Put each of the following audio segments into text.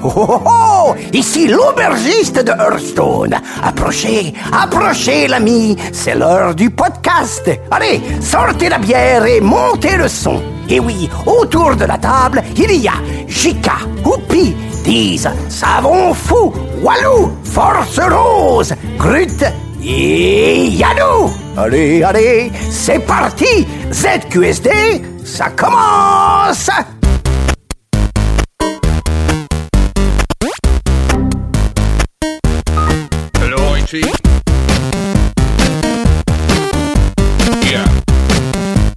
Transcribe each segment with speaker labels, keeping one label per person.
Speaker 1: Oh, oh, oh Ici l'aubergiste de Hearthstone. Approchez, approchez, l'ami. C'est l'heure du podcast. Allez, sortez la bière et montez le son. Et oui, autour de la table, il y a Jika, Houpi, Diz, Savon Fou, Walou, Force Rose, Grut et Yadou. Allez, allez, c'est parti. ZQSD, ça commence.
Speaker 2: Hello, IT. Yeah.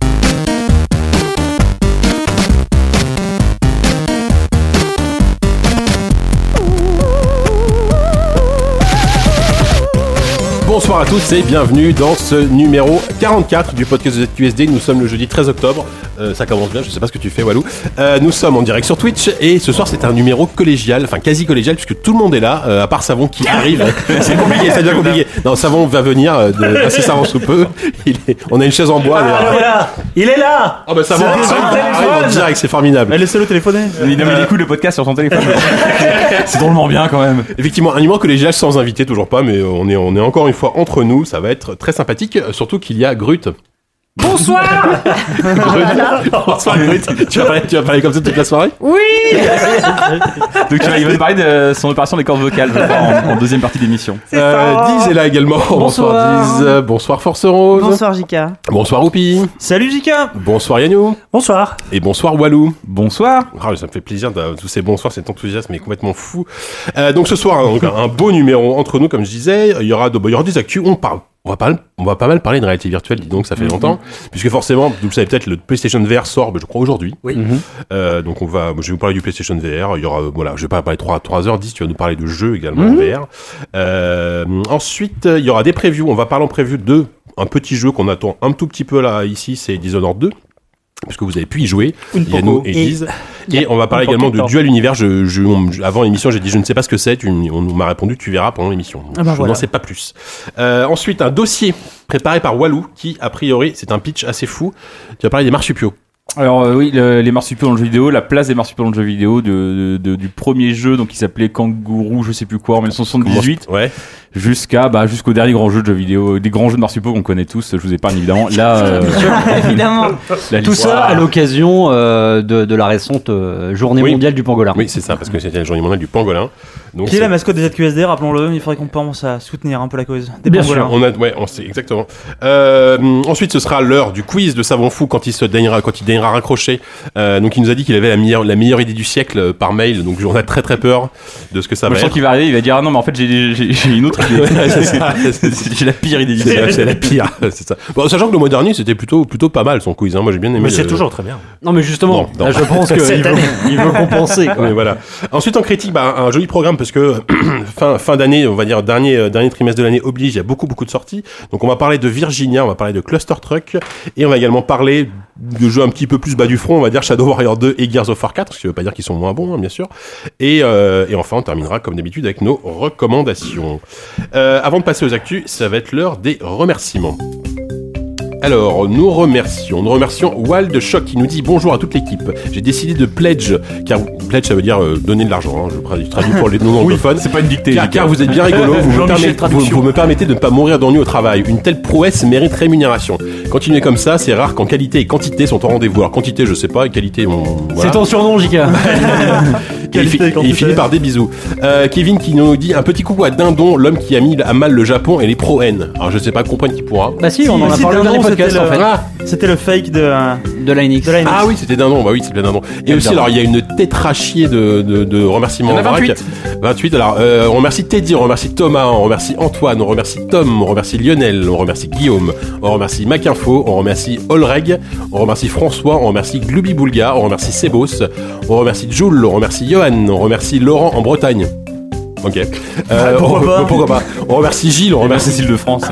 Speaker 3: Bonsoir à tous et bienvenue dans ce numéro 44 du podcast de ZQSD. Nous sommes le jeudi 13 octobre. Euh, ça commence bien, je sais pas ce que tu fais, Walou. Euh, nous sommes en direct sur Twitch et ce soir c'est un numéro collégial, enfin quasi collégial, puisque tout le monde est là, euh, à part Savon qui arrive. c'est compliqué, ça devient compliqué. Non, Savon va venir euh, de incessamment sous peu. Il est- on a une chaise en bois. mais-
Speaker 4: Alors Ah, voilà, il est là
Speaker 3: Ah bah Savon
Speaker 4: C'est
Speaker 3: arrive
Speaker 4: sur le
Speaker 3: arrive en
Speaker 4: téléphone.
Speaker 3: direct, c'est formidable.
Speaker 4: Laissez-le téléphoner
Speaker 5: Il
Speaker 3: Euh.
Speaker 5: mais il écoute le podcast sur son téléphone. c'est drôlement bien quand même.
Speaker 3: Effectivement, un numéro collégial sans invité, toujours pas, mais euh, on est, on est encore une fois entre nous, ça va être très sympathique, euh, surtout qu'il y a Grut. Bonsoir Grut. Bonsoir Grut, tu vas, parler, tu vas parler comme ça toute la soirée
Speaker 5: Donc tu vois, il va nous parler de son opération des cordes vocales je crois, en, en deuxième partie d'émission.
Speaker 3: euh, Diz est là également, bonsoir
Speaker 6: Bonsoir.
Speaker 3: Diz, Euh, bonsoir Force Rose, bonsoir,
Speaker 6: Bonsoir Jika.
Speaker 3: Oupi,
Speaker 4: Salut Jika
Speaker 3: bonsoir Yannou,
Speaker 4: Bonsoir
Speaker 3: et bonsoir Walou.
Speaker 5: Bonsoir.
Speaker 3: Ah, ça me fait plaisir de tous ces bonsoirs, cet enthousiasme est complètement fou. Euh, donc ce soir, hein, donc, un, un beau numéro entre nous, comme je disais. Il y aura, de- bah, il y aura des actus. On parle, on va parler, on va pas mal parler de réalité virtuelle. Dis donc, ça fait longtemps, puisque forcément, vous le savez peut-être, le PlayStation VR sort, bah, je crois aujourd'hui.
Speaker 1: Oui.
Speaker 6: Mhm.
Speaker 3: Euh, donc on va, moi, je vais vous parler du PlayStation VR. Il y aura, euh, voilà, je vais pas parler 3 3 heures 10 Tu vas nous parler de jeux également
Speaker 6: Mhm.
Speaker 3: en VR. Euh, ensuite, euh, il y aura des previews. On va parler en preview de un petit jeu qu'on attend un tout petit peu là ici, c'est Dishonored 2. Parce que vous avez pu y jouer, Yannou et
Speaker 4: Et-
Speaker 3: Liz. Et on va parler
Speaker 4: Une
Speaker 3: également de
Speaker 4: porte.
Speaker 3: Dual Univers. Je, je- on- je- avant l'émission, j'ai dit je ne sais pas ce que c'est. Tu- On m'a répondu tu verras pendant l'émission.
Speaker 6: Ah bah
Speaker 3: je
Speaker 6: voilà.
Speaker 3: n'en sais pas plus. Euh, ensuite, un dossier préparé par Walou qui, a priori, c'est un pitch assez fou. Tu vas parler des marsupiaux.
Speaker 5: Alors euh, oui, le- les marsupiaux dans le jeu vidéo, la place des marsupiaux dans le jeu vidéo de, de- du premier jeu, donc qui s'appelait Kangourou, je sais plus quoi, en 1978,
Speaker 3: Ouais.
Speaker 5: jusqu'à bah, jusqu'au dernier grand jeu de jeu vidéo, des grands jeux de marsupiaux qu'on connaît tous. Je vous épargne évidemment.
Speaker 7: Ah,
Speaker 5: Là, euh,
Speaker 6: Évidemment.
Speaker 5: la
Speaker 7: Tout
Speaker 5: liste-
Speaker 7: ça à
Speaker 5: Waouh.
Speaker 7: l'occasion euh, de, de la récente euh, journée
Speaker 3: Oui.
Speaker 7: mondiale du pangolin.
Speaker 3: Oui, c'est ça, parce que c'était la journée mondiale du pangolin. Donc,
Speaker 4: Qui est la
Speaker 3: c'est-
Speaker 4: mascotte des ZQSD, rappelons-le, il faudrait qu'on commence à soutenir un peu la cause. Des
Speaker 7: Bien
Speaker 4: pangolins.
Speaker 3: On a, ouais, on sait exactement. Euh, ensuite, ce sera l'heure du quiz de Savon Fou quand il se daignera, quand il daignera raccrocher. Euh, donc, il nous a dit qu'il avait la meilleure, la meilleure idée du siècle euh, par mail. Donc, on a très très peur de ce que ça
Speaker 5: Moi,
Speaker 3: va
Speaker 5: je sens
Speaker 3: être.
Speaker 5: qu'il va arriver, il va dire ah non mais en fait j'ai j'ai- j'ai une autre idée.
Speaker 3: Ouais, c'est ça.
Speaker 5: j'ai la pire idée.
Speaker 3: C'est la- c'est la pire, c'est ça. Bon, sachant que le mois dernier, c'était plutôt, plutôt pas mal son quiz. hein. Moi, j'ai bien aimé.
Speaker 8: Mais c'est
Speaker 3: le-
Speaker 8: toujours très bien.
Speaker 7: Non mais justement,
Speaker 3: Non, non.
Speaker 7: là, je pense qu'il
Speaker 8: Cette
Speaker 7: veut, il veut compenser. quoi.
Speaker 3: Mais voilà. Ensuite, en critique, bah, un joli programme parce que fin, fin d'année, on va dire dernier, euh, dernier trimestre de l'année oblige, il y a beaucoup, beaucoup de sorties. Donc, on va parler de Virginia, on va parler de Cluster Truck et on va également parler de jeux un petit peu plus bas du front, on va dire Shadow Warrior 2 et Gears of War 4, ce qui veut pas dire qu'ils sont moins bons, hein, bien sûr. Et, euh, et enfin, on terminera comme d'habitude avec nos recommandations. Euh, avant de passer aux actus, ça va être l'heure des remerciements. Alors, nous remercions, nous remercions Wal de Choc qui nous dit bonjour à toute l'équipe. J'ai décidé de pledge, car pledge ça veut dire euh, donner de l'argent, hein, je traduis- traduis pour les non anglophones.
Speaker 5: C'est pas une dictée.
Speaker 3: car,
Speaker 5: Lucas.
Speaker 3: car vous êtes bien rigolo, vous, me
Speaker 8: Jean-Michel
Speaker 3: permettez- vous-
Speaker 8: traduction.
Speaker 3: vous me permettez de ne pas mourir d'ennui au travail. Une telle prouesse mérite rémunération. Continuez comme ça, c'est rare quand qualité et quantité sont en rendez-vous. Alors quantité, je sais pas, et qualité, on... voilà.
Speaker 7: C'est ton surnom, Jika.
Speaker 3: Et il, fi- et il finit par des bisous. Euh, Kevin qui nous dit un petit coucou à Dindon, l'homme qui a mis à mal le Japon et les pro-N. Alors je sais pas comprendre qui pourra.
Speaker 7: bah si, on en a
Speaker 4: Si,
Speaker 7: parlé
Speaker 4: d'un
Speaker 7: dans les
Speaker 4: nom,
Speaker 7: podcasts
Speaker 4: c'était
Speaker 7: en
Speaker 4: le-
Speaker 7: fait.
Speaker 3: Ah,
Speaker 4: C'était le fake de, euh,
Speaker 7: De la Linux.
Speaker 4: de la
Speaker 3: Ah oui, c'était d'un nom, bah oui, c'était d'un nom. Et aussi, alors, il y a une tétrachier de, de, de remerciements.
Speaker 5: Il y en a
Speaker 3: en vrac.
Speaker 5: 28.
Speaker 3: 28, alors, euh, on remercie Teddy, on remercie Thomas, on remercie Antoine, on remercie Tom, on remercie Lionel, on remercie Guillaume, on remercie Macinfo, on remercie Olreg, on remercie François, on remercie Glubi Boulga, on remercie Sebos, on remercie Jules, on remercie Johan, on remercie Laurent en Bretagne. Ok.
Speaker 5: Ah,
Speaker 3: Euh,
Speaker 4: pourquoi
Speaker 3: on,
Speaker 4: pas
Speaker 3: pourquoi pas On remercie Gilles, on remercie
Speaker 5: Merci
Speaker 3: Ah
Speaker 5: Cécile ben, de France.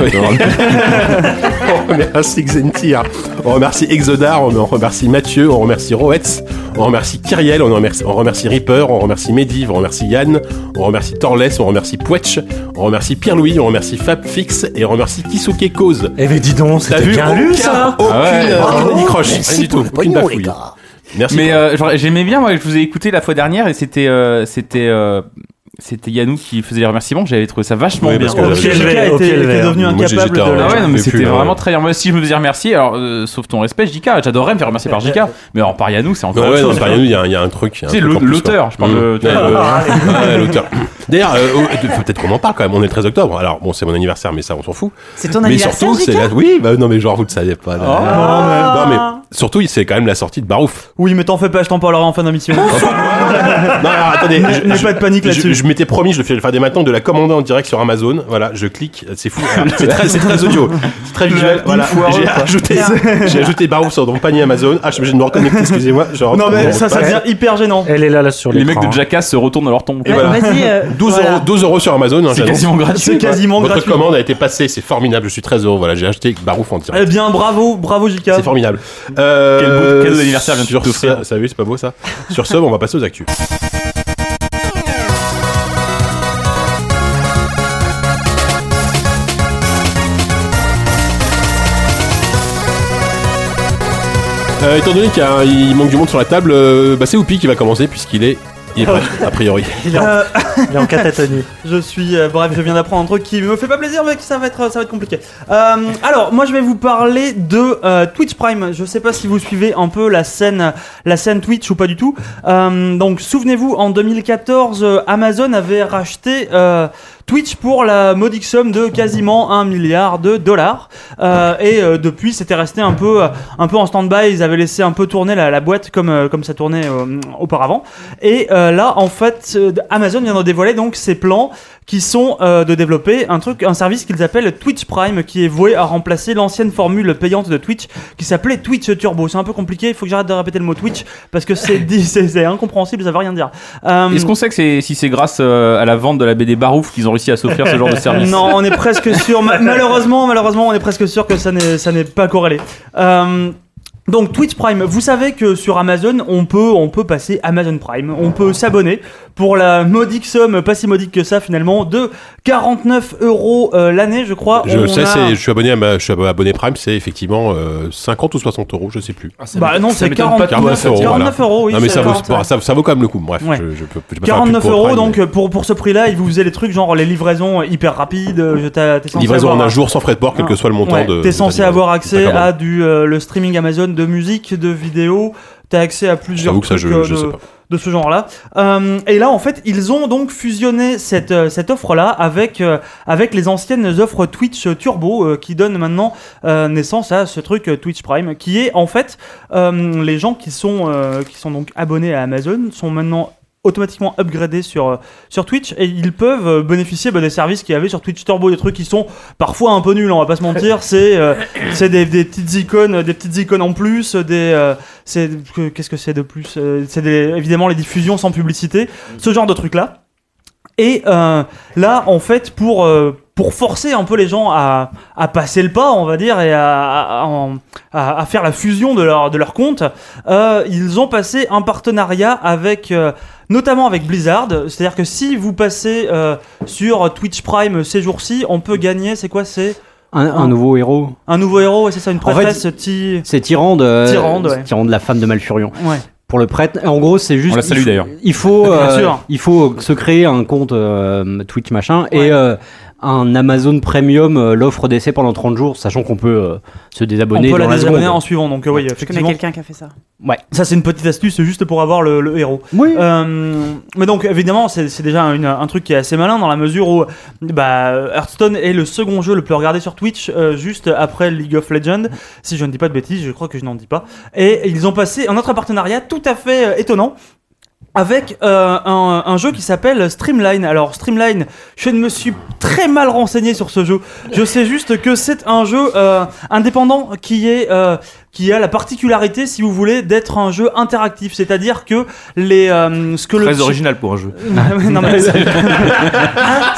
Speaker 3: on remercie Xentir, on remercie Exodar, on remercie Mathieu, on remercie Roetz, on remercie Kyriel, on remercie, on remercie Reaper, on remercie Mediv, on remercie Yann, on remercie Torless, on remercie Pouetch, on remercie Pierre-Louis, on remercie Fabfix et on remercie Kisuke Cause.
Speaker 8: Eh mais dis donc,
Speaker 3: T'as
Speaker 8: c'était
Speaker 3: vu
Speaker 8: bien lu
Speaker 3: aucun-
Speaker 8: ça
Speaker 3: Aucune,
Speaker 5: Ah ouais.
Speaker 3: euh, aucune décroche, rien
Speaker 1: Merci
Speaker 3: du
Speaker 1: pour
Speaker 3: tout,
Speaker 1: le
Speaker 3: aucune
Speaker 1: pognon, les
Speaker 3: bafouille.
Speaker 1: gars.
Speaker 3: Merci.
Speaker 5: Mais euh, genre, j'aimais bien, moi, je vous ai écouté la fois dernière et c'était. euh, c'était euh, c'était Yannou qui faisait les remerciements, j'avais trouvé ça vachement
Speaker 3: Oui,
Speaker 5: bien.
Speaker 3: parce que j'avais-
Speaker 4: Okiel
Speaker 6: j'avais-
Speaker 4: Oh, était,
Speaker 6: Okiel
Speaker 4: était
Speaker 6: Vert.
Speaker 4: devenu
Speaker 3: Moi,
Speaker 4: incapable
Speaker 3: j'hésitais
Speaker 4: de
Speaker 3: à-
Speaker 4: la-
Speaker 5: Ah ouais, non, mais
Speaker 3: pouvais
Speaker 5: c'était
Speaker 3: plus, là,
Speaker 5: vraiment
Speaker 3: ouais.
Speaker 5: très bien. Moi, si je me faisais remercier, alors euh, sauf ton respect, JK, j'adorerais me faire remercier par JK, mais alors par Yannou, c'est
Speaker 3: Ouais,
Speaker 5: encore
Speaker 3: ouais,
Speaker 5: autre
Speaker 3: non,
Speaker 5: chose. hein.
Speaker 3: par Yannou, il y, a un- il y a un truc. il y a un
Speaker 5: Tu sais,
Speaker 3: truc en plus,
Speaker 5: l'auteur,
Speaker 3: quoi. Mm.
Speaker 5: je parle de- tu
Speaker 3: Ouais,
Speaker 5: vois,
Speaker 3: le- ouais, l'auteur. D'ailleurs, euh, oh, et de- faut peut-être qu'on en parle quand même. On est le 13 octobre. Alors, bon, c'est mon anniversaire, mais ça, on s'en fout.
Speaker 8: C'est ton
Speaker 3: Mais
Speaker 8: anniversaire,
Speaker 3: surtout, c'est
Speaker 8: Jika
Speaker 3: la... Oui, bah non, mais genre, vous le savez pas. là.
Speaker 4: Oh.
Speaker 3: Non, mais surtout, c'est quand même la sortie de Barouf.
Speaker 4: Oui, mais t'en fais pas, je t'en parlerai en fin d'émission.
Speaker 3: Non, alors, attendez.
Speaker 4: N'aie-
Speaker 3: je-
Speaker 4: n'aie
Speaker 3: je-
Speaker 4: pas de panique
Speaker 3: je-
Speaker 4: là-dessus.
Speaker 3: Je, m'étais promis, je le fais- je le dès maintenant, de la commander en direct sur Amazon. Voilà, je clique, c'est fou. Alors, C'est très, c'est très audio, c'est très visuel. Voilà, j'ai ajouté, j'ai ajouté Barouf sur mon panier Amazon. Ah, je suis obligé de me reconnecter, excusez-moi. je rentre
Speaker 4: Non,
Speaker 3: dans
Speaker 4: mais
Speaker 3: mon
Speaker 4: ça, ça
Speaker 3: passe.
Speaker 4: devient hyper gênant.
Speaker 6: Elle est là, là, sur
Speaker 5: Les
Speaker 6: l'écran. hein.
Speaker 5: mecs de Jackass se retournent dans leur tombe.
Speaker 3: Et voilà.
Speaker 8: Vas-y, euh,
Speaker 3: 12,
Speaker 8: voilà.
Speaker 3: euros, 12 euros sur Amazon. hein,
Speaker 5: C'est
Speaker 3: j'annonce.
Speaker 5: quasiment gratuit.
Speaker 4: C'est quasiment
Speaker 3: Votre
Speaker 4: gratuit.
Speaker 3: commande a été passée, c'est formidable. Je suis très heureux. Voilà, j'ai acheté Barouf en direct.
Speaker 4: Eh bien, bravo, bravo, Jika.
Speaker 3: C'est formidable. Euh,
Speaker 5: Quel beau cadeau d'anniversaire vient de
Speaker 3: sur
Speaker 5: t'offrir.
Speaker 3: ce- Ça, oui, c'est pas beau ça. sur ce, bon, on va passer aux actus. Euh, étant donné qu'il y a- il manque du monde sur la table, euh, bah, c'est Oupi qui va commencer puisqu'il est, il est prêt, a priori.
Speaker 6: Il est en-
Speaker 4: Euh,
Speaker 6: il est en catatonie.
Speaker 4: Je suis euh, bref, je viens d'apprendre un truc qui me fait pas plaisir, mais ça va être, ça va être compliqué. Euh, alors, moi, je vais vous parler de euh, Twitch Prime. Je sais pas si vous suivez un peu la scène, la scène Twitch ou pas du tout. Euh, donc, souvenez-vous, en 2014, euh, Amazon avait racheté euh, Twitch pour la modique somme de quasiment 1 milliard de dollars. Euh, et euh, depuis, c'était resté un peu, euh, un peu en stand-by. Ils avaient laissé un peu tourner la, la boîte comme, euh, comme ça tournait euh, auparavant. Et euh, là, en fait, euh, Amazon vient de dévoiler donc ses plans qui sont euh, de développer un truc, un service qu'ils appellent Twitch Prime, qui est voué à remplacer l'ancienne formule payante de Twitch, qui s'appelait Twitch Turbo. C'est un peu compliqué. Il faut que j'arrête de répéter le mot Twitch parce que c'est dit- c'est c'est incompréhensible, ça veut rien dire. Euh,
Speaker 5: Est-ce qu'on sait que c'est- si c'est grâce euh, à la vente de la BD Barouf qu'ils ont réussi à s'offrir ce genre de service
Speaker 4: non, on est presque sûr. Ma- malheureusement, malheureusement, on est presque sûr que ça n'est, ça n'est pas corrélé. Euh, donc Twitch Prime, vous savez que sur Amazon, on peut, on peut passer Amazon Prime, on peut s'abonner pour la modique somme, pas si modique que ça finalement, de 49 euros euh, l'année, je crois.
Speaker 3: Je
Speaker 4: On
Speaker 3: sais,
Speaker 4: a-
Speaker 3: c'est- je suis abonné à ma- je suis abonné Prime, c'est effectivement euh, 50 ou 60 euros, je sais plus.
Speaker 4: Bah non,
Speaker 5: ça
Speaker 4: c'est
Speaker 5: m'étonne pas
Speaker 4: 49,
Speaker 5: de toi,
Speaker 3: 49 euros.
Speaker 4: 49 euros, oui.
Speaker 3: non mais
Speaker 4: c'est
Speaker 3: ça vaut,
Speaker 4: 49
Speaker 3: bah, ça, ça vaut quand même le coup. Bref,
Speaker 4: Ouais.
Speaker 3: je, je peux, je vais pas faire la pub
Speaker 4: 49
Speaker 3: pour
Speaker 4: euros,
Speaker 3: Prime,
Speaker 4: donc
Speaker 3: mais-
Speaker 4: euh, pour, pour ce prix-là, ils vous faisaient les trucs genre les livraisons hyper rapides. euh, Je t'a- t'es censé
Speaker 3: livraison en
Speaker 4: avoir-
Speaker 3: un jour sans frais de port, quel que soit le montant
Speaker 4: Ah. Ouais,
Speaker 3: de.
Speaker 4: T'es
Speaker 3: de ta
Speaker 4: censé
Speaker 3: livraison.
Speaker 4: avoir accès
Speaker 3: Ta commande.
Speaker 4: à du euh, le streaming Amazon de musique, de vidéos. T'as accès à plusieurs
Speaker 3: J'avoue que ça,
Speaker 4: trucs
Speaker 3: je,
Speaker 4: euh,
Speaker 3: je
Speaker 4: de,
Speaker 3: sais pas.
Speaker 4: de ce genre-là. Euh, et là, en fait, ils ont donc fusionné cette, euh, cette offre-là avec, euh, avec les anciennes offres Twitch Turbo euh, qui donnent maintenant euh, naissance à ce truc euh, Twitch Prime, qui est en fait euh, les gens qui sont, euh, qui sont donc abonnés à Amazon sont maintenant automatiquement upgradés sur, euh, sur Twitch et ils peuvent euh, bénéficier bah, des services qu'il y avait sur Twitch Turbo, des trucs qui sont parfois un peu nuls, on va pas se mentir, c'est euh, c'est des, des petites icônes, des petites icônes en plus, des euh, c'est que- qu'est-ce que c'est de plus Euh, C'est des- évidemment les diffusions sans publicité, ce genre de truc là. Et euh, là, en fait, pour euh, pour forcer un peu les gens à, à passer le pas, on va dire, et à, à, en- à- à faire la fusion de leur de leur compte, euh, ils ont passé un partenariat avec euh, notamment avec Blizzard. C'est-à-dire que si vous passez euh, sur Twitch Prime ces jours-ci, on peut gagner. C'est quoi C'est
Speaker 7: Un, un nouveau héros.
Speaker 4: un nouveau héros et c'est ça une
Speaker 7: En fait,
Speaker 4: prêtresse ti-
Speaker 7: C'est Tyrande. euh,
Speaker 4: Tyrande, ouais.
Speaker 7: Tyrande, la femme de Malfurion.
Speaker 4: Ouais.
Speaker 7: Pour le prêtre. Et En gros, c'est juste.
Speaker 5: On la salue,
Speaker 7: il faut-
Speaker 5: d'ailleurs.
Speaker 7: Il faut, euh,
Speaker 4: Bien sûr.
Speaker 7: il faut se créer un compte euh, Twitch machin
Speaker 4: Ouais.
Speaker 7: et euh, un Amazon Premium euh, l'offre d'essai pendant 30 jours, sachant qu'on peut euh, se
Speaker 4: On
Speaker 7: désabonner
Speaker 4: peut
Speaker 7: dans
Speaker 4: la
Speaker 7: la
Speaker 4: désabonner en
Speaker 7: seconde.
Speaker 4: suivant. Donc euh, oui,
Speaker 8: Je connais
Speaker 4: effectivement.
Speaker 8: quelqu'un qui a fait ça.
Speaker 4: Ça c'est une petite astuce, c'est juste pour avoir le, le héros.
Speaker 7: Oui.
Speaker 4: Euh, mais donc évidemment c'est c'est déjà une- un truc qui est assez malin dans la mesure où bah, Hearthstone est le second jeu le plus regardé sur Twitch euh, juste après League of Legends. Si je ne dis pas de bêtises, je crois que je n'en dis pas. Et ils ont passé un autre partenariat tout à fait euh, étonnant. Avec euh, un, un jeu qui s'appelle Streamline. Alors Streamline, je ne me suis très mal renseigné sur ce jeu. Je sais juste que c'est un jeu euh, indépendant qui est euh, qui a la particularité, si vous voulez, d'être un jeu interactif. C'est-à-dire que les euh, ce que le
Speaker 5: Très original pour un jeu.
Speaker 4: non, mais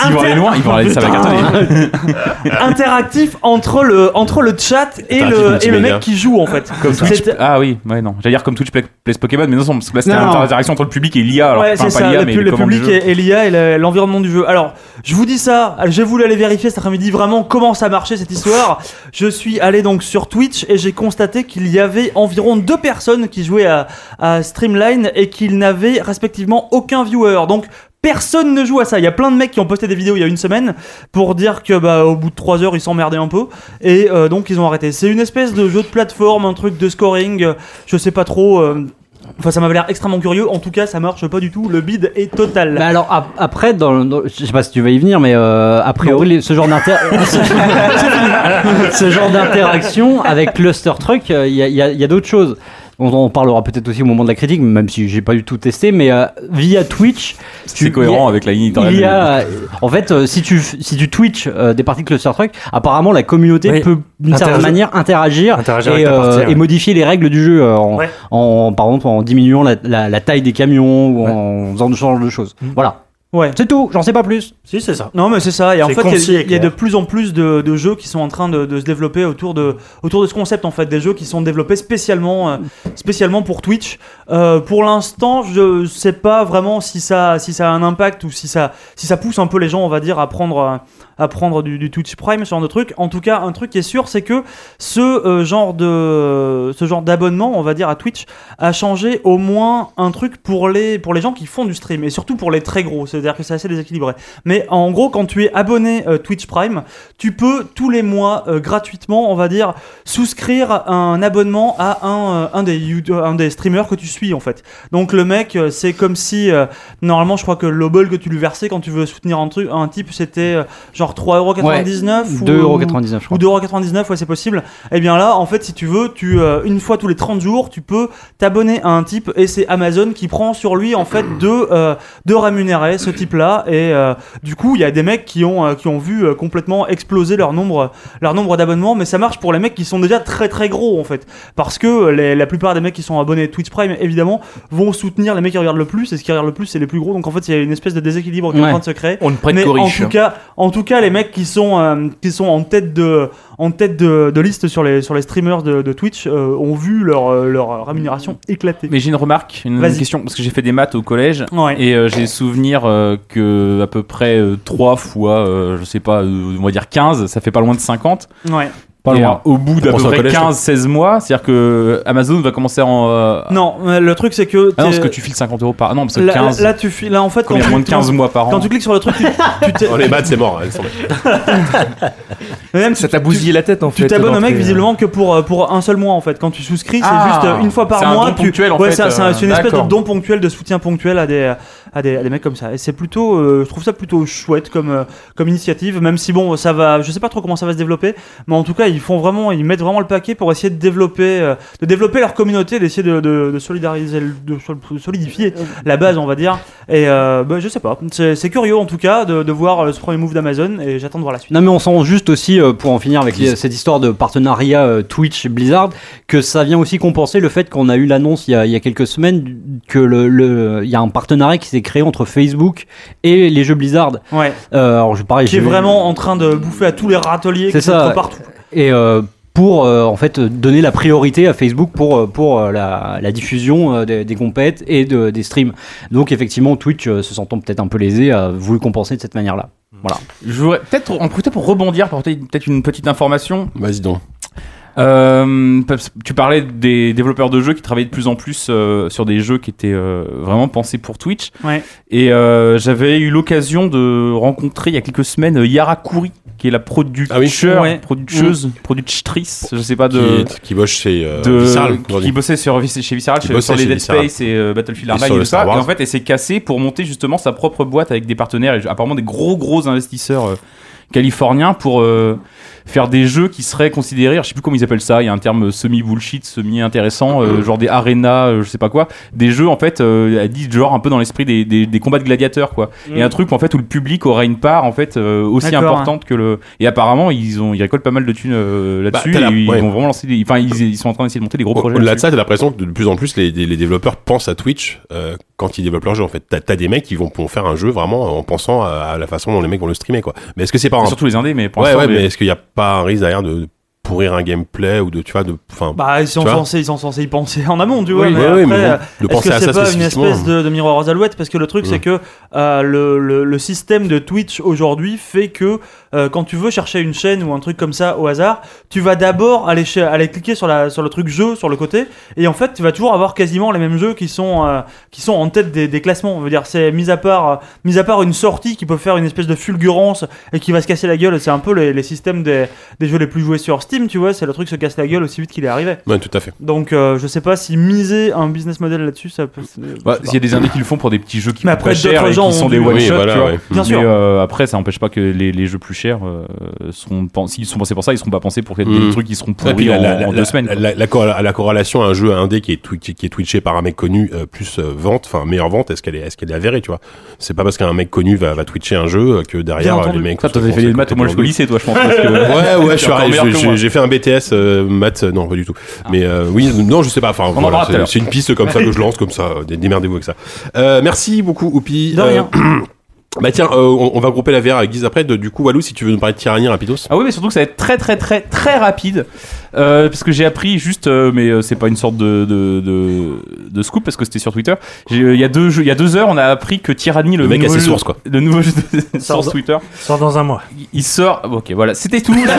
Speaker 5: Ils vont aller loin, ils vont aller, ça va cartonner.
Speaker 4: interactif entre le entre le chat et
Speaker 3: Interactif
Speaker 4: le et le
Speaker 3: multimédia.
Speaker 4: mec qui joue en fait.
Speaker 5: Comme Twitch.
Speaker 4: C'est-
Speaker 5: Ah oui, ouais, non. J'allais dire comme Twitch Play- Plays Pokémon, mais non, parce que là c'était
Speaker 7: Non,
Speaker 5: une
Speaker 7: non.
Speaker 5: interaction entre le public et l'IA. Alors,
Speaker 4: ouais,
Speaker 5: enfin,
Speaker 4: c'est
Speaker 5: pas
Speaker 4: ça,
Speaker 5: l'IA,
Speaker 4: le,
Speaker 5: mais
Speaker 4: pu-
Speaker 5: les
Speaker 4: le
Speaker 5: commandes du
Speaker 4: public
Speaker 5: jeu.
Speaker 4: et, et l'IA et le- l'environnement du jeu. Alors, je vous dis ça, j'ai voulu aller vérifier cet après-midi vraiment comment ça marchait cette histoire. Je suis allé donc sur Twitch et j'ai constaté qu'il y avait environ deux personnes qui jouaient à, à Streamline et qu'ils n'avaient respectivement aucun viewer. Donc personne ne joue à ça. Il y a plein de mecs qui ont posté des vidéos il y a une semaine pour dire que bah au bout de 3 heures ils s'emmerdaient un peu et euh, donc ils ont arrêté. C'est une espèce de jeu de plateforme, un truc de scoring, euh, je sais pas trop. euh, Enfin, ça m'avait l'air extrêmement curieux. En tout cas, ça marche pas du tout. Le bid est total.
Speaker 7: Mais Bah, alors ap- après, dans, le- dans- je sais pas si tu vas y venir, mais euh, a priori, les- ce genre d'inter- ce genre d'interaction avec Cluster Truck, euh, il y a, il y a- il y a d'autres choses. On en parlera peut-être aussi au moment de la critique, même si j'ai pas du tout testé, mais euh, via Twitch,
Speaker 5: C'est
Speaker 7: tu- il y
Speaker 5: cohérent
Speaker 7: a-
Speaker 5: avec la ligne
Speaker 7: il
Speaker 5: éditoriale.
Speaker 7: y
Speaker 5: de-
Speaker 7: a, en fait, euh, si tu si tu Twitch euh, des parties de Cluster Truck, apparemment la communauté
Speaker 6: Oui.
Speaker 7: peut d'une certaine
Speaker 6: Interagir-
Speaker 7: manière interagir,
Speaker 6: Interagir avec
Speaker 7: et,
Speaker 6: ta partie,
Speaker 7: euh, et
Speaker 6: ouais.
Speaker 7: modifier les règles du jeu euh, en,
Speaker 6: Ouais.
Speaker 7: en- par exemple en diminuant la, la- la taille des camions ou
Speaker 6: Ouais. Mm.
Speaker 7: en faisant ce genre de choses. Voilà,
Speaker 4: Ouais.
Speaker 7: c'est tout. J'en sais pas plus.
Speaker 6: Si, c'est ça.
Speaker 4: Non, mais c'est ça. Et en
Speaker 6: C'est
Speaker 4: fait,
Speaker 6: concis
Speaker 4: il y, a-
Speaker 6: et
Speaker 4: il y a de
Speaker 6: clair.
Speaker 4: plus en plus de, de jeux qui sont en train de, de se développer autour de, autour de ce concept, en fait. Des jeux qui sont développés spécialement, euh, spécialement pour Twitch. Euh, pour l'instant, je sais pas vraiment si ça, si ça a un impact ou si ça, si ça pousse un peu les gens, on va dire, à prendre, euh, à prendre du, du Twitch Prime, ce genre de truc. En tout cas, un truc qui est sûr, c'est que ce euh, genre de, ce genre d'abonnement, on va dire, à Twitch, a changé au moins un truc pour les, pour les gens qui font du stream et surtout pour les très gros. C'est-à-dire que c'est assez déséquilibré. Mais en gros, quand tu es abonné euh, Twitch Prime, tu peux tous les mois euh, gratuitement, on va dire, souscrire un abonnement à un, euh, un, des, you- un des streamers que tu suis en fait. Donc le mec, euh, c'est comme si euh, normalement, je crois que l'obol que tu lui versais quand tu veux soutenir un truc, un type, c'était euh, genre 3,99€
Speaker 7: 2,99€
Speaker 4: ou-
Speaker 7: je
Speaker 4: ou
Speaker 7: crois.
Speaker 4: 2,99€, ouais, c'est possible. Et bien là, en fait, si tu veux, tu euh, une fois tous les 30 jours, tu peux t'abonner à un type et c'est Amazon qui prend sur lui, en fait, de, euh, de rémunérer ce type-là. Et euh, du coup, il y a des mecs qui ont, euh, qui ont vu euh, complètement exploser leur nombre, leur nombre d'abonnements, mais ça marche pour les mecs qui sont déjà très très gros, en fait. Parce que euh, les- la plupart des mecs qui sont abonnés à Twitch Prime, évidemment, vont soutenir les mecs qui regardent le plus et ce qui regarde le plus, c'est les plus gros. Donc en fait, il y a une espèce de déséquilibre qui est en
Speaker 7: Ouais.
Speaker 4: train de se créer.
Speaker 8: On ne prête
Speaker 4: Mais
Speaker 8: qu'aux
Speaker 4: en
Speaker 8: riches.
Speaker 4: tout cas, en tout cas, les mecs qui sont euh, qui sont en tête de en tête de, de liste sur les sur les streamers de, de Twitch euh, ont vu leur euh, leur rémunération éclater.
Speaker 5: Mais j'ai une remarque, une
Speaker 4: Vas-y.
Speaker 5: question, parce que j'ai fait des maths au collège.
Speaker 4: Ouais.
Speaker 5: Et euh, j'ai souvenir euh, que à peu près 3 fois, euh, je sais pas, euh, on va dire 15, ça fait pas loin de 50.
Speaker 4: ouais.
Speaker 5: Pas
Speaker 3: loin.
Speaker 5: euh, au bout d'à
Speaker 3: On
Speaker 5: peu
Speaker 3: s'en
Speaker 5: près
Speaker 3: collège, toi.
Speaker 5: 15-16 mois, c'est-à-dire que euh, Amazon va commencer en. euh,
Speaker 4: Non, euh, le truc c'est que
Speaker 5: Ah non,
Speaker 4: t'es-
Speaker 5: parce que tu files 50 euros par. Non, parce que
Speaker 4: là,
Speaker 5: 15.
Speaker 4: là, tu fi- là en fait quand
Speaker 5: combien
Speaker 4: tu,
Speaker 5: moins de 15 mois par an
Speaker 4: quand tu cliques sur le truc, tu, tu t'es-
Speaker 3: Oh, les maths, c'est mort, Alexandre.
Speaker 4: même si
Speaker 8: Ça t'a bousillé la tête en fait.
Speaker 4: tu t'abonnes au mec
Speaker 8: d'entrée.
Speaker 4: visiblement que pour, euh, pour un seul mois en fait. Quand tu souscris, c'est
Speaker 5: Ah,
Speaker 4: juste euh, une fois par
Speaker 5: c'est un
Speaker 4: mois.
Speaker 5: don
Speaker 4: tu-
Speaker 5: ponctuel, en
Speaker 4: ouais,
Speaker 5: fait,
Speaker 4: c'est- c'est un-
Speaker 5: euh,
Speaker 4: c'est une espèce de
Speaker 5: d'accord.
Speaker 4: don ponctuel, de soutien ponctuel à des, à des, à des mecs comme ça. Et c'est plutôt, euh, je trouve ça plutôt chouette comme, euh, comme initiative. Même si bon, ça va, je sais pas trop comment ça va se développer, mais en tout cas, ils font vraiment, ils mettent vraiment le paquet pour essayer de développer, euh, de développer leur communauté, d'essayer de, de, de solidariser, le- de sol- solidifier la base, on va dire. Et euh, bah, je sais pas, c'est c'est curieux en tout cas de, de voir euh, ce premier move d'Amazon et j'attends de voir la suite.
Speaker 7: Non mais on sent juste aussi, euh, pour en finir avec les- cette histoire de partenariat euh, Twitch et Blizzard, que ça vient aussi compenser le fait qu'on a eu l'annonce il, y a- il y a quelques semaines du- que le, le- il y a un partenariat qui s'est créé entre Facebook et les jeux Blizzard.
Speaker 4: Ouais.
Speaker 7: Euh, alors je pareil,
Speaker 4: qui est
Speaker 7: j'ai-
Speaker 4: vraiment en train de bouffer à tous les râteliers
Speaker 7: C'est
Speaker 4: qui sont
Speaker 7: ça.
Speaker 4: trop partout.
Speaker 7: et euh, pour euh, en fait euh, donner la priorité à Facebook pour euh, pour euh, la, la diffusion euh, des, des compètes et de- des streams. Donc effectivement Twitch euh, se sentant peut-être un peu lésé a voulu compenser de cette manière-là.
Speaker 5: Je voudrais peut-être en profiter pour rebondir, pour apporter peut-être une petite information.
Speaker 3: Vas-y donc.
Speaker 5: Euh, parce que tu parlais des développeurs de jeux qui travaillaient de plus en plus euh, sur des jeux qui étaient euh, vraiment pensés pour Twitch.
Speaker 4: Ouais.
Speaker 5: Et euh, j'avais eu l'occasion de rencontrer il y a quelques semaines euh, Yara Kouri, qui est la producteur,
Speaker 3: Ah oui.
Speaker 4: Ouais. Mm.
Speaker 5: producteuse, productrice, je sais pas
Speaker 3: Qui,
Speaker 5: de.
Speaker 3: est- qui bosse chez euh,
Speaker 5: de-
Speaker 3: Vissal,
Speaker 5: qui,
Speaker 3: aujourd'hui.
Speaker 5: bossait sur, Vis- chez Visceral,
Speaker 3: Qui
Speaker 5: chez-
Speaker 3: bossait
Speaker 5: sur les
Speaker 3: chez
Speaker 5: Dead
Speaker 3: Visceral.
Speaker 5: Space et euh, Battlefield
Speaker 3: Et
Speaker 5: Hardline
Speaker 3: sur
Speaker 5: et
Speaker 3: le
Speaker 5: tout ça.
Speaker 3: Star Wars.
Speaker 5: Et en fait, elle s'est cassée pour monter justement sa propre boîte avec des partenaires et apparemment des gros gros investisseurs euh, californiens pour euh, faire des jeux qui seraient considérés, je sais plus comment ils appellent ça, il y a un terme euh, semi bullshit, semi intéressant, euh,
Speaker 3: Mm.
Speaker 5: genre des arenas, euh, je sais pas quoi, des jeux en fait, euh, elle dit genre un peu dans l'esprit des, des- des combats de gladiateurs quoi.
Speaker 3: Mm.
Speaker 5: Et un truc en fait où le public aura une part en fait euh, aussi
Speaker 4: D'accord,
Speaker 5: importante que le. Et apparemment ils ont ils récoltent pas mal de thunes euh,
Speaker 3: Bah,
Speaker 5: là-dessus.
Speaker 3: t'as la-
Speaker 5: et ils
Speaker 3: ouais.
Speaker 5: vont vraiment lancer des. Enfin ils, ils sont en train d'essayer de monter des gros
Speaker 3: Au-
Speaker 5: projets.
Speaker 3: Au-delà de
Speaker 5: là-dessus.
Speaker 3: ça, t'as l'impression que de plus en plus les, les- les développeurs pensent à Twitch euh, quand ils développent leur jeu. En fait, t'as as des mecs qui vont, vont faire un jeu vraiment en pensant à, à la façon dont les mecs vont le streamer, quoi. Mais est-ce que c'est pas un
Speaker 5: Surtout les indés mais pour
Speaker 3: ouais,
Speaker 5: l'instant,
Speaker 3: ouais,
Speaker 5: les-
Speaker 3: mais est-ce qu'il n'y a pas un risque derrière de de pourrir un gameplay ou de, tu vois, de, enfin,
Speaker 4: Bah, ils sont,
Speaker 3: Tu vois
Speaker 4: censés, ils sont censés y penser en amont, tu vois.
Speaker 3: Oui,
Speaker 4: mais
Speaker 3: oui,
Speaker 4: après,
Speaker 3: oui, mais bon,
Speaker 4: euh,
Speaker 3: de
Speaker 4: est-ce
Speaker 3: penser
Speaker 4: que
Speaker 3: à
Speaker 4: c'est
Speaker 3: ça
Speaker 4: pas une
Speaker 3: spécifiquement.
Speaker 4: espèce de, de miroir aux alouettes Parce que le truc,
Speaker 3: Mm.
Speaker 4: c'est que euh, le, le- le système de Twitch aujourd'hui fait que euh, quand tu veux chercher une chaîne ou un truc comme ça au hasard, tu vas d'abord aller, che- aller cliquer sur, la, sur le truc jeu sur le côté, et en fait, tu vas toujours avoir quasiment les mêmes jeux qui sont, euh, qui sont en tête des, des classements. On veut dire, c'est mis à part, euh, mis à part une sortie qui peut faire une espèce de fulgurance et qui va se casser la gueule. C'est un peu les, les systèmes des, des jeux les plus joués sur Steam, tu vois. C'est le truc se casse la gueule aussi vite qu'il est arrivé.
Speaker 3: ouais, tout à fait.
Speaker 4: Donc euh, je sais pas si miser un business model là-dessus, ça peut. c'est- je
Speaker 5: Bah,
Speaker 4: sais
Speaker 5: Il y a des indés qui le font pour des petits jeux qui
Speaker 4: Mais
Speaker 5: coûtent
Speaker 4: après,
Speaker 5: pas cher
Speaker 4: d'autres
Speaker 5: et
Speaker 4: gens
Speaker 5: qui
Speaker 4: ont
Speaker 5: sont des
Speaker 4: dû-
Speaker 5: one
Speaker 4: Oui,
Speaker 5: shot.
Speaker 3: voilà,
Speaker 5: tu vois.
Speaker 3: ouais.
Speaker 4: Bien sûr.
Speaker 5: Mais, euh, après, ça n'empêche pas que les, les jeux plus chers euh, seront pen- s'ils sont pensés pour ça, ils seront pas pensés pour être
Speaker 3: Mm.
Speaker 5: des trucs qui seront
Speaker 3: Et puis
Speaker 5: pourris
Speaker 3: la,
Speaker 5: en,
Speaker 3: la- la-
Speaker 5: en deux
Speaker 3: la-
Speaker 5: semaines.
Speaker 3: La,
Speaker 5: quoi.
Speaker 3: la- la corréla- la corrélation à un jeu indé qui est, twi- qui, qui est twitché par un mec connu euh, plus euh, vente, enfin meilleure vente, est-ce qu'elle est, est, qu'elle est avérée, tu vois C'est pas parce qu'un mec connu va, va twitcher un jeu euh, que derrière
Speaker 4: Bien
Speaker 3: euh, les
Speaker 4: entendu.
Speaker 3: mecs.
Speaker 5: Ça, toi, t'avais fait les maths au moins jusqu'au lycée, toi, je pense. parce que-
Speaker 3: Ouais, ouais, je suis
Speaker 5: Encore
Speaker 3: arrivé,
Speaker 5: meilleur
Speaker 3: j'ai-
Speaker 5: que moi. Ah.
Speaker 3: j'ai- j'ai fait un BTS euh, maths, euh, non, pas du tout. Mais euh, oui, non, je sais pas. Enfin,
Speaker 5: en
Speaker 3: voilà,
Speaker 5: parlera tout à
Speaker 3: c'est-
Speaker 5: l'heure.
Speaker 3: c'est une piste comme ça que je lance, comme ça. euh, dé- Démerdez-vous avec ça. Euh, merci beaucoup, Oupi.
Speaker 4: De rien.
Speaker 3: Euh, bah tiens, euh, on, on va grouper la VR avec Guise après. De- du coup, Walou, si tu veux nous parler de Tyrannie rapidos.
Speaker 5: Ah oui, mais surtout que ça va être très très très très rapide. Euh, parce que j'ai appris juste, euh, mais euh, c'est pas une sorte de, de, de, de scoop parce que c'était sur Twitter. J'ai- euh, Il y, a deux jeux- il y a deux heures, on a appris que Tyranny, le,
Speaker 3: Le mec a
Speaker 5: nouveau
Speaker 3: ses
Speaker 5: jeu-
Speaker 3: sources, quoi.
Speaker 5: le nouveau jeu de
Speaker 6: Sort-
Speaker 5: source Twitter,
Speaker 6: Sors dans un mois.
Speaker 5: il- il sort. Ok, voilà, c'était tout. Merci,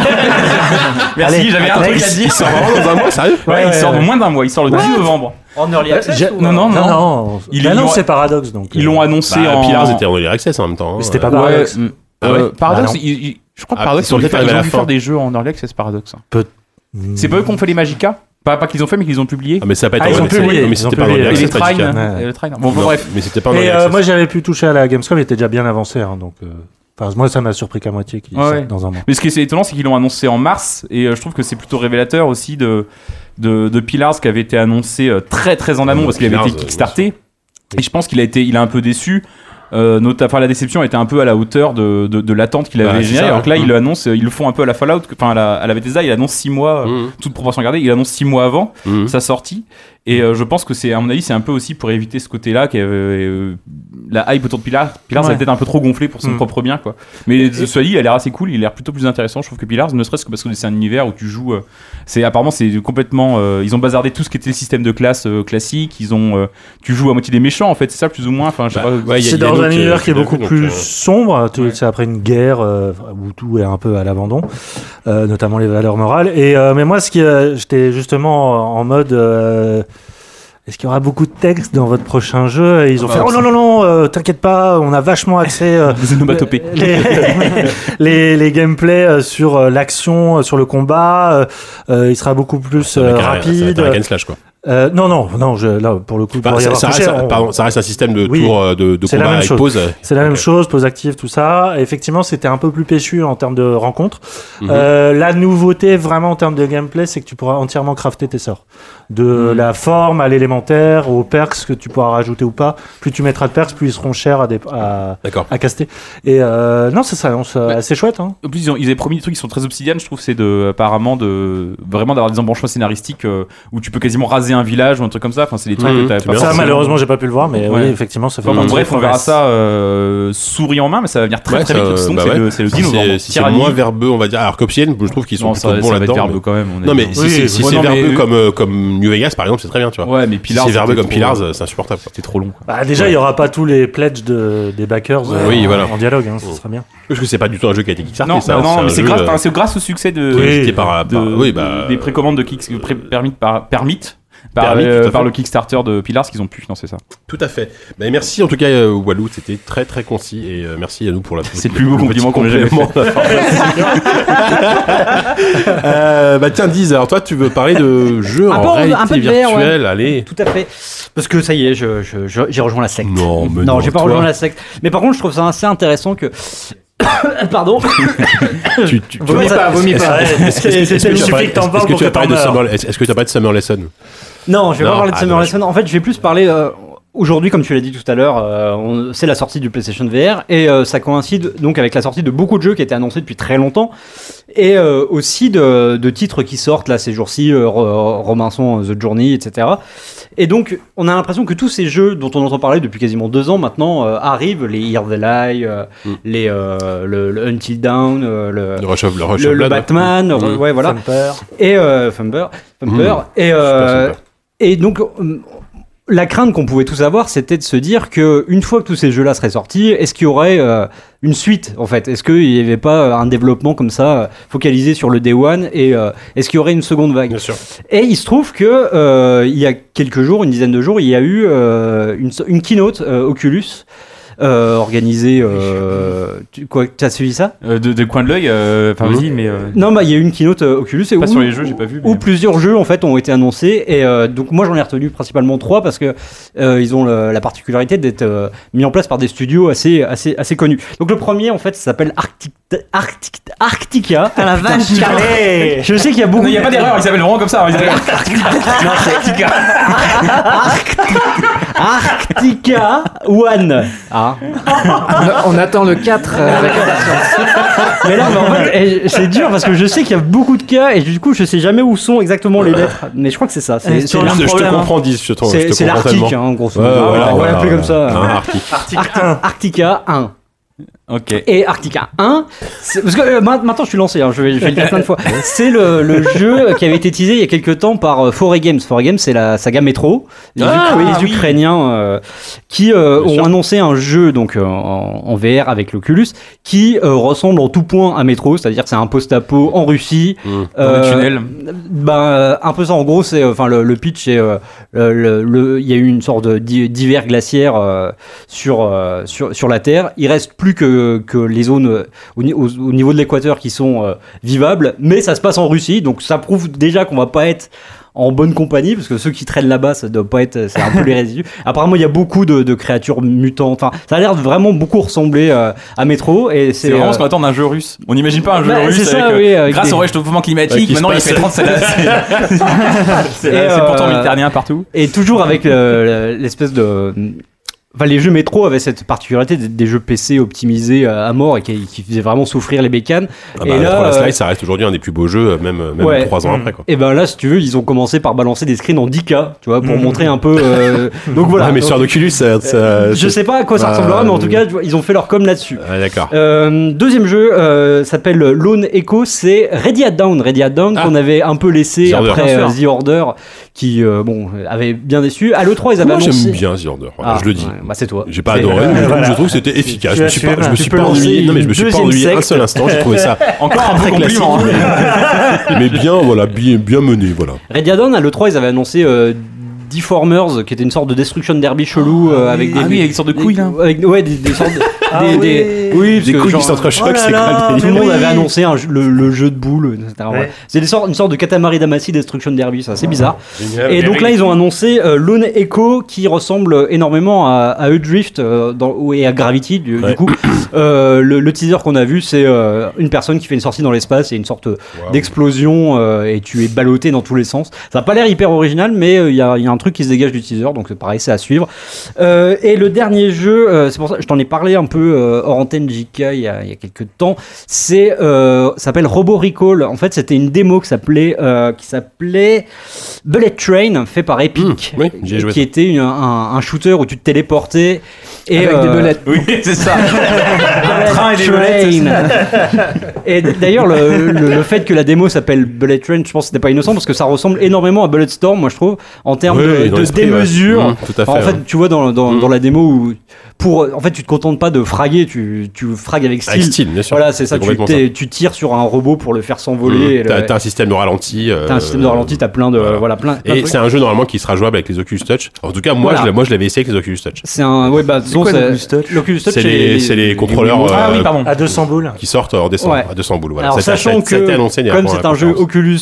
Speaker 6: Allez,
Speaker 5: j'avais un
Speaker 6: allez,
Speaker 5: truc à
Speaker 6: il
Speaker 5: dire.
Speaker 3: Ça va vraiment dans un mois, sérieux
Speaker 5: Ouais, il
Speaker 6: Ouais,
Speaker 5: sort
Speaker 6: ouais.
Speaker 5: dans moins d'un mois, il sort le 10 novembre.
Speaker 4: En early access
Speaker 6: J'ai-
Speaker 4: ou-
Speaker 5: Non, non, non.
Speaker 6: Non, Bah non.
Speaker 5: Il
Speaker 6: Il
Speaker 5: est-
Speaker 6: annonce c'est paradoxe donc. euh,
Speaker 5: Ils l'ont annoncé
Speaker 3: Bah,
Speaker 5: en.
Speaker 3: Pillars était en early access en même temps. hein.
Speaker 6: Mais c'était pas
Speaker 5: Ouais,
Speaker 6: paradoxe.
Speaker 5: mm.
Speaker 3: Ah ouais
Speaker 5: Euh, Paradox,
Speaker 6: Ah non.
Speaker 5: ils- ils- je crois que
Speaker 3: Ah,
Speaker 5: Paradox,
Speaker 3: ils
Speaker 5: ils
Speaker 3: sont
Speaker 5: ont dû
Speaker 3: peut-être
Speaker 5: faire,
Speaker 3: arrivés
Speaker 5: ils
Speaker 3: à
Speaker 5: ont
Speaker 3: la
Speaker 5: dû
Speaker 3: fin.
Speaker 5: faire des jeux en early access, Paradox.
Speaker 6: Mmh.
Speaker 5: C'est pas eux qui ont fait les Magica Pas, pas qu'ils ont fait, mais qu'ils ont publié.
Speaker 3: Ah, mais ça a pas été
Speaker 6: Ah, ils
Speaker 3: en
Speaker 6: ont
Speaker 3: early access.
Speaker 6: publié,
Speaker 3: Non, mais
Speaker 6: ils ont
Speaker 3: c'était pas en early
Speaker 6: publié.
Speaker 5: Et
Speaker 3: access,
Speaker 5: les
Speaker 3: pas
Speaker 5: Trine.
Speaker 3: Magica.
Speaker 6: Ouais.
Speaker 5: et le Trine. Bon, bon,
Speaker 3: Non,
Speaker 5: bref.
Speaker 3: Mais c'était pas en early
Speaker 6: Mais euh,
Speaker 3: access.
Speaker 6: moi j'avais pu toucher à la Gamescom, il était déjà bien avancé hein, donc. euh, Enfin, moi ça m'a surpris qu'à moitié qu'il
Speaker 5: Ouais,
Speaker 6: sorte
Speaker 5: ouais.
Speaker 6: dans un mois.
Speaker 5: Mais ce qui est étonnant, c'est qu'ils l'ont annoncé en mars, et euh, je trouve que c'est plutôt révélateur aussi de, de, de Pillars qui avait été annoncé euh, très très en amont
Speaker 3: Ouais,
Speaker 5: parce qu'il avait
Speaker 3: Pillars,
Speaker 5: été
Speaker 3: euh,
Speaker 5: kickstarté. Et je pense qu'il a été, il a un peu déçu. Euh, nota- enfin, la déception était un peu à la hauteur de, de, de l'attente qu'il
Speaker 3: Bah,
Speaker 5: avait
Speaker 3: c'est
Speaker 5: générée.
Speaker 3: ça,
Speaker 5: alors que là,
Speaker 3: hein.
Speaker 5: ils le annoncent, euh, ils le font un peu à la Fallout, que- enfin à la, à la Bethesda, il annonce six mois, euh,
Speaker 3: Mmh,
Speaker 5: toute proportion gardée, il annonce six mois avant
Speaker 3: mmh.
Speaker 5: sa sortie. Et euh, je pense que c'est, à mon avis, c'est un peu aussi pour éviter ce côté-là, que euh, la hype autour de Pillars, Pillars
Speaker 6: Ouais.
Speaker 5: est peut-être un peu trop gonflé pour son
Speaker 6: Mm.
Speaker 5: propre bien, quoi. Mais cela dit, il a l'air assez cool, il a l'air plutôt plus intéressant, je trouve que Pillars, ne serait-ce que parce que c'est un univers où tu joues. euh, c'est apparemment c'est complètement. euh, ils ont bazardé tout ce qui était le système de classe euh, classique. Ils ont. euh, tu joues à moitié des méchants, en fait, c'est ça plus ou moins. Enfin, je sais
Speaker 3: Bah,
Speaker 5: pas.
Speaker 3: ouais, il y
Speaker 6: C'est
Speaker 3: a- il y a
Speaker 6: dans
Speaker 3: nous
Speaker 6: un univers qui est
Speaker 3: nous
Speaker 6: beaucoup
Speaker 3: l'avons,
Speaker 6: plus
Speaker 3: donc, euh,
Speaker 6: sombre. tu- C'est après une guerre euh, où tout est un peu à l'abandon, euh, notamment les valeurs morales. Et euh, mais moi, ce qui, euh, j'étais justement en mode. euh, est-ce qu'il y aura beaucoup de textes dans votre prochain jeu Et ils ont
Speaker 5: Ah
Speaker 6: fait
Speaker 5: bah,
Speaker 6: Oh non, non, non, euh, t'inquiète pas, on a vachement accès. euh,
Speaker 5: Des onomatopées.
Speaker 6: les, les, les gameplays euh, sur euh, l'action, euh, sur le combat, euh, euh, il sera beaucoup plus
Speaker 3: Ah, ça va
Speaker 6: euh,
Speaker 3: être un- Ça va
Speaker 6: rapide.
Speaker 3: être un hack and slash, quoi.
Speaker 6: Euh, non, non, non, je, là, pour le coup,
Speaker 3: Bah,
Speaker 6: pour y
Speaker 3: ça,
Speaker 6: avoir
Speaker 3: ça
Speaker 6: touché,
Speaker 3: reste, ça-
Speaker 6: on-
Speaker 3: pardon, ça reste un système de
Speaker 6: Oui.
Speaker 3: tour euh, de, de
Speaker 6: C'est la
Speaker 3: combat
Speaker 6: même
Speaker 3: avec
Speaker 6: chose.
Speaker 3: pause. euh,
Speaker 6: C'est la même
Speaker 3: Ok.
Speaker 6: chose, pause active, tout ça. Effectivement, c'était un peu plus péchu en termes de rencontres.
Speaker 3: Mhm.
Speaker 6: Euh, la nouveauté, vraiment, en termes de gameplay, c'est que tu pourras entièrement crafter tes sorts.
Speaker 3: Mhm.
Speaker 6: De la forme à l'élémentaire, aux perks que tu pourras rajouter ou pas. Plus tu mettras de perks, plus ils seront chers à, dé- à,
Speaker 3: D'accord.
Speaker 6: à caster. Et euh, non, ça s'annonce euh,
Speaker 5: Mais-
Speaker 6: assez chouette. Hein.
Speaker 5: En plus, ils, ont- ils avaient promis des trucs qui sont très obsidianes, je trouve, c'est de, apparemment de vraiment d'avoir des embranchements scénaristiques euh, où tu peux quasiment raser un village ou un truc comme ça. Enfin, c'est des trucs
Speaker 3: Mhm,
Speaker 5: que t'as
Speaker 3: c'est
Speaker 5: pas
Speaker 3: bien.
Speaker 6: Ça,
Speaker 5: forcément.
Speaker 6: malheureusement, j'ai pas pu le voir, mais oui,
Speaker 5: Ouais.
Speaker 6: effectivement, ça fait
Speaker 5: Enfin, bon,
Speaker 6: partie
Speaker 5: bref,
Speaker 6: des
Speaker 5: on verra
Speaker 6: promesses.
Speaker 5: ça euh, souris en main, mais ça va venir très
Speaker 3: Ouais,
Speaker 5: très
Speaker 3: ça,
Speaker 5: vite. sinon,
Speaker 3: bah
Speaker 5: c'est
Speaker 3: ouais.
Speaker 5: le, c'est le 10
Speaker 3: Si c'est-
Speaker 5: novembre.
Speaker 3: Si c'est
Speaker 5: Tyranny.
Speaker 3: moins verbeux, on va dire. Alors qu'Obsidian, je trouve qu'ils sont
Speaker 5: non, ça, ça
Speaker 3: plutôt bons
Speaker 5: va être
Speaker 3: là-dedans.
Speaker 5: verbeux
Speaker 3: mais-
Speaker 5: quand même. on est-
Speaker 3: Non, mais si c'est- si
Speaker 5: Ouais,
Speaker 3: c'est
Speaker 5: non, mais,
Speaker 3: verbeux
Speaker 5: euh,
Speaker 3: comme, euh, comme New Vegas, par exemple, c'est très bien, tu vois.
Speaker 5: Ouais, mais
Speaker 3: Si
Speaker 5: Pillars.
Speaker 3: c'est verbeux
Speaker 5: c'était
Speaker 3: comme
Speaker 5: trop-
Speaker 3: Pillars, euh, c'est insupportable. quoi.
Speaker 5: C'était trop long. quoi.
Speaker 6: Bah, déjà, il y aura pas tous les pledges de, des backers euh,
Speaker 3: Oui,
Speaker 6: en,
Speaker 3: voilà. Oh.
Speaker 6: en dialogue, hein, ce sera bien.
Speaker 3: Parce que c'est pas du tout un jeu qui a été kickstarté.
Speaker 5: Non,
Speaker 3: ça,
Speaker 5: non,
Speaker 3: un
Speaker 5: mais c'est
Speaker 3: jeu,
Speaker 5: grâce,
Speaker 3: euh,
Speaker 5: enfin, c'est grâce au succès de,
Speaker 3: qui est édité par-
Speaker 5: de-
Speaker 3: par- oui, bah,
Speaker 5: des précommandes de Kicks, euh, pré- permis par, permis par,
Speaker 3: Permis,
Speaker 5: euh,
Speaker 3: tout à
Speaker 5: par
Speaker 3: fait.
Speaker 5: le Kickstarter de Pillars qu'ils ont pu financer ça.
Speaker 3: Tout à fait. Ben, merci en tout cas, euh, Walou, c'était très très concis et euh, merci à nous pour la.
Speaker 5: C'est le plus beau compliment qu'on ait jamais
Speaker 3: complément. euh, bah tiens, Diz, alors toi, tu veux parler de jeux
Speaker 7: Un peu-
Speaker 3: en
Speaker 7: un peu
Speaker 3: réalité
Speaker 7: de VR,
Speaker 3: virtuelle, allez.
Speaker 7: Tout à fait. Parce que ça y est, je- je- je- j'ai rejoint la secte.
Speaker 3: Non, mais non,
Speaker 7: j'ai pas
Speaker 3: toi.
Speaker 7: rejoint la secte. Mais par contre, je trouve ça assez intéressant que. Pardon.
Speaker 3: Tu, tu, tu
Speaker 7: Vomis
Speaker 3: vois,
Speaker 7: pas, vomis pas.
Speaker 6: C'est- c'est-
Speaker 3: est-ce
Speaker 6: Il
Speaker 3: que
Speaker 6: suffit que
Speaker 3: tu as
Speaker 6: t'en parles
Speaker 3: parlé- est-ce que
Speaker 6: pour
Speaker 3: tu
Speaker 6: que
Speaker 3: as parlé
Speaker 6: t'en
Speaker 3: de
Speaker 6: meurs.
Speaker 3: Summer Est-ce est-ce que tu as parlé de Summer Lesson Ah
Speaker 7: Non, je vais
Speaker 3: Non,
Speaker 7: pas parler de
Speaker 3: ah,
Speaker 7: Summer
Speaker 3: dommage.
Speaker 7: Lesson. En fait, je vais plus parler. euh, Aujourd'hui, comme tu l'as dit tout à l'heure, euh, on- c'est la sortie du PlayStation VR et euh, ça coïncide donc avec la sortie de beaucoup de jeux qui étaient annoncés depuis très longtemps et euh, aussi de, de titres qui sortent là ces jours-ci, euh, Ro- Robinson, euh, The Journey, etc. Et donc, on a l'impression que tous ces jeux dont on entend parler depuis quasiment deux ans maintenant euh, arrivent, les Hear the Lie, euh, les euh, le, le Until Dawn, euh, le,
Speaker 3: Mm. Le Rush of, le Rush
Speaker 7: le-
Speaker 3: of
Speaker 7: le
Speaker 3: Blood. Mm.
Speaker 7: Batman, euh, ouais voilà,
Speaker 6: Thumper.
Speaker 7: et euh, Fumper, Fumper,
Speaker 3: Mmh.
Speaker 7: et euh,
Speaker 3: Super, super.
Speaker 7: et donc, hum, la crainte qu'on pouvait tous avoir, c'était de se dire que une fois que tous ces jeux-là seraient sortis, est-ce qu'il y aurait euh, une suite en fait Est-ce qu'il n'y avait pas euh, un développement comme ça euh, focalisé sur le Day One et euh, est-ce qu'il y aurait une seconde vague
Speaker 3: Bien sûr.
Speaker 7: Et il se trouve que euh, il y a quelques jours, une dizaine de jours, il y a eu euh, une, so- une keynote euh, Oculus. euh, organisée euh, tu quoi t'as suivi ça
Speaker 5: Euh, de, de coin de l'œil, euh, enfin
Speaker 3: Mhm.
Speaker 5: vas-y, mais. euh,
Speaker 7: non bah il y a eu une keynote euh, Oculus et
Speaker 5: Pas
Speaker 7: où-
Speaker 5: sur les jeux, j'ai pas vu. mais-
Speaker 7: où plusieurs jeux en fait ont été annoncés et euh, donc moi j'en ai retenu principalement trois parce que euh, ils ont le- la particularité d'être euh, mis en place par des studios assez assez assez connus. Donc le premier en fait ça s'appelle Arctic Arctic Arctica.
Speaker 8: Ah la vache
Speaker 7: Allez Je sais qu'il y a beaucoup.
Speaker 5: Non, il n'y a pas
Speaker 7: euh,
Speaker 5: d'erreur, ils s'appellent vraiment comme ça. hein, ils s'appellent-
Speaker 7: Arctica One. Ah.
Speaker 8: On attend le 4 euh, avec
Speaker 7: Mais là, mais en fait, eh, c'est dur parce que je sais qu'il y a beaucoup de cas et du coup je sais jamais où sont exactement les lettres. Mais je crois que c'est ça.
Speaker 4: Eh,
Speaker 7: C'est
Speaker 4: sur
Speaker 7: c'est
Speaker 4: la-
Speaker 7: l'Ar-
Speaker 3: Je te
Speaker 4: problème, hein.
Speaker 3: comprends, dis, je te, je
Speaker 7: c'est-
Speaker 3: te
Speaker 7: c'est
Speaker 3: comprends
Speaker 7: l'Arctique,
Speaker 3: tellement.
Speaker 7: hein, grosso
Speaker 3: Ouais,
Speaker 7: modo.
Speaker 3: voilà,
Speaker 7: on va
Speaker 3: voilà, Ah,
Speaker 7: l'appeler comme ça.
Speaker 3: Un Arctic.
Speaker 7: Arctica, Arctica 1.
Speaker 5: Ok.
Speaker 7: et Arctica 1. c'est- Parce que euh, ma- maintenant je suis lancé, hein, je, vais, je vais le dire plein de fois. C'est le, le jeu qui avait été teasé il y a quelques temps par euh, 4A Games. 4A Games, c'est la saga Metro. Les,
Speaker 5: Ah,
Speaker 7: Ukra- les
Speaker 5: oui.
Speaker 7: Ukrainiens euh, qui euh,
Speaker 3: Bien
Speaker 7: ont
Speaker 3: sûr.
Speaker 7: annoncé un jeu donc euh, en, en VR avec l'Oculus qui euh, ressemble en tout point à Metro, c'est-à-dire que c'est un post-apo en Russie.
Speaker 5: Dans
Speaker 7: Euh,
Speaker 5: le tunnel.
Speaker 7: ben, euh, un peu ça en gros, c'est enfin le, le pitch, c'est euh, le- le- le- il y a eu une sorte de di- d'hiver glaciaire euh, sur, euh, sur sur la Terre. Il reste plus que, que les zones euh, au, ni- au- au niveau de l'équateur qui sont euh, vivables, mais ça se passe en Russie, donc ça prouve déjà qu'on va pas être en bonne compagnie, parce que ceux qui traînent là-bas, ça doit pas être, c'est un peu les résidus. Apparemment, il y a beaucoup de, de créatures mutantes. Enfin, ça a l'air de vraiment beaucoup ressembler euh, à Métro, et c'est
Speaker 5: C'est vraiment
Speaker 7: euh,
Speaker 5: ce qu'on attend d'un jeu russe. On n'imagine pas un jeu
Speaker 7: Bah,
Speaker 5: russe
Speaker 7: c'est
Speaker 5: avec,
Speaker 7: ça,
Speaker 5: euh,
Speaker 7: oui, avec
Speaker 5: grâce
Speaker 7: des-
Speaker 5: au réchauffement
Speaker 3: Ouais,
Speaker 5: climatique.
Speaker 3: qui se
Speaker 5: Maintenant, il
Speaker 3: passe.
Speaker 5: fait 30 c'est la- c'est- C'est
Speaker 7: Et,
Speaker 5: la- c'est le pourtant
Speaker 7: euh,
Speaker 5: méditerranéen partout.
Speaker 7: Et toujours avec euh, l'espèce de. Enfin, les jeux métro avaient cette particularité d'être des jeux PC optimisés à à mort et qui, qui faisaient vraiment souffrir les bécanes.
Speaker 3: Ah
Speaker 7: et
Speaker 3: bah,
Speaker 7: là,
Speaker 3: pour la
Speaker 7: euh,
Speaker 3: slide, ça reste aujourd'hui un des plus beaux jeux, même, même
Speaker 7: Ouais.
Speaker 3: trois ans
Speaker 5: Mmh.
Speaker 3: après. Quoi.
Speaker 7: Et ben là, si tu veux, ils ont commencé par balancer des screens en 10K, tu vois, pour
Speaker 5: Mmh.
Speaker 7: montrer un peu. euh, Donc voilà.
Speaker 3: Ah, mais
Speaker 7: Donc,
Speaker 3: sur Oculus, ça. ça-
Speaker 7: je
Speaker 3: c'est-
Speaker 7: sais pas à quoi ça
Speaker 3: Bah,
Speaker 7: ressemblera, mais en tout
Speaker 3: oui.
Speaker 7: cas, tu vois, ils ont fait leur com là-dessus.
Speaker 3: Ah, d'accord.
Speaker 7: Euh, deuxième jeu euh, s'appelle Lone Echo, c'est Ready at Down. Ready at Down
Speaker 3: Ah.
Speaker 7: qu'on avait un peu laissé
Speaker 3: The Order.
Speaker 7: après
Speaker 3: Bien
Speaker 7: euh, The Order, qui euh, bon avait bien déçu. À l'E3, ils avaient
Speaker 3: Moi,
Speaker 7: annoncé.
Speaker 3: j'aime bien The Order. voilà,
Speaker 7: Ah,
Speaker 3: je le dis.
Speaker 7: ouais, bah c'est toi.
Speaker 3: J'ai pas
Speaker 7: C'est-
Speaker 3: adoré, mais je trouve-
Speaker 6: voilà.
Speaker 3: je trouve que c'était efficace. Je me suis pas, je me
Speaker 6: Tu
Speaker 3: suis
Speaker 6: peux
Speaker 3: pas
Speaker 6: lancer
Speaker 3: ennuyé. Non, mais je
Speaker 7: une
Speaker 3: me suis pas
Speaker 7: deuxième
Speaker 3: ennuyé un
Speaker 7: secte.
Speaker 3: seul instant. J'ai trouvé ça
Speaker 5: Encore un
Speaker 3: très
Speaker 5: beau
Speaker 3: classique.
Speaker 5: compliment. hein.
Speaker 3: mais bien, voilà, bien, bien mené, voilà.
Speaker 7: Red Dead Dawn, à l'E3, ils avaient annoncé euh, Deformers, qui était une sorte de destruction derby chelou euh, avec des.
Speaker 5: Ah oui, avec une sorte de couille là.
Speaker 7: avec- ouais, des, des sortes de.
Speaker 4: Ah
Speaker 7: des,
Speaker 4: oui.
Speaker 7: des- parce
Speaker 3: Des
Speaker 7: que
Speaker 3: couilles qui
Speaker 7: genre,
Speaker 4: Oh
Speaker 3: s'entrechoquent,
Speaker 4: là
Speaker 3: c'est
Speaker 4: là,
Speaker 3: quoi le
Speaker 7: Tout
Speaker 3: délire
Speaker 7: le monde
Speaker 4: Oui.
Speaker 7: avait annoncé un- le, le jeu de boules, etc.
Speaker 4: Ouais.
Speaker 7: C'est des sortes- une sorte de Katamari Damacy Destruction Derby, ça, c'est bizarre.
Speaker 3: Génial.
Speaker 7: Et donc là, ils ont annoncé euh, Lone Echo qui ressemble énormément à, à E-Drift euh, dans- et à Gravity. Du, du
Speaker 3: Ouais.
Speaker 7: coup, Euh, le, le teaser qu'on a vu, c'est euh, une personne qui fait une sortie dans l'espace et une sorte euh, d'explosion euh, et tu es ballotté dans tous les sens. Ça n'a pas l'air hyper original, mais euh, il y, a y a un truc qui se dégage du teaser, donc euh, pareil, c'est à suivre. Euh, et le dernier jeu, euh, c'est pour ça, je t'en ai parlé un peu euh, hors antenne JK il y a, il y a quelques temps. C'est euh, ça s'appelle Robo Recall. En fait, c'était une démo qui s'appelait euh, qui s'appelait Bullet Train, fait par Epic,
Speaker 3: Mmh, oui, j'y ai joué
Speaker 7: qui
Speaker 3: ça.
Speaker 7: était une- un, un shooter où tu te téléportais et
Speaker 8: avec des
Speaker 7: euh,
Speaker 8: belettes.
Speaker 5: Oui, c'est ça.
Speaker 7: Train
Speaker 5: et des belettes,
Speaker 7: Et d- d'ailleurs, le, le- le fait que la démo s'appelle Bullet Train, je pense que c'était pas innocent parce que ça ressemble énormément à Bulletstorm, moi je trouve, en termes
Speaker 3: Oui,
Speaker 7: de,
Speaker 3: dans
Speaker 7: de
Speaker 3: l'esprit, ouais.
Speaker 7: démesure.
Speaker 3: Mmh, tout à fait.
Speaker 7: en fait,
Speaker 3: ouais. Mmh.
Speaker 7: tu vois, dans, dans, dans la démo, où pour, en fait, tu te contentes pas de fraguer, tu, tu fragues avec style.
Speaker 3: Avec style, bien sûr.
Speaker 7: Voilà, c'est ça, tu,
Speaker 3: complètement
Speaker 7: t'es- tu tires sur un robot pour le faire s'envoler. et
Speaker 3: Mmh.
Speaker 7: Euh, le-
Speaker 3: T'as t'as un système de ralenti. euh,
Speaker 7: t'as un système de ralenti, t'as plein de.
Speaker 3: voilà.
Speaker 7: Voilà, plein, plein de
Speaker 3: Et
Speaker 7: trucs.
Speaker 3: c'est un jeu normalement qui sera jouable avec les Oculus Touch. En tout cas, moi,
Speaker 7: Voilà.
Speaker 3: je, l'ai- moi, je l'avais essayé avec les Oculus Touch.
Speaker 7: C'est un. Ouais, bah, disons,
Speaker 6: quoi
Speaker 7: c'est-
Speaker 6: l'Oculus Touch
Speaker 7: L'Oculus Touch,
Speaker 3: C'est les, c'est les contrôleurs
Speaker 5: Ah oui,
Speaker 3: euh,
Speaker 5: pardon.
Speaker 6: À 200 boules.
Speaker 3: qui sortent en décembre
Speaker 7: Ouais.
Speaker 3: à 200 boules. Voilà.
Speaker 7: Alors,
Speaker 3: Ça a été-
Speaker 7: sachant
Speaker 3: ça a été
Speaker 7: que
Speaker 3: annoncé il y a
Speaker 7: comme
Speaker 3: pour la
Speaker 7: c'est un jeu
Speaker 3: conférence.
Speaker 7: Oculus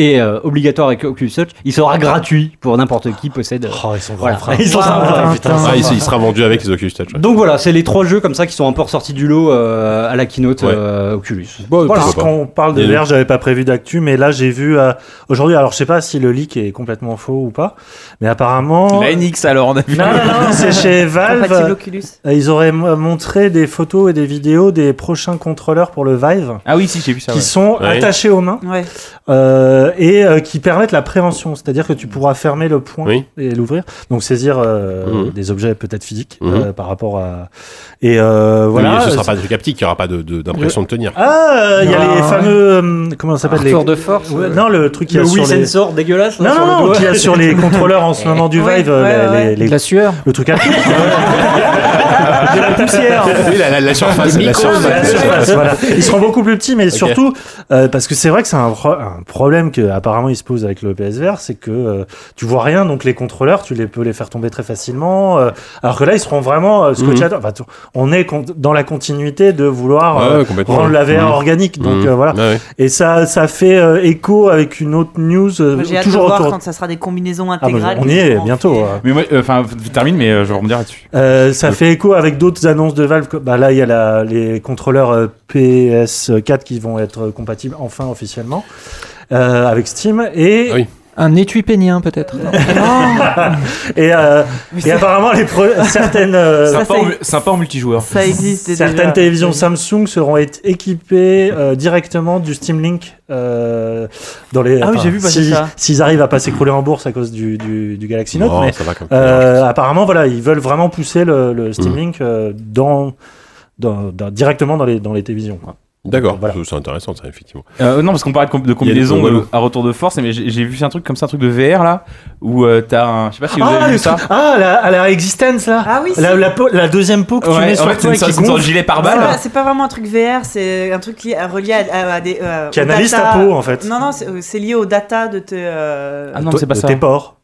Speaker 7: et euh, obligatoire avec Oculus Touch, il sera gratuit pour n'importe qui possède. euh,
Speaker 6: Oh, ils sont
Speaker 7: voilà.
Speaker 6: grands frères.
Speaker 7: Ils sont sympas.
Speaker 3: Ah, il, il sera vendu avec les Oculus Touch. ouais.
Speaker 7: Donc voilà, c'est les trois jeux comme ça qui sont un peu ressortis du lot euh, à la keynote
Speaker 3: Ouais.
Speaker 7: euh, Oculus.
Speaker 3: Bon,
Speaker 6: Voilà,
Speaker 3: pourquoi pas.
Speaker 6: qu'on parle de
Speaker 3: Il y a
Speaker 6: VR, j'avais pas prévu d'actu, mais là j'ai vu euh, aujourd'hui. Alors je sais pas si le leak est complètement faux ou pas, mais apparemment.
Speaker 9: La NX alors, on a vu.
Speaker 6: Non, non, non, c'est chez
Speaker 10: Compatible
Speaker 6: Valve.
Speaker 10: Oculus.
Speaker 6: Euh, Ils auraient mo- montré des photos et des vidéos des prochains contrôleurs pour le Vive
Speaker 5: Ah oui, si, j'ai vu ça.
Speaker 6: qui sont
Speaker 3: Ouais.
Speaker 6: attachés aux mains
Speaker 10: Ouais.
Speaker 6: euh, et euh, qui permettent la préhension, c'est-à-dire que tu pourras fermer le point
Speaker 3: Oui.
Speaker 6: et l'ouvrir, donc saisir euh,
Speaker 3: Mhm.
Speaker 6: des objets peut-être physiques
Speaker 3: Mhm.
Speaker 6: euh, par rapport à et euh,
Speaker 3: Oui, mais
Speaker 6: voilà.
Speaker 3: ce sera pas de truc haptique, il n'y aura pas de- de- d'impression de, tenir.
Speaker 6: Ah, euh, il y a
Speaker 10: Ah,
Speaker 6: les
Speaker 10: ouais.
Speaker 6: fameux euh, comment ça s'appelle les
Speaker 8: Tour de force.
Speaker 6: Ouais,
Speaker 8: euh,
Speaker 6: non, le truc qu'il y a
Speaker 7: Le
Speaker 6: sur
Speaker 7: Wii
Speaker 6: les...
Speaker 7: Sensor dégueulasse là,
Speaker 6: Non,
Speaker 7: sur le
Speaker 6: non, non,
Speaker 7: doigt.
Speaker 6: qu'il y a sur les contrôleurs en ce moment du
Speaker 10: Ouais,
Speaker 6: Vive,
Speaker 10: ouais,
Speaker 6: euh, les-
Speaker 10: ouais.
Speaker 6: les-
Speaker 8: De
Speaker 6: les-
Speaker 8: la sueur.
Speaker 6: le truc à
Speaker 4: de la poussière.
Speaker 3: Oui, la, la- la surface, la surface.
Speaker 6: voilà. Ils seront beaucoup plus petits, mais surtout, euh, parce que c'est vrai que c'est un, pro- un problème que apparemment il se pose avec le PSVR, c'est que euh, tu vois rien, donc les contrôleurs, tu les peux les faire tomber très facilement. euh, alors que là, ils seront vraiment euh,
Speaker 3: Mhm.
Speaker 6: scotchés. à- enfin, tu- on est con- dans la continuité de vouloir
Speaker 3: Ouais,
Speaker 6: euh,
Speaker 3: ouais, complètement.
Speaker 6: rendre la VR
Speaker 3: Mhm.
Speaker 6: organique. Donc
Speaker 3: Mhm.
Speaker 6: euh, voilà.
Speaker 3: Ouais, ouais.
Speaker 6: Et ça, ça fait euh, écho avec une autre news, euh,
Speaker 10: Moi, J'ai hâte de
Speaker 6: toujours
Speaker 10: voir
Speaker 6: autour
Speaker 10: quand ça sera des combinaisons
Speaker 6: Ah bah,
Speaker 10: intégrales.
Speaker 6: on
Speaker 10: qui
Speaker 6: y est
Speaker 10: seront
Speaker 6: bientôt.
Speaker 10: faites.
Speaker 6: hein.
Speaker 5: Mais moi, euh, enfin, je termine, mais euh, je vais rebondir là-dessus.
Speaker 6: Euh, ça fait écho avec d'autres annonces de Valve. comme- Bah, là, il y a la- les contrôleurs euh, PS4 qui vont être euh, compatibles enfin officiellement euh, avec Steam. Et,
Speaker 3: Ah oui.
Speaker 8: Un étui pénien peut-être.
Speaker 6: et, euh,
Speaker 10: Mais
Speaker 6: et
Speaker 10: ça-
Speaker 6: apparemment, les pro- certaines, euh,
Speaker 10: Ça,
Speaker 5: Sympa,
Speaker 10: c'est-
Speaker 5: en, mu- sympa en multijoueur.
Speaker 10: Ça existe déjà.
Speaker 6: certaines télévisions Samsung seront é- équipées euh, directement du Steam Link. euh, dans les,
Speaker 4: Ah oui, j'ai vu passer
Speaker 6: si-
Speaker 4: ça.
Speaker 6: S'ils arrivent à pas s'écrouler en bourse à cause du, du, du Galaxy Note.
Speaker 3: Non,
Speaker 6: mais-
Speaker 3: ça va comme
Speaker 6: Euh, apparemment, voilà, ils veulent vraiment pousser le, le Steam
Speaker 3: Mhm.
Speaker 6: Link euh, dans, dans- dans- directement dans les, dans les télévisions. quoi.
Speaker 3: D'accord,
Speaker 6: voilà.
Speaker 3: c'est intéressant ça, effectivement.
Speaker 5: Euh, non, parce qu'on parlait de, com- de combinaison
Speaker 3: Il y a des
Speaker 5: euh, à retour de force, mais j'ai j'ai vu un truc comme ça, un truc de VR là, où euh, t'as un. Je sais pas si vous
Speaker 6: Ah,
Speaker 5: avez vu
Speaker 6: le
Speaker 5: ça.
Speaker 6: truc- ah, la, à la existence là
Speaker 10: Ah oui,
Speaker 6: la,
Speaker 10: si.
Speaker 6: la peau- la deuxième peau que tu mets
Speaker 5: Ouais,
Speaker 6: sur
Speaker 5: ouais,
Speaker 6: toi
Speaker 5: c'est
Speaker 6: et qui
Speaker 5: une sorte de
Speaker 6: gonfle,
Speaker 5: gilet
Speaker 10: C'est
Speaker 5: pare-balles.
Speaker 10: pas, c'est pas vraiment un truc VR, c'est un truc lié, à- relié à, à- à des. euh,
Speaker 6: qui
Speaker 10: aux
Speaker 6: analyse ta
Speaker 10: data.
Speaker 6: peau en fait.
Speaker 10: Non, non, c'est euh, c'est lié aux data de tes. euh,
Speaker 5: Ah non,
Speaker 6: De-
Speaker 5: c'est pas
Speaker 6: de
Speaker 5: ça.
Speaker 6: Tes pores.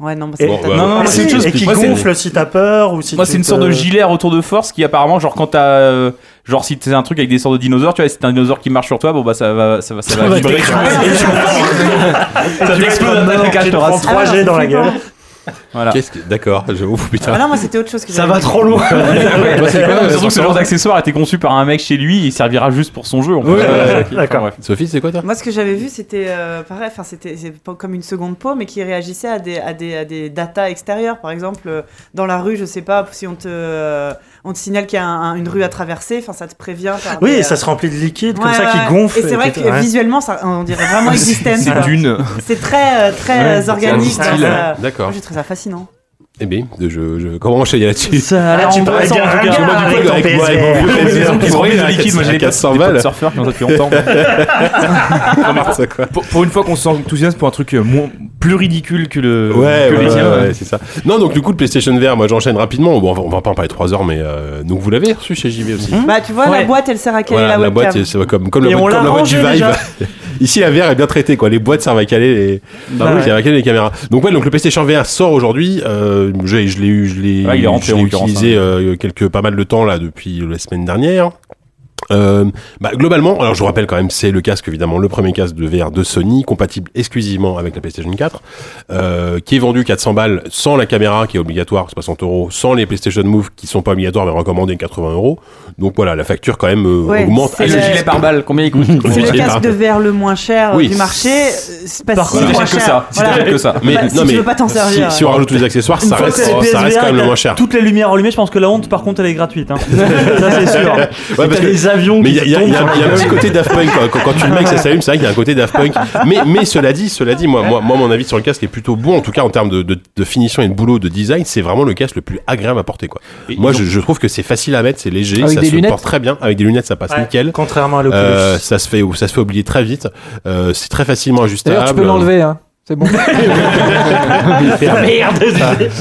Speaker 10: Ouais, non, bah,
Speaker 6: Et-
Speaker 10: c'est pas
Speaker 3: Bon,
Speaker 5: Non,
Speaker 3: bah,
Speaker 5: non,
Speaker 6: Ah,
Speaker 5: mais c'est
Speaker 6: si,
Speaker 5: autre chose.
Speaker 6: et qui
Speaker 5: Moi, c'est-
Speaker 6: gonfle si t'as peur ou si
Speaker 5: Moi,
Speaker 6: tu
Speaker 5: c'est euh, une
Speaker 6: te-
Speaker 5: sorte de gilet à retour de force qui, apparemment, genre, quand t'as. euh, genre, si t'es un truc avec des sortes de dinosaures, tu vois, et si t'as un dinosaure qui marche sur toi, bon, bah, ça va. Ça va. Ça va. vibrer. Ça t'explose à ta cage
Speaker 6: Tu te prends
Speaker 5: thorax.
Speaker 6: 3G dans la gueule.
Speaker 5: Voilà.
Speaker 3: Qu'est-ce que... D'accord, je ouf,
Speaker 10: Ah
Speaker 3: putain.
Speaker 10: non, moi c'était autre chose que
Speaker 7: Ça
Speaker 10: j'avais
Speaker 7: va
Speaker 10: vu.
Speaker 7: trop loin.
Speaker 3: Toi, c'est quoi, euh,
Speaker 5: Surtout que ce genre d'accessoire a été conçu par un mec chez lui, il servira juste pour son jeu. en fait.
Speaker 6: Ouais,
Speaker 5: Enfin,
Speaker 6: ouais,
Speaker 5: bref.
Speaker 6: d'accord.
Speaker 3: Sophie, c'est quoi toi
Speaker 10: Moi, ce que j'avais vu, c'était euh, pareil, enfin, c'était c'est pas comme une seconde peau, mais qui réagissait à des, à des, à des data extérieures. Par exemple, euh, dans la rue, je sais pas, si on te, euh, on te signale qu'il y a un- un- une rue à traverser, enfin, ça te prévient. par
Speaker 6: Oui,
Speaker 10: des,
Speaker 6: et ça
Speaker 10: euh,
Speaker 6: se remplit de liquide
Speaker 10: ouais,
Speaker 6: comme ça
Speaker 10: ouais.
Speaker 6: qui gonfle.
Speaker 10: Et c'est vrai
Speaker 6: qui-
Speaker 10: que
Speaker 6: ouais.
Speaker 10: visuellement, ça, on dirait vraiment existence.
Speaker 5: C'est
Speaker 10: quoi.
Speaker 5: d'une.
Speaker 10: C'est très, euh, très euh, organique.
Speaker 6: c'est un
Speaker 10: dans
Speaker 6: style.
Speaker 10: sa- Moi,
Speaker 3: D'accord.
Speaker 10: j'ai trouvé ça fascinant.
Speaker 3: Eh bien, je, je... comment enchaîner là-dessus
Speaker 4: Ça a l'air
Speaker 6: Ah, tu parlais
Speaker 4: angoissant,
Speaker 6: bien,
Speaker 4: en tout cas.
Speaker 6: bien,
Speaker 3: Moi, du coup,
Speaker 6: avec ton
Speaker 3: avec moi, avec
Speaker 6: PSVR.
Speaker 3: mon vieux
Speaker 5: Ils
Speaker 3: PSVR, ils
Speaker 5: ont
Speaker 3: ont
Speaker 5: remis
Speaker 3: mis
Speaker 5: de liquide, moi j'ai des potes-
Speaker 3: 400
Speaker 5: des potes
Speaker 3: balles.
Speaker 5: surfeurs qui ont ça depuis longtemps.
Speaker 3: C'est quoi
Speaker 9: Pour, pour une fois qu'on s'enthousiasme pour un truc euh, moins- plus ridicule que le.
Speaker 3: Ouais,
Speaker 9: que
Speaker 3: ouais,
Speaker 9: les
Speaker 3: ouais,
Speaker 9: tiens.
Speaker 3: ouais, c'est ça. Non, donc du coup, le PlayStation VR, moi j'enchaîne rapidement. Bon, on va- on va pas en parler 3 heures, mais euh, donc vous l'avez reçu chez JV aussi.
Speaker 10: Bah, tu vois, la
Speaker 4: Ouais.
Speaker 10: boîte, elle sert à caler
Speaker 3: Voilà,
Speaker 10: la
Speaker 3: la boîte,
Speaker 10: webcam.
Speaker 3: c'est comme, comme, la
Speaker 4: Et on
Speaker 3: boîte, comme
Speaker 4: l'a
Speaker 3: la boîte du
Speaker 4: rangée,
Speaker 3: Vive. Ici, la VR est bien traitée, quoi. Les boîtes servent à caler les,
Speaker 4: Bah ouais.
Speaker 3: servent à caler les caméras. Donc, ouais, donc le PlayStation VR sort aujourd'hui. Euh, j'ai- je l'ai eu, je l'ai,
Speaker 5: Ouais, il est rentré,
Speaker 3: je l'ai
Speaker 5: en l'occurrence, hein.
Speaker 3: utilisé euh, quelques, pas mal de temps, là, depuis la semaine dernière. Euh, bah, globalement, alors je vous rappelle quand même, c'est le casque évidemment, le premier casque de VR de Sony, compatible exclusivement avec la PlayStation 4, euh, qui est vendu 400 balles sans la caméra qui est obligatoire, c'est 60 euros, sans les PlayStation Move qui sont pas obligatoires mais recommandés 80 euros. Donc voilà, la facture quand même euh,
Speaker 10: Ouais,
Speaker 3: augmente.
Speaker 10: c'est
Speaker 5: Et le
Speaker 10: le-
Speaker 5: gilet pare-balles, combien il coûte
Speaker 10: C'est
Speaker 3: Ouais.
Speaker 10: le casque de verre le moins cher euh,
Speaker 3: Oui.
Speaker 10: du marché. euh, C'est pas
Speaker 4: Par
Speaker 10: si
Speaker 5: Si
Speaker 10: moins
Speaker 5: t'achètes que
Speaker 10: cher.
Speaker 5: ça, si
Speaker 10: Voilà.
Speaker 5: t'achètes que ça.
Speaker 3: Mais,
Speaker 10: Bah, si
Speaker 3: non,
Speaker 10: tu
Speaker 3: mais
Speaker 10: veux pas t'en servir.
Speaker 3: Si, si on rajoute tous les accessoires,
Speaker 4: Une
Speaker 3: ça
Speaker 4: fois
Speaker 3: reste,
Speaker 4: que t'as les
Speaker 3: ça reste
Speaker 4: PSVR,
Speaker 3: quand même le
Speaker 4: t'as
Speaker 3: moins cher.
Speaker 4: Toutes les lumières allumées, je pense que la honte, par contre, elle est gratuite. hein. ça, c'est sûr.
Speaker 3: Ouais, parce
Speaker 7: T'as
Speaker 3: que-
Speaker 7: des avions
Speaker 3: mais
Speaker 7: qui
Speaker 3: il y a, il y a- il y a-
Speaker 7: tombent.
Speaker 3: il y a un petit côté Daft Punk quoi. quand, quand tu le mets que ça s'allume c'est vrai qu'il y a un côté Daft Punk mais, mais cela dit cela dit moi, moi, moi mon avis sur le casque est plutôt bon en tout cas en termes de, de- de finition et de boulot de design c'est vraiment le casque le plus agréable à porter quoi. moi je, je trouve que c'est facile à mettre c'est léger
Speaker 8: Avec
Speaker 3: ça
Speaker 8: des
Speaker 3: se
Speaker 8: lunettes
Speaker 3: porte très bien avec des lunettes ça passe
Speaker 6: Ouais,
Speaker 3: nickel
Speaker 6: Contrairement à l'Oculus.
Speaker 3: Euh, ça se fait ça se fait oublier très vite Euh, c'est très facilement ajustable
Speaker 8: D'ailleurs, tu peux l'enlever. Hein. C'est bon.
Speaker 3: Ah, merde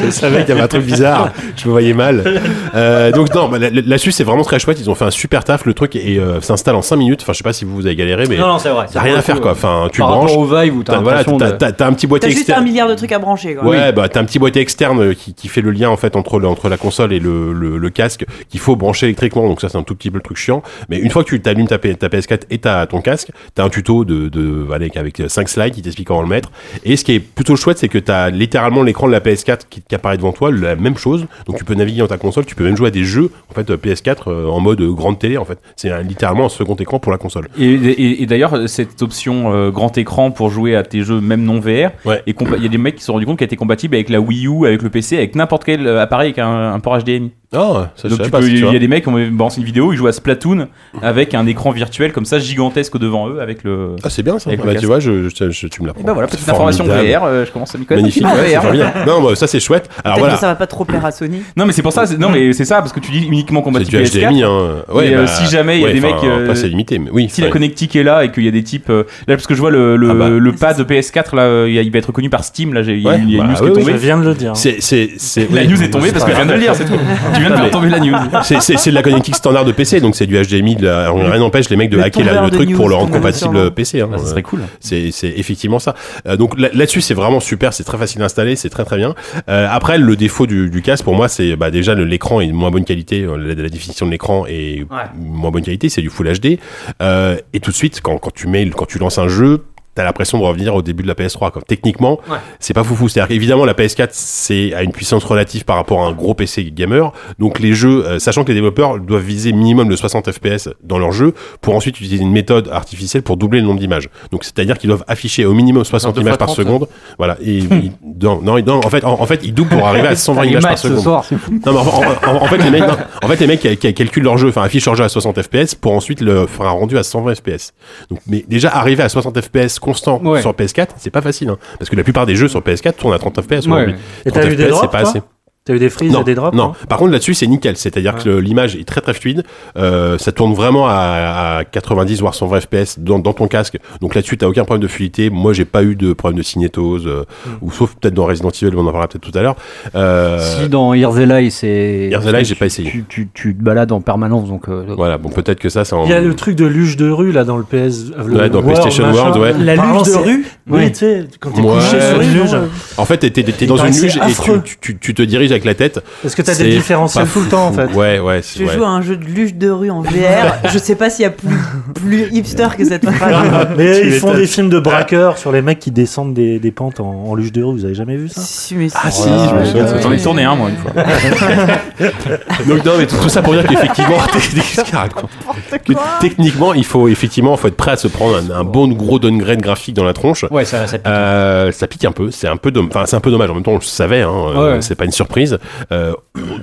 Speaker 3: Je savais qu'il y avait un truc bizarre, je me voyais mal. Euh, donc non, bah, la- la- là-dessus c'est vraiment très chouette, ils ont fait un super taf, le truc et, euh, s'installe en 5 minutes, enfin je sais pas si vous, vous avez galéré, mais
Speaker 7: Non, non, c'est vrai.
Speaker 3: t'as rien à faire quoi, enfin tu
Speaker 7: Par
Speaker 3: branches,
Speaker 7: rapport au Vive où t'as
Speaker 3: t'as voilà,
Speaker 7: l'impression
Speaker 3: t'as-
Speaker 7: de-
Speaker 3: t'as- t'as un petit boîtier
Speaker 10: T'as juste
Speaker 3: externe.
Speaker 10: un milliard de trucs à brancher, quoi.
Speaker 3: Ouais, bah t'as un petit boîtier externe euh, qui, qui fait le lien en fait entre, le- entre la console et le, le- le casque qu'il faut brancher électriquement, donc ça c'est un tout petit peu le truc chiant. Mais une fois que tu t'allumes ta, P- ta PS4 et ta, ton casque, t'as un tuto de, de allez, avec 5 slides qui t'explique comment le mettre. Et ce qui est plutôt chouette, c'est que t'as littéralement l'écran de la PS4 qui, qui apparaît devant toi, la même chose. Donc tu peux naviguer dans ta console, tu peux même jouer à des jeux en fait euh, PS4 euh, en mode euh, grande télé en fait. C'est euh, littéralement un second écran pour la console.
Speaker 5: Et, et- et d'ailleurs, cette option euh, grand écran pour jouer à tes jeux, même non VR,
Speaker 3: Ouais.
Speaker 5: et compa- il y a des mecs qui se sont rendus compte qu'elle était compatible avec la Wii U, avec le PC, avec n'importe quel euh, appareil avec un, un port HDMI.
Speaker 3: Oh, ça je
Speaker 5: Donc
Speaker 3: savais
Speaker 5: tu
Speaker 3: pas,
Speaker 5: peux-
Speaker 3: ça, tu
Speaker 5: il y
Speaker 3: vois.
Speaker 5: a des mecs qui ont balancé une vidéo, ils jouent à Splatoon avec un écran virtuel comme ça gigantesque devant eux avec le.
Speaker 3: Ah c'est bien ça.
Speaker 5: Avec le
Speaker 3: Bah, tu
Speaker 5: casque.
Speaker 3: vois, je, je- je- tu me
Speaker 10: Eh
Speaker 3: l'apprends.
Speaker 10: ben,
Speaker 5: Et bah voilà, petite
Speaker 3: C'est
Speaker 5: information
Speaker 3: formidable.
Speaker 5: VR, euh, je commence à m'y connaître.
Speaker 3: Magnifique,
Speaker 5: un petit peu
Speaker 3: ouais, c'est
Speaker 5: en VR.
Speaker 3: formidable. Non, bah, ça c'est chouette. Alors
Speaker 10: Peut-être
Speaker 3: voilà,
Speaker 10: que ça va pas trop plaire à Sony.
Speaker 5: Non mais c'est pour ça, c'est- non mais c'est ça parce que tu dis uniquement
Speaker 3: c'est
Speaker 5: compatible
Speaker 3: du
Speaker 5: PS4.
Speaker 3: HDMI. Hein.
Speaker 5: Et, euh, si jamais il y a des
Speaker 3: enfin,
Speaker 5: mecs, euh,
Speaker 3: après, c'est limité, mais oui.
Speaker 5: Si
Speaker 3: enfin,
Speaker 5: la connectique est là et qu'il y a des types euh, là parce que je vois le le,
Speaker 3: Ah bah.
Speaker 5: le pad de PS4 là, euh, il y a- il va être reconnu par Steam là, j'ai- il y a
Speaker 3: Ouais,
Speaker 5: une il y a une
Speaker 3: bah,
Speaker 5: news qui
Speaker 3: oui,
Speaker 5: est
Speaker 3: oui.
Speaker 6: Je
Speaker 5: tombée.
Speaker 6: viens de le dire.
Speaker 3: c'est, c'est, c'est,
Speaker 5: La
Speaker 3: oui.
Speaker 5: news est tombée parce que je viens de le lire, c'est tout. Tu viens de faire tomber la news.
Speaker 3: C'est, c'est, c'est de la connectique standard de PC, donc c'est du HDMI. de la- Rien n'empêche les mecs de
Speaker 10: Le
Speaker 3: hacker là,
Speaker 10: tombeur
Speaker 3: le
Speaker 10: de
Speaker 3: truc pour
Speaker 10: news
Speaker 3: le rendre
Speaker 10: tombé
Speaker 3: compatible
Speaker 10: sûrement.
Speaker 3: PC. Hein.
Speaker 5: Ah, ça serait cool.
Speaker 3: C'est, c'est effectivement ça. Euh, donc là, dessus c'est vraiment super, c'est très facile à installer, c'est très très bien. Euh, après, le défaut du, du casque, pour moi, c'est bah, déjà le- l'écran est de moins bonne qualité, euh, la, la définition de l'écran est moins bonne qualité, c'est du Full HD. Euh, et tout de suite, quand, quand, tu mets, quand tu lances un jeu, t'as l'impression de revenir au début de la PS3. Quoi. Techniquement, c'est pas foufou. C'est-à-dire qu'évidemment, la PS4, c'est à une puissance relative par rapport à un gros PC gamer. Donc les jeux, euh, sachant que les développeurs doivent viser minimum de 60 FPS dans leur jeu, pour ensuite utiliser une méthode artificielle pour doubler le nombre d'images. Donc c'est-à-dire qu'ils doivent afficher au minimum 60
Speaker 9: deux
Speaker 3: images
Speaker 9: fois
Speaker 3: par
Speaker 9: 30.
Speaker 3: seconde. Voilà. Et, ils- non, non, non, en fait, en, en fait, ils doublent pour arriver à 120
Speaker 8: Les
Speaker 3: images par
Speaker 8: maths ce
Speaker 3: seconde.
Speaker 8: soir, c'est fou.
Speaker 3: Non, mais en, en- en- en fait, les mecs, non, en fait, les mecs qui, qui calculent leur jeu, enfin, affichent leur jeu à 60 FPS pour ensuite le faire un rendu à 120 FPS. Donc, mais déjà, arriver à 60 FPS constant
Speaker 8: Ouais.
Speaker 3: sur PS4, c'est pas facile, hein, Parce que la plupart des jeux sur PS4 tournent à 30 FPS
Speaker 8: Ouais.
Speaker 3: aujourd'hui.
Speaker 6: Et t'as
Speaker 3: 30
Speaker 6: eu des
Speaker 3: FPS,
Speaker 6: drops
Speaker 3: c'est pas
Speaker 6: toi
Speaker 3: assez.
Speaker 6: T'as eu des freezes
Speaker 3: Non,
Speaker 6: et des drops
Speaker 3: non.
Speaker 6: hein
Speaker 3: Par contre, là-dessus, c'est nickel. C'est-à-dire que le- l'image est très très fluide. Euh, ça tourne vraiment à, à 90 voire 120 FPS dans, dans ton casque. Donc là-dessus, t'as aucun problème de fluidité. Moi, j'ai pas eu de problème de cinétose, euh, ou sauf peut-être dans Resident Evil, on en parlera peut-être tout à l'heure. Euh,
Speaker 7: Si dans Here's Eli, c'est.
Speaker 3: Here's Eli, j'ai pas essayé.
Speaker 7: Tu, tu, tu te balades en permanence, donc. euh,
Speaker 3: Voilà, bon, peut-être que ça, c'est en...
Speaker 6: Il y a le truc de luge de rue là dans le PS. euh, le
Speaker 3: Ouais, dans
Speaker 6: World,
Speaker 3: PlayStation
Speaker 6: machin.
Speaker 3: World, ouais.
Speaker 4: La
Speaker 6: Apparemment,
Speaker 4: luge de
Speaker 6: c'est-
Speaker 4: rue
Speaker 6: Oui, tu sais, quand t'es
Speaker 3: Ouais,
Speaker 6: couché sur une
Speaker 4: luge.
Speaker 6: luge.
Speaker 3: En fait, t'es, t'es- t'es
Speaker 6: Il
Speaker 3: dans
Speaker 6: paraît
Speaker 3: une
Speaker 6: que
Speaker 3: luge
Speaker 6: c'est
Speaker 3: et
Speaker 6: affreux.
Speaker 3: tu, tu, tu- tu te diriges avec la tête.
Speaker 6: Parce que t'as
Speaker 3: C'est
Speaker 6: des différentiels
Speaker 3: pas
Speaker 6: tout le temps en
Speaker 3: fou.
Speaker 6: fait.
Speaker 3: Ouais, ouais, c'est
Speaker 10: Je
Speaker 3: ouais.
Speaker 10: joue à un jeu de luge de rue en VR. je sais pas s'il y a plus, plus hipster que cette phrase.
Speaker 6: Mais
Speaker 3: Tu
Speaker 6: ils font
Speaker 3: m'étonnes.
Speaker 6: des films de braqueurs sur les mecs qui descendent des, des pentes en, en luge de rue. Vous avez jamais vu ça
Speaker 10: Si, mais
Speaker 3: Ah, si,
Speaker 6: Voilà.
Speaker 3: je me souviens.
Speaker 5: J'en ai tourné un moi une fois.
Speaker 3: Donc, non, mais tout, tout ça pour dire qu'effectivement, qu'est-ce qu'il raconte Que techniquement, il faut effectivement, faut être prêt à se prendre un, un bon gros downgrade graphique dans la tronche.
Speaker 7: Ouais, ça, ça pique.
Speaker 3: Euh, ça pique un peu, c'est un peu, domm- enfin c'est un peu dommage. En même temps, on le savait, hein, euh,
Speaker 7: Ouais.
Speaker 3: c'est pas une surprise. Euh,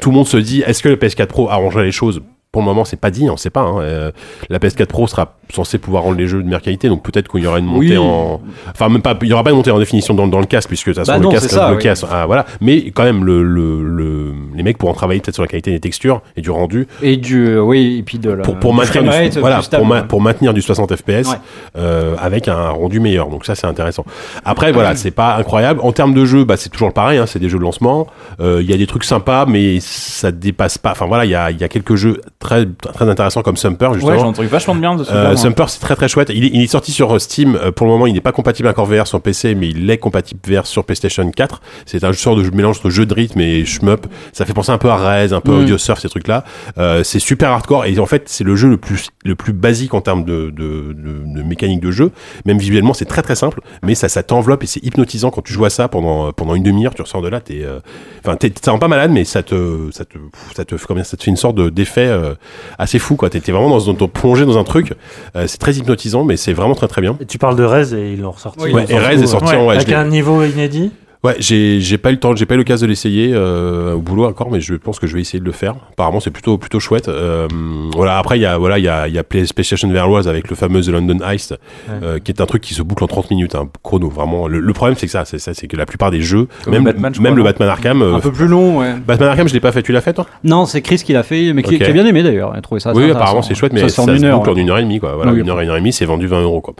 Speaker 3: tout le monde se dit, est-ce que le PS4 Pro arrangera les choses Pour le moment, c'est pas dit, on sait pas. hein. Euh, la PS4 Pro sera censée pouvoir rendre les jeux de meilleure qualité, donc peut-être qu'il y aura une montée
Speaker 7: Oui.
Speaker 3: en, enfin même pas, il y aura pas de montée en définition dans, dans le casque puisque de toute façon
Speaker 7: Bah
Speaker 3: le
Speaker 7: non,
Speaker 3: casque
Speaker 7: c'est
Speaker 3: reste
Speaker 7: ça,
Speaker 3: bloqué
Speaker 7: oui.
Speaker 3: à son- ah, voilà. Mais quand même, le, le- le- les mecs pourront travailler peut-être sur la qualité des textures et du rendu
Speaker 7: Et du. euh, oui, et puis de la.
Speaker 3: pour, pour,
Speaker 7: du
Speaker 3: maintenir, du,
Speaker 7: framerate, euh,
Speaker 3: voilà,
Speaker 7: plus stable,
Speaker 3: pour, ma-
Speaker 7: ouais.
Speaker 3: pour maintenir du 60 FPS
Speaker 7: Ouais.
Speaker 3: euh, avec un rendu meilleur. Donc ça c'est intéressant.
Speaker 7: Ah
Speaker 3: Après voilà, c'est pas incroyable. En termes de jeu, bah, c'est toujours le pareil, hein, c'est des jeux de lancement. Euh, Il y a des trucs sympas, mais ça dépasse pas. Enfin voilà, il y a, il y a quelques jeux très, très intéressants comme Sumper
Speaker 5: Ouais, j'ai
Speaker 3: justement.
Speaker 5: entendu vachement de bien de ce
Speaker 3: Euh,
Speaker 5: gars, moi.
Speaker 3: Sumper c'est très très chouette. Il est, il est sorti sur euh, Steam. Euh, Pour le moment, il n'est pas compatible encore VR sur PC, mais il est compatible VR sur PlayStation 4. C'est un sort de jeu- mélange entre jeu de rythme et shmup. Ça fait penser un peu à Rez, un peu à
Speaker 7: Mm.
Speaker 3: Audio Surf, ces trucs-là. Euh, c'est super hardcore et en fait, c'est le jeu le plus le plus basique en termes de de, de, de mécanique de jeu. Même visuellement, c'est très très simple, mais ça ça t'enveloppe et c'est hypnotisant quand tu joues à ça pendant pendant une demi-heure. Tu ressors de là, t'es euh, enfin t'es- ça rend pas malade, mais ça te ça te ça te combien ça te fait une sorte de- d'effet euh, assez fou quoi. T'es t'es vraiment dans, dans plongé dans un truc. Euh, c'est très hypnotisant, mais c'est vraiment très très bien.
Speaker 6: Et tu parles de Rez et ils l'ont ressorti.
Speaker 7: Oui,
Speaker 6: Ils
Speaker 3: Ouais,
Speaker 6: l'ont
Speaker 3: et Rez est
Speaker 6: ouais.
Speaker 3: sorti en
Speaker 6: Avec
Speaker 3: HD.
Speaker 6: un niveau inédit.
Speaker 3: Ouais, j'ai j'ai pas eu le temps, j'ai pas eu l'occasion de l'essayer euh, au boulot encore, mais je pense que je vais essayer de le faire. Apparemment, c'est plutôt plutôt chouette. Euh, voilà. Après, il y a voilà, il y a, il y a Play- PlayStation VR Wars avec le fameux The London Heist, euh, qui est un truc qui se boucle en 30 minutes, hein, chrono. Vraiment, le, le problème c'est que ça, c'est ça, c'est que la plupart des jeux,
Speaker 5: Comme
Speaker 3: même
Speaker 5: Batman, je
Speaker 3: même
Speaker 5: crois,
Speaker 3: le
Speaker 5: non
Speaker 3: Batman Arkham, euh,
Speaker 8: Un peu plus long, ouais.
Speaker 3: Batman Arkham, je l'ai pas fait. Tu l'as fait toi
Speaker 7: Non, c'est Chris qui l'a fait, mais qui,
Speaker 3: Ok.
Speaker 7: qui a bien aimé d'ailleurs. Il a trouvé ça.
Speaker 3: Oui,
Speaker 7: ça,
Speaker 3: apparemment c'est chouette, mais ça,
Speaker 7: c'est en
Speaker 3: se
Speaker 7: une heure. hein.
Speaker 3: boucle en une heure et demie, quoi. Voilà,
Speaker 7: Oui.
Speaker 3: une heure et demie, c'est vendu 20 euros, quoi.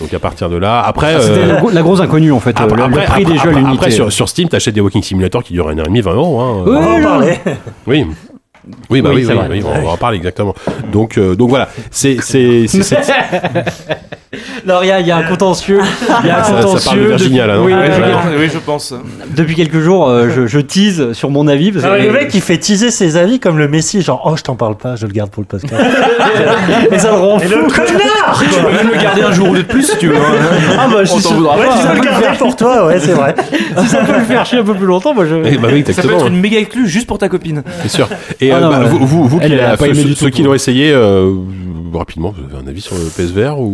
Speaker 3: Donc à partir de là, après.
Speaker 7: Ah, c'était
Speaker 3: euh,
Speaker 7: la gro- la grosse inconnue, en fait, euh, le- le prix des jeux à
Speaker 3: après-
Speaker 7: l'unité.
Speaker 3: après, sur, sur Steam, t'achètes des Walking Simulator qui durent un an et demi, 20 euros. hein.
Speaker 7: Oui, On va en non.
Speaker 6: parler.
Speaker 3: Oui. Oui, bah
Speaker 7: Oui,
Speaker 3: oui,
Speaker 7: c'est
Speaker 3: oui,
Speaker 7: vrai.
Speaker 3: oui, on va en parler exactement. Donc, euh, donc voilà, c'est c'est- c'est cette-
Speaker 7: Lauria, il y a un contentieux. Il y a un
Speaker 3: Ah, ça- ça
Speaker 7: contentieux.
Speaker 3: parle de Virginia, là, non
Speaker 7: depuis- oui,
Speaker 3: Ah,
Speaker 7: depuis-
Speaker 3: ouais.
Speaker 9: Oui, je pense.
Speaker 7: Depuis quelques jours, euh, je, je tease sur mon avis. Parce que-
Speaker 6: Non, mais le mec, il fait teaser ses avis comme le Messi, genre, oh, je t'en parle pas, je le garde pour le podcast.
Speaker 7: Mais ça me rend
Speaker 6: Et
Speaker 7: fou.
Speaker 6: le connard
Speaker 9: Tu peux même le garder un jour ou deux de plus si tu veux. hein.
Speaker 7: Ah, bah, je
Speaker 9: On
Speaker 7: suis
Speaker 9: t'en
Speaker 7: sûr-
Speaker 9: voudra
Speaker 7: ouais,
Speaker 9: pas. hein.
Speaker 7: si
Speaker 6: Tu
Speaker 7: ça
Speaker 6: peux
Speaker 7: peut
Speaker 6: le
Speaker 7: le
Speaker 6: garder
Speaker 7: faire-
Speaker 6: pour toi, ouais, c'est vrai.
Speaker 7: si ça peut le faire chier un peu plus longtemps, moi je.
Speaker 3: Eh, bah oui,
Speaker 9: Ça peut
Speaker 3: exactement,
Speaker 9: être une méga exclue juste pour ta copine.
Speaker 3: c'est sûr. Et
Speaker 7: Ah,
Speaker 3: euh,
Speaker 7: non,
Speaker 3: bah,
Speaker 7: ouais.
Speaker 3: vous, vous, vous qui
Speaker 7: Elle, elle a
Speaker 3: l'a-
Speaker 7: pas
Speaker 3: ceux,
Speaker 7: aimé du
Speaker 3: ceux-
Speaker 7: tout,
Speaker 3: ceux qui
Speaker 7: pour
Speaker 3: l'ont essayé, euh, rapidement, vous avez un avis sur le PSVR ou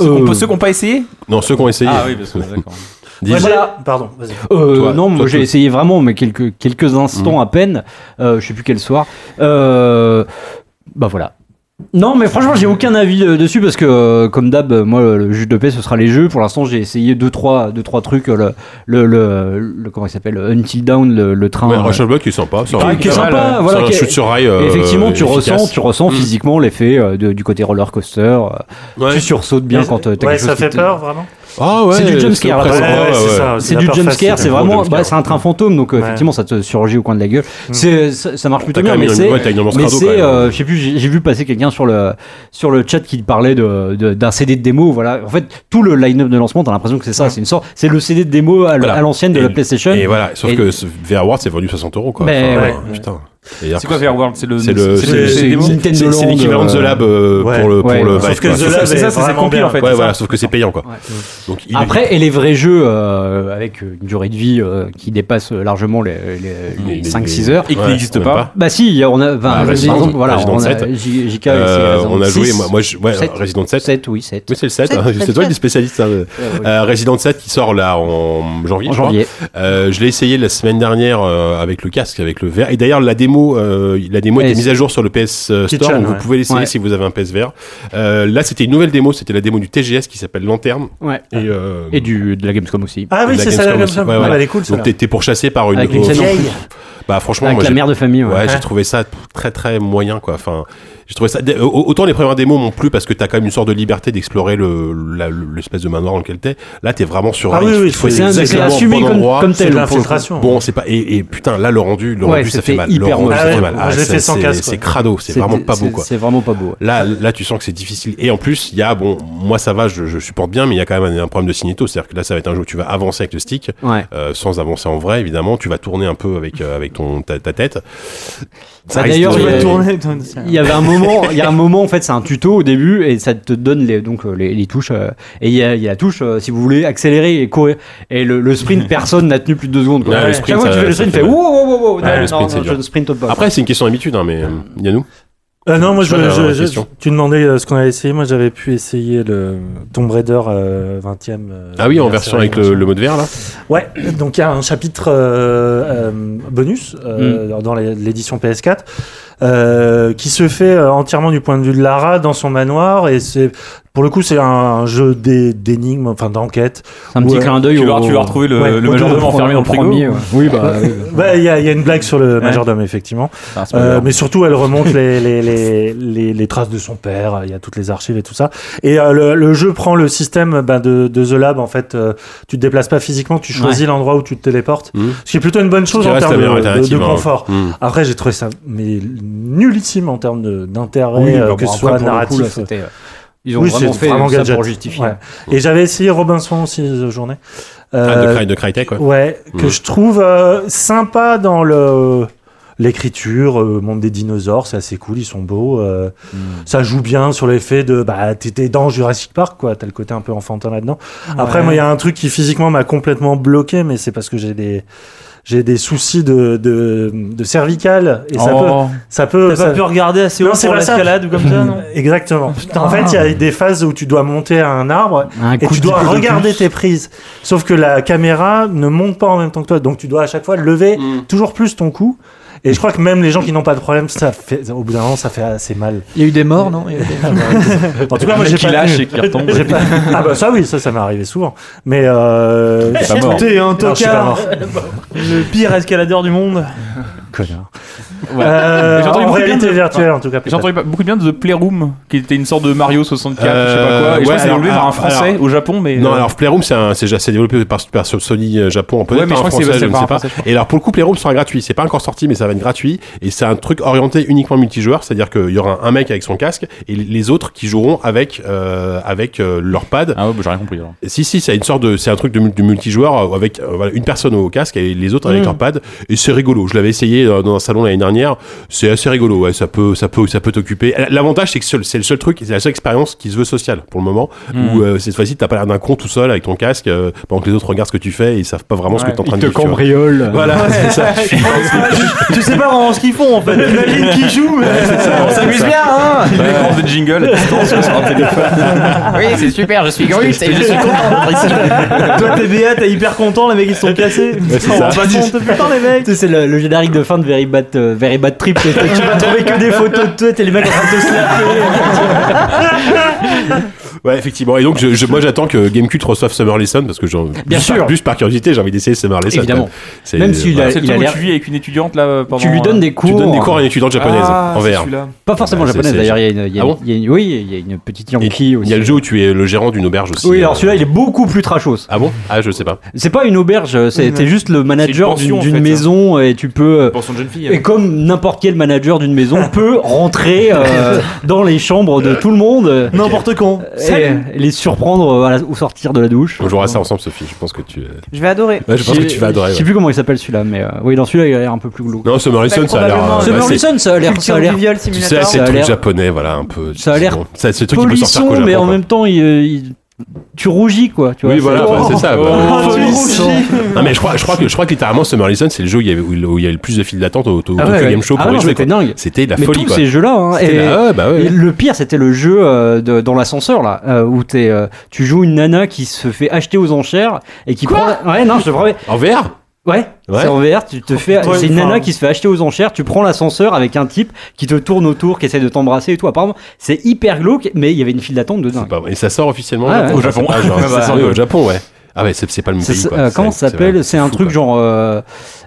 Speaker 9: On
Speaker 7: Euh,
Speaker 9: peut- Ceux Ah qui n'ont pas essayé
Speaker 3: non ceux qui ont essayé Dis-
Speaker 6: Moi, j'ai-
Speaker 7: Voilà.
Speaker 6: Pardon, vas-y.
Speaker 7: Euh, non, moi
Speaker 3: Toi, toi, toi. Mhm.
Speaker 7: j'ai essayé vraiment, mais quelques, quelques instants à peine. Euh, je sais plus quel soir. Euh, bah voilà. Non, mais franchement, j'ai aucun avis euh, dessus parce que, euh, comme d'hab, euh, moi le juge de paix ce sera les jeux. Pour l'instant, j'ai essayé deux trois, deux, trois trucs. euh, Le, le, le, le- comment il s'appelle Until Down, le, le train.
Speaker 3: Ouais,
Speaker 7: euh,
Speaker 3: Rush of Blood qui est sympa, c'est
Speaker 7: Ah, qui est
Speaker 3: un-
Speaker 7: sympa,
Speaker 3: hein. c'est
Speaker 7: voilà,
Speaker 3: un
Speaker 7: qui est-
Speaker 3: shoot sur rail. euh,
Speaker 7: Et effectivement, tu
Speaker 3: efficace. Mm.
Speaker 7: ressens, tu ressens physiquement l'effet euh, de- du côté roller coaster. euh,
Speaker 3: Ouais.
Speaker 7: Tu sursautes bien quand euh, t'as
Speaker 6: Ouais,
Speaker 7: quelque chose
Speaker 6: ça
Speaker 7: qui
Speaker 6: fait
Speaker 7: te-
Speaker 6: peur, vraiment.
Speaker 3: Ah ouais,
Speaker 7: C'est du jumpscare, là,
Speaker 3: presque-
Speaker 6: Ouais, ouais,
Speaker 3: ouais, ouais.
Speaker 6: c'est ça.
Speaker 7: C'est
Speaker 6: la
Speaker 7: du
Speaker 6: peur
Speaker 7: jumpscare,
Speaker 6: facile.
Speaker 7: c'est vraiment.
Speaker 3: jumpscare.
Speaker 7: bah, c'est un train fantôme, donc euh,
Speaker 6: Ouais. Mm.
Speaker 7: effectivement, ça te surgit au coin de la gueule. C'est- Ça, ça marche plutôt
Speaker 3: T'as
Speaker 7: bien,
Speaker 3: quand
Speaker 7: mais
Speaker 3: même
Speaker 7: c'est.
Speaker 3: une- ouais, t'as une immense
Speaker 7: Mais
Speaker 3: crado, quand
Speaker 7: c'est,
Speaker 3: même.
Speaker 7: euh, je sais plus, j'ai j'ai vu passer quelqu'un sur le, sur le chat qui parlait de- de- d'un CD de démo. Voilà. En fait, tout le line-up de lancement, t'as l'impression que c'est
Speaker 6: Mm.
Speaker 7: ça, c'est une sorte. C'est le CD de démo à l-
Speaker 3: Voilà.
Speaker 7: à l'ancienne de
Speaker 3: Et-
Speaker 7: la PlayStation.
Speaker 3: Et voilà, sauf
Speaker 7: Et-
Speaker 3: que ce VRWARD c'est vendu 60 euros quoi.
Speaker 7: Mais
Speaker 3: Enfin,
Speaker 6: ouais.
Speaker 3: euh, Putain. C'est-à-dire
Speaker 5: C'est quoi
Speaker 3: que
Speaker 5: Fairworld C'est le.
Speaker 3: c'est le-
Speaker 5: c'est
Speaker 3: c'est-
Speaker 5: le-
Speaker 3: c'est-
Speaker 5: c'est le-
Speaker 7: c'est-
Speaker 5: c'est-
Speaker 3: C'est
Speaker 7: Nintendo
Speaker 3: c'est
Speaker 7: Land,
Speaker 3: l'équivalent de The
Speaker 7: euh,
Speaker 3: Lab euh,
Speaker 6: ouais.
Speaker 3: pour le pour
Speaker 7: Ouais.
Speaker 3: le
Speaker 6: Sauf
Speaker 3: Vive,
Speaker 6: que
Speaker 3: quoi.
Speaker 6: The Lab
Speaker 9: c'est ça,
Speaker 6: est
Speaker 9: c'est
Speaker 6: vraiment
Speaker 9: compris,
Speaker 6: bien.
Speaker 9: en fait.
Speaker 3: Ouais
Speaker 9: c'est
Speaker 3: voilà,
Speaker 9: ça.
Speaker 3: sauf que c'est payant quoi.
Speaker 7: Ouais.
Speaker 3: Donc il est-
Speaker 7: Après, et les vrais jeux euh, avec une durée de vie euh, qui dépasse largement les,
Speaker 3: Mais- mais-
Speaker 7: 5-6 heures.
Speaker 5: Et qui
Speaker 3: Ouais,
Speaker 5: n'existe
Speaker 3: même
Speaker 5: pas.
Speaker 7: Bah si, on a,
Speaker 3: Bah,
Speaker 7: enfin,
Speaker 3: Resident,
Speaker 7: par exemple, voilà,
Speaker 3: Resident
Speaker 7: on a,
Speaker 3: sept.
Speaker 7: J- JK,
Speaker 3: Euh,
Speaker 7: c'est
Speaker 3: on a
Speaker 7: Resident
Speaker 3: joué
Speaker 7: six.
Speaker 3: moi moi je- ouais,
Speaker 7: Sept.
Speaker 3: Resident 7.
Speaker 7: 7, oui, 7.
Speaker 3: Oui, c'est le 7,
Speaker 7: Sept,
Speaker 3: hein,
Speaker 7: sept,
Speaker 3: c'est toi
Speaker 7: sept.
Speaker 3: le spécialiste. hein, de- Euh, Resident 7 qui sort là en janvier.
Speaker 7: en
Speaker 3: je crois.
Speaker 7: janvier.
Speaker 3: Euh, je l'ai essayé la semaine dernière euh, avec le casque, avec le VR. Et d'ailleurs, la démo, euh, la démo a
Speaker 7: Et
Speaker 3: été
Speaker 7: c'est-
Speaker 3: mise à jour sur le PS euh, Store.
Speaker 6: Kitchen,
Speaker 3: donc
Speaker 6: ouais.
Speaker 3: Vous pouvez l'essayer
Speaker 7: Ouais.
Speaker 3: si vous avez un PS VR. Euh, là, c'était une nouvelle démo. C'était la démo du TGS qui s'appelle Lanterne.
Speaker 7: Ouais.
Speaker 3: Et, euh,
Speaker 7: Et du, de la Gamescom aussi.
Speaker 6: Ah oui,
Speaker 3: de la
Speaker 6: c'est ça, la
Speaker 3: Gamescom
Speaker 6: comme
Speaker 3: aussi.
Speaker 6: ça.
Speaker 3: Ouais, ouais.
Speaker 6: Ah, bah, elle est cool,
Speaker 3: donc
Speaker 6: celle-là.
Speaker 3: t'es t'es pourchassé par une,
Speaker 7: Avec une scène en
Speaker 6: Vieille.
Speaker 3: bah franchement
Speaker 7: Avec
Speaker 3: moi
Speaker 7: la
Speaker 3: j'ai-
Speaker 7: mère de famille, ouais.
Speaker 3: Ouais, j'ai trouvé ça très très moyen quoi. Enfin, j'ai trouvé ça. dé- au- Autant les premières démos m'ont plu parce que t'as quand même une sorte de liberté d'explorer le la- l'espèce de manoir dans lequel t'es. Là, t'es vraiment sur.
Speaker 6: Ah
Speaker 3: un-
Speaker 6: oui, oui,
Speaker 3: il faut
Speaker 6: c'est-
Speaker 3: être
Speaker 7: C'est un- c'est
Speaker 3: exactement au
Speaker 7: assumé
Speaker 3: bon
Speaker 7: comme,
Speaker 3: endroit.
Speaker 7: comme
Speaker 6: C'est
Speaker 7: tel.
Speaker 6: de
Speaker 7: pour le coup.
Speaker 6: l'infiltration.
Speaker 3: Bon, c'est pas. Et, et putain, là, le rendu, le
Speaker 7: Ouais,
Speaker 3: rendu, ça
Speaker 7: c'était
Speaker 3: fait mal.
Speaker 7: hyper
Speaker 3: le rendu,
Speaker 7: moche.
Speaker 3: ça
Speaker 6: Ah
Speaker 3: fait
Speaker 6: ouais,
Speaker 3: mal.
Speaker 6: moi, je l'ai
Speaker 3: ça,
Speaker 6: fait sans
Speaker 3: c'est-
Speaker 6: casque,
Speaker 3: C'est
Speaker 6: ouais.
Speaker 3: crado, c'est vraiment
Speaker 7: C'était-
Speaker 3: pas beau
Speaker 7: c'est-
Speaker 3: quoi.
Speaker 7: C'est vraiment pas beau. ouais.
Speaker 3: Là, là, tu sens que c'est difficile. Et en plus, il y a, bon, moi ça va, je, je supporte bien, mais il y a quand même un, un problème de cinéto. C'est-à-dire que là, ça va être un jeu où tu vas avancer avec le stick,
Speaker 7: Ouais.
Speaker 3: euh, sans avancer en vrai, évidemment. Tu vas tourner un peu avec, euh, avec ton, ta, ta tête. Ça
Speaker 7: Bah,
Speaker 3: risque
Speaker 7: d'ailleurs,
Speaker 3: de-
Speaker 7: il y a-
Speaker 4: Tourner, tourner, ça.
Speaker 7: Il y avait un moment, il y a un moment en fait, c'est un tuto au début et ça te donne les, donc euh, les, les touches euh, et il y, a, il y a la touche euh, si vous voulez accélérer et courir et le, le sprint personne n'a tenu plus de deux secondes. Quoi.
Speaker 3: Ouais, le
Speaker 7: Chaque
Speaker 3: sprint,
Speaker 7: fois que tu
Speaker 3: ça-
Speaker 7: fais le
Speaker 3: ça
Speaker 7: sprint, tu
Speaker 3: fait
Speaker 7: fais wow
Speaker 3: mal.
Speaker 7: wow wow wow,
Speaker 3: Ouais,
Speaker 7: non,
Speaker 3: le sprint,
Speaker 7: non,
Speaker 3: c'est
Speaker 7: je
Speaker 3: dur.
Speaker 7: ne sprinte pas.
Speaker 3: Après, c'est une question d'habitude, hein, mais euh, Yannou
Speaker 6: Euh, non, moi,
Speaker 3: Je sais
Speaker 6: je,
Speaker 3: pas, la
Speaker 6: je- je-
Speaker 3: question.
Speaker 6: tu demandais euh, ce qu'on avait essayé. Moi, j'avais pu essayer le Tomb Raider euh, 20e. euh,
Speaker 3: Ah oui, en version avec le, le mode vert, là
Speaker 6: Ouais, donc il y a un chapitre euh, euh, bonus euh,
Speaker 7: Mm.
Speaker 6: dans- dans les- l'édition PS4 euh, qui se fait euh, entièrement du point de vue de Lara dans son manoir et c'est pour le coup c'est un, un jeu d'é- d'énigmes, enfin d'enquête.
Speaker 7: un petit
Speaker 6: ouais.
Speaker 7: clin d'œil.
Speaker 5: Tu vas,
Speaker 7: au-
Speaker 5: tu vas retrouver le,
Speaker 6: Ouais,
Speaker 5: le
Speaker 6: au
Speaker 5: majordome enfermé dans le frigo.
Speaker 7: premier, ouais. Oui, bah. oui.
Speaker 6: Bah, Il y, a- il y a une blague sur le majordome effectivement,
Speaker 5: Ah, c'est pas
Speaker 6: Euh,
Speaker 5: grave.
Speaker 6: mais surtout elle remonte les, les, les, les, les traces de son père. Il y a toutes les archives et tout ça. Et euh, le, le jeu prend le système bah, de, de The Lab en fait. euh, tu te déplaces pas physiquement, tu choisis l'endroit où tu te téléportes,
Speaker 3: Mmh.
Speaker 6: ce qui est plutôt une bonne chose
Speaker 3: Qui
Speaker 6: en
Speaker 3: reste
Speaker 6: termes
Speaker 3: la meilleure
Speaker 6: de- de, de
Speaker 3: alternative, hein.
Speaker 6: confort.
Speaker 3: Hmm.
Speaker 6: Après, j'ai trouvé ça mais nullissime en termes de- d'intérêt,
Speaker 7: Oui,
Speaker 6: euh,
Speaker 7: bah,
Speaker 6: que
Speaker 7: bon,
Speaker 6: ce soit
Speaker 7: après, pour le coup,
Speaker 6: narratif.
Speaker 7: là, c'était, euh, Ils ont
Speaker 6: Oui,
Speaker 7: vraiment
Speaker 6: c'est
Speaker 7: fait
Speaker 6: vraiment
Speaker 7: ça
Speaker 6: gadget.
Speaker 7: pour justifier. Mm.
Speaker 6: Ouais. Et j'avais essayé Robinson aussi cette journée.
Speaker 3: Ah,
Speaker 6: Euh,
Speaker 3: de, Cry- de Crytek, ouais.
Speaker 6: Ouais, que
Speaker 3: Mm.
Speaker 6: je trouve euh, sympa dans le l'écriture, euh, monde des dinosaures, c'est assez cool, ils sont beaux. euh, Ça joue bien sur l'effet de bah t'étais dans Jurassic Park quoi, t'as le côté un peu enfantin là-dedans. Après
Speaker 4: Ouais.
Speaker 6: moi il y a un truc qui physiquement m'a complètement bloqué, mais c'est parce que j'ai des j'ai des soucis de de, de cervicale et ça peut
Speaker 5: Oh.
Speaker 6: ça peut
Speaker 4: T'as
Speaker 6: ça-
Speaker 4: pas pu regarder assez
Speaker 6: Non,
Speaker 4: haut
Speaker 6: c'est
Speaker 4: pour
Speaker 6: pas ça.
Speaker 4: l'escalade ou comme ça, non
Speaker 6: Exactement. en fait, il y a des phases où tu dois monter à un arbre
Speaker 7: Un
Speaker 6: et
Speaker 7: coup
Speaker 6: tu
Speaker 7: de
Speaker 6: dois
Speaker 7: coude de
Speaker 6: regarder
Speaker 7: plus.
Speaker 6: tes prises. Sauf que la caméra ne monte pas en même temps que toi, donc tu dois à chaque fois lever
Speaker 5: Mm.
Speaker 6: toujours plus ton cou. Et je crois que même les gens qui n'ont pas de problème, ça fait, au bout d'un moment, ça fait assez mal. Ah bah
Speaker 8: Il y a eu des morts, non Il y a eu des-
Speaker 6: En tout cas, moi,
Speaker 5: Le
Speaker 6: j'ai
Speaker 5: mec qui
Speaker 6: pas.
Speaker 5: lâche et qui retombe.
Speaker 6: j'ai pas- Ah bah ça oui, ça, ça m'est arrivé souvent. Mais euh...
Speaker 5: pas mort.
Speaker 4: T'es un
Speaker 6: non, je suis pas
Speaker 4: tocard
Speaker 6: mort.
Speaker 4: Le pire escaladeur du monde
Speaker 6: Connard. Euh,
Speaker 5: J'ai entendu
Speaker 6: en
Speaker 5: beaucoup de bien
Speaker 6: réalité
Speaker 5: de-
Speaker 6: virtuelle, en tout cas,
Speaker 5: J'ai entendu pas- beaucoup de bien de The Playroom, qui était une sorte de Mario 64, je sais pas quoi.
Speaker 3: Euh,
Speaker 5: Et je
Speaker 3: ouais,
Speaker 5: crois que c'est
Speaker 3: alors,
Speaker 5: enlevé par un
Speaker 3: alors,
Speaker 5: Français
Speaker 3: alors,
Speaker 5: au Japon, mais.
Speaker 3: Non,
Speaker 5: euh,
Speaker 3: alors Playroom, c'est un- c'est déjà- c'est développé par, par Sony euh, Japon, en peut
Speaker 5: Ouais, mais
Speaker 3: par
Speaker 5: je
Speaker 3: un
Speaker 5: crois que c'est-
Speaker 3: français, je
Speaker 5: c'est
Speaker 3: ne
Speaker 5: par
Speaker 3: sais
Speaker 5: un
Speaker 3: pas.
Speaker 5: Français, je
Speaker 3: Et alors pour le coup, Playroom sera gratuit. C'est pas encore sorti, mais ça va être gratuit. Et c'est un truc orienté uniquement multijoueur, c'est-à-dire qu'il y aura un mec avec son casque et les autres qui joueront avec euh, avec euh, leur pad.
Speaker 5: Ah ouais, bah, j'ai rien compris alors.
Speaker 3: Si si, c'est une sorte de, c'est un truc de, mul- de multijoueur euh, avec euh, voilà, une personne au casque et les autres avec
Speaker 7: Mmh.
Speaker 5: Mm.
Speaker 3: leur pad. Et c'est rigolo. Je l'avais essayé euh, dans un salon l'année dernière. C'est assez rigolo. Ouais, ça peut ça peut ça peut t'occuper. L'avantage c'est que c'est le- c'est le seul truc, c'est la seule expérience qui se veut sociale pour le moment.
Speaker 5: Mm.
Speaker 3: Où euh, cette fois-ci t'as pas l'air d'un con tout seul avec ton casque euh, pendant que les autres regardent ce que tu fais et ils savent pas vraiment ce que
Speaker 5: Ouais.
Speaker 3: t'es en train
Speaker 7: Ils
Speaker 3: de
Speaker 7: te
Speaker 3: faire.
Speaker 7: cambriolent.
Speaker 3: Voilà, c'est ça. Je suis-
Speaker 4: Tu sais pas vraiment ce qu'ils font en fait. T'imagines qu'ils jouent, mais on s'amuse
Speaker 8: Ah,
Speaker 4: bien, hein
Speaker 5: Il déclenche des jingles à distance sur un téléphone.
Speaker 8: Oui, c'est super, je suis Grut et je suis content d'être ici.
Speaker 4: Toi, t'es BA, t'es hyper content, les mecs ils sont cassés.
Speaker 3: c'est
Speaker 4: On va
Speaker 3: ça.
Speaker 4: pas compte, putain, les mecs.
Speaker 7: Tu sais, c'est le, le générique de fin de Very Bad, euh, Very Bad Trip. c'est- Tu vas trouver que des photos de toi, t'es les mecs en train de se
Speaker 3: Ouais, effectivement. Et donc, je, je- moi, j'attends que GameCube reçoive Summer Lesson parce que j'en.
Speaker 7: Bien
Speaker 3: plus
Speaker 7: sûr.
Speaker 3: Par, plus par curiosité, j'ai envie d'essayer Summer Lesson.
Speaker 7: Évidemment.
Speaker 3: quand même. C'est-
Speaker 7: Même s'il
Speaker 3: voilà.
Speaker 7: a-
Speaker 5: C'est le
Speaker 7: il
Speaker 5: temps où
Speaker 7: l'air-
Speaker 5: tu vis avec une étudiante là euh, pendant.
Speaker 7: Tu lui donnes des cours. hein.
Speaker 3: Tu donnes des cours à une étudiante japonaise
Speaker 5: Ah,
Speaker 3: en
Speaker 5: c'est
Speaker 3: VR.
Speaker 5: celui-là.
Speaker 7: Pas forcément
Speaker 3: Bah, c'est-
Speaker 7: japonaise
Speaker 3: c'est-
Speaker 7: d'ailleurs, il y a une, il y a
Speaker 3: Ah
Speaker 7: une-
Speaker 3: bon
Speaker 7: il y a une- oui, il y a une petite
Speaker 3: Et
Speaker 7: Yankee
Speaker 3: Il
Speaker 7: aussi.
Speaker 3: y a le jeu où tu es le gérant d'une auberge aussi.
Speaker 7: Oui, alors
Speaker 3: euh,
Speaker 7: celui-là, il est beaucoup plus trashos.
Speaker 3: Ah bon Ah, je sais pas.
Speaker 7: C'est pas une auberge, Euh, c'est
Speaker 4: Mmh.
Speaker 7: t'es juste le manager d'une
Speaker 9: pension, en
Speaker 7: d'une
Speaker 9: fait, hein.
Speaker 7: maison et tu peux. euh,
Speaker 9: Pension de jeune fille. hein.
Speaker 7: Et comme n'importe quel manager d'une maison peut rentrer euh, dans les chambres de tout le monde euh,
Speaker 4: N'importe quand.
Speaker 7: et les surprendre euh, à la- ou sortir de la douche.
Speaker 3: On jouera ça ensemble, Sophie. Je pense que tu. euh,
Speaker 10: Je vais adorer.
Speaker 3: ouais, je pense que
Speaker 7: J'ai-
Speaker 3: tu vas adorer.
Speaker 7: Je sais
Speaker 3: ouais.
Speaker 7: plus comment il s'appelle celui-là, mais euh, oui, dans celui-là, il a l'air un peu plus glauque.
Speaker 3: Non, Summer Lesson,
Speaker 10: Mais
Speaker 3: ça a l'air.
Speaker 10: probablement,
Speaker 3: euh,
Speaker 10: bah,
Speaker 7: Summer
Speaker 3: c'est-
Speaker 7: Lesson, ça a l'air. Ça
Speaker 10: Culture
Speaker 7: a
Speaker 10: du
Speaker 7: l'air
Speaker 10: viol
Speaker 3: Tu sais,
Speaker 10: simulateur.
Speaker 7: ça
Speaker 3: c'est
Speaker 7: a
Speaker 3: le truc
Speaker 7: l'air-
Speaker 3: japonais, voilà, un peu.
Speaker 7: Ça a l'air
Speaker 3: bon. C'est c'est le truc qui peut sortir qu'au
Speaker 7: polisson,
Speaker 3: Japon.
Speaker 7: mais en
Speaker 3: quoi.
Speaker 7: même temps, il, euh, il- tu rougis quoi. Tu vois,
Speaker 3: Oui, voilà,
Speaker 7: c'est- Ah,
Speaker 3: bah, c'est ça. voilà.
Speaker 4: Oh, tu
Speaker 7: Ils sont-
Speaker 4: rougis.
Speaker 3: Non, mais je crois, je crois que, je crois que littéralement, Summer Lesson, c'est le jeu où il y avait, où il- où il y avait le plus de files d'attente au, au
Speaker 7: Ah
Speaker 3: Tokyo
Speaker 7: ouais, ouais.
Speaker 3: Game Show
Speaker 7: Ah
Speaker 3: pour
Speaker 7: non,
Speaker 3: y jouer.
Speaker 7: c'était
Speaker 3: quoi.
Speaker 7: dingue.
Speaker 3: C'était la
Speaker 7: Mais
Speaker 3: folie,
Speaker 7: tous
Speaker 3: quoi.
Speaker 7: ces jeux-là, hein,
Speaker 3: C'était
Speaker 7: et-
Speaker 3: la- ouais, bah ouais.
Speaker 7: Et le pire, c'était le jeu euh, de- dans l'ascenseur là, euh, où t'es, euh, tu joues une nana qui se fait acheter aux enchères et qui prend. Ouais, non, je te promets.
Speaker 3: En VR
Speaker 7: Ouais,
Speaker 3: Ouais.
Speaker 7: c'est en VR, tu te fais.
Speaker 4: Ouais,
Speaker 7: c'est une
Speaker 4: enfin-
Speaker 7: nana qui se fait acheter aux enchères. Tu prends l'ascenseur avec un type qui te tourne autour, qui essaie de t'embrasser et tout. Apparemment, c'est hyper glauque, mais il y avait une file d'attente de
Speaker 3: C'est
Speaker 7: dingue.
Speaker 3: pas vrai. Et ça sort officiellement
Speaker 7: Ouais, ouais.
Speaker 3: au Japon. Ah, genre,
Speaker 5: Ah bah,
Speaker 3: ça sort
Speaker 5: ouais.
Speaker 3: au Japon, ouais. Ah ouais, c'est c'est pas le même
Speaker 7: Ça,
Speaker 3: pays.
Speaker 7: c'est-
Speaker 3: quoi.
Speaker 7: euh,
Speaker 3: C'est-
Speaker 7: comment ça
Speaker 3: c'est vrai.
Speaker 7: s'appelle C'est un
Speaker 3: fou,
Speaker 7: truc
Speaker 3: quoi.
Speaker 7: genre, euh,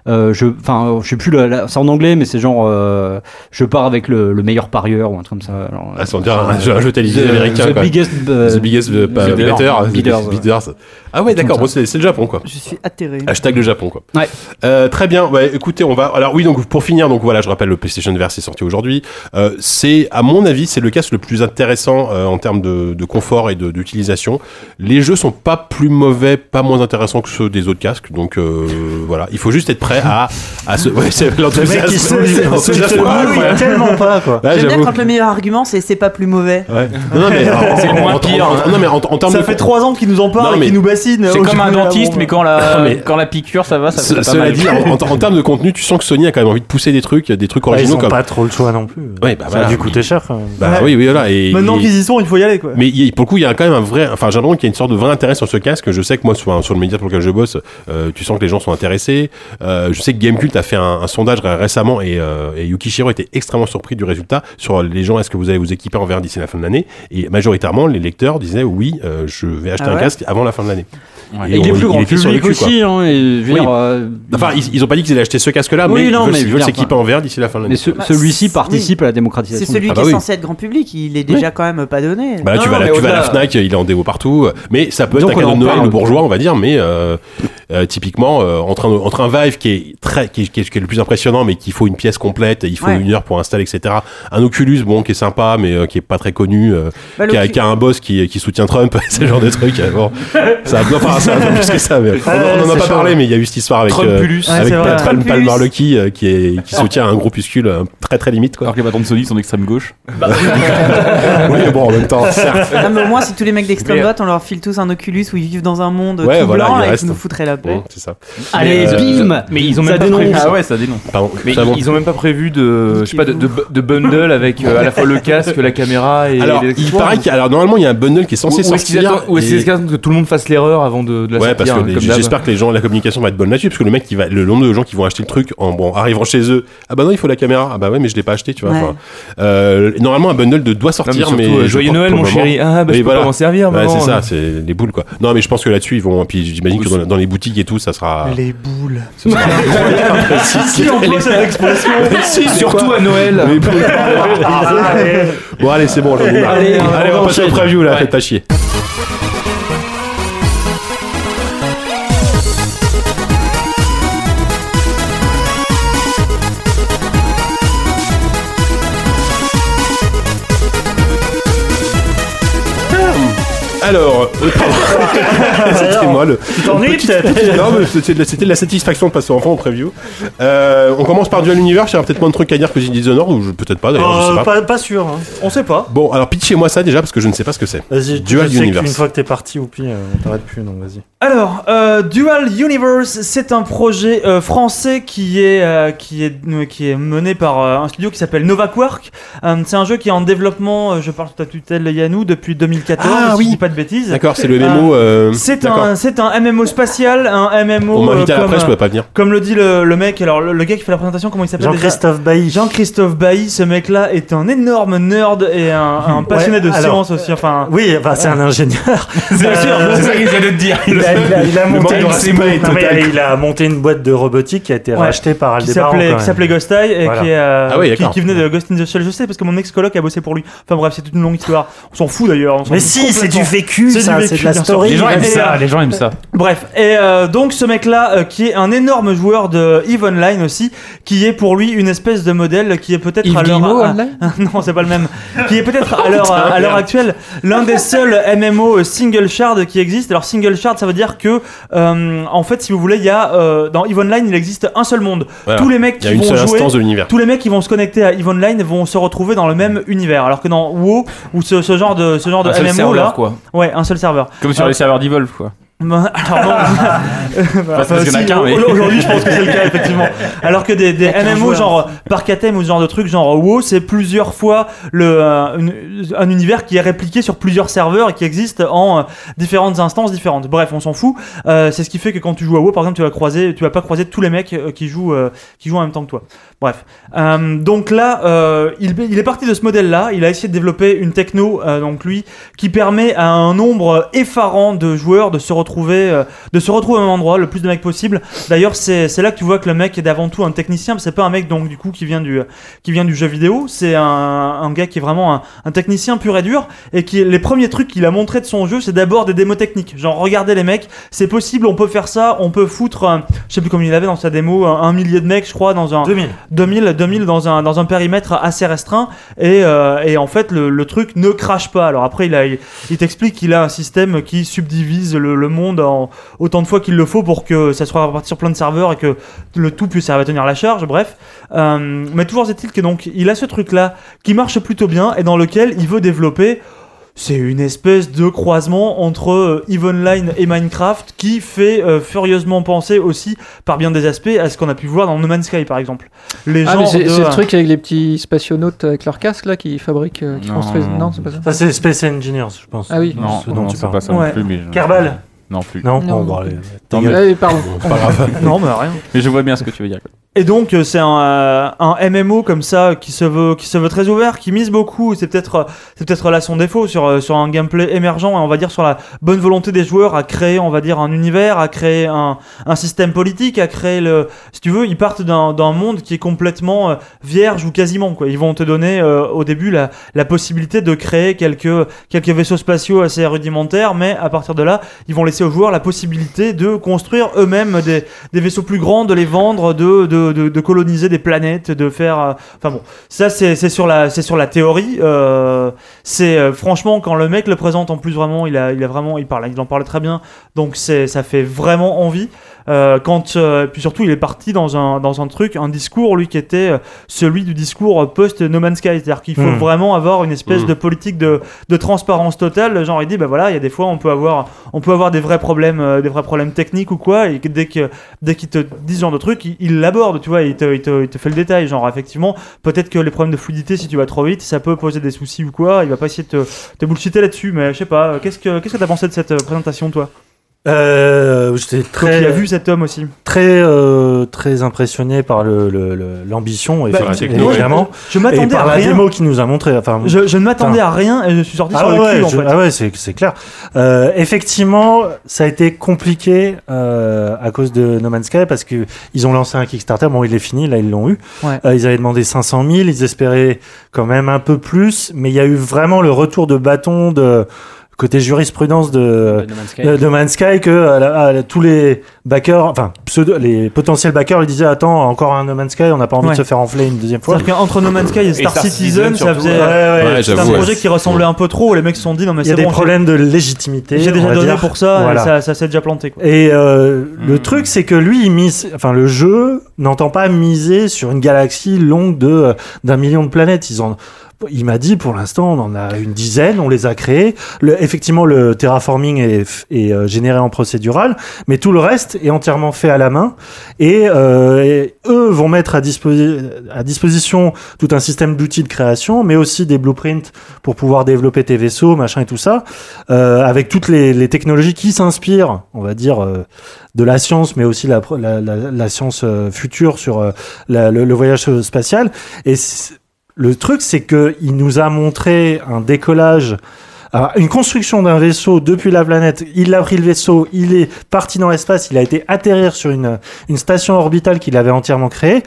Speaker 7: euh, je, enfin, euh, je sais plus, la- la- c'est en anglais, mais c'est genre, euh, je pars avec le, le meilleur parieur ou un truc comme ça. genre,
Speaker 3: Ah, c'est
Speaker 7: euh,
Speaker 3: on dirait un
Speaker 7: euh,
Speaker 3: jeu, un jeu télévisé
Speaker 7: the,
Speaker 3: américain,
Speaker 7: the
Speaker 3: quoi.
Speaker 7: biggest, euh,
Speaker 3: The biggest euh, pas-
Speaker 7: bidder.
Speaker 3: better, the
Speaker 7: Bidder,
Speaker 3: biggest
Speaker 7: ouais.
Speaker 3: bidders. Ah ouais, d'accord,
Speaker 7: Comme
Speaker 3: bon, c'est c'est le Japon, quoi.
Speaker 10: Je suis atterré.
Speaker 3: Hashtag le Japon, quoi.
Speaker 7: Ouais.
Speaker 3: Euh, très bien. Ouais, écoutez, on va. Alors oui, donc pour finir, donc voilà, je rappelle, le PlayStation VR c'est sorti aujourd'hui. Euh, c'est, à mon avis, c'est le casque le plus intéressant euh, en termes de, de confort et de- d'utilisation. Les jeux sont pas plus mauvais, pas moins intéressants que ceux des autres casques. Donc euh, voilà, il faut juste être prêt à, à se. Ouais, c'est
Speaker 6: mec, il
Speaker 3: l'enthousiasme.
Speaker 6: se- il se-
Speaker 3: L'enthousiasme, ouais.
Speaker 6: tellement pas quoi.
Speaker 3: Ouais,
Speaker 10: J'aime bien
Speaker 3: j'avoue. Ah.
Speaker 10: quand le meilleur argument c'est c'est pas plus mauvais.
Speaker 3: Ouais. Non, non, mais en-
Speaker 5: C'est le
Speaker 3: en-
Speaker 5: moins
Speaker 3: en- en-
Speaker 5: pire, hein.
Speaker 3: non, mais en, en termes
Speaker 4: Ça
Speaker 3: de-
Speaker 4: fait trois ans qu'ils nous en parlent
Speaker 3: Non,
Speaker 4: et qu'ils
Speaker 3: mais
Speaker 4: nous bassinent.
Speaker 5: C'est
Speaker 4: Oh,
Speaker 5: comme
Speaker 4: je
Speaker 5: un
Speaker 4: voulais
Speaker 5: dentiste,
Speaker 4: avoir-
Speaker 5: mais quand la,
Speaker 3: mais-
Speaker 5: quand la piqûre ça va, ça
Speaker 3: Ce-
Speaker 5: fait pas
Speaker 3: cela
Speaker 5: mal.
Speaker 3: dit, en, en- en termes de contenu, tu sens que Sony a quand même envie de pousser des trucs, des trucs
Speaker 6: Ouais, ils
Speaker 3: originaux
Speaker 6: ont
Speaker 3: comme.
Speaker 6: pas trop le choix non plus.
Speaker 3: Ouais, bah
Speaker 6: ça
Speaker 3: voilà.
Speaker 6: a dû coûter cher quand même.
Speaker 3: Bah
Speaker 4: Ouais.
Speaker 3: oui, oui, voilà. Et,
Speaker 4: Maintenant
Speaker 3: et-
Speaker 4: qu'ils y sont, il faut y aller quoi.
Speaker 3: Mais il y a- pour le coup, il y a quand même un vrai. Enfin, j'ai l'impression qu'il y a une sorte de vrai intérêt sur ce casque. Je sais que moi, sur, sur le média pour lequel je bosse, euh, tu sens que les gens sont intéressés. Euh, je sais que Gamecult a fait un, un sondage ré- récemment et, euh, et Yukishiro était extrêmement surpris du résultat sur les gens. Est-ce que vous allez vous équiper en VR d'ici la fin de l'année Et majoritairement, les lecteurs disaient oui, euh, je vais acheter
Speaker 10: Ah
Speaker 3: un
Speaker 10: ouais
Speaker 3: casque avant la fin de l'année.
Speaker 5: Ouais.
Speaker 7: Et il est
Speaker 3: on-
Speaker 7: plus grand
Speaker 3: était sur le
Speaker 7: public
Speaker 3: cul, quoi.
Speaker 7: aussi, hein, et je veux
Speaker 3: Oui.
Speaker 7: dire, euh,
Speaker 3: Enfin, ils, ils ont pas dit qu'ils allaient acheter ce casque-là,
Speaker 7: Oui,
Speaker 3: mais,
Speaker 7: non,
Speaker 3: ils veulent-
Speaker 7: mais
Speaker 3: ils
Speaker 7: je veux
Speaker 3: veulent
Speaker 7: dire,
Speaker 3: s'équiper en VR d'ici la fin de l'année.
Speaker 7: mais ce-
Speaker 10: Bah,
Speaker 7: celui-ci
Speaker 10: c'est-
Speaker 7: participe à la démocratisation.
Speaker 10: C'est celui
Speaker 3: Ah
Speaker 10: qui
Speaker 3: bah
Speaker 10: est
Speaker 3: oui.
Speaker 10: censé être grand public, il est déjà quand même pas donné.
Speaker 3: Bah là,
Speaker 5: Non,
Speaker 3: tu vas, à
Speaker 5: non,
Speaker 3: la-
Speaker 5: mais
Speaker 3: tu vas à la
Speaker 5: au-delà-
Speaker 3: Fnac, il est en démo partout. Mais ça peut être
Speaker 7: Donc,
Speaker 3: un
Speaker 7: on
Speaker 3: cadeau
Speaker 7: en
Speaker 3: de Noël,
Speaker 7: parle.
Speaker 3: le bourgeois, on va dire. Mais euh, euh, typiquement, euh, entre, un, entre un Vive qui est très, qui est, qui est- qui est le plus impressionnant, mais qu'il faut une pièce complète, et il faut
Speaker 10: Ouais.
Speaker 3: une heure pour installer, etc. Un Oculus, bon, qui est sympa, mais euh, qui est pas très connu, euh,
Speaker 10: Bah, le
Speaker 3: qui, a,
Speaker 10: cul-
Speaker 3: qui a un boss qui, qui soutient Trump, ce genre de truc. euh, bon, ça, non, enfin, ça, non, plus que ça. mais on- on n'en a
Speaker 6: c'est
Speaker 3: pas
Speaker 6: chaud.
Speaker 3: parlé, mais il y a eu cette histoire avec. euh,
Speaker 5: Trumpulus.
Speaker 4: Ouais,
Speaker 3: avec
Speaker 4: c'est vrai.
Speaker 3: Pat- Palm-
Speaker 10: Trumpulus.
Speaker 3: Palmerlucky, euh, qui, est, qui soutient un groupuscule euh, très très limite quoi.
Speaker 5: Alors que les bâtons de Sony sont d'extrême gauche.
Speaker 3: Oui, mais bon, en même temps, certes.
Speaker 10: Non, mais au moins, si tous les mecs d'extrême droite, on leur file tous un Oculus où ils vivent dans un monde
Speaker 3: euh,
Speaker 10: euh,
Speaker 3: Ouais,
Speaker 10: tout
Speaker 3: voilà,
Speaker 10: blanc
Speaker 3: il
Speaker 10: et
Speaker 3: reste.
Speaker 10: ils nous foutraient la paix.
Speaker 3: Bon, c'est ça.
Speaker 7: Allez,
Speaker 3: Mais, euh,
Speaker 7: bim
Speaker 9: Mais ils ont
Speaker 7: Ça
Speaker 9: même pas
Speaker 7: dénonce.
Speaker 9: prévu.
Speaker 5: Ah ouais, ça dénonce.
Speaker 3: Pardon.
Speaker 9: Mais
Speaker 3: Ça, bon.
Speaker 9: ils ont même pas prévu de, Euh, je sais pas, de, de, de bundle avec euh, à la fois le casque, la caméra et
Speaker 3: Alors,
Speaker 9: les
Speaker 3: il
Speaker 9: accessoires,
Speaker 3: paraît
Speaker 9: ou-
Speaker 3: qu'il y a- alors normalement il y a un bundle qui est
Speaker 9: ou-
Speaker 3: censé
Speaker 9: ou est-ce qu'ils
Speaker 3: sortir.
Speaker 9: attendent- ou est-ce
Speaker 3: et-
Speaker 9: qu'ils attendent que tout le monde fasse l'erreur avant de, de la
Speaker 3: Ouais, parce
Speaker 9: sortir
Speaker 3: que
Speaker 9: hein,
Speaker 3: les-
Speaker 9: comme d'hab.
Speaker 3: j'espère que les gens, la communication va être bonne là-dessus, parce que le mec, qui va, le nombre de gens qui vont acheter le truc en bon, arrivant chez eux, ah bah non, il faut la caméra, ah bah ouais, mais je l'ai pas acheté, tu vois.
Speaker 10: Ouais.
Speaker 3: enfin, euh, normalement, un bundle de doit
Speaker 9: Non, mais
Speaker 3: sortir,
Speaker 9: surtout,
Speaker 3: mais,
Speaker 9: euh,
Speaker 3: je
Speaker 9: joyeux
Speaker 3: crois que
Speaker 9: Noël
Speaker 3: pour
Speaker 9: mon
Speaker 3: le moment-
Speaker 9: chéri. Ah bah
Speaker 3: Oui,
Speaker 9: je peux
Speaker 3: voilà.
Speaker 9: pas m'en servir
Speaker 3: Ouais,
Speaker 9: maman.
Speaker 3: c'est ça, c'est les boules quoi. Non, mais je pense que là-dessus ils vont. Puis j'imagine que dans, dans les boutique et tout, ça sera.
Speaker 4: Les boules.
Speaker 3: Ce sera
Speaker 4: Qui emploie cette expression
Speaker 9: Si, surtout à Noël.
Speaker 3: Les boules. Ah, Bon, allez, c'est bon, j'en ai marre.
Speaker 7: Allez, on
Speaker 3: on va passer au
Speaker 7: enchaîne.
Speaker 3: preview là, faites pas chier. Alors, euh, pardon. c'était molle.
Speaker 6: Tu t'ennuies
Speaker 3: Petite-
Speaker 6: peut-être
Speaker 3: Non, mais c'était de la- c'était de la satisfaction de passer enfant en preview. Euh, on commence par Dual Universe, il y aura peut-être moins de trucs à dire que The Dishonored, ou je- peut-être pas d'ailleurs, je sais
Speaker 6: Euh,
Speaker 3: pas.
Speaker 6: pas, pas sûr. hein.
Speaker 4: On sait pas.
Speaker 3: Bon, alors pitchez-moi ça déjà parce que je ne sais pas ce que c'est.
Speaker 6: Vas-y,
Speaker 3: Dual
Speaker 6: je sais
Speaker 3: Universe.
Speaker 6: qu'une fois que t'es parti, ou puis on t'arrête plus, non, vas-y.
Speaker 4: Alors, euh, Dual Universe, c'est un projet euh, français qui est, euh, qui, est, euh, qui est mené par euh, un studio qui s'appelle Novaquark. Euh, c'est un jeu qui est en développement, euh, je parle sous la tutelle de Yanou, depuis 2014,
Speaker 3: Ah
Speaker 4: si
Speaker 3: oui.
Speaker 4: je dis pas de bêtises.
Speaker 3: D'accord, c'est le MMO.
Speaker 6: Ah,
Speaker 3: euh,
Speaker 4: C'est
Speaker 3: d'accord.
Speaker 4: un, c'est un MMO spatial, un MMO.
Speaker 3: On m'a
Speaker 4: euh,
Speaker 3: invité à la
Speaker 4: comme,
Speaker 3: presse, je pouvais pas venir.
Speaker 4: comme le dit le, le mec, alors le, le gars qui fait la présentation, comment il s'appelle déjà
Speaker 6: Jean-Christophe Bailly.
Speaker 4: Jean-Christophe Bailly, ce mec-là est un énorme nerd et un, un passionné de
Speaker 6: alors,
Speaker 4: science aussi. Enfin,
Speaker 6: Oui, enfin, c'est un ingénieur.
Speaker 5: C'est
Speaker 6: Euh,
Speaker 5: ça qu'il vient de te dire.
Speaker 6: Il a, il a- il a monté
Speaker 5: manque
Speaker 6: une...
Speaker 5: d'enseignement est
Speaker 6: Non, mais
Speaker 5: total.
Speaker 6: il a monté une boîte de robotique qui a été
Speaker 4: Ouais.
Speaker 6: rachetée par
Speaker 4: qui
Speaker 6: Aldebaran.
Speaker 4: s'appelait
Speaker 6: quand
Speaker 4: qui
Speaker 6: même.
Speaker 4: s'appelait Ghost Eye et
Speaker 6: Voilà.
Speaker 4: qui, est, euh,
Speaker 3: Ah oui,
Speaker 4: qui,
Speaker 3: d'accord.
Speaker 4: qui venait de Ghost in the Shell je sais parce que mon ex-coloc a bossé pour lui enfin bref c'est toute une longue histoire on s'en fout d'ailleurs on s'en
Speaker 6: Mais
Speaker 4: fout
Speaker 6: si, c'est
Speaker 4: complètement.
Speaker 6: du vécu,
Speaker 4: C'est du
Speaker 6: ça,
Speaker 4: vécu,
Speaker 6: c'est de la
Speaker 4: bien sûr.
Speaker 6: story.
Speaker 5: Les gens aiment
Speaker 4: Et,
Speaker 5: ça,
Speaker 4: euh,
Speaker 5: les gens aiment ça.
Speaker 4: Bref, et euh, donc ce mec-là, euh, qui est un énorme joueur de Eve Online aussi, qui est pour lui une espèce de modèle qui est peut-être
Speaker 8: Yves
Speaker 4: à l'heure
Speaker 8: Guillemot
Speaker 4: à-
Speaker 8: Online Oh,
Speaker 4: non, c'est pas le même, qui est peut-être à l'heure à l'heure actuelle l'un des seuls MMO euh, single shard qui existe. Alors single shard, ça veut dire que euh, en fait, si vous voulez, il y a euh, dans Eve Online, il existe un seul monde.
Speaker 3: Voilà.
Speaker 4: Tous les mecs
Speaker 3: Il y a
Speaker 4: qui
Speaker 3: une
Speaker 4: vont
Speaker 3: seule
Speaker 4: jouer
Speaker 3: instance de l'univers. Mm.
Speaker 4: tous les mecs qui vont se connecter à EVE Online vont se retrouver dans le même univers. Alors que dans WoW ou ce, ce genre de, ce genre de
Speaker 5: Un seul
Speaker 4: MMO
Speaker 5: serveur,
Speaker 4: là,
Speaker 5: quoi.
Speaker 4: ouais, un seul serveur.
Speaker 5: Comme sur
Speaker 4: Ah.
Speaker 5: les serveurs d'Evolve, quoi.
Speaker 4: Ben, alors non. Voilà.
Speaker 5: Parce qu'il y en a
Speaker 4: si,
Speaker 5: qu'un, mais-
Speaker 4: au- Aujourd'hui, je pense que c'est le cas, effectivement. Alors que des, des
Speaker 10: Il y a qu'un
Speaker 4: MMO,
Speaker 10: joueur.
Speaker 4: genre Parkatem ou ce genre de truc, genre WoW, c'est plusieurs fois le, euh, une- un univers qui est répliqué sur plusieurs serveurs et qui existe en euh, différentes instances différentes. Bref, on s'en fout. Euh, c'est ce qui fait que quand tu joues à WoW, par exemple, tu vas croiser, tu vas pas croiser tous les mecs euh, qui jouent, euh, qui jouent en même temps que toi. Bref. Euh, donc là, euh, il, il est parti de ce modèle-là. Il a essayé de développer une techno, euh, donc lui, qui permet à un nombre effarant de joueurs de se retrouver, euh, de se retrouver au même endroit, le plus de mecs possible. D'ailleurs, c'est c'est là que tu vois que le mec est d'avant tout un technicien. mais C'est pas un mec donc du coup qui vient du, qui vient du jeu vidéo. C'est un, un gars qui est vraiment un, un technicien pur et dur et qui les premiers trucs qu'il a montré de son jeu, c'est d'abord des démos techniques. Genre regardez les mecs, c'est possible, on peut faire ça, on peut foutre, euh, je sais plus combien il avait dans sa démo, un, un millier de mecs, je crois, dans un
Speaker 6: 2000.
Speaker 4: 2000, 2000 dans un, dans un périmètre assez restreint et, euh, et en fait le, le truc ne crache pas. Alors après il, a- il, il t'explique qu'il a un système qui subdivise le, le monde en autant de fois qu'il le faut pour que ça soit réparti sur plein de serveurs et que le tout puisse servir à tenir la charge, bref. Euh, mais toujours est-il que donc il a ce truc là qui marche plutôt bien et dans lequel il veut développer c'est une espèce de croisement entre euh, EVE Online et Minecraft qui fait euh, furieusement penser aussi, par bien des aspects, à ce qu'on a pu voir dans No Man's Sky par exemple. Les
Speaker 8: Ah,
Speaker 4: gens
Speaker 8: mais c'est
Speaker 4: de-
Speaker 8: c'est le truc avec les petits spationautes euh, avec leur casque là qui fabriquent, euh, qui
Speaker 5: Non.
Speaker 8: construisent. Non, c'est pas ça.
Speaker 6: Ça, c'est Space Engineers, je pense.
Speaker 8: Ah oui.
Speaker 5: Non,
Speaker 6: ce dont
Speaker 5: non,
Speaker 6: tu
Speaker 5: c'est
Speaker 6: parles.
Speaker 5: pas ça non
Speaker 4: Ouais.
Speaker 5: plus, mais je-
Speaker 6: Kerbal
Speaker 5: Non plus.
Speaker 6: Non,
Speaker 8: Non,
Speaker 6: bon,
Speaker 8: non.
Speaker 6: allez.
Speaker 5: Non, mais-
Speaker 8: Allez, Euh, pardon.
Speaker 4: Non, mais rien.
Speaker 5: Mais je vois bien ce que tu veux dire. quoi.
Speaker 4: Et donc euh, c'est un, euh, un MMO comme ça qui se veut qui se veut très ouvert, qui mise beaucoup. C'est peut-être euh, c'est peut-être là son défaut sur euh, sur un gameplay émergent et on va dire sur la bonne volonté des joueurs à créer on va dire un univers, à créer un, un système politique, à créer le si tu veux ils partent d'un d'un monde qui est complètement euh, vierge ou quasiment quoi. Ils vont te donner euh, au début la la possibilité de créer quelques quelques vaisseaux spatiaux assez rudimentaires, mais à partir de là ils vont laisser aux joueurs la possibilité de construire eux-mêmes des des vaisseaux plus grands, de les vendre, de, de, de, de coloniser des planètes, de faire. euh, Enfin bon, ça c'est c'est sur la c'est sur la théorie. euh, c'est euh, franchement quand le mec le présente en plus vraiment, il a il a vraiment il parle, il en parle très bien. Donc c'est ça fait vraiment envie. Euh, quand euh, et puis surtout il est parti dans un dans un truc, un discours lui qui était euh, celui du discours post No Man's Sky, c'est-à-dire qu'il faut
Speaker 6: Mm.
Speaker 4: vraiment avoir une espèce
Speaker 3: Mm.
Speaker 4: de politique de de transparence totale. Genre il dit bah voilà il y a des fois on peut avoir on peut avoir des vrais problèmes euh, des vrais problèmes techniques ou quoi et que dès que dès qu'ils te disent ce genre de truc, ils ils l'abordent, tu vois, ils te, ils te- ils te fait le détail. Genre, effectivement, peut-être que les problèmes de fluidité, si tu vas trop vite, ça peut poser des soucis ou quoi. Il va pas essayer de te, te bullshiter là-dessus, mais je sais pas. euh, Qu'est-ce que qu'est-ce que t'as pensé de cette euh, présentation, toi
Speaker 6: Euh, J'étais très.
Speaker 4: il a vu cet homme aussi.
Speaker 6: Très, euh, très impressionné par le- le- le- l'ambition, le,
Speaker 4: Bah,
Speaker 3: la techno,
Speaker 6: évidemment.
Speaker 4: Je
Speaker 6: et
Speaker 4: m'attendais à
Speaker 6: par la
Speaker 4: rien.
Speaker 6: démo qu'il nous a montré. Enfin,
Speaker 4: Je, je ne m'attendais
Speaker 6: Putain.
Speaker 4: à rien et je suis sorti
Speaker 6: Ah
Speaker 4: sur le
Speaker 6: ouais,
Speaker 4: cul en
Speaker 6: je-
Speaker 4: fait.
Speaker 6: ah ouais, c'est c'est clair. Euh, effectivement, ça a été compliqué euh, à cause de No Man's Sky parce que ils ont lancé un Kickstarter. Bon, il est fini, là ils l'ont eu.
Speaker 4: Ouais.
Speaker 6: Euh, ils avaient demandé 500 000, ils espéraient quand même un peu plus, mais il y a eu vraiment le retour de bâton de côté jurisprudence de
Speaker 7: No Man's Sky.
Speaker 6: de No Man's Sky que à la- à la- tous les backers, enfin pseudo, les potentiels backers, ils disaient attends encore un No Man's Sky, on n'a pas envie
Speaker 4: Ouais.
Speaker 6: de se faire enfler une deuxième fois.
Speaker 4: C'est-à-dire qu'entre No Man's Sky et Star,
Speaker 9: Star
Speaker 4: Citizen,
Speaker 9: Citizen,
Speaker 4: ça
Speaker 9: surtout.
Speaker 4: faisait
Speaker 9: Ouais,
Speaker 6: ouais,
Speaker 9: ouais,
Speaker 4: c'était
Speaker 9: j'avoue,
Speaker 4: un
Speaker 9: ouais.
Speaker 4: projet qui ressemblait un peu trop. Les mecs se sont dit non mais
Speaker 6: Il y
Speaker 4: c'est
Speaker 6: a des
Speaker 4: bon, j'ai-
Speaker 6: problèmes de légitimité.
Speaker 4: j'ai
Speaker 6: on
Speaker 4: déjà
Speaker 6: va
Speaker 4: donné
Speaker 6: dire.
Speaker 4: pour ça, et
Speaker 6: Voilà.
Speaker 4: ça, ça s'est déjà planté quoi.
Speaker 6: Et euh, le truc, c'est que lui, il mise, enfin, le jeu n'entend pas miser sur une galaxie longue de euh, d'un million de planètes. Ils en, il m'a dit, pour l'instant, on en a une dizaine, on les a créés. Le, effectivement, le terraforming est, f- est euh, généré en procédural, mais tout le reste est entièrement fait à la main. Et, euh, et eux vont mettre à, disposi- à disposition tout un système d'outils de création, mais aussi des blueprints pour pouvoir développer tes vaisseaux, machin et tout ça, euh, avec toutes les, les technologies qui s'inspirent, on va dire, euh, de la science, mais aussi la, pro- la, la- la science euh, future sur euh, la- le, le voyage euh, spatial. Et c- le truc, c'est que il nous a montré un décollage. euh, Une construction d'un vaisseau depuis la planète, il a pris le vaisseau, il est parti dans l'espace, il a été atterrir sur une, une station orbitale qu'il avait entièrement créée.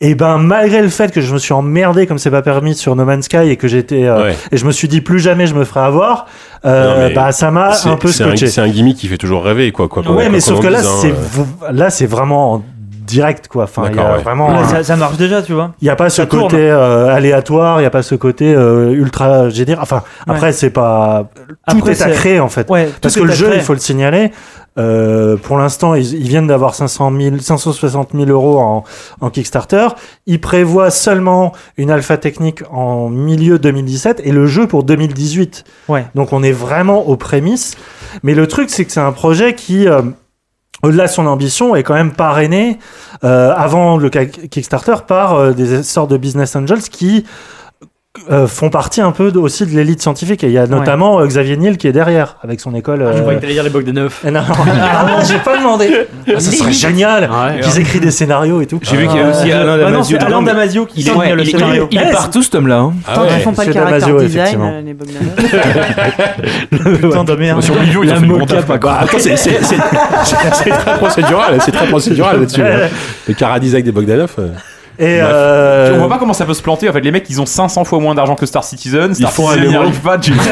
Speaker 6: Et ben malgré le fait que je me suis emmerdé comme c'est pas permis sur No Man's Sky et que j'étais euh,
Speaker 3: Ouais.
Speaker 6: et je me suis dit plus jamais je me ferai avoir, euh,
Speaker 3: Non, mais
Speaker 6: bah ça m'a
Speaker 3: C'est
Speaker 6: un peu
Speaker 3: c'est un,
Speaker 6: scotché.
Speaker 3: c'est un gimmick qui fait toujours rêver, quoi. quoi qu'on-
Speaker 6: Ouais, mais
Speaker 3: qu'on
Speaker 6: sauf
Speaker 3: en
Speaker 6: que là,
Speaker 3: dise, hein,
Speaker 6: c'est
Speaker 3: euh.
Speaker 6: v- là, c'est vraiment en direct, quoi. Enfin, il y a
Speaker 3: D'accord, ouais.
Speaker 6: vraiment.
Speaker 4: Ouais,
Speaker 6: un-
Speaker 4: ça, ça marche déjà, tu vois.
Speaker 6: Il n'y a pas ce
Speaker 4: ça tourne.
Speaker 6: côté euh, aléatoire, il n'y a pas ce côté euh, ultra généré. Enfin,
Speaker 4: Ouais.
Speaker 6: après, c'est pas. Tout
Speaker 4: Après,
Speaker 6: est à
Speaker 4: c'est-
Speaker 6: créer, en fait.
Speaker 4: Ouais,
Speaker 6: Parce
Speaker 4: tout
Speaker 6: que
Speaker 4: est
Speaker 6: le
Speaker 4: à
Speaker 6: jeu,
Speaker 4: créer.
Speaker 6: il faut le signaler, euh, pour l'instant, ils, ils viennent d'avoir 500 000 560 000 euros en, en Kickstarter. Ils prévoient seulement une alpha technique en milieu 2017 et le jeu pour 2018.
Speaker 4: Ouais.
Speaker 6: Donc on est vraiment aux prémices. Mais le truc, c'est que c'est un projet qui, euh, au-delà de son ambition, est quand même parrainé euh, avant le ca- Kickstarter par euh, des sortes de business angels qui euh, font partie un peu de- aussi de l'élite scientifique. Et il y a notamment euh, Xavier Niel qui est derrière avec son école.
Speaker 9: Ah,
Speaker 6: euh,
Speaker 7: t'allais lire les bugs de neuf.
Speaker 6: eh non, Ah non, j'ai pas demandé. Ah, ça serait génial
Speaker 7: Ouais.
Speaker 6: qu'ils écrivent des scénarios et tout. Euh, bah
Speaker 9: J'ai vu qu'il y avait aussi Alain
Speaker 4: Ah non,
Speaker 9: Damasio.
Speaker 4: c'est
Speaker 9: dedans,
Speaker 4: Alain
Speaker 9: mais
Speaker 4: Damasio qui
Speaker 9: Il est,
Speaker 4: signe
Speaker 9: ouais,
Speaker 4: le
Speaker 9: il, il-
Speaker 4: scénario.
Speaker 9: il est partout ce tome là.
Speaker 10: Tant qu'ils font pas le
Speaker 6: Monsieur
Speaker 10: caractère
Speaker 6: Damasio,
Speaker 10: design,
Speaker 6: effectivement.
Speaker 10: euh, les Bogdanov.
Speaker 4: Putain de merde.
Speaker 9: Sur Livio, ils ont fait une grande affaire.
Speaker 3: Bah, attends, c'est c'est- c'est- c'est- c'est très procédural, c'est très procédural là-dessus. hein. Le Karadisac des Bogdanov. euh.
Speaker 6: Et
Speaker 3: Bref.
Speaker 6: euh,
Speaker 5: On voit pas comment ça peut se planter. En fait, les mecs, ils ont 500 fois moins d'argent que Star Citizen. Star
Speaker 3: font un
Speaker 5: Citizen n'y
Speaker 3: démo.
Speaker 5: arrive pas. tu- Je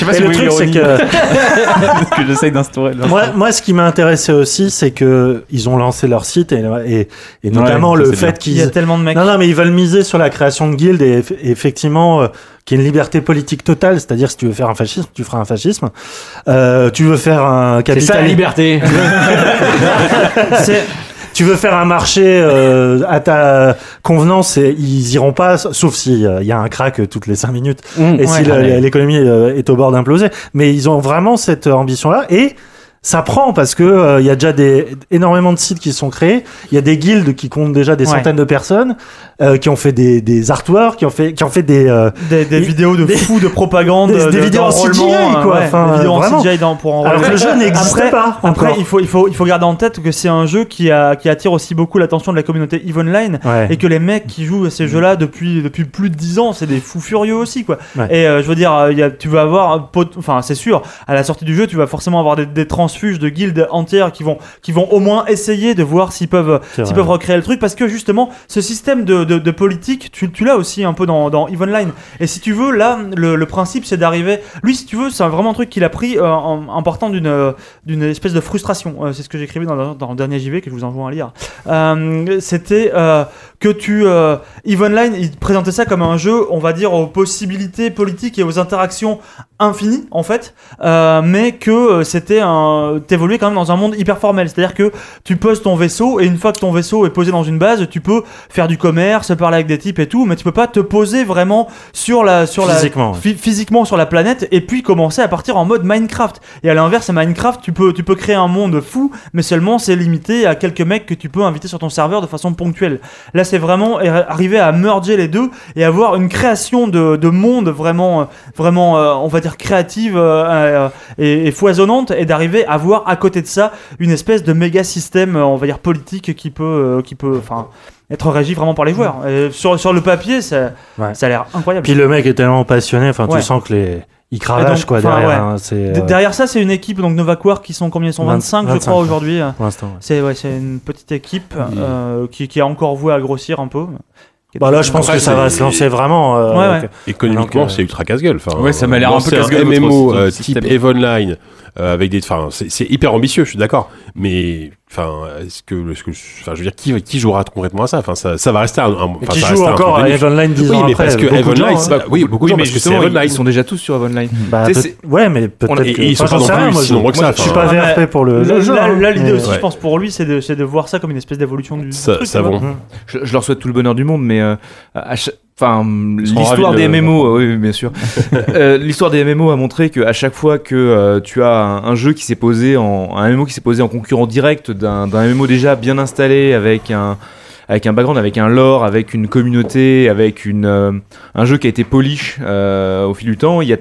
Speaker 5: sais pas
Speaker 6: et
Speaker 5: si
Speaker 6: le
Speaker 5: vous
Speaker 6: truc, c'est
Speaker 5: voyez
Speaker 6: que
Speaker 5: que, que j'essaye d'instaurer. là.
Speaker 6: moi, moi, ce qui m'a intéressé aussi, c'est que ils ont lancé leur site et, et, et notamment
Speaker 5: ça,
Speaker 6: le
Speaker 5: c'est bien.
Speaker 6: fait
Speaker 4: Il y a
Speaker 6: qu'ils
Speaker 4: tellement de mecs.
Speaker 6: non, non, mais ils veulent miser sur la création de guildes et eff- et effectivement euh, qu'il y ait une liberté politique totale, c'est-à-dire si tu veux faire un fascisme, tu feras un fascisme. Euh, tu veux faire un
Speaker 7: C'est ça la
Speaker 6: capitalisme,
Speaker 7: liberté.
Speaker 4: C'est-
Speaker 6: tu veux faire un marché euh, à ta convenance, et ils iront pas, sauf si euh, il y a un crack euh, toutes les cinq minutes et
Speaker 4: Mmh, Ouais.
Speaker 6: si le- l'économie euh, est au bord d'imploser. Mais ils ont vraiment cette euh, ambition-là et ça prend parce que euh, il y a déjà des énormément de sites qui sont créés. Il y a des guildes qui comptent déjà des
Speaker 4: Ouais.
Speaker 6: centaines de personnes euh, qui ont fait des, des artworks, qui ont fait qui ont fait des euh,
Speaker 4: Des, des
Speaker 6: Il-
Speaker 4: vidéos de
Speaker 6: des-
Speaker 4: fous de propagande,
Speaker 6: des-
Speaker 4: de-
Speaker 6: des vidéos en
Speaker 4: d'enrôlement,
Speaker 6: CGI,
Speaker 4: euh,
Speaker 6: quoi.
Speaker 4: ouais,
Speaker 6: Enfin,
Speaker 4: des vidéos
Speaker 6: hein, vraiment.
Speaker 4: en CGI dans- pour enrôler.
Speaker 6: alors que le jeu n'existait
Speaker 4: Après-
Speaker 6: pas.
Speaker 4: Après,
Speaker 6: encore.
Speaker 4: il faut, il, faut, il faut garder en tête que c'est un jeu qui, a, qui attire aussi beaucoup l'attention de la communauté EVE Online
Speaker 6: Ouais. Mm.
Speaker 4: et que les mecs qui jouent à ces jeux-là depuis, depuis plus de 10 ans, c'est des fous furieux aussi, quoi.
Speaker 6: Ouais.
Speaker 4: Et euh, je veux dire, euh, il y a- tu vas avoir, un pot- enfin, c'est sûr, à la sortie du jeu, tu vas forcément avoir des, des transfuges de guildes entières qui vont, qui vont au moins essayer de voir s'ils peuvent,
Speaker 6: C'est
Speaker 4: s'ils
Speaker 6: vrai.
Speaker 4: peuvent recréer le truc parce que justement, ce système de, de, de politique, tu, tu l'as aussi un peu dans, dans EVE Online. Et si tu veux, là, le, le principe, c'est d'arriver. Lui, si tu veux, c'est un- vraiment un truc qu'il a pris euh, en, en partant d'une euh, d'une espèce de frustration. Euh, c'est ce que j'écrivais dans, dans le dernier JV que je vous envoie à lire. Euh, C'était euh, que tu. Euh, EVE Online, il présentait ça comme un jeu, on va dire, aux possibilités politiques et aux interactions infinies, en fait, euh, mais que euh, c'était un. T'évoluais quand même dans un monde hyper formel. C'est-à-dire que tu poses ton vaisseau et une fois que ton vaisseau est posé dans une base, tu peux faire du commerce, parler avec des types et tout, mais tu peux pas te poser vraiment sur la. Sur la
Speaker 6: Physiquement, ouais.
Speaker 4: phy- physiquement sur la planète et puis commencer à partir en mode Minecraft. Et à l'inverse, à Minecraft, tu peux, tu peux créer un monde fou, mais seulement c'est limité à quelques mecs que tu peux inviter sur ton serveur de façon ponctuelle. Là, c'est vraiment er- arriver à merger les deux et avoir une création de, de monde vraiment, euh, vraiment, euh, on va dire créative euh, euh, et, et foisonnante, et d'arriver à voir à côté de ça une espèce de méga système, euh, on va dire politique qui peut, euh, qui peut, enfin, être régi vraiment par les joueurs. Et sur, sur le papier, ça,
Speaker 6: Ouais.
Speaker 4: ça a l'air incroyable.
Speaker 6: Puis le mec est tellement passionné, enfin
Speaker 4: Ouais.
Speaker 6: tu sens que les il
Speaker 4: Et
Speaker 6: cravache
Speaker 4: donc,
Speaker 6: quoi
Speaker 4: enfin,
Speaker 6: derrière.
Speaker 4: ouais.
Speaker 6: hein, c'est,
Speaker 4: D-
Speaker 6: euh,
Speaker 4: Derrière ça, c'est une équipe, donc Novakwar, qui sont combien Ils sont 25, je
Speaker 6: 25,
Speaker 4: crois,
Speaker 6: ouais.
Speaker 4: aujourd'hui. euh.
Speaker 6: pour l'instant. ouais.
Speaker 4: C'est ouais, c'est une petite équipe euh, qui, qui a encore voué à grossir un peu.
Speaker 6: Bah là je pense
Speaker 3: Après,
Speaker 6: que ça
Speaker 3: c'est-
Speaker 6: va se lancer vraiment. euh,
Speaker 4: Ouais, ouais.
Speaker 6: avec-
Speaker 3: Économiquement,
Speaker 6: Donc, euh,
Speaker 3: c'est ultra casse-gueule. Enfin, euh,
Speaker 5: Ouais, ça m'a l'air un peu
Speaker 3: lancer
Speaker 5: casse-gueule, votre
Speaker 3: MMO euh,
Speaker 5: système.
Speaker 3: type EVE Online, euh, avec des, enfin, c'est c'est hyper ambitieux, je suis d'accord. Mais enfin, est-ce que, est-ce que, enfin, je veux dire, qui, qui jouera concrètement à ça Enfin, ça, ça va rester un. un-
Speaker 6: Et
Speaker 3: enfin,
Speaker 6: qui
Speaker 3: ça
Speaker 6: joue
Speaker 3: restera un
Speaker 6: encore
Speaker 3: truc
Speaker 6: à
Speaker 3: de niche.
Speaker 6: Eve Online 10
Speaker 3: Oui,
Speaker 6: ans
Speaker 3: mais
Speaker 6: après,
Speaker 3: parce que
Speaker 6: beaucoup
Speaker 3: Eve
Speaker 6: de gens,
Speaker 3: Online,
Speaker 6: hein.
Speaker 3: c'est pas- oui, beaucoup de
Speaker 9: Oui,
Speaker 3: gens
Speaker 9: mais
Speaker 3: parce que c'est
Speaker 9: justement,
Speaker 3: Eve
Speaker 9: ils-
Speaker 3: Online.
Speaker 9: ils sont déjà tous sur Eve Online.
Speaker 6: Bah,
Speaker 9: Tu sais,
Speaker 6: peut- Ouais, mais peut-être.
Speaker 3: Et
Speaker 6: que-
Speaker 3: ils sont
Speaker 6: Enfin,
Speaker 3: pas
Speaker 6: j'en
Speaker 3: non
Speaker 6: sais rien,
Speaker 3: plus
Speaker 6: moi,
Speaker 3: si
Speaker 6: je-
Speaker 3: nombreux que ça.
Speaker 6: Je suis
Speaker 3: enfin.
Speaker 6: pas
Speaker 4: Ouais, mais-
Speaker 6: VRP pour le
Speaker 4: Là,
Speaker 6: le jeu.
Speaker 4: là-
Speaker 6: hein,
Speaker 4: là, l'idée
Speaker 6: mais-
Speaker 4: aussi,
Speaker 3: ouais.
Speaker 4: je pense, pour lui, c'est de, c'est de voir ça comme une espèce d'évolution du.
Speaker 3: Ça,
Speaker 4: truc,
Speaker 3: ça
Speaker 4: tu vois. Mmh.
Speaker 3: vont.
Speaker 9: Mmh. je, je leur souhaite tout le bonheur du monde, mais euh, à cha- enfin, mmh,
Speaker 3: Ils seront
Speaker 9: l'histoire
Speaker 3: ravis de
Speaker 9: des
Speaker 3: le-
Speaker 9: MMO, euh, oui, oui, bien sûr. Euh, l'histoire des MMO a montré que à chaque fois que euh, tu as un, un jeu qui s'est posé en un MMO qui s'est posé en concurrent direct d'un d'un MMO déjà bien installé avec un avec un background, avec un lore, avec une communauté, avec une euh, un jeu qui a été polish euh, au fil du temps, il y a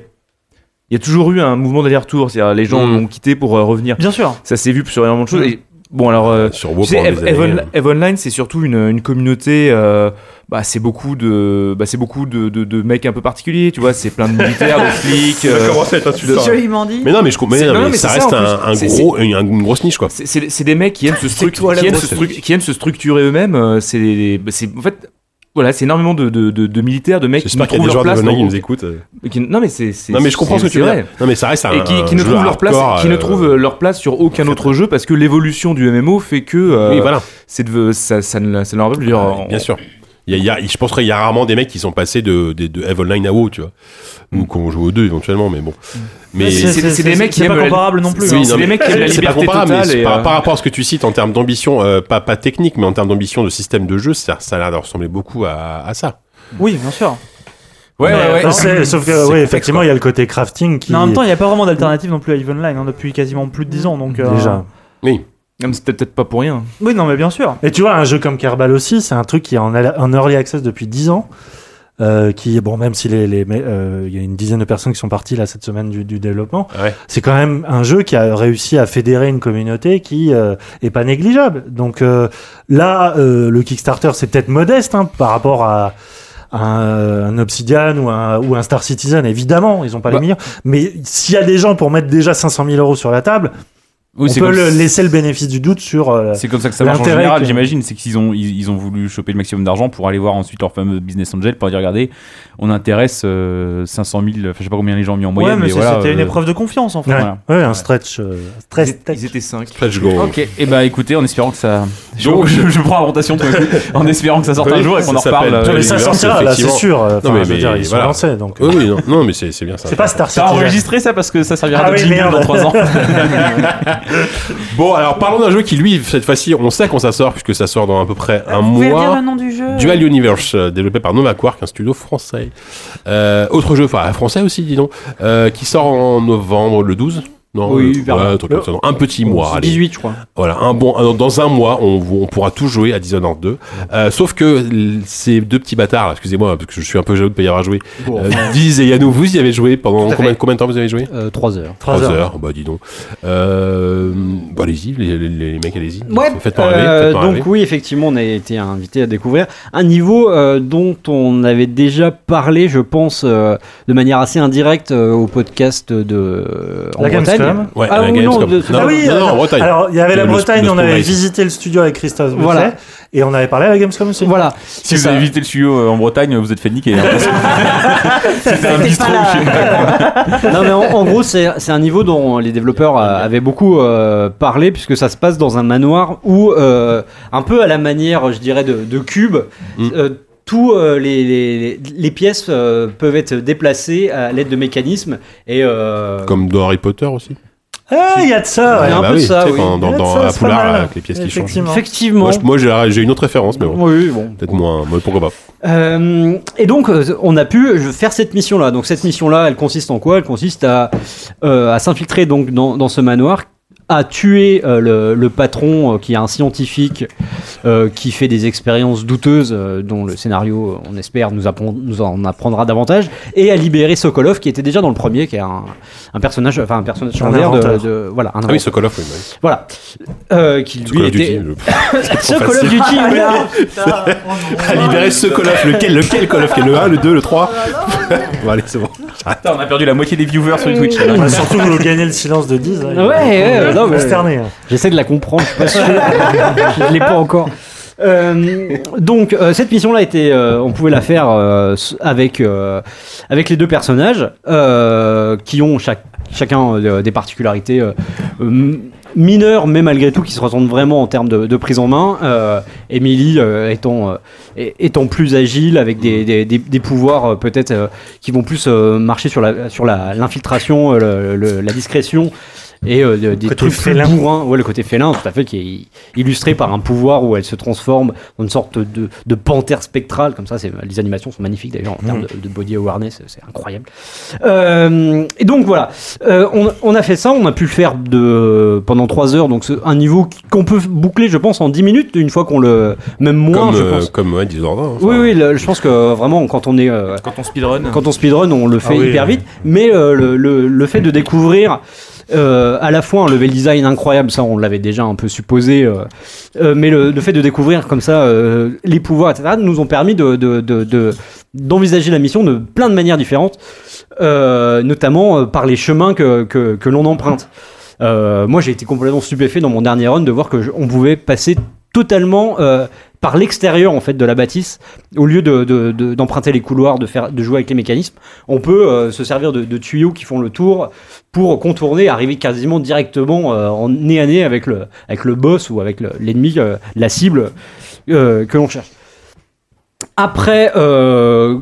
Speaker 9: il y a toujours eu un mouvement d'aller-retour, c'est-à-dire les gens
Speaker 3: Mm.
Speaker 9: l'ont quitté pour euh, revenir.
Speaker 4: Bien sûr. Mmh.
Speaker 9: Ça s'est vu sur énormément de choses. Et, bon alors, euh,
Speaker 3: Sur WoW
Speaker 9: tu sais,
Speaker 3: pendant
Speaker 9: Eve,
Speaker 3: des
Speaker 9: Eve
Speaker 3: années,
Speaker 9: Onli- Eve Online, c'est surtout une, une communauté. euh, bah, c'est beaucoup de, bah, c'est beaucoup de, de, de mecs un peu particuliers, tu vois. C'est plein de militaires, de flics.
Speaker 3: euh,
Speaker 9: euh,
Speaker 10: Joliment dit.
Speaker 3: Mais non, mais je comprends.
Speaker 9: C'est-
Speaker 3: mais non,
Speaker 9: non,
Speaker 3: mais
Speaker 9: mais
Speaker 3: ça
Speaker 9: c'est ça,
Speaker 3: reste
Speaker 9: en
Speaker 3: un,
Speaker 9: plus.
Speaker 3: un
Speaker 9: C'est-
Speaker 3: gros, une, une grosse niche, quoi.
Speaker 9: c'est- c'est c'est des mecs qui aiment se,
Speaker 3: C'est
Speaker 9: struc-
Speaker 3: toi, la
Speaker 9: qui aiment
Speaker 3: grosse
Speaker 9: se struc- qui aiment se structurer eux-mêmes. euh, c'est des- c'est en fait. Voilà, c'est énormément de, de, de, de militaires, de mecs qui ne
Speaker 3: J'espère qu'il y a
Speaker 9: trouvent
Speaker 3: des
Speaker 9: leur
Speaker 3: joueurs
Speaker 9: place.
Speaker 3: d'Eve Online qui
Speaker 9: dans-
Speaker 3: nous écoutent.
Speaker 9: qui- non, mais c'est. c'est-
Speaker 3: Non, mais je comprends ce
Speaker 9: c'est-
Speaker 3: que tu
Speaker 9: c'est
Speaker 3: veux
Speaker 9: vrai.
Speaker 3: dire. Non, mais ça reste un.
Speaker 9: et qui, qui ne
Speaker 3: jeu
Speaker 9: trouvent leur place,
Speaker 3: hardcore,
Speaker 9: qui ne
Speaker 3: euh,
Speaker 9: trouvent euh, leur place sur aucun autre jeu parce que l'évolution du MMO fait que euh,
Speaker 3: Oui, voilà.
Speaker 9: c'est de, ça, ça ne ça ne leur Euh, va plus.
Speaker 3: Ah,
Speaker 9: D'ailleurs,
Speaker 3: bien sûr. Il y a- il y a- je penserais qu'il y a rarement des mecs qui sont passés de, de, de Eve Online à WoW, tu vois. Ou qu'on joue aux deux éventuellement, mais bon. Mais
Speaker 9: Mm. c'est- c'est- c'est des mecs qui
Speaker 4: C'est pas
Speaker 9: aiment la-
Speaker 4: comparable non plus.
Speaker 9: c'est-
Speaker 4: hein.
Speaker 9: c'est les mecs qui aiment la
Speaker 3: c'est pas
Speaker 9: liberté
Speaker 3: comparable, mais
Speaker 9: totale.
Speaker 3: c'est
Speaker 9: et,
Speaker 3: par,
Speaker 9: euh,
Speaker 3: par rapport à ce que tu cites en termes d'ambition, euh, pas, pas technique, mais en termes d'ambition de système de jeu, ça, ça a l'air de ressembler beaucoup à, à ça.
Speaker 4: Oui, bien sûr.
Speaker 9: Ouais,
Speaker 4: Mais-
Speaker 9: ouais, ouais.
Speaker 6: Non, c'est- Sauf
Speaker 3: C'est
Speaker 6: que, oui,
Speaker 3: complexe,
Speaker 6: effectivement,
Speaker 3: quoi.
Speaker 6: il y a le côté crafting qui.
Speaker 4: Mais en même temps, il n'y a pas vraiment d'alternative non plus à Even Line hein, depuis quasiment plus de 10 ans. Donc, euh,
Speaker 6: Déjà.
Speaker 9: Non, mais C'était peut-être pas pour rien.
Speaker 4: Oui, non, mais bien sûr.
Speaker 6: Et tu vois, un jeu comme Kerbal aussi, c'est un truc qui est en, al- en early access depuis 10 ans. euh, qui bon même si les les mais, euh, il y a une dizaine de personnes qui sont parties là cette semaine du, du développement
Speaker 9: Ah
Speaker 3: Ouais.
Speaker 6: c'est quand même un jeu qui a réussi à fédérer une communauté qui euh, est pas négligeable donc euh, là euh, le Kickstarter c'est peut-être modeste hein, par rapport à à un, un Obsidian ou un, ou un Star Citizen évidemment ils ont pas
Speaker 9: Bah.
Speaker 6: les meilleurs mais s'il y a des gens pour mettre déjà 500 000 euros sur la table
Speaker 5: Oui,
Speaker 6: on
Speaker 5: c'est
Speaker 6: peut
Speaker 5: comme-
Speaker 6: le- laisser le bénéfice du doute sur euh,
Speaker 5: C'est comme ça que ça marche en
Speaker 6: L'intérêt
Speaker 5: général,
Speaker 6: que-
Speaker 5: j'imagine. C'est qu'ils ont, ils, ils ont voulu choper le maximum d'argent pour aller voir ensuite leur fameux business angel pour dire regardez, on intéresse euh, 500 000, enfin, je sais pas combien les gens ont mis en moyenne,
Speaker 4: ouais, mais
Speaker 5: mais
Speaker 4: c'est-
Speaker 5: voilà.
Speaker 4: c'était une
Speaker 5: euh,
Speaker 4: épreuve de confiance en fait.
Speaker 6: Ouais,
Speaker 5: Voilà.
Speaker 6: ouais, un stretch. euh,
Speaker 9: Ils,
Speaker 6: stress
Speaker 9: étaient-
Speaker 6: test.
Speaker 9: ils étaient 5.
Speaker 3: Let's go.
Speaker 5: Ok, et bah écoutez, en espérant que ça. Je,
Speaker 3: Donc-
Speaker 5: je, je prends la rotation tout d'un coup. en espérant que ça sorte un
Speaker 3: Oui,
Speaker 5: jour et qu'on
Speaker 3: ça
Speaker 5: en reparle.
Speaker 3: s'appelle-
Speaker 5: euh,
Speaker 6: Non, mais
Speaker 3: les
Speaker 6: ça
Speaker 3: nuances,
Speaker 6: sortira là, c'est
Speaker 3: effectivement.
Speaker 6: sûr. euh, Enfin,
Speaker 3: mais-
Speaker 6: je veux dire,
Speaker 3: mais
Speaker 6: ils sont
Speaker 3: voilà.
Speaker 6: lancés donc. euh.
Speaker 3: Oui, oui, non, non mais c'est c'est bien ça.
Speaker 6: C'est pas Star
Speaker 5: T'as
Speaker 6: Citizen.
Speaker 5: enregistré ça parce que ça servira
Speaker 6: Ah
Speaker 5: de
Speaker 6: oui,
Speaker 5: jingle
Speaker 6: merde.
Speaker 5: dans 3 ans.
Speaker 3: Bon, alors parlons d'un jeu qui, lui, cette fois-ci, on sait quand ça sort, puisque ça sort dans à peu près un
Speaker 10: Vous pouvez dire
Speaker 3: mois.
Speaker 10: le nom du jeu
Speaker 3: Dual Universe, euh, développé par Nova Quark, un studio français. Euh, autre jeu, enfin français aussi, dis donc, euh, qui sort en novembre, le 12 non,
Speaker 7: Oui,
Speaker 3: le-
Speaker 7: vers-
Speaker 3: ouais, un truc comme ça, dans un petit mois. allez.
Speaker 7: 18, je crois.
Speaker 3: Voilà, un bon, un- dans un mois, on, vous- on pourra tout jouer à Dishonored 2. Euh, sauf que l- ces deux petits bâtards, là, excusez-moi, parce que je suis un peu jaloux de ne pas y avoir joué, euh, Diz et Yannou, vous y avez joué pendant combien, combien de temps vous avez joué
Speaker 7: 3 heures.
Speaker 6: 3
Speaker 3: Trois
Speaker 6: heures.
Speaker 3: bah dis donc. Euh, bah, allez-y, les, les- les mecs, allez-y.
Speaker 7: Ouais,
Speaker 3: Faites-moi
Speaker 7: euh,
Speaker 3: rêver. faites-moi
Speaker 7: donc
Speaker 3: rêver.
Speaker 7: oui, effectivement, on a été invité à découvrir un niveau euh, dont on avait déjà parlé, je pense, euh, de manière assez indirecte euh, au podcast de euh, en
Speaker 6: La
Speaker 7: Bretagne.
Speaker 6: Gamescom
Speaker 3: Ouais,
Speaker 7: ah
Speaker 3: la
Speaker 7: oui,
Speaker 3: Gamescom.
Speaker 7: non, de-
Speaker 3: Non,
Speaker 6: ah oui,
Speaker 3: non, non,
Speaker 6: euh,
Speaker 3: en Bretagne.
Speaker 6: Alors, il y avait la
Speaker 3: Le- le-
Speaker 6: Bretagne,
Speaker 3: le
Speaker 6: on avait
Speaker 3: Sprite.
Speaker 6: visité le studio avec Christophe Buffet,
Speaker 7: Voilà.
Speaker 6: et on avait parlé à la Gamescom aussi.
Speaker 7: Voilà.
Speaker 5: Si
Speaker 7: c'est
Speaker 5: vous
Speaker 7: ça.
Speaker 5: avez visité le studio euh, en Bretagne, vous êtes fait niquer. hein.
Speaker 8: euh,
Speaker 5: C'était un
Speaker 10: T'es
Speaker 5: bistrot.
Speaker 10: pas là.
Speaker 5: je sais pas.
Speaker 7: non, mais en, en gros, c'est c'est un niveau dont les développeurs euh, avaient beaucoup euh, parlé, puisque ça se passe dans un manoir où, euh, un peu à la manière, je dirais, de, de Cube,
Speaker 3: Mm.
Speaker 7: euh, tous euh, les, les- les pièces euh, peuvent être déplacées à l'aide de mécanismes. Et, euh,
Speaker 3: Comme dans Harry Potter aussi. bah
Speaker 6: Ah, il y a de ça, ouais.
Speaker 7: un peu
Speaker 3: oui,
Speaker 7: ça,
Speaker 3: tu sais,
Speaker 7: oui.
Speaker 3: quand-
Speaker 6: Il y
Speaker 3: Dans,
Speaker 6: a de
Speaker 3: dans
Speaker 6: ça,
Speaker 3: un
Speaker 6: c'est pas
Speaker 3: poulard,
Speaker 6: mal.
Speaker 3: avec les pièces qui changent.
Speaker 6: Effectivement.
Speaker 7: effectivement.
Speaker 3: Moi, je- moi, j'ai j'ai une autre référence, mais bon.
Speaker 7: Oui, bon.
Speaker 3: Peut-être moins, mais pourquoi pas.
Speaker 7: Euh, et donc, euh, on a pu euh, faire cette mission-là. Donc, cette mission-là, elle consiste en quoi Elle consiste à, euh, à s'infiltrer donc dans, dans ce manoir a tué euh, le, le patron, euh, qui est un scientifique euh, qui fait des expériences douteuses, euh, dont le scénario, euh, on espère, nous, apprend- nous en apprendra davantage, et a libéré Sokolov, qui était déjà dans le premier, qui est un, un personnage, enfin un personnage secondaire de,
Speaker 6: inventeur.
Speaker 7: de- voilà, un
Speaker 3: Ah oui,
Speaker 7: inventeur.
Speaker 3: Sokolov, oui. oui.
Speaker 7: voilà, Euh, qui lui
Speaker 3: Sokolov
Speaker 7: était Ah.
Speaker 3: Duty, le- c'est trop
Speaker 7: Sokolov
Speaker 3: facile.
Speaker 7: Duty, oui.
Speaker 3: À libérer Sokolov, lequel, lequel Call of Duty Le 1, le 2, le 3 Bon, allez, c'est bon.
Speaker 5: Putain, on a perdu la moitié des viewers sur les Twitch.
Speaker 6: On va surtout vous gagner le silence de 10.
Speaker 7: Ouais, ouais, non, mais-
Speaker 6: Consterné.
Speaker 7: J'essaie de la comprendre, je suis pas sûr. je l'ai pas encore. Euh, donc euh, cette mission-là était, euh, on pouvait la faire euh, s- avec euh, avec les deux personnages euh, qui ont chaque- chacun euh, des particularités euh, euh, mineures, mais malgré tout qui se ressemblent vraiment en termes de, de prise en main. Euh, Emily euh, étant euh, é- étant plus agile avec des des, des- des pouvoirs euh, peut-être euh, qui vont plus euh, marcher sur la sur la l'infiltration, euh, le- le- la discrétion et euh, de- des
Speaker 6: Côté
Speaker 7: trucs plus
Speaker 6: félin.
Speaker 7: bourrins. Ouais, le côté félin, tout à fait, qui est illustré par un pouvoir où elle se transforme en une sorte de, de panthère spectrale. Comme ça, c'est- les animations sont magnifiques d'ailleurs en termes de, de body awareness, c'est incroyable. Euh, et donc voilà, Euh, on, on a fait ça, on a pu le faire de, pendant 3 heures, donc c'est un niveau qu'on peut boucler, je pense, en 10 minutes, une fois qu'on le. Même moins,
Speaker 3: Comme,
Speaker 7: je
Speaker 3: euh,
Speaker 7: pense.
Speaker 3: comme ouais, Dishonored, hein, enfin.
Speaker 7: Oui, oui, le- je pense que vraiment, quand on est. euh,
Speaker 5: Quand on speedrun.
Speaker 7: quand on speedrun, on le fait
Speaker 6: oui,
Speaker 7: hyper
Speaker 6: euh.
Speaker 7: vite. Mais euh, le, le- le fait de découvrir euh, à la fois un level design incroyable, ça on l'avait déjà un peu supposé, euh, euh, mais le, le fait de découvrir comme ça euh, les pouvoirs, etc., nous ont permis de, de- de- de- d'envisager la mission de plein de manières différentes, euh, notamment euh, par les chemins que, que- que l'on emprunte. Euh, moi j'ai été complètement stupéfait dans mon dernier run de voir que je- on pouvait passer totalement euh, par l'extérieur en fait de la bâtisse au lieu de, de- de- d'emprunter les couloirs de faire de jouer avec les mécanismes on peut euh, se servir de, de tuyaux qui font le tour pour contourner arriver quasiment directement euh, en nez à nez avec le avec le boss ou avec le- l'ennemi euh, la cible euh, que l'on cherche après euh,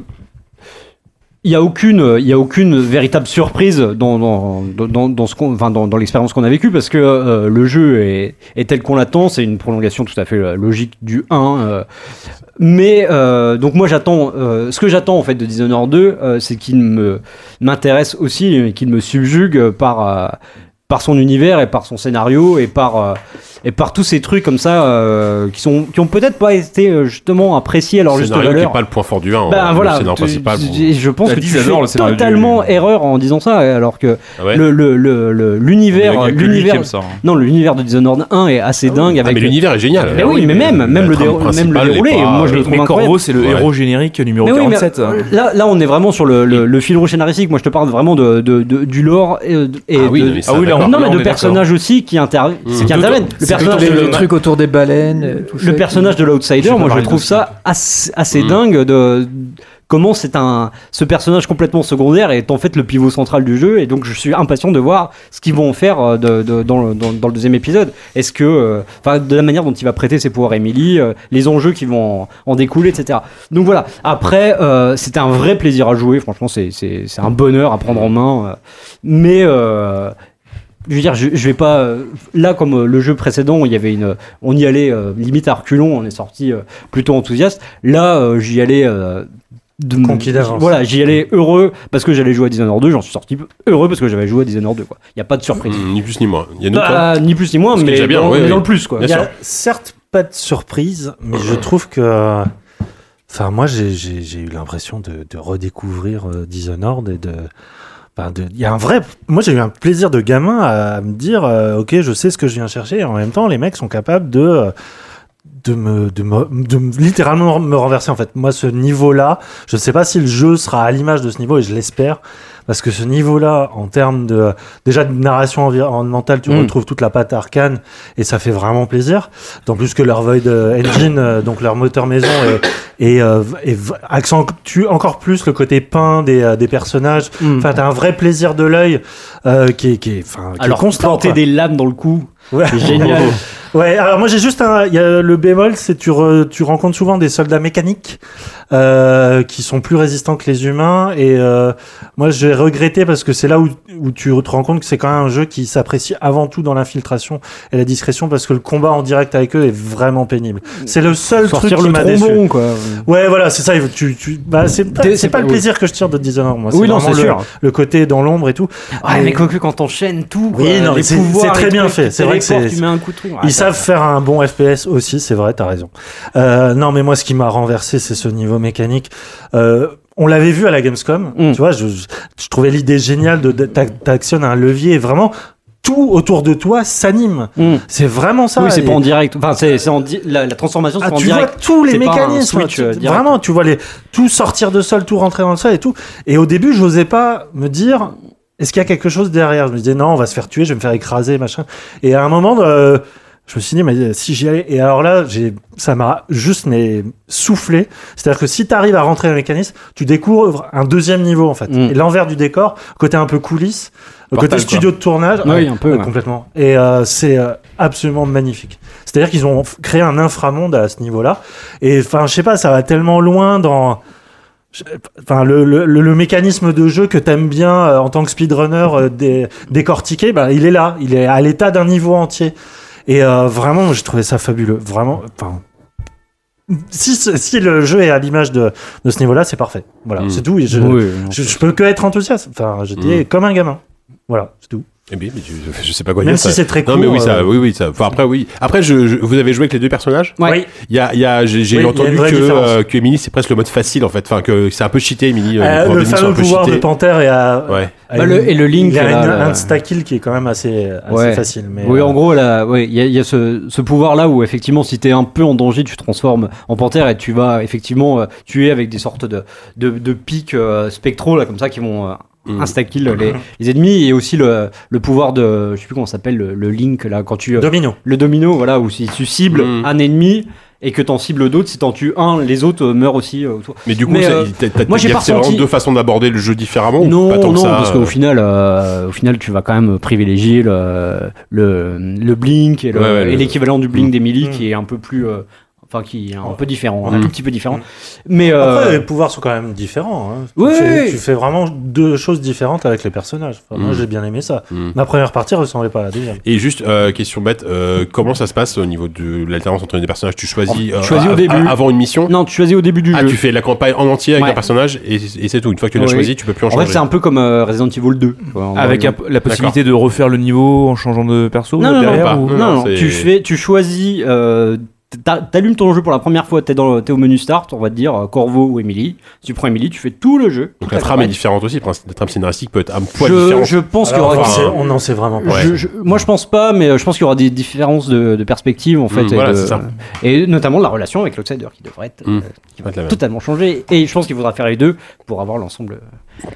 Speaker 7: il n'y a, aucune- il y a aucune véritable surprise dans, dans, dans, dans, ce qu'on- enfin, dans, dans l'expérience qu'on a vécue parce que euh, le jeu est, est tel qu'on l'attend, c'est une prolongation tout à fait euh, logique du 1. euh. mais euh, donc moi j'attends, euh, ce que j'attends en fait de Dishonored 2, euh, c'est qu'il me, m'intéresse aussi et qu'il me subjugue euh, par, euh, par son univers et par son scénario et par, euh, et par tous ces trucs comme ça euh, qui, sont, qui ont peut-être pas été euh, justement appréciés à leur Bah, juste
Speaker 3: Scénario qui
Speaker 7: valeur.
Speaker 3: n'est pas le point fort du 1.
Speaker 7: Bah, voilà,
Speaker 3: le scénario
Speaker 7: tu-
Speaker 3: principal. bon.
Speaker 7: tu- je pense
Speaker 5: T'as
Speaker 7: que tu
Speaker 5: dit, j'adore le
Speaker 7: fais
Speaker 5: scénario du-
Speaker 7: totalement erreur en disant ça, alors que
Speaker 3: Ah ouais
Speaker 7: le- le- le- le- l'univers,
Speaker 5: Il y a que lui qui
Speaker 7: l'univers,
Speaker 5: aime ça, hein.
Speaker 7: non, l'univers de Dishonored 1 est assez dingue
Speaker 3: Ah,
Speaker 7: avec.
Speaker 3: mais l'univers est génial.
Speaker 7: Mais oui, mais même, même
Speaker 3: La
Speaker 7: le,
Speaker 3: trame
Speaker 7: déro- même le
Speaker 3: principale n'est
Speaker 7: déroulé,
Speaker 3: pas-
Speaker 7: moi je le
Speaker 9: Mais,
Speaker 7: trouve
Speaker 9: mais
Speaker 7: incroyable.
Speaker 9: Corvo, c'est le
Speaker 3: Ouais.
Speaker 9: héros générique numéro
Speaker 7: Mais oui, mais,
Speaker 9: 47. hein.
Speaker 7: euh, là, là, on est vraiment sur le, le, le fil rouge scénaristique. Moi, je te parle vraiment de, de- de- du lore et, de- et
Speaker 3: Ah oui,
Speaker 7: de-
Speaker 3: mais ça,
Speaker 9: Ah oui, là,
Speaker 3: d'accord.
Speaker 7: non,
Speaker 9: on
Speaker 7: mais de
Speaker 9: est d'accord.
Speaker 7: personnages aussi qui, inter- qui
Speaker 8: Mmh.
Speaker 7: interviennent. Le personnage
Speaker 8: les,
Speaker 7: de-
Speaker 8: les trucs autour des baleines. euh, tout ça,
Speaker 7: le personnage de l'outsider, Mm. moi je trouve ça assez, assez dingue de comment c'est un ce personnage complètement secondaire est en fait le pivot central du jeu et donc je suis impatient de voir ce qu'ils vont en faire euh, de- de- dans, le, dans- dans le deuxième épisode. Est-ce que euh, enfin de la manière dont il va prêter ses pouvoirs à Emily, euh, les enjeux qui vont en, en découler, etc. Donc voilà. Après euh, c'était un vrai plaisir à jouer. Franchement c'est c'est c'est un bonheur à prendre en main. euh. mais euh, je veux dire, je, je vais pas. euh, Là, comme euh, le jeu précédent, il y avait une, on y allait euh, limite à reculons, on est sorti euh, plutôt enthousiaste. Là, euh, j'y allais. euh, de-
Speaker 6: Conquis d'avance.
Speaker 7: Voilà, j'y allais heureux parce que j'allais jouer à Dishonored 2. J'en suis sorti heureux parce que j'avais joué à Dishonored 2. Quoi. Il n'y a pas de surprise.
Speaker 3: Mmh, Ni plus ni moins. Il y a nous, toi.
Speaker 7: Bah, ni plus ni moins,
Speaker 3: Ce qui est
Speaker 7: mais
Speaker 3: déjà bien,
Speaker 7: dans,
Speaker 3: oui,
Speaker 7: mais
Speaker 3: oui.
Speaker 7: dans le plus. quoi.
Speaker 3: Bien
Speaker 6: Il y
Speaker 3: sûr.
Speaker 6: a certes pas de surprise, mais je trouve que. Enfin, moi, j'ai- j'ai j'ai eu l'impression de, de redécouvrir euh, Dishonored et de. enfin, de- Il y a un vrai. Moi, j'ai eu un plaisir de gamin à, à me dire euh, Ok, je sais ce que je viens chercher. Et en même temps, les mecs sont capables de. euh, De me, de, me, de me- littéralement me renverser en fait. Moi, ce niveau-là, je ne sais pas si le jeu sera à l'image de ce niveau et je l'espère parce que ce niveau-là, en termes de déjà de narration environnementale, tu
Speaker 7: Mm.
Speaker 6: retrouves toute la patte arcane et ça fait vraiment plaisir. D'autant plus que leur Void euh, Engine, euh, donc leur moteur maison, et, et, euh, v- et v- accentue encore plus le côté peint des, euh, des personnages.
Speaker 7: Mm.
Speaker 6: Enfin, t'as un vrai plaisir de l'œil euh, qui est, qui est, enfin, qui est
Speaker 7: Alors,
Speaker 6: constant.
Speaker 7: planter
Speaker 6: quoi.
Speaker 7: des lames dans le cou,
Speaker 6: Ouais.
Speaker 7: c'est génial.
Speaker 6: Ouais, alors moi j'ai juste un. il y a le bémol, c'est tu, re- tu rencontres souvent des soldats mécaniques euh, qui sont plus résistants que les humains. Et euh, moi j'ai regretté parce que c'est là où, où tu te rends compte que c'est quand même un jeu qui s'apprécie avant tout dans l'infiltration et la discrétion parce que le combat en direct avec eux est vraiment pénible. C'est le seul
Speaker 7: Sortir
Speaker 6: truc
Speaker 7: le
Speaker 6: qui m'a déçu.
Speaker 7: trombon, quoi.
Speaker 6: Ouais, voilà, c'est ça. Tu, tu, bah, c'est pas,
Speaker 7: T'es-
Speaker 6: c'est pas le
Speaker 7: oui.
Speaker 6: plaisir que je tire de Dishonored, moi.
Speaker 7: Oui, non,
Speaker 6: vraiment
Speaker 7: c'est
Speaker 6: le-
Speaker 7: sûr.
Speaker 6: Le côté dans l'ombre et tout.
Speaker 7: Ah,
Speaker 6: Mais-
Speaker 7: mais quoi que quand t'enchaînes tout, quoi,
Speaker 6: Oui, non, mais
Speaker 7: les
Speaker 6: c'est-
Speaker 7: pouvoirs,
Speaker 6: c'est très
Speaker 7: les
Speaker 6: bien
Speaker 7: trucs,
Speaker 6: fait.
Speaker 7: tu
Speaker 6: C'est vrai que
Speaker 7: téléportes,
Speaker 6: c'est-
Speaker 7: tu mets un coup de tronc. Ah,
Speaker 6: Ils savent faire un bon FPS aussi, c'est vrai, t'as raison. Euh, non, mais moi, ce qui m'a renversé, c'est ce niveau mécanique. Euh, on l'avait vu à la Gamescom,
Speaker 7: Mm.
Speaker 6: tu vois, je, je- je trouvais l'idée géniale de, de t'a- t'actionnes un levier et vraiment tout autour de toi s'anime.
Speaker 7: Mm.
Speaker 6: C'est vraiment ça.
Speaker 7: oui, c'est
Speaker 6: Et-
Speaker 7: pas en direct. Enfin, c'est c'est en di- la, la transformation, c'est
Speaker 6: ah,
Speaker 7: en
Speaker 6: tu
Speaker 7: direct.
Speaker 6: vois tous les
Speaker 7: C'est pas un
Speaker 6: mécanismes.
Speaker 7: switch,
Speaker 6: tu-
Speaker 7: euh, direct.
Speaker 6: vraiment, tu vois les, tout sortir de sol, tout rentrer dans le sol et tout. Et au début, j'osais pas me dire, est-ce qu'il y a quelque chose derrière Je me disais, non, on va se faire tuer, je vais me faire écraser, machin. Et à un moment, euh, je me suis dit, mais euh, si j'y allais. Et alors là, j'ai, ça m'a juste mais, soufflé. C'est-à-dire que si tu arrives à rentrer dans le mécanisme, tu découvres un deuxième niveau, en fait.
Speaker 7: Mm.
Speaker 6: Et l'envers du décor, côté un peu coulisses,
Speaker 5: Portal,
Speaker 6: côté
Speaker 5: quoi.
Speaker 6: studio de tournage.
Speaker 7: Oui,
Speaker 6: Ouais,
Speaker 7: un peu,
Speaker 6: ouais,
Speaker 7: ouais.
Speaker 6: Complètement. Et euh, c'est euh, absolument magnifique. C'est-à-dire qu'ils ont f- créé un inframonde à ce niveau-là. Et enfin, je sais pas, ça va tellement loin dans. je- Enfin, le, le, le- le mécanisme de jeu que t'aimes bien euh, en tant que speedrunner euh, dé- décortiquer, bah, il est là, il est à l'état d'un niveau entier. Et euh, vraiment, j'ai trouvé ça fabuleux. Vraiment, enfin, si, ce- si le jeu est à l'image de, de ce niveau-là, c'est parfait. Voilà,
Speaker 3: Mm.
Speaker 6: c'est tout. Et je,
Speaker 7: Oui, Mm.
Speaker 6: je, je peux que être enthousiaste. Enfin, j'étais comme un gamin. Voilà, c'est tout.
Speaker 3: Eh bien, mais je, je sais pas quoi
Speaker 6: Même
Speaker 3: dire.
Speaker 6: si
Speaker 3: ça-
Speaker 6: c'est très court.
Speaker 3: Non mais oui ça,
Speaker 6: euh,
Speaker 3: oui oui ça. Enfin, après oui. Après je, je- vous avez joué avec les deux personnages.
Speaker 7: Ouais.
Speaker 6: Oui.
Speaker 3: Il y a, il y a j'ai
Speaker 6: Oui, il
Speaker 3: j'ai
Speaker 6: y a une
Speaker 3: entendu
Speaker 6: vraie
Speaker 3: que
Speaker 6: différence.
Speaker 3: euh, que Emily c'est presque le mode facile en fait. Enfin que c'est un peu cheaté Emily. euh,
Speaker 6: Euh,
Speaker 3: les pouvoirs
Speaker 6: le
Speaker 3: d'Emily sont
Speaker 6: fameux
Speaker 3: un peu
Speaker 6: pouvoir de
Speaker 3: cheatés.
Speaker 6: Panthère et à,
Speaker 3: Ouais.
Speaker 6: à
Speaker 7: Bah, le- et le Link,
Speaker 6: Il a
Speaker 7: là,
Speaker 6: une-
Speaker 7: là.
Speaker 6: un stack-kill qui est quand même assez, assez
Speaker 7: Ouais.
Speaker 6: facile. Mais
Speaker 7: Oui,
Speaker 6: euh,
Speaker 7: en gros, là, ouais, il y a, il y a ce, ce pouvoir-là où effectivement, si t'es un peu en danger, tu te transformes en panthère et tu vas effectivement euh, tuer avec des sortes de de, de pics euh, spectraux là, comme ça, qui vont euh,
Speaker 3: Mm.
Speaker 7: insta-kill les, les ennemis et aussi le, le pouvoir de, je sais plus comment ça s'appelle, le, le link là, quand tu euh,
Speaker 6: Domino.
Speaker 7: le domino, voilà, où si tu cibles
Speaker 3: Mm.
Speaker 7: un ennemi et que t'en cibles d'autres, si t'en tues un, les autres euh, meurent aussi. euh, autour.
Speaker 3: Mais du coup
Speaker 7: Mais,
Speaker 3: ça-
Speaker 7: euh,
Speaker 3: il- t'as- t'as-
Speaker 7: moi, j'ai
Speaker 3: t'as-
Speaker 7: pas
Speaker 3: c'est vraiment
Speaker 7: ressenti-
Speaker 3: deux façons d'aborder le jeu différemment. ou
Speaker 7: Non,
Speaker 3: Oh, pas tant
Speaker 7: non,
Speaker 3: que ça,
Speaker 7: parce qu'au
Speaker 3: euh,
Speaker 7: final, euh, au final, tu vas quand même privilégier le, le, le blink et le-
Speaker 3: Ouais, ouais,
Speaker 7: et
Speaker 3: le-
Speaker 7: l'équivalent du blink
Speaker 3: Mm.
Speaker 7: d'Emily
Speaker 6: Mm.
Speaker 7: qui est un peu plus, euh, enfin qui est un
Speaker 6: Ouais.
Speaker 7: peu différent, un
Speaker 3: Mm.
Speaker 7: tout petit peu différent. Mais euh,
Speaker 6: Après, les pouvoirs sont quand même différents. hein. Tu
Speaker 7: Oui,
Speaker 6: fais- tu,
Speaker 7: oui.
Speaker 6: fais vraiment deux choses différentes avec les personnages. Enfin, Moi,
Speaker 3: Mm.
Speaker 6: j'ai bien aimé ça.
Speaker 3: Mm.
Speaker 6: Ma première partie ressemblait pas à la deuxième.
Speaker 3: Et juste euh, question bête, euh, comment ça se passe au niveau de l'alternance entre les personnages Tu choisis,
Speaker 7: Oh, tu choisis au
Speaker 3: a-
Speaker 7: début.
Speaker 3: a- avant une mission.
Speaker 7: non, tu choisis au début du
Speaker 3: Ah,
Speaker 7: jeu.
Speaker 3: tu fais la campagne en entier avec
Speaker 7: Ouais.
Speaker 3: un personnage et, et c'est tout. Une fois que tu l'as
Speaker 7: Oui.
Speaker 3: choisi, tu peux plus en
Speaker 7: en
Speaker 3: changer.
Speaker 7: fait, c'est un peu comme euh, Resident Evil 2. quoi, en
Speaker 9: Avec
Speaker 7: gros.
Speaker 9: un- la possibilité de refaire le niveau en changeant de perso
Speaker 7: non, non, non,
Speaker 9: derrière
Speaker 3: pas.
Speaker 9: ou-
Speaker 7: non,
Speaker 3: Non, non,
Speaker 7: non,
Speaker 3: c'est-
Speaker 7: tu fais, tu choisis, euh, t'a- t'allumes ton jeu pour la première fois, t'es dans, le- t'es au menu start, on va te dire euh, Corvo ou Emily. Si tu prends Emily, tu fais tout le jeu.
Speaker 3: Donc
Speaker 7: toute
Speaker 3: la trame est
Speaker 7: campagne. différente
Speaker 3: différente aussi. Enfin, La trame scénaristique peut être un poids
Speaker 7: Je,
Speaker 3: différent.
Speaker 7: je pense qu'il y
Speaker 6: Alors,
Speaker 7: aura
Speaker 6: on,
Speaker 3: enfin,
Speaker 6: en sait- on en sait vraiment pas.
Speaker 3: Ouais.
Speaker 7: Je- je- moi, je pense pas, mais euh, je pense qu'il y aura des différences de, de perspective en fait,
Speaker 3: Mm,
Speaker 7: et,
Speaker 3: voilà,
Speaker 7: de-
Speaker 3: c'est ça.
Speaker 7: et notamment la relation avec l'outsider qui devrait être
Speaker 3: Mm.
Speaker 7: euh, qui va
Speaker 3: Pas de la même.
Speaker 7: totalement changer. Et je pense qu'il faudra faire les deux pour avoir l'ensemble euh,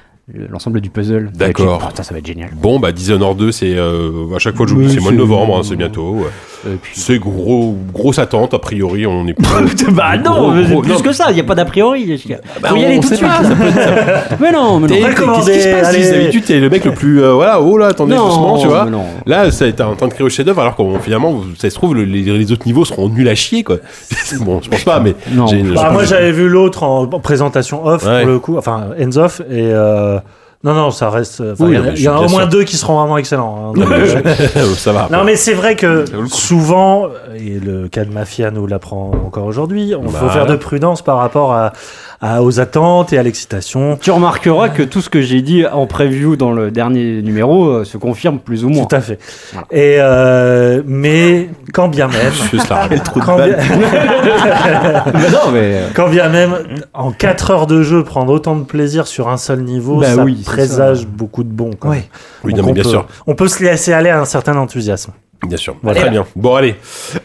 Speaker 7: l'ensemble du puzzle. Ça va être
Speaker 3: D'accord.
Speaker 7: génial. Ah, Putain, ça va être génial.
Speaker 3: Bon, bah Dishonored 2, c'est euh, à chaque fois que je
Speaker 7: Oui,
Speaker 3: joue, c'est mois de
Speaker 7: c'est-
Speaker 3: novembre, hein, c'est bientôt. ouais.
Speaker 7: Et puis-
Speaker 3: C'est gros, grosse attente, a priori, on est.
Speaker 7: bah non,
Speaker 3: Gros,
Speaker 7: mais c'est
Speaker 3: gros,
Speaker 7: plus
Speaker 3: non.
Speaker 7: que ça. Il n'y a pas d'a priori. Jessica.
Speaker 3: Bah,
Speaker 7: Faut y
Speaker 3: on-
Speaker 7: aller
Speaker 3: on
Speaker 7: tout de
Speaker 3: sait
Speaker 7: suite.
Speaker 3: pas, ça peut être-
Speaker 7: mais non, mais non.
Speaker 3: T'es-
Speaker 6: va
Speaker 3: t'es-
Speaker 6: commander,
Speaker 3: Qu'est-ce qui se passe
Speaker 6: allez.
Speaker 3: dis- D'habitude, t'es le mec le plus. euh, voilà, oh là, attendez
Speaker 7: Non,
Speaker 3: doucement, tu vois.
Speaker 7: mais non.
Speaker 3: Là, ça- t'es en train de créer au chef-d'œuvre, alors qu'on finalement, vous- ça se trouve, le- les, les autres niveaux seront nuls à chier, quoi. bon, je pense pas, mais.
Speaker 7: Non.
Speaker 3: j'ai- je
Speaker 6: Bah,
Speaker 3: pense-
Speaker 6: moi, j'avais vu l'autre en, en présentation off
Speaker 3: Ouais.
Speaker 6: pour le coup, enfin hands off et. euh, Non, non, ça reste. enfin, Il y, en
Speaker 3: Oui, non,
Speaker 6: a-
Speaker 3: mais je
Speaker 6: il y en a
Speaker 3: suis
Speaker 6: au
Speaker 3: bien
Speaker 6: moins
Speaker 3: sûr.
Speaker 6: deux qui seront vraiment excellents. hein.
Speaker 3: Non, mais
Speaker 8: Euh,
Speaker 3: je- ça va.
Speaker 6: Non, mais c'est vrai que
Speaker 3: Ça vaut le coup.
Speaker 6: souvent, et le cas de Mafia nous l'apprend encore aujourd'hui, on faut
Speaker 3: Voilà.
Speaker 6: faire de prudence par rapport à, à- Ah, aux attentes et à l'excitation.
Speaker 7: Tu remarqueras que tout ce que j'ai dit en preview dans le dernier numéro euh, se confirme plus ou moins.
Speaker 6: Tout à fait.
Speaker 7: Voilà.
Speaker 6: Et euh, mais quand bien même,
Speaker 3: Monsieur Slark.
Speaker 6: quand bien,
Speaker 7: Mais non, mais euh,
Speaker 6: quand bien même, en 4 heures de jeu, prendre autant de plaisir sur un seul niveau,
Speaker 7: Bah
Speaker 6: ça
Speaker 7: oui, c'est ça.
Speaker 6: présage beaucoup de bons. quand même.
Speaker 3: Oui,
Speaker 6: Donc
Speaker 3: non, mais
Speaker 6: on
Speaker 3: bien
Speaker 6: peut-
Speaker 3: sûr.
Speaker 6: On peut se laisser aller à un certain enthousiasme.
Speaker 3: Bien sûr.
Speaker 6: Voilà.
Speaker 3: Très bien. Bon, allez.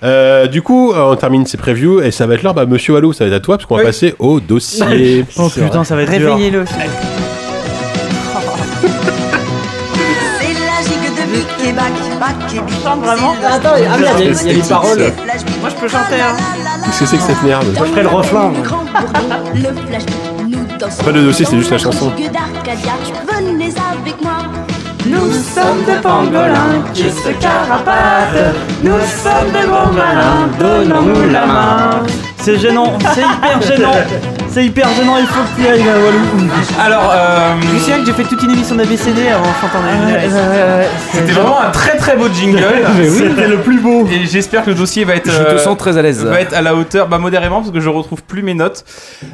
Speaker 3: Euh, du coup, euh, on termine ces previews et ça va être l'heure. Bah, monsieur Wallo, ça va être à toi parce qu'on va passer au dossier.
Speaker 4: Oh putain, ça va être dur.
Speaker 10: Réveillez-le.
Speaker 11: C'est la gigue de Mickey Bac, Bac et Bic.
Speaker 10: Chante vraiment.
Speaker 11: C'est la-
Speaker 7: Attends, ah merde, il y a- il y a les paroles.
Speaker 10: Moi, je peux chanter, hein.
Speaker 3: Qu'est-ce que c'est que cette merde
Speaker 11: Moi,
Speaker 7: je ferai le refrain, moi.
Speaker 11: Pas
Speaker 3: Pas de dossier, c'est juste la chanson.
Speaker 11: Venez avec moi. Nous sommes de pangolins qui se carapatent. Nous sommes de gros malins, donnons-nous la main.
Speaker 4: C'est gênant, c'est hyper gênant. C'est hyper gênant, il faut que tu y ailles, là, Walou.
Speaker 5: Alors, euh...
Speaker 4: Je me souviens que j'ai fait toute une émission d'ABCD avant de chanter
Speaker 5: C'était
Speaker 10: Euh,
Speaker 5: vraiment un très très beau jingle.
Speaker 4: Mais oui. C'était
Speaker 5: le plus beau. Et j'espère que le dossier va être. euh,
Speaker 9: Je te sens très à l'aise.
Speaker 5: Va être à la hauteur, bah modérément parce que je retrouve plus mes notes.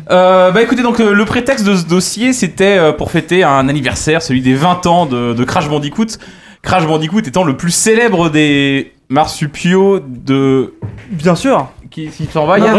Speaker 5: Euh, bah écoutez, donc euh, le prétexte de ce dossier, c'était euh, pour fêter un anniversaire, celui des 20 ans de, de Crash Bandicoot. Crash Bandicoot étant le plus célèbre des marsupiaux de
Speaker 4: Bien sûr.
Speaker 5: qui, qui s'en va. Yann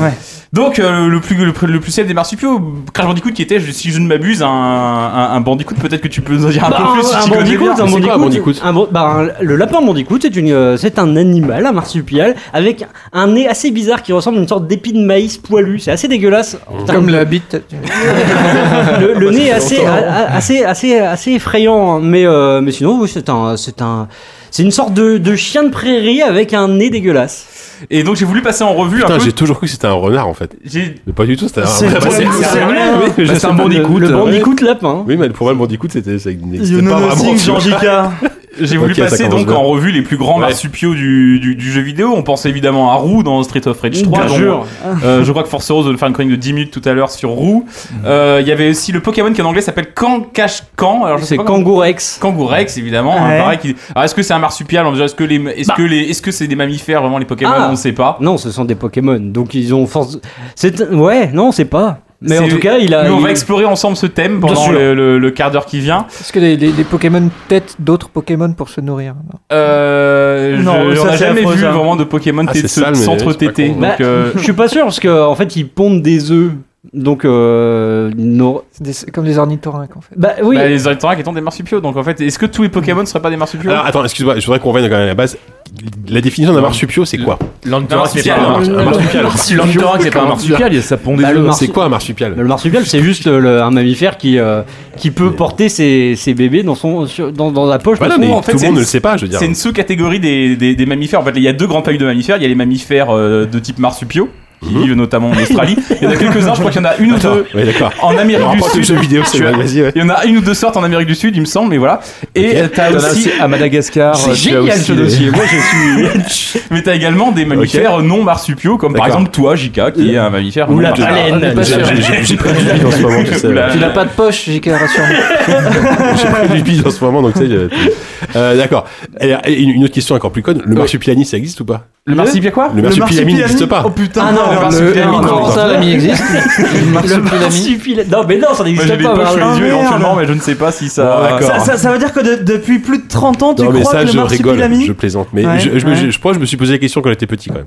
Speaker 4: Ouais.
Speaker 5: Donc euh, le, plus, le, plus- le plus célèbre des marsupiaux, Crash Bandicoot qui était, je- si je ne m'abuse, un, un, un Bandicoot. Peut-être que tu peux nous en dire un peu plus. si tu connais bien.
Speaker 7: Bah, un
Speaker 5: C'est quoi
Speaker 7: bandicoot, un ban- bah, un- le lapin bandicoot, c'est une, euh, c'est un animal, un marsupial, avec un nez assez bizarre qui ressemble à une sorte d'épi de maïs poilu. C'est assez dégueulasse.
Speaker 8: Comme la bite.
Speaker 7: le, Euh,
Speaker 3: Ah,
Speaker 7: le
Speaker 3: bah,
Speaker 7: nez est assez,
Speaker 8: longtemps.
Speaker 3: hein.
Speaker 7: a- a- assez, assez, assez effrayant, hein. mais, euh, mais sinon, oui, c'est un, c'est un, c'est une sorte de, de chien de prairie avec un nez dégueulasse.
Speaker 5: Et donc j'ai voulu passer en revue un
Speaker 3: Putain,
Speaker 5: peu.
Speaker 3: j'ai toujours cru que c'était un renard en fait.
Speaker 5: J'ai-
Speaker 3: Mais pas du tout, c'était un
Speaker 4: C'est
Speaker 3: renard.
Speaker 4: toi,
Speaker 3: Oui,
Speaker 4: c'est
Speaker 3: mais
Speaker 4: rien.
Speaker 5: hein.
Speaker 3: je
Speaker 9: Bah,
Speaker 3: sais
Speaker 9: c'est un
Speaker 3: pas.
Speaker 9: bandicoot.
Speaker 7: Le
Speaker 3: euh,
Speaker 7: bandicoot lapin.
Speaker 3: Oui, mais le problème bandicoot, c'était ça n'existait pas vraiment.
Speaker 4: Younonosing,
Speaker 3: tu vois.
Speaker 4: Georgica.
Speaker 5: J'ai voulu
Speaker 3: Ok, ça
Speaker 5: passer
Speaker 3: commence
Speaker 5: donc
Speaker 3: bien.
Speaker 5: en revue les plus grands
Speaker 3: Ouais.
Speaker 5: marsupiaux du, du, du jeu vidéo. On pense évidemment à Roux dans Street of Rage 3.
Speaker 7: Bien
Speaker 5: dont,
Speaker 7: sûr.
Speaker 5: euh, je crois que Force Rose va nous faire une chronique de 10 minutes tout à l'heure sur Roux.
Speaker 3: Mhm.
Speaker 5: Euh, Il y avait aussi le Pokémon qui en anglais s'appelle Kankash-Kan. Alors je sais
Speaker 7: C'est
Speaker 5: pas comment-
Speaker 7: Kangourex.
Speaker 5: Kangourex évidemment, hein,
Speaker 4: Ouais.
Speaker 5: pareil. qui- Alors est-ce que c'est un marsupial Est-ce que les, est-ce que les, est-ce que c'est des mammifères vraiment les Pokémon
Speaker 7: Bah. Ah.
Speaker 5: On ne sait pas.
Speaker 7: Non, ce sont des Pokémon, donc ils ont force. C'est ouais, non, c'est pas. Mais en
Speaker 5: C'est-
Speaker 7: tout cas, il a.
Speaker 5: Mais on
Speaker 7: il-
Speaker 5: va explorer ensemble ce thème
Speaker 7: Bien
Speaker 5: pendant
Speaker 7: sûr.
Speaker 5: le, le- le quart d'heure qui vient.
Speaker 8: Est-ce que les, les- les Pokémon têtent d'autres Pokémon pour se nourrir non
Speaker 5: Euh,
Speaker 4: Non,
Speaker 5: je-
Speaker 4: ça,
Speaker 5: on n'a
Speaker 4: c'est
Speaker 5: jamais
Speaker 4: affreux,
Speaker 5: vu
Speaker 4: ça.
Speaker 5: vraiment de Pokémon
Speaker 3: Ah,
Speaker 5: t-
Speaker 3: c'est
Speaker 5: se-
Speaker 3: sale, mais
Speaker 5: s'entretéter.
Speaker 3: c'est pas con.
Speaker 5: Donc,
Speaker 7: Bah,
Speaker 5: euh,
Speaker 7: Je suis pas sûr parce que en fait, ils pondent des œufs, donc euh, ils n'auront-
Speaker 8: C'est des- c'est comme des ornithorynques en fait.
Speaker 7: bah oui.
Speaker 5: bah, les ornithorynques étant des marsupiaux. Donc en fait, est-ce que tous les Pokémon ne seraient pas des marsupiaux
Speaker 3: Alors attends, excuse-moi, je voudrais qu'on revienne quand même à la base. La définition d'un marsupio, c'est quoi
Speaker 5: L'ornithorynque, c'est pas
Speaker 3: Un
Speaker 5: un
Speaker 3: mars- un marsupial.
Speaker 5: L'ornithorynque, c'est pas un marsupial.
Speaker 9: ça pond des
Speaker 7: Bah, le
Speaker 9: œufs.
Speaker 7: marsu-
Speaker 3: C'est quoi un marsupial
Speaker 7: Le marsupial, c'est juste le- le- un mammifère qui, euh, qui peut porter ses, ses bébés dans, son, sur- dans, dans la poche.
Speaker 3: Voilà,
Speaker 7: parce
Speaker 3: mais
Speaker 7: que-
Speaker 5: en fait,
Speaker 3: tout le
Speaker 5: c'est-
Speaker 3: monde ne le sait pas, je veux dire.
Speaker 5: C'est une sous-catégorie des, des- des mammifères. En fait, il y a deux grandes familles de mammifères. Il y a les mammifères euh, de type marsupiaux, qui vivent notamment en Australie. Il y en a quelques-uns, je crois qu'il y en a une ou deux
Speaker 3: Oui, Mhm. d'accord.
Speaker 5: en Amérique
Speaker 3: Alors,
Speaker 5: du
Speaker 3: pas que le
Speaker 5: Sud.
Speaker 3: jeu vidéo, c'est
Speaker 5: Tu as-
Speaker 3: vrai, vas-y, ouais.
Speaker 5: Il y en a une ou deux sortes en Amérique du Sud, il me semble, mais voilà. Et
Speaker 3: Ok.
Speaker 5: euh, t'as
Speaker 9: T'en as
Speaker 5: aussi.
Speaker 9: aussi à Madagascar.
Speaker 3: euh,
Speaker 5: C'est
Speaker 9: tu as
Speaker 5: génial
Speaker 9: aussi
Speaker 5: ce
Speaker 9: les-
Speaker 5: dossier. Moi, je suis. mais t'as également des mammifères non marsupiaux, comme par
Speaker 3: D'accord.
Speaker 5: exemple toi, Jika, qui est un mammifère. non
Speaker 7: Ou la
Speaker 5: marsupial.
Speaker 7: baleine.
Speaker 8: Ah, mais pas
Speaker 3: J'ai-
Speaker 8: sûr.
Speaker 3: j'ai- J'ai j'ai pris du bide en ce moment, tu sais.
Speaker 5: Oula.
Speaker 3: ouais.
Speaker 8: Tu n'as pas de poche, j'ai qu'à rassurer.
Speaker 3: J'ai pris du bide en ce moment, donc tu sais. je- Euh, D'accord. Et, et une une autre question encore plus conne le marsupilami, ça existe ou pas
Speaker 5: Le marsupial quoi
Speaker 3: Le marsupilami n'existe
Speaker 4: Oh
Speaker 3: pas.
Speaker 4: putain.
Speaker 7: Ah non,
Speaker 5: Le
Speaker 7: le-
Speaker 5: marsupilami,
Speaker 7: non,
Speaker 8: Comment
Speaker 5: non.
Speaker 8: ça, l'ami existe Marsupilami
Speaker 7: le marsupilami. Non, mais non, ça
Speaker 5: Moi,
Speaker 7: n'existe
Speaker 5: j'ai les
Speaker 7: pas.
Speaker 5: poches sous
Speaker 7: voilà.
Speaker 5: les yeux
Speaker 3: Ah,
Speaker 4: merde.
Speaker 5: éventuellement, mais je ne sais pas si ça.
Speaker 3: Bon,
Speaker 4: Ça,
Speaker 3: Ah, d'accord.
Speaker 4: ça- ça veut dire que de- depuis plus de 30 ans, tu
Speaker 3: Non, mais
Speaker 4: crois
Speaker 3: ça,
Speaker 4: que le
Speaker 3: je rigole,
Speaker 4: marsupilami
Speaker 3: je plaisante. Mais
Speaker 4: Ouais,
Speaker 3: je, je me-
Speaker 4: ouais.
Speaker 3: je crois que je me suis posé la question quand j'étais petit quand même.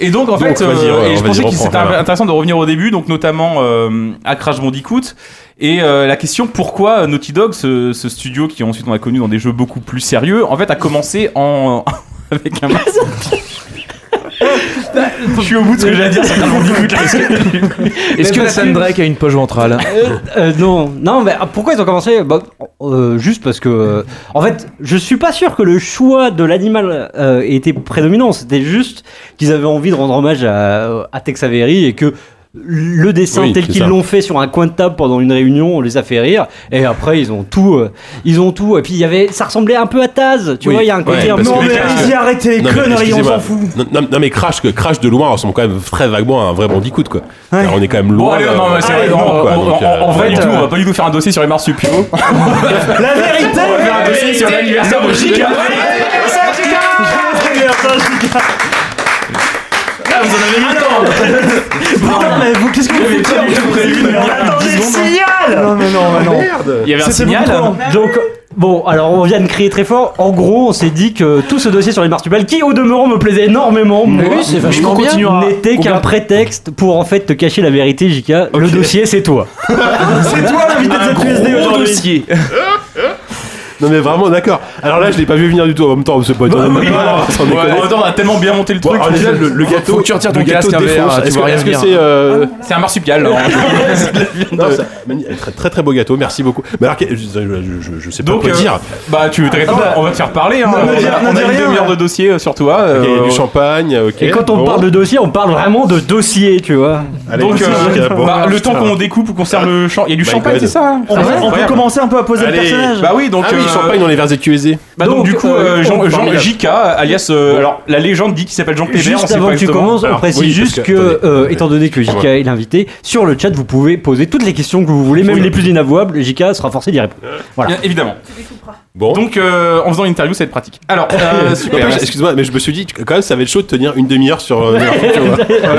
Speaker 5: Et donc en
Speaker 3: Donc,
Speaker 5: fait,
Speaker 3: vas-y,
Speaker 5: euh,
Speaker 3: ouais,
Speaker 5: et je
Speaker 3: vas-y,
Speaker 5: pensais que
Speaker 3: reprends,
Speaker 5: c'était
Speaker 3: voilà.
Speaker 5: intéressant de revenir au début, donc notamment euh, à Crash Bandicoot. Et euh, la question pourquoi Naughty Dog, ce, ce studio qui ensuite on a connu dans des jeux beaucoup plus sérieux, en fait a commencé en avec un masque. Je suis au bout de ce que j'ai à dire sur Crash Bandicoot. là, parce que-
Speaker 9: Est-ce que Nathan Drake a une poche ventrale
Speaker 7: Euh, euh, non, non, mais ah, pourquoi ils ont commencé Bah, euh, Juste parce que, euh, en fait, je suis pas sûr que le choix de l'animal euh, était prédominant. C'était juste qu'ils avaient envie de rendre hommage à, à Tex Avery et que le dessin
Speaker 3: Oui,
Speaker 7: tel
Speaker 3: c'est
Speaker 7: qu'ils
Speaker 3: ça.
Speaker 7: l'ont fait sur un coin de table pendant une réunion, on les a fait rire. Et après, ils ont tout, euh, ils ont tout. Et puis il y avait, ça ressemblait un peu à Taz. Tu
Speaker 3: Oui,
Speaker 7: vois, il y a un côté
Speaker 3: ouais,
Speaker 7: un peu.
Speaker 3: parce
Speaker 4: Non,
Speaker 3: que-
Speaker 4: mais
Speaker 3: parce que-
Speaker 4: allez-y, arrêtez les
Speaker 3: Non, mais
Speaker 4: conneries, on
Speaker 3: excusez-moi.
Speaker 4: s'en fout.
Speaker 3: Non, non, non, mais Crash, que Crash de loin ressemble quand même très vaguement à un vrai bandicoot quoi.
Speaker 4: Ouais.
Speaker 3: On est quand même
Speaker 5: Bon,
Speaker 3: loin.
Speaker 5: allez,
Speaker 3: là.
Speaker 5: non, mais c'est vrai,
Speaker 3: Allez,
Speaker 5: non,
Speaker 3: non,
Speaker 5: on-
Speaker 3: quoi,
Speaker 5: on-
Speaker 3: donc, euh,
Speaker 5: on- on va
Speaker 3: voilà.
Speaker 5: du tout, on va pas du tout faire un dossier sur les marsupiaux.
Speaker 3: Ah,
Speaker 4: La vérité
Speaker 5: On va faire un dossier sur l'anniversaire de Giga. Ah, vous en avez mis le temps.
Speaker 4: Putain, mais vous, qu'est-ce que vous
Speaker 5: J'avais
Speaker 4: faites
Speaker 5: pas du tout prévu de venir à 10 secondes.
Speaker 4: Non, mais non,
Speaker 3: Ah,
Speaker 8: Ah,
Speaker 4: mais non.
Speaker 5: Il y avait un
Speaker 4: C'était
Speaker 5: signal.
Speaker 4: beaucoup trop long.
Speaker 7: Donc, bon, alors on vient de crier très fort. En gros, on s'est dit que tout ce dossier sur les marsupiales, qui au demeurant me plaisait énormément,
Speaker 8: Mais
Speaker 7: moi,
Speaker 8: oui, c'est vachement bien.
Speaker 7: n'était qu'un prétexte pour en fait te cacher la vérité, Jika. Le dossier, c'est toi.
Speaker 4: C'est toi l'invité de cette PSD aujourd'hui.
Speaker 9: dossier.
Speaker 3: Non mais vraiment d'accord. Alors là je l'ai pas vu venir du tout en même temps ce pote.
Speaker 5: Ah oui,
Speaker 3: sans
Speaker 5: ouais,
Speaker 3: déconner.
Speaker 5: en même temps, bah, on a tellement bien monté le
Speaker 3: Bon,
Speaker 5: truc.
Speaker 3: alors, déjà, le, le
Speaker 9: Faut-
Speaker 3: gâteau,
Speaker 9: faut que tu retires ton
Speaker 3: le gâteau
Speaker 5: hein,
Speaker 9: casque, un verre,
Speaker 3: défonce.
Speaker 9: tu
Speaker 3: Est-ce
Speaker 9: vois
Speaker 3: que
Speaker 9: rien
Speaker 3: est-ce que
Speaker 9: venir.
Speaker 3: c'est euh,
Speaker 5: C'est un marsupial. là, hein. C'est de la viande.
Speaker 3: non, ça- mani- Euh, très, très très beau gâteau, merci beaucoup. Mais alors, que- je, je- je- je sais pas
Speaker 5: Donc,
Speaker 3: quoi
Speaker 5: euh,
Speaker 3: dire. Ah,
Speaker 5: Bah, tu veux t'arrêter On va te faire parler. Hein.
Speaker 4: Non,
Speaker 5: on
Speaker 4: ne
Speaker 5: a,
Speaker 4: dis- ne
Speaker 5: on a
Speaker 4: dis
Speaker 5: une
Speaker 4: rien.
Speaker 5: demi-heure de dossier euh, sur toi.
Speaker 3: Ok, il y a
Speaker 5: euh,
Speaker 3: du champagne, ok.
Speaker 7: Et quand on
Speaker 3: bon.
Speaker 7: parle de dossier, on parle vraiment de dossier, tu vois.
Speaker 3: Allez,
Speaker 5: Donc,
Speaker 3: merci,
Speaker 5: euh,
Speaker 3: Jika, bon.
Speaker 5: bah, le temps qu'on découpe ou qu'on serve le champ, il y a du
Speaker 3: My
Speaker 5: champagne,
Speaker 3: God.
Speaker 5: c'est ça hein
Speaker 4: On
Speaker 5: Ah
Speaker 4: va-
Speaker 5: ouais,
Speaker 4: on peut
Speaker 5: incroyable.
Speaker 4: commencer un peu à poser le
Speaker 3: Allez.
Speaker 4: personnage.
Speaker 5: Bah oui, donc
Speaker 3: Ah oui,
Speaker 5: euh,
Speaker 3: champagne dans les verres écuésés.
Speaker 5: Bah donc, du coup, euh, Jean, Jean-
Speaker 3: Formidable.
Speaker 5: JK, alias, euh, alors la légende dit qu'il s'appelle Jean Pébert. Eh on
Speaker 7: Juste
Speaker 5: sait
Speaker 7: avant
Speaker 5: pas
Speaker 7: que tu
Speaker 5: exactement.
Speaker 7: commences, on
Speaker 5: Alors,
Speaker 7: précise
Speaker 5: oui, parce
Speaker 7: juste que, euh, étant donné que JK
Speaker 5: Ouais.
Speaker 7: est l'invité, sur le chat vous pouvez poser toutes les questions que vous voulez, même les plus inavouables, JK sera forcé d'y répondre. Voilà.
Speaker 5: Bien, évidemment. Donc, euh, en faisant l'interview, ça va être pratique. Alors, euh, super.
Speaker 3: Non, mais Excuse-moi, mais je me suis dit, quand même, ça va être chaud de tenir une demi-heure sur. euh, tu vois.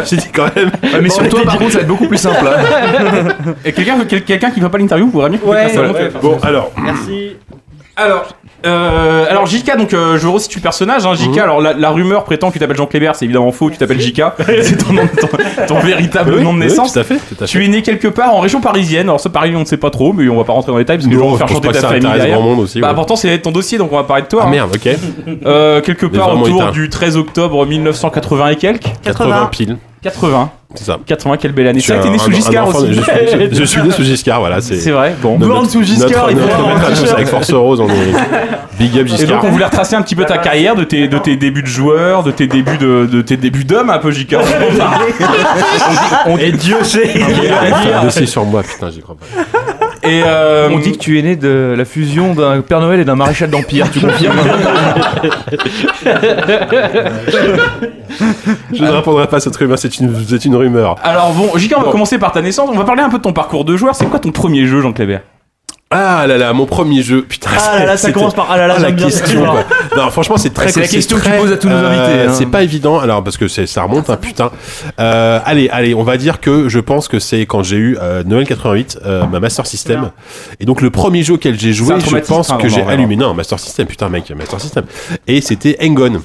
Speaker 3: J'ai dit quand même.
Speaker 5: mais sur toi, par contre, ça va être beaucoup plus simple.
Speaker 3: hein.
Speaker 5: Et quelqu'un quel- quelqu'un qui ne va pas à l'interview pourrait mieux
Speaker 3: Ouais,
Speaker 5: ça.
Speaker 3: ouais, ouais. Bon, alors.
Speaker 5: Merci. Alors. euh, alors JK, donc euh, je resitue le personnage. Hein, JK,
Speaker 3: Mhm.
Speaker 5: alors la, la rumeur prétend que tu t'appelles Jean Clébert, c'est évidemment faux. Tu t'appelles JK, c'est ton, nom- ton- ton véritable
Speaker 3: Oui,
Speaker 5: nom de
Speaker 3: oui,
Speaker 5: naissance.
Speaker 3: tout à fait, tout à
Speaker 5: Tu es né quelque part en région parisienne. Alors ça, Paris, on ne sait pas trop, mais on va pas rentrer dans les détails parce que
Speaker 3: Non,
Speaker 5: les gens vont
Speaker 3: je
Speaker 5: faire
Speaker 3: pense
Speaker 5: chanter
Speaker 3: pas
Speaker 5: ta
Speaker 3: que ça
Speaker 5: famille
Speaker 3: intéresse
Speaker 5: derrière.
Speaker 3: grand monde aussi,
Speaker 5: Bah,
Speaker 3: ouais.
Speaker 5: Important, c'est ton dossier, donc on va parler de toi.
Speaker 3: Ah,
Speaker 5: hein.
Speaker 3: merde, ok.
Speaker 5: Euh, quelque
Speaker 3: Les
Speaker 5: part
Speaker 3: vraiment
Speaker 5: autour
Speaker 3: éteints.
Speaker 5: du 13 octobre 1980 et quelques.
Speaker 3: 80 pile.
Speaker 5: 80.
Speaker 3: C'est ça.
Speaker 5: 80, quelle belle année.
Speaker 3: Je suis
Speaker 5: C'est vrai que t'es né
Speaker 3: un-
Speaker 5: sous
Speaker 3: un
Speaker 5: Giscard
Speaker 3: enfant de-
Speaker 5: aussi.
Speaker 3: je suis- je suis né sous Giscard, voilà.
Speaker 5: C'est vrai, bon.
Speaker 3: Notre-
Speaker 5: Born sous Giscard,
Speaker 3: notre-
Speaker 5: il faut
Speaker 3: notre
Speaker 5: avoir un
Speaker 3: maître à tous
Speaker 5: t-shirt.
Speaker 3: avec Force Rose, on est. Big up
Speaker 5: Et donc
Speaker 3: Giscard.
Speaker 5: on voulait retracer un petit peu ta carrière, de tes, de tes débuts de joueur, de tes débuts de, de tes débuts d'homme un peu Giscard. Et Dieu sait.
Speaker 3: Faire un dossier sur
Speaker 4: Ah,
Speaker 3: moi, putain, j'y crois pas.
Speaker 5: Et
Speaker 7: euh,
Speaker 9: on dit que tu es né de la fusion d'un Père Noël et d'un maréchal d'Empire, tu confirmes
Speaker 3: Je ne répondrai pas à cette rumeur, c'est une, c'est une rumeur.
Speaker 5: Alors bon, Giscard, on va commencer par ta naissance. On va parler un peu de ton parcours de joueur. C'est quoi ton premier jeu, Jean Clébert
Speaker 3: Ah là là, mon premier jeu, putain.
Speaker 5: Ah là là, ça
Speaker 3: c'était-
Speaker 5: commence par ah là là,
Speaker 3: la
Speaker 5: j'aime bien Ah, cette
Speaker 3: question.
Speaker 5: histoire.
Speaker 3: quoi. Non, franchement, c'est très.
Speaker 9: C'est la question que tu
Speaker 3: très,
Speaker 9: poses à tous nos invités, hein.
Speaker 3: C'est pas évident, alors parce que c'est, ça remonte, hein, putain. Euh, allez, allez, on va dire que je pense que c'est quand j'ai eu euh, Noël 88, euh, ma Master System, et donc le premier jeu auquel j'ai
Speaker 5: Ah, C'est
Speaker 3: joué,
Speaker 5: un
Speaker 3: je
Speaker 5: traumatisme,
Speaker 3: pense
Speaker 5: hein,
Speaker 3: que
Speaker 5: on en
Speaker 3: j'ai
Speaker 5: reverra.
Speaker 3: allumé. Non, Master System, putain mec, Master System. Et c'était Engon.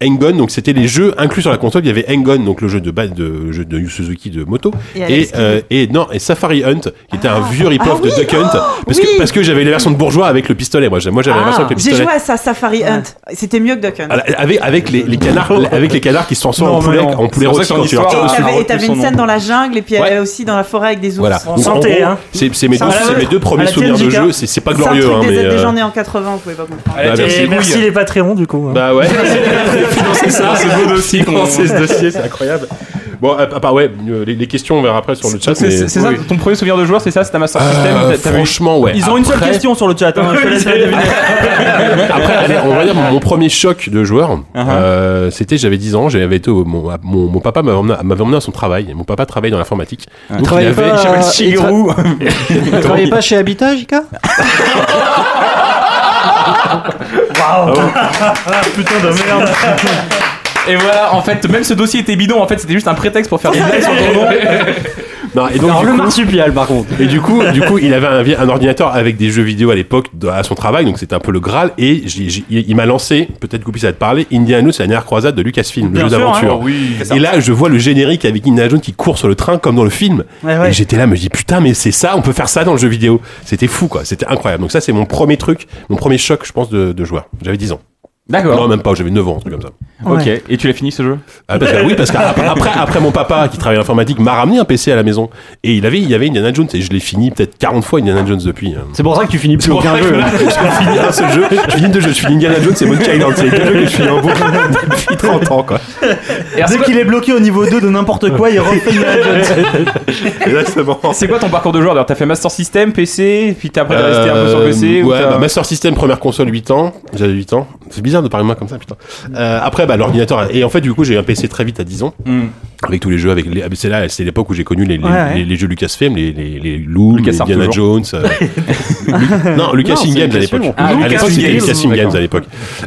Speaker 3: Engon, donc c'était les jeux inclus sur la console. Il y avait Engon, donc le jeu de base de le jeu de Yu Suzuki de moto,
Speaker 11: Et Alex Kidd.
Speaker 3: euh, et non et Safari Hunt, qui était un vieux rip-off
Speaker 11: Ah
Speaker 3: de
Speaker 11: oui,
Speaker 3: Duck Hunt,
Speaker 10: oh,
Speaker 3: parce que parce que j'avais la version de bourgeois avec le pistolet. Moi, j'ai- moi j'avais la version avec le
Speaker 10: Ah. J'ai
Speaker 3: pistolet.
Speaker 10: joué à ça, Safari Hunt. C'était mieux que Duck Hunt.
Speaker 3: Ah, là, Avec, avec les, les canards avec les canards qui se transforment
Speaker 10: Non,
Speaker 3: en
Speaker 10: mais
Speaker 3: poulet
Speaker 10: non.
Speaker 3: en poulet
Speaker 5: C'est pour ça
Speaker 3: rôti
Speaker 5: que
Speaker 3: quand
Speaker 5: son
Speaker 3: tu leur
Speaker 5: histoire, euh,
Speaker 3: tires
Speaker 10: Et
Speaker 3: dessus.
Speaker 10: t'avais- et t'avais une scène dans la jungle et puis elle est aussi dans la forêt avec des ours.
Speaker 3: Voilà.
Speaker 10: hein.
Speaker 3: Donc, en gros, C'est c'est mes, deux-
Speaker 10: Ah,
Speaker 3: c'est mes deux premiers souvenirs de jeu. C'est c'est pas glorieux,
Speaker 10: C'est un
Speaker 3: hein,
Speaker 10: truc
Speaker 3: mais.
Speaker 10: des, des
Speaker 3: euh,
Speaker 10: gens nés en 80, vous pouvez pas comprendre.
Speaker 3: bah,
Speaker 6: Et merci les Patreons du coup.
Speaker 3: Bah ouais.
Speaker 5: C'est ça, c'est beau dossier qu'on-
Speaker 3: Financer ce dossier, c'est incroyable. Bon, à à part ouais, euh, les, les questions on verra après sur le chat.
Speaker 5: C'est
Speaker 3: mais-
Speaker 5: c'est- c'est ça,
Speaker 3: Oui.
Speaker 5: ton premier souvenir de joueur, c'est ça, c'est ta Master System.
Speaker 3: Euh,
Speaker 5: t'as- t'as vu
Speaker 3: franchement, ouais.
Speaker 4: Ils ont une seule
Speaker 3: Après-
Speaker 4: question sur le chat. hein, je te laisse la deviner.
Speaker 3: Après, allez, on va dire mon, mon premier choc de joueur, euh, c'était j'avais 10 ans, j'avais été au- mon, mon, mon papa m'avait emmené, m'avait emmené à son travail. et Mon papa travaille dans l'informatique.
Speaker 8: Ah.
Speaker 3: Donc, il
Speaker 8: travaillait
Speaker 3: avait-
Speaker 8: pas,
Speaker 3: j'avais le
Speaker 8: euh, il
Speaker 3: Shigeru.
Speaker 8: Tu travaillais pas chez Habitat, JK
Speaker 4: Putain de merde.
Speaker 5: Et voilà, en fait, même ce dossier était bidon, en fait, c'était juste un prétexte pour faire des blagues sur ton nom.
Speaker 3: Non, et donc,
Speaker 7: Alors
Speaker 3: du
Speaker 7: le
Speaker 3: coup-
Speaker 7: marsupial par contre.
Speaker 3: Et du coup, du coup, il avait un, vi- un ordinateur avec des jeux vidéo à l'époque de- à son travail, donc c'était un peu le Graal. Et j'ai- j'ai- il il m'a lancé, peut-être que ça va te parler, Indiana Jones et la dernière croisade de Lucasfilm, le
Speaker 4: Bien
Speaker 3: jeu
Speaker 4: sûr,
Speaker 3: d'aventure.
Speaker 4: hein.
Speaker 3: Et là, je vois le générique avec Indiana Jones qui court sur le train comme dans le film.
Speaker 4: Ouais, ouais.
Speaker 3: Et j'étais là, me dis putain, mais c'est ça, on peut faire ça dans le jeu vidéo. C'était fou, quoi. C'était incroyable. Donc ça, c'est mon premier truc, mon premier choc, je pense, de, de joueur. J'avais 10 ans.
Speaker 5: D'accord.
Speaker 3: Non, même pas, j'avais 9 ans, un truc comme ça.
Speaker 5: Ok, et tu l'as fini ce jeu
Speaker 3: Ah, parce que- oui, parce qu'après après, après, mon papa qui travaillait en informatique m'a ramené un PC à la maison et il avait, il y avait Indiana Jones et je l'ai fini peut-être 40 fois Indiana Jones depuis. hein.
Speaker 7: C'est pour ça que tu finis plus aucun
Speaker 3: Je
Speaker 7: jeu.
Speaker 3: finis un seul jeu, je finis deux jeux, je finis Indiana Jones et Monkey Island, c'est les deux jeux que je finis en boucle depuis 30 ans quoi.
Speaker 5: Et alors, c'est
Speaker 4: Dès
Speaker 5: quoi-
Speaker 4: qu'il est bloqué au niveau 2 de n'importe quoi, il refait une
Speaker 3: Exactement.
Speaker 5: C'est quoi ton parcours de joueur Alors, t'as fait Master System, PC, puis t'as après t'es resté un peu sur
Speaker 3: Euh,
Speaker 5: PC ou
Speaker 3: Ouais,
Speaker 5: t'as-
Speaker 3: bah, Master System, première console, 8 ans. J'avais 8 ans. C'est bizarre de parler de moi comme ça, putain. Euh, après, bah, l'ordinateur. Et en fait, du coup, j'ai eu un PC très vite à 10 ans.
Speaker 5: Hmm.
Speaker 3: Avec tous les jeux, avec les, ah, mais c'est là, c'est l'époque où j'ai connu les, les,
Speaker 4: Ouais, ouais.
Speaker 3: les- les jeux Lucasfilm, les, les, les Loom, les
Speaker 5: LucasArts
Speaker 3: Indiana Jones. euh, Lu- non, Lucasfilm
Speaker 5: c'est
Speaker 3: Games à l'époque. Ah,
Speaker 5: Lucasfilm, on peut dire.
Speaker 3: à l'époque, c'était
Speaker 5: Lucasfilm,
Speaker 3: Lucasfilm Games
Speaker 5: d'accord.
Speaker 3: à l'époque.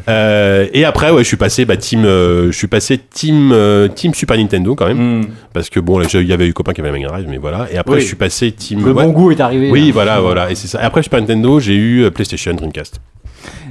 Speaker 3: Euh, et après, ouais, je suis passé, bah, team, euh, je suis passé team, euh, team Super Nintendo quand même.
Speaker 5: Hmm.
Speaker 3: Parce que bon, là, il y avait eu copain qui avait la Mega Drive, mais voilà. Et après,
Speaker 5: Oui.
Speaker 3: je suis passé team.
Speaker 7: Le
Speaker 3: ouais.
Speaker 7: bon goût est arrivé. hein.
Speaker 3: Oui,
Speaker 7: là.
Speaker 3: voilà, voilà, et c'est ça. Et après Super Nintendo, j'ai eu euh, PlayStation, Dreamcast.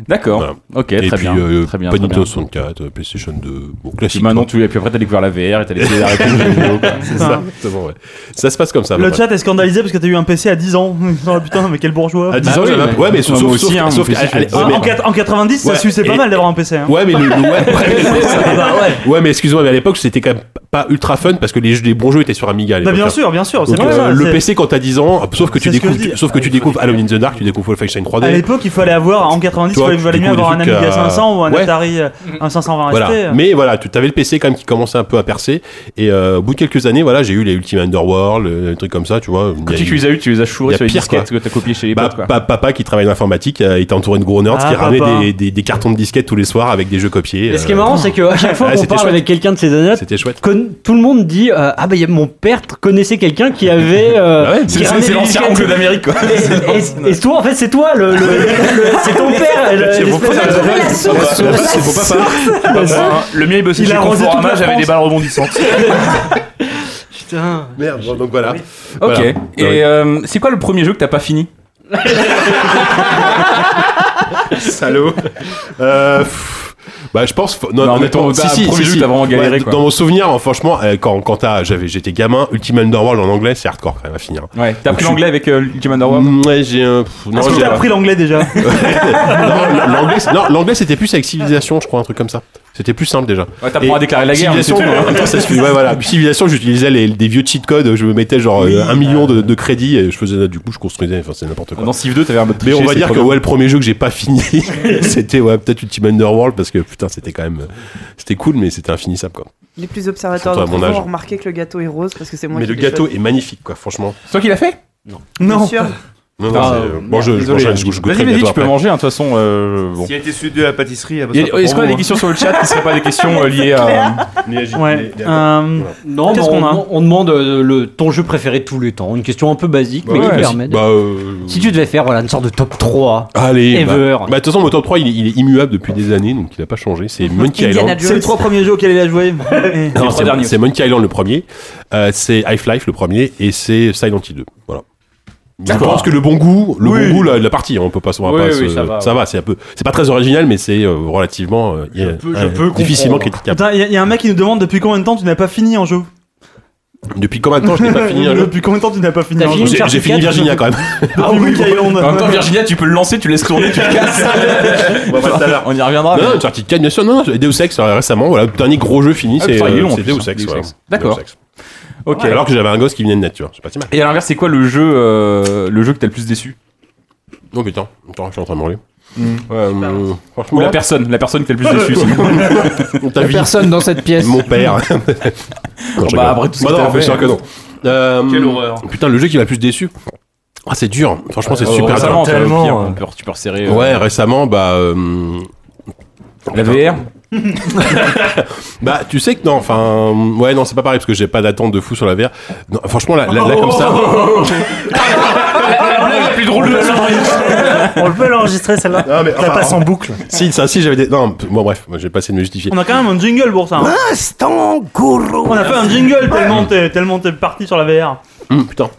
Speaker 5: D'accord.
Speaker 3: Voilà.
Speaker 5: Ok,
Speaker 3: et
Speaker 5: très,
Speaker 3: puis
Speaker 5: bien.
Speaker 3: euh,
Speaker 5: très bien.
Speaker 3: pas
Speaker 5: très bien.
Speaker 3: Nintendo 64, euh, PlayStation 2, bon
Speaker 5: Puis
Speaker 3: classique.
Speaker 5: maintenant,
Speaker 3: quoi.
Speaker 5: tu... et puis après, t'as découvert la VR et t'as laissé arrêter le jeu vidéo. quoi.
Speaker 3: C'est ça, exactement, ouais. Ça se passe comme ça.
Speaker 4: Le
Speaker 3: bon,
Speaker 4: chat est scandalisé parce que t'as eu un PC à 10 ans. Oh, putain, mais quel bourgeois.
Speaker 3: bref. À 10
Speaker 5: Bah
Speaker 3: ans,
Speaker 5: oui,
Speaker 3: j'avais un-
Speaker 5: mais-
Speaker 3: ouais, mais
Speaker 5: Moi
Speaker 3: sauf, sauf,
Speaker 5: aussi, hein,
Speaker 3: sauf,
Speaker 5: mon
Speaker 3: que-
Speaker 5: fils,
Speaker 3: allez,
Speaker 5: il fait
Speaker 3: ouais,
Speaker 4: En,
Speaker 3: mais-
Speaker 4: en quat- en 90,
Speaker 3: Ouais,
Speaker 4: ça suçait pas
Speaker 3: et-
Speaker 4: mal d'avoir un PC. hein.
Speaker 3: Ouais, mais le- le- ouais,
Speaker 5: bah
Speaker 3: ouais. Ouais, mais excuse-moi, mais à l'époque, c'était quand même pas ultra fun parce que les, jeux- les bons jeux étaient sur Amiga. à
Speaker 4: Bah,
Speaker 3: l'époque,
Speaker 4: bien
Speaker 3: hein.
Speaker 4: sûr, bien sûr. C'est
Speaker 3: Donc,
Speaker 4: pour
Speaker 3: euh,
Speaker 4: ça.
Speaker 3: le
Speaker 4: c'est-
Speaker 3: PC quand t'as 10 ans, sauf que tu
Speaker 4: C'est ce que
Speaker 3: découvres,
Speaker 4: je dis. Ah,
Speaker 3: sauf que tu découvres Alone in the Dark, tu découvres Wolfenstein 3D.
Speaker 4: À l'époque, il fallait avoir en
Speaker 3: Tu
Speaker 4: 90, il
Speaker 3: vois,
Speaker 4: il valait
Speaker 3: du
Speaker 4: mieux
Speaker 3: coup,
Speaker 4: avoir un
Speaker 3: des trucs,
Speaker 4: Amiga
Speaker 3: euh,
Speaker 4: 500 ou un
Speaker 3: ouais.
Speaker 4: Atari, euh, un 520
Speaker 3: Voilà.
Speaker 4: ST. euh.
Speaker 3: Mais voilà, tu avais le PC quand même qui commençait un peu à percer. Et euh, au bout de quelques années, voilà, j'ai eu les Ultima Underworld, euh, des trucs comme ça, tu vois. Il y a
Speaker 5: tu
Speaker 3: eu-
Speaker 5: les as eu, tu les as
Speaker 3: il y
Speaker 5: chourés
Speaker 3: a
Speaker 5: sur les
Speaker 3: pire,
Speaker 5: disquettes
Speaker 3: quoi.
Speaker 5: que t'as copié chez les
Speaker 3: Bah,
Speaker 5: potes, quoi.
Speaker 3: pa- papa qui travaille dans l'informatique euh, était entouré de gros nerds
Speaker 5: Ah,
Speaker 3: qui
Speaker 5: papa.
Speaker 3: ramenaient des, des- des cartons de disquettes tous les soirs avec des jeux copiés.
Speaker 7: Mais ce qui est
Speaker 3: euh,
Speaker 7: marrant, c'est qu'à chaque fois
Speaker 3: Ah,
Speaker 7: qu'on
Speaker 3: c'était
Speaker 7: parle
Speaker 3: chouette.
Speaker 7: avec quelqu'un de ces années
Speaker 3: C'était chouette.
Speaker 7: tout le monde dit euh, Ah, bah, il y a- mon père connaissait quelqu'un qui avait. euh,
Speaker 3: Bah ouais,
Speaker 7: qui
Speaker 3: c'est-
Speaker 7: ramenait
Speaker 3: c'est
Speaker 7: des
Speaker 3: l'ancien
Speaker 7: disquettes.
Speaker 3: oncle d'Amérique, quoi.
Speaker 7: Et- Et, et toi, en fait, c'est toi, le, le- le- c'est ton père.
Speaker 8: Euh,
Speaker 7: le-
Speaker 5: C'est mon
Speaker 7: l'espèce
Speaker 5: père.
Speaker 7: de-
Speaker 5: La source. La source. Papa, hein. Le mien, il bossait
Speaker 7: Il
Speaker 5: chez
Speaker 7: a arrosé toute
Speaker 5: Conforama,
Speaker 7: la
Speaker 5: j'avais
Speaker 7: France.
Speaker 5: des balles rebondissantes.
Speaker 7: Putain.
Speaker 3: Merde, bon, donc voilà.
Speaker 5: Ok.
Speaker 3: Voilà.
Speaker 5: Et euh, c'est quoi le premier jeu que t'as pas fini
Speaker 3: Salaud. Euh, pff, bah, je pense. Non,
Speaker 5: Non, mais
Speaker 3: honnêtement,
Speaker 5: ton-
Speaker 3: si,
Speaker 5: bah,
Speaker 3: si,
Speaker 5: premier
Speaker 3: si,
Speaker 5: jeu
Speaker 3: si.
Speaker 5: que t'as vraiment galéré,
Speaker 3: Ouais,
Speaker 5: quoi.
Speaker 3: Dans mon souvenir, hein, franchement, euh, quand, quand t'as- j'avais, j'étais gamin, Ultima Underworld en anglais, c'est hardcore quand même à finir.
Speaker 5: Ouais. T'as
Speaker 3: Donc,
Speaker 5: pris
Speaker 3: je-
Speaker 5: l'anglais avec euh, Ultima Underworld
Speaker 3: Mm, Ouais, j'ai. euh, pff, non,
Speaker 4: Est-ce que
Speaker 3: j'ai-
Speaker 4: t'as appris l'anglais déjà
Speaker 3: Non, l'anglais, c'est- non, l'anglais, c'était plus avec civilisation, je crois, un truc comme ça. C'était plus simple déjà.
Speaker 5: Ouais, t'apprends
Speaker 3: Et
Speaker 5: à déclarer la guerre, mais c'est
Speaker 3: Civilization,
Speaker 5: tout, hein.
Speaker 3: attends, ça suffit. Ouais, voilà. Puis Civilization, j'utilisais les- des vieux cheat codes. Je me mettais genre euh, un million de, de crédits et je faisais du coup, je construisais. Enfin, c'est n'importe quoi.
Speaker 5: Dans Civ 2, t'avais un mode
Speaker 3: Mais
Speaker 5: triché,
Speaker 3: on va
Speaker 5: c'est
Speaker 3: dire
Speaker 5: trop
Speaker 3: que
Speaker 5: bien.
Speaker 3: ouais, le premier jeu que j'ai pas fini, c'était ouais, peut-être Ultima Underworld parce que putain, c'était quand même, c'était cool, mais c'était infinissable quoi.
Speaker 10: Les plus observateurs
Speaker 3: Surtout à
Speaker 10: d'entre
Speaker 3: mon
Speaker 10: vous ont
Speaker 3: âge.
Speaker 10: remarqué que le gâteau est rose parce que c'est moi
Speaker 3: mais
Speaker 10: qui
Speaker 3: le
Speaker 10: l'ai
Speaker 3: gâteau
Speaker 10: choisi.
Speaker 3: est magnifique quoi, franchement.
Speaker 5: C'est toi qui l'as fait
Speaker 10: Bien
Speaker 4: Non.
Speaker 10: sûr.
Speaker 3: Non, non,
Speaker 5: Ah,
Speaker 3: c'est-
Speaker 5: euh,
Speaker 3: bon, je, je,
Speaker 5: désolé.
Speaker 3: mangerai- je, je goûterai
Speaker 5: Vas-y,
Speaker 3: le
Speaker 5: vas-y,
Speaker 3: gâteau
Speaker 5: tu peux
Speaker 3: après.
Speaker 5: manger, hein, de toute façon. euh, bon.
Speaker 9: S'il a été su de la pâtisserie,
Speaker 5: Il y a- Est-ce qu'on a des questions sur le chat qui seraient pas des questions euh, liées à.
Speaker 4: Ouais. euh,
Speaker 7: Non,
Speaker 4: Qu'est-ce
Speaker 7: mais on,
Speaker 4: qu'on a
Speaker 7: on- on demande euh, le, ton jeu préféré de tous les temps. Une question un peu basique, mais qui
Speaker 3: Ouais,
Speaker 7: permet. de-
Speaker 3: bah, euh,
Speaker 7: Si tu devais faire voilà, une sorte de top 3.
Speaker 3: Allez, bah,
Speaker 7: Ever.
Speaker 3: bah, de toute façon, mon top 3, il, est- il est immuable
Speaker 5: Oh.
Speaker 3: depuis des années, donc il a pas changé. C'est Monkey
Speaker 10: Indiana
Speaker 3: Island.
Speaker 10: Jones.
Speaker 4: C'est les trois premiers jeux auxquels il a joué. Et-
Speaker 3: Non,
Speaker 5: les trois
Speaker 3: c'est-
Speaker 5: derniers
Speaker 3: C'est Monkey Island le premier, euh, c'est Half-Life le premier et c'est Silent Hill 2. Voilà. Je
Speaker 5: D'accord.
Speaker 3: pense que le bon goût, le
Speaker 5: Oui.
Speaker 3: bon goût, la, la partie, hein, on peut pas, on va
Speaker 5: Oui,
Speaker 3: pas
Speaker 5: oui,
Speaker 3: se-
Speaker 5: ça va,
Speaker 3: c'est un peu, c'est pas très original, mais c'est euh, relativement, euh, euh,
Speaker 5: peux- je
Speaker 3: euh,
Speaker 5: peux
Speaker 3: difficilement
Speaker 5: comprendre.
Speaker 3: critiquable.
Speaker 4: Putain, il y, a- il y a un mec qui nous demande depuis combien de temps tu n'as pas fini en jeu
Speaker 3: Depuis combien de temps je n'ai pas fini un jeu
Speaker 4: Depuis combien de temps tu n'as pas fini
Speaker 7: T'as
Speaker 4: un
Speaker 7: fini
Speaker 4: jeu
Speaker 3: J'ai j'ai fini Virginia quand même.
Speaker 4: Ah oui, Island.
Speaker 5: En même temps, Virginia, tu peux le lancer, tu le laisses tourner, tu le casses. bah,
Speaker 3: On va pas tout à l'heure.
Speaker 5: On y reviendra.
Speaker 3: Non,
Speaker 5: mais-
Speaker 3: non, Uncharted 4, bien sûr. Non, non, Deus Ex, euh, récemment, voilà, le dernier gros jeu fini,
Speaker 5: Ah,
Speaker 3: c'est
Speaker 5: putain, il est
Speaker 3: euh,
Speaker 5: long, en
Speaker 3: c'est
Speaker 5: plus,
Speaker 3: Deus
Speaker 5: hein,
Speaker 3: Ex.
Speaker 5: Deus
Speaker 3: voilà.
Speaker 5: Ex. D'accord.
Speaker 3: Deus Ex.
Speaker 5: Ok.
Speaker 3: Alors que j'avais un gosse qui venait de nature, c'est pas si mal.
Speaker 5: Et à l'inverse, c'est quoi le jeu, euh, le jeu que t'as le plus déçu Hmm.
Speaker 3: Oh putain, attends, je suis en train de manger. euh,
Speaker 5: Ou la personne, la personne que t'as le plus déçu. sinon.
Speaker 3: ta vie.
Speaker 8: Personne dans cette pièce.
Speaker 3: Mon père. Non, je rigole.
Speaker 5: après tout ce
Speaker 3: Bah
Speaker 5: que
Speaker 3: non,
Speaker 5: t'as
Speaker 3: bien
Speaker 5: fait.
Speaker 3: sûr que non. Euh,
Speaker 5: Quelle horreur.
Speaker 3: Putain, le jeu qui m'a le plus déçu. Ah, c'est dur. Franchement, c'est super
Speaker 5: Récemment,
Speaker 3: dur.
Speaker 5: tu vois, au
Speaker 6: Tellement,
Speaker 5: pire,
Speaker 6: ouais.
Speaker 4: hein.
Speaker 5: on peut- euh, Tu peux resserrer. euh,
Speaker 3: Ouais, récemment, bah. euh,
Speaker 5: La VR
Speaker 3: Bah, tu sais que non, enfin. Ouais, non, c'est pas pareil parce que j'ai pas d'attente de fou sur la VR. Non, franchement, là, là, là, comme ça.
Speaker 5: plus drôle de
Speaker 6: On peut l'enregistrer celle-là.
Speaker 3: Non, mais,
Speaker 6: Ça
Speaker 3: enfin,
Speaker 6: passe en boucle.
Speaker 3: Si, ça, si, j'avais des. Non, p- bon, bref, moi, j'ai pas essayé de me justifier.
Speaker 4: On a quand même un jingle pour ça. hein.
Speaker 3: Ah,
Speaker 1: Instant gourou.
Speaker 4: On a fait un jingle tellement t'es tellement t'es parti sur la VR.
Speaker 3: Hum, putain.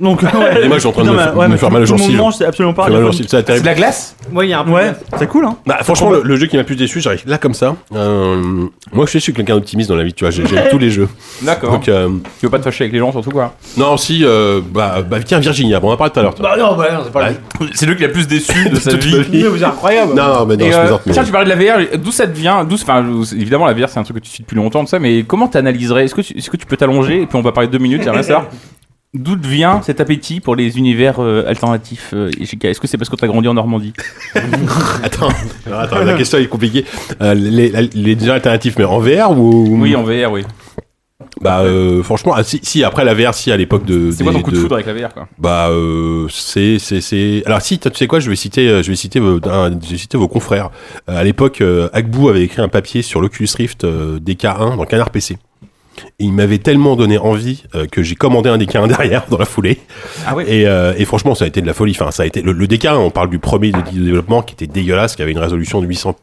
Speaker 4: Donc ouais.
Speaker 3: Et moi, je suis en train de
Speaker 4: Putain,
Speaker 3: me
Speaker 4: mais-
Speaker 3: f-
Speaker 4: ouais,
Speaker 3: me
Speaker 4: mais
Speaker 3: faire
Speaker 4: tout-
Speaker 3: mal aux
Speaker 4: tout le monde
Speaker 3: gencives.
Speaker 4: mange, c'est absolument pas.
Speaker 3: J'ai mal au
Speaker 4: radiophonique.
Speaker 3: gencier, c'est terrible.
Speaker 5: la glace
Speaker 10: Ouais, il y a un peu
Speaker 4: Ouais, c'est cool hein.
Speaker 3: Bah, franchement, le, le jeu qui m'a le plus déçu, j'arrive là comme ça. Euh, moi, je suis quelqu'un d'optimiste dans la vie, tu vois, j'ai- j'aime tous les jeux.
Speaker 5: D'accord.
Speaker 3: Donc, euh,
Speaker 5: Tu veux pas te fâcher avec les gens, surtout quoi
Speaker 3: non, si, euh, bah, bah, tiens, Virginia, bon, on en parle tout à l'heure. toi.
Speaker 5: Bah non, bah non, c'est pas C'est lui qui l'a plus déçu de sa
Speaker 3: Toute
Speaker 5: vie.
Speaker 3: ma vie.
Speaker 5: vous êtes incroyable.
Speaker 3: Non, non, Ah, mais non,
Speaker 5: Et,
Speaker 3: je
Speaker 5: euh,
Speaker 3: plaisante, mais-
Speaker 5: tiens, tu parlais de la VR, d'où ça devient d'où, enfin, Évidemment, la VR, c'est un truc que tu suis depuis longtemps, tout ça, mais comment t'analyserais Est-ce que, tu- est-ce que tu peux t'allonger Et puis on va parler deux minutes, rien à ça. D'où vient cet appétit pour les univers euh, alternatifs euh, et GK Est-ce que c'est parce que t'as grandi en Normandie
Speaker 3: Attends, alors, attends, la question est compliquée. Euh, les, les- les déjà alternatifs, mais en VR ou
Speaker 5: Oui, en VR, oui.
Speaker 3: Bah, euh, franchement, ah, si, si, après la VR, si à l'époque de.
Speaker 5: C'est quoi
Speaker 3: des-
Speaker 5: ton coup de
Speaker 3: de-
Speaker 5: foudre avec la VR, quoi
Speaker 3: Bah, euh, c'est, c'est, c'est. Alors, si, tu sais quoi, je vais citer, euh, je vais citer, vos, un- je vais citer vos confrères. Euh, à l'époque, euh, Agbu avait écrit un papier sur l'Oculus Rift euh, DK1 dans Canard PC. Et il m'avait tellement donné envie euh, que j'ai commandé un DK1 derrière dans la foulée.
Speaker 5: Ah ouais
Speaker 3: Et, euh, et franchement, ça a été de la folie. Enfin, ça a été le, le DK1, on parle du premier de, de développement qui était dégueulasse, qui avait une résolution de 800